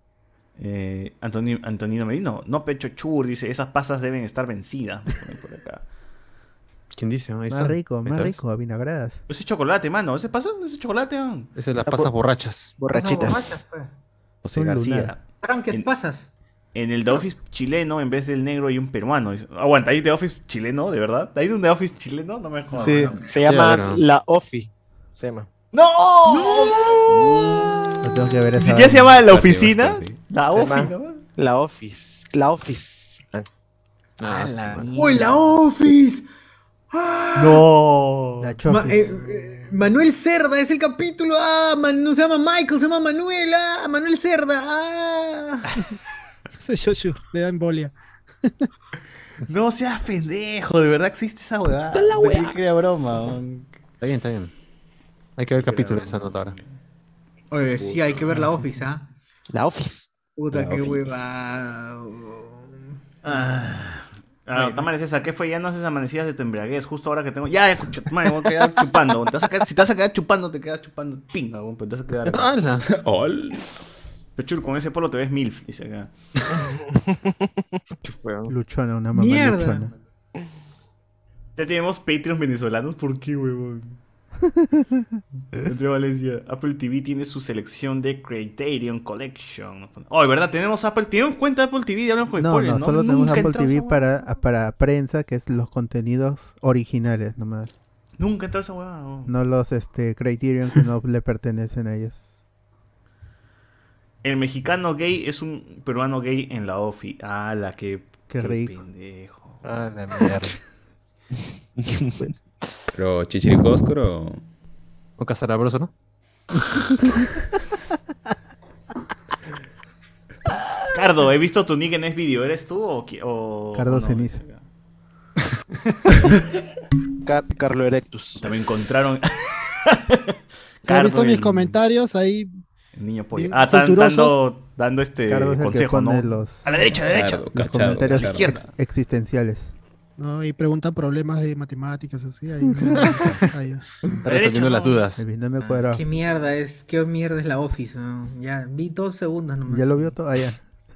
I: Eh, Antoni- Antonino Merino, no pecho chur, dice, esas pasas deben estar vencidas. Pone por acá. [laughs]
G: ¿Quién dice? Ahí
C: Más
G: está.
C: rico,
G: Ahí
C: más
G: está.
C: rico, avinagradas.
I: Ese es chocolate, mano. Ese pasa, ese es chocolate. man.
G: Esas las
I: La
G: pasas
I: po-
G: borrachas.
I: Borrachitas. José
G: Son
I: García.
G: lunar.
E: ¿Qué pasas?
I: En el The Office chileno, en vez del negro, hay un peruano. Dice, Aguanta, ¿hay The Office chileno, de verdad? ¿Hay un The Office chileno? No me jodas.
S: Sí,
I: mano.
S: se llama La Ofi. Se llama.
I: ¡No!
C: Lo tengo que ver
I: Ni
C: esa
I: siquiera se
C: vaina.
I: llama La Oficina. La
S: Se
I: Ofi,
S: llama
I: ¿no?
S: La Office. La Office.
I: Ah, sí, mano.
E: ¡Uy, la Office!
I: No.
C: La
E: Ma-
C: chofis.
E: eh, eh, Manuel Cerda es el capítulo. Ah, Man- no se llama Michael, se llama Manuel. Ah, Manuel Cerda. Ah.
H: [laughs] Ese Shoshu le da embolia.
I: No seas pendejo, de verdad existe esa huevada.
H: Está la
I: No
H: huevada.
I: creí que era broma. man.
G: Está bien, está bien. Hay que ver el capítulo de esa nota ahora.
E: Oye, sí, hay que ver la Office, ¿ah?
S: La Office.
E: Puta,
G: La
E: qué
G: Office.
E: huevada.
I: Ah, ah, Tamara César, ¿qué fue? Ya no haces amanecidas de tu embriaguez, justo ahora que tengo. Ya, ya, escucha, madre, voy a [laughs] quedar chupando. Te vas a quedar- si te vas a quedar chupando, te quedas chupando. Pinga, weón, pero te vas a [laughs] quedar.
G: ¡Hala!
I: ¡Hola! Pechur, con ese polo te ves milf, dice acá.
C: Luchona, una mamá
I: Mierda.
C: luchona.
I: Ya tenemos Patreons venezolanos, ¿por qué,
C: [laughs]
I: huevón? Entre Valencia, Apple TV tiene su selección de Criterion Collection. Oh, de verdad, tenemos Apple TV. ¿Tenemos cuenta de Apple TV? Ya hablamos con
C: No,
I: spoilers,
C: no, solo tenemos
I: Pues, Nunca
C: Apple
I: entramos
C: TV para, para prensa, que es los contenidos originales nomás.
I: Nunca entró esa huevada. huevón.
C: No los este, Criterion que
I: [laughs]
C: no le pertenecen a ellos.
I: El mexicano gay es un peruano gay en la OFI. ¡Hala, qué,
C: Qué rico.
I: pendejo!
S: Ah, la mierda.
J: Pero Chichiricóscoro o.
G: O Casarabroso, ¿no?
I: Cardo, he visto tu nick en es video. ¿Eres tú o.? qui- o
C: Cardo
I: o no?
C: Ceniza.
S: Carlo Erectus.
H: [laughs]
I: También encontraron.
H: Si han visto
I: Cardo,
H: mis
I: el-
H: comentarios, ahí
I: el niño pollo.
H: bien
I: Ah, están
H: culturosos.
I: dando, dando este
C: Cardo es el que
I: consejo, ¿no?
C: pone los,
I: A la derecha, a la derecha.
C: los comentarios ex- existenciales.
H: No, y preguntan problemas de matemáticas, así. Ahí, ahí.
G: resolviendo las dudas.
C: El
I: Ah,
C: binomio cuadrado.
E: Qué mierda es, qué mierda es la Office. weón. Ya vi dos segundos nomás.
C: Ya lo vio todo allá.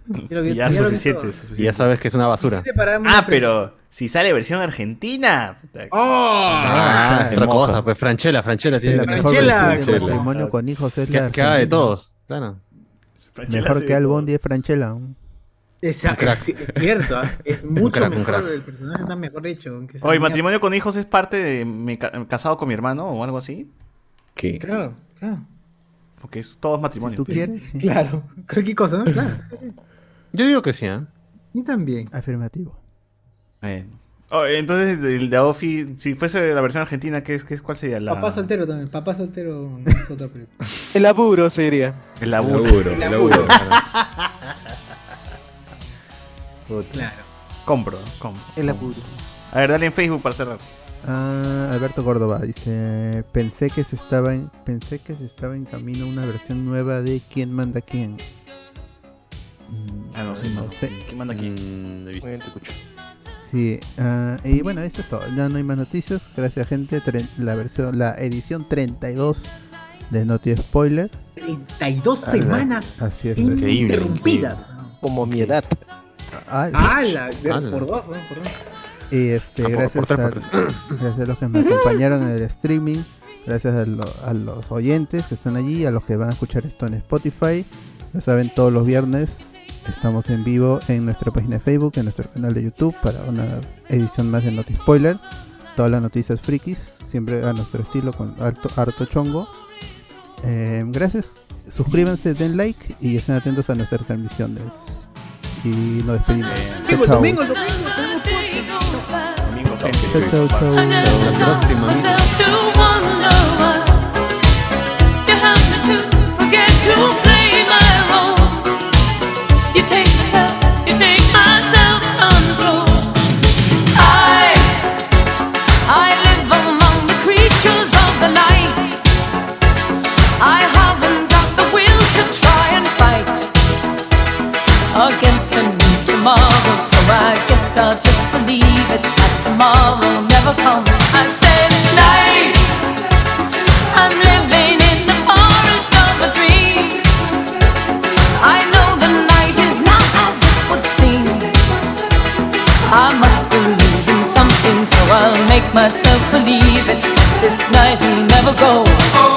E: Ya lo vi-
I: Ya
E: ya lo vi
I: suficiente,
E: todo.
I: suficiente.
G: Y ya sabes que es una basura.
I: Ah, pero si sale versión argentina. puta.
G: Ah,
I: Ah,
G: es otra cosa. Pues Franchella, Franchella tiene
C: la mejor
I: Franchella,
C: versión de
I: Franchella.
C: matrimonio con hijos es
G: Que-
C: la
G: que haga de
C: argentina.
G: todos, claro.
I: Franchella
C: Mejor
I: sí.
C: que Albondi es Franchella.
E: Esa-
C: Un crack.
E: es, es cierto, ¿ah? es mucho
C: crack, un
E: mejor.
C: crack.
E: El personaje está mejor hecho. aunque sea
I: Oye,
E: mierda.
I: matrimonio con hijos es parte de me ca- casado con mi hermano o algo así.
J: ¿Qué?
E: Claro, claro.
I: Porque es todo es matrimonio. pues.
C: tú quieres, sí.
E: Claro, cualquier cosa, ¿no? Claro.
G: Yo digo que sí, ¿eh?
E: Y también.
C: Afirmativo.
I: Bueno. Oh, entonces, el de Aofi, si fuese la versión argentina, ¿qué es, qué es, ¿cuál sería la...?
E: Papá soltero también. Papá soltero es otra película.
S: El laburo se diría.
I: El laburo.
J: El laburo.
I: Puta.
E: Claro.
I: Compro, compro.
S: El laburo.
I: A ver, dale en Facebook para cerrar.
C: Ah, Alberto Córdoba dice, pensé que se estaba en, pensé que se estaba en camino una versión nueva de quién manda quién.
I: Ah, no, sí, mano. ¿Quién manda aquí?
G: Mm,
S: Muy bien, te escucho.
C: Sí, ah, y bueno, eso es todo. Ya no hay más noticias. Gracias, gente. Tre- La versión la edición 32 de Noti Spoiler.
E: 32
C: Ala.
E: semanas
C: Así es.
E: ininterrumpidas.
S: Como mi edad.
I: Ah,
C: Ala.
E: ¡Hala!
C: Ala.
E: Por dos, ¿no? Por dos.
C: Y este,
S: Ah, por-
C: gracias,
S: por tres,
C: a,
S: por tres.
C: [clears throat] gracias a los que me acompañaron en el streaming, gracias a, lo- a los oyentes que están allí, a los que van a escuchar esto en Spotify. Ya saben, todos los viernes estamos en vivo en nuestra página de Facebook, en nuestro canal de YouTube, para una edición más de Noti Spoiler. Todas las noticias frikis, siempre a nuestro estilo, con harto, harto chongo. Eh, gracias, suscríbanse, den like y estén atentos a nuestras transmisiones. Y nos despedimos. Chao,
E: Domingo, el
C: chao.
E: domingo, el domingo. tenemos podcast.
C: Chao, chao, chao.
Y: La próxima.
K: leave it that tomorrow never comes. I said night. I'm living in the forest of a dream. I know the night is not as it would seem. I must believe in something, so I'll make myself believe it. This night will never go.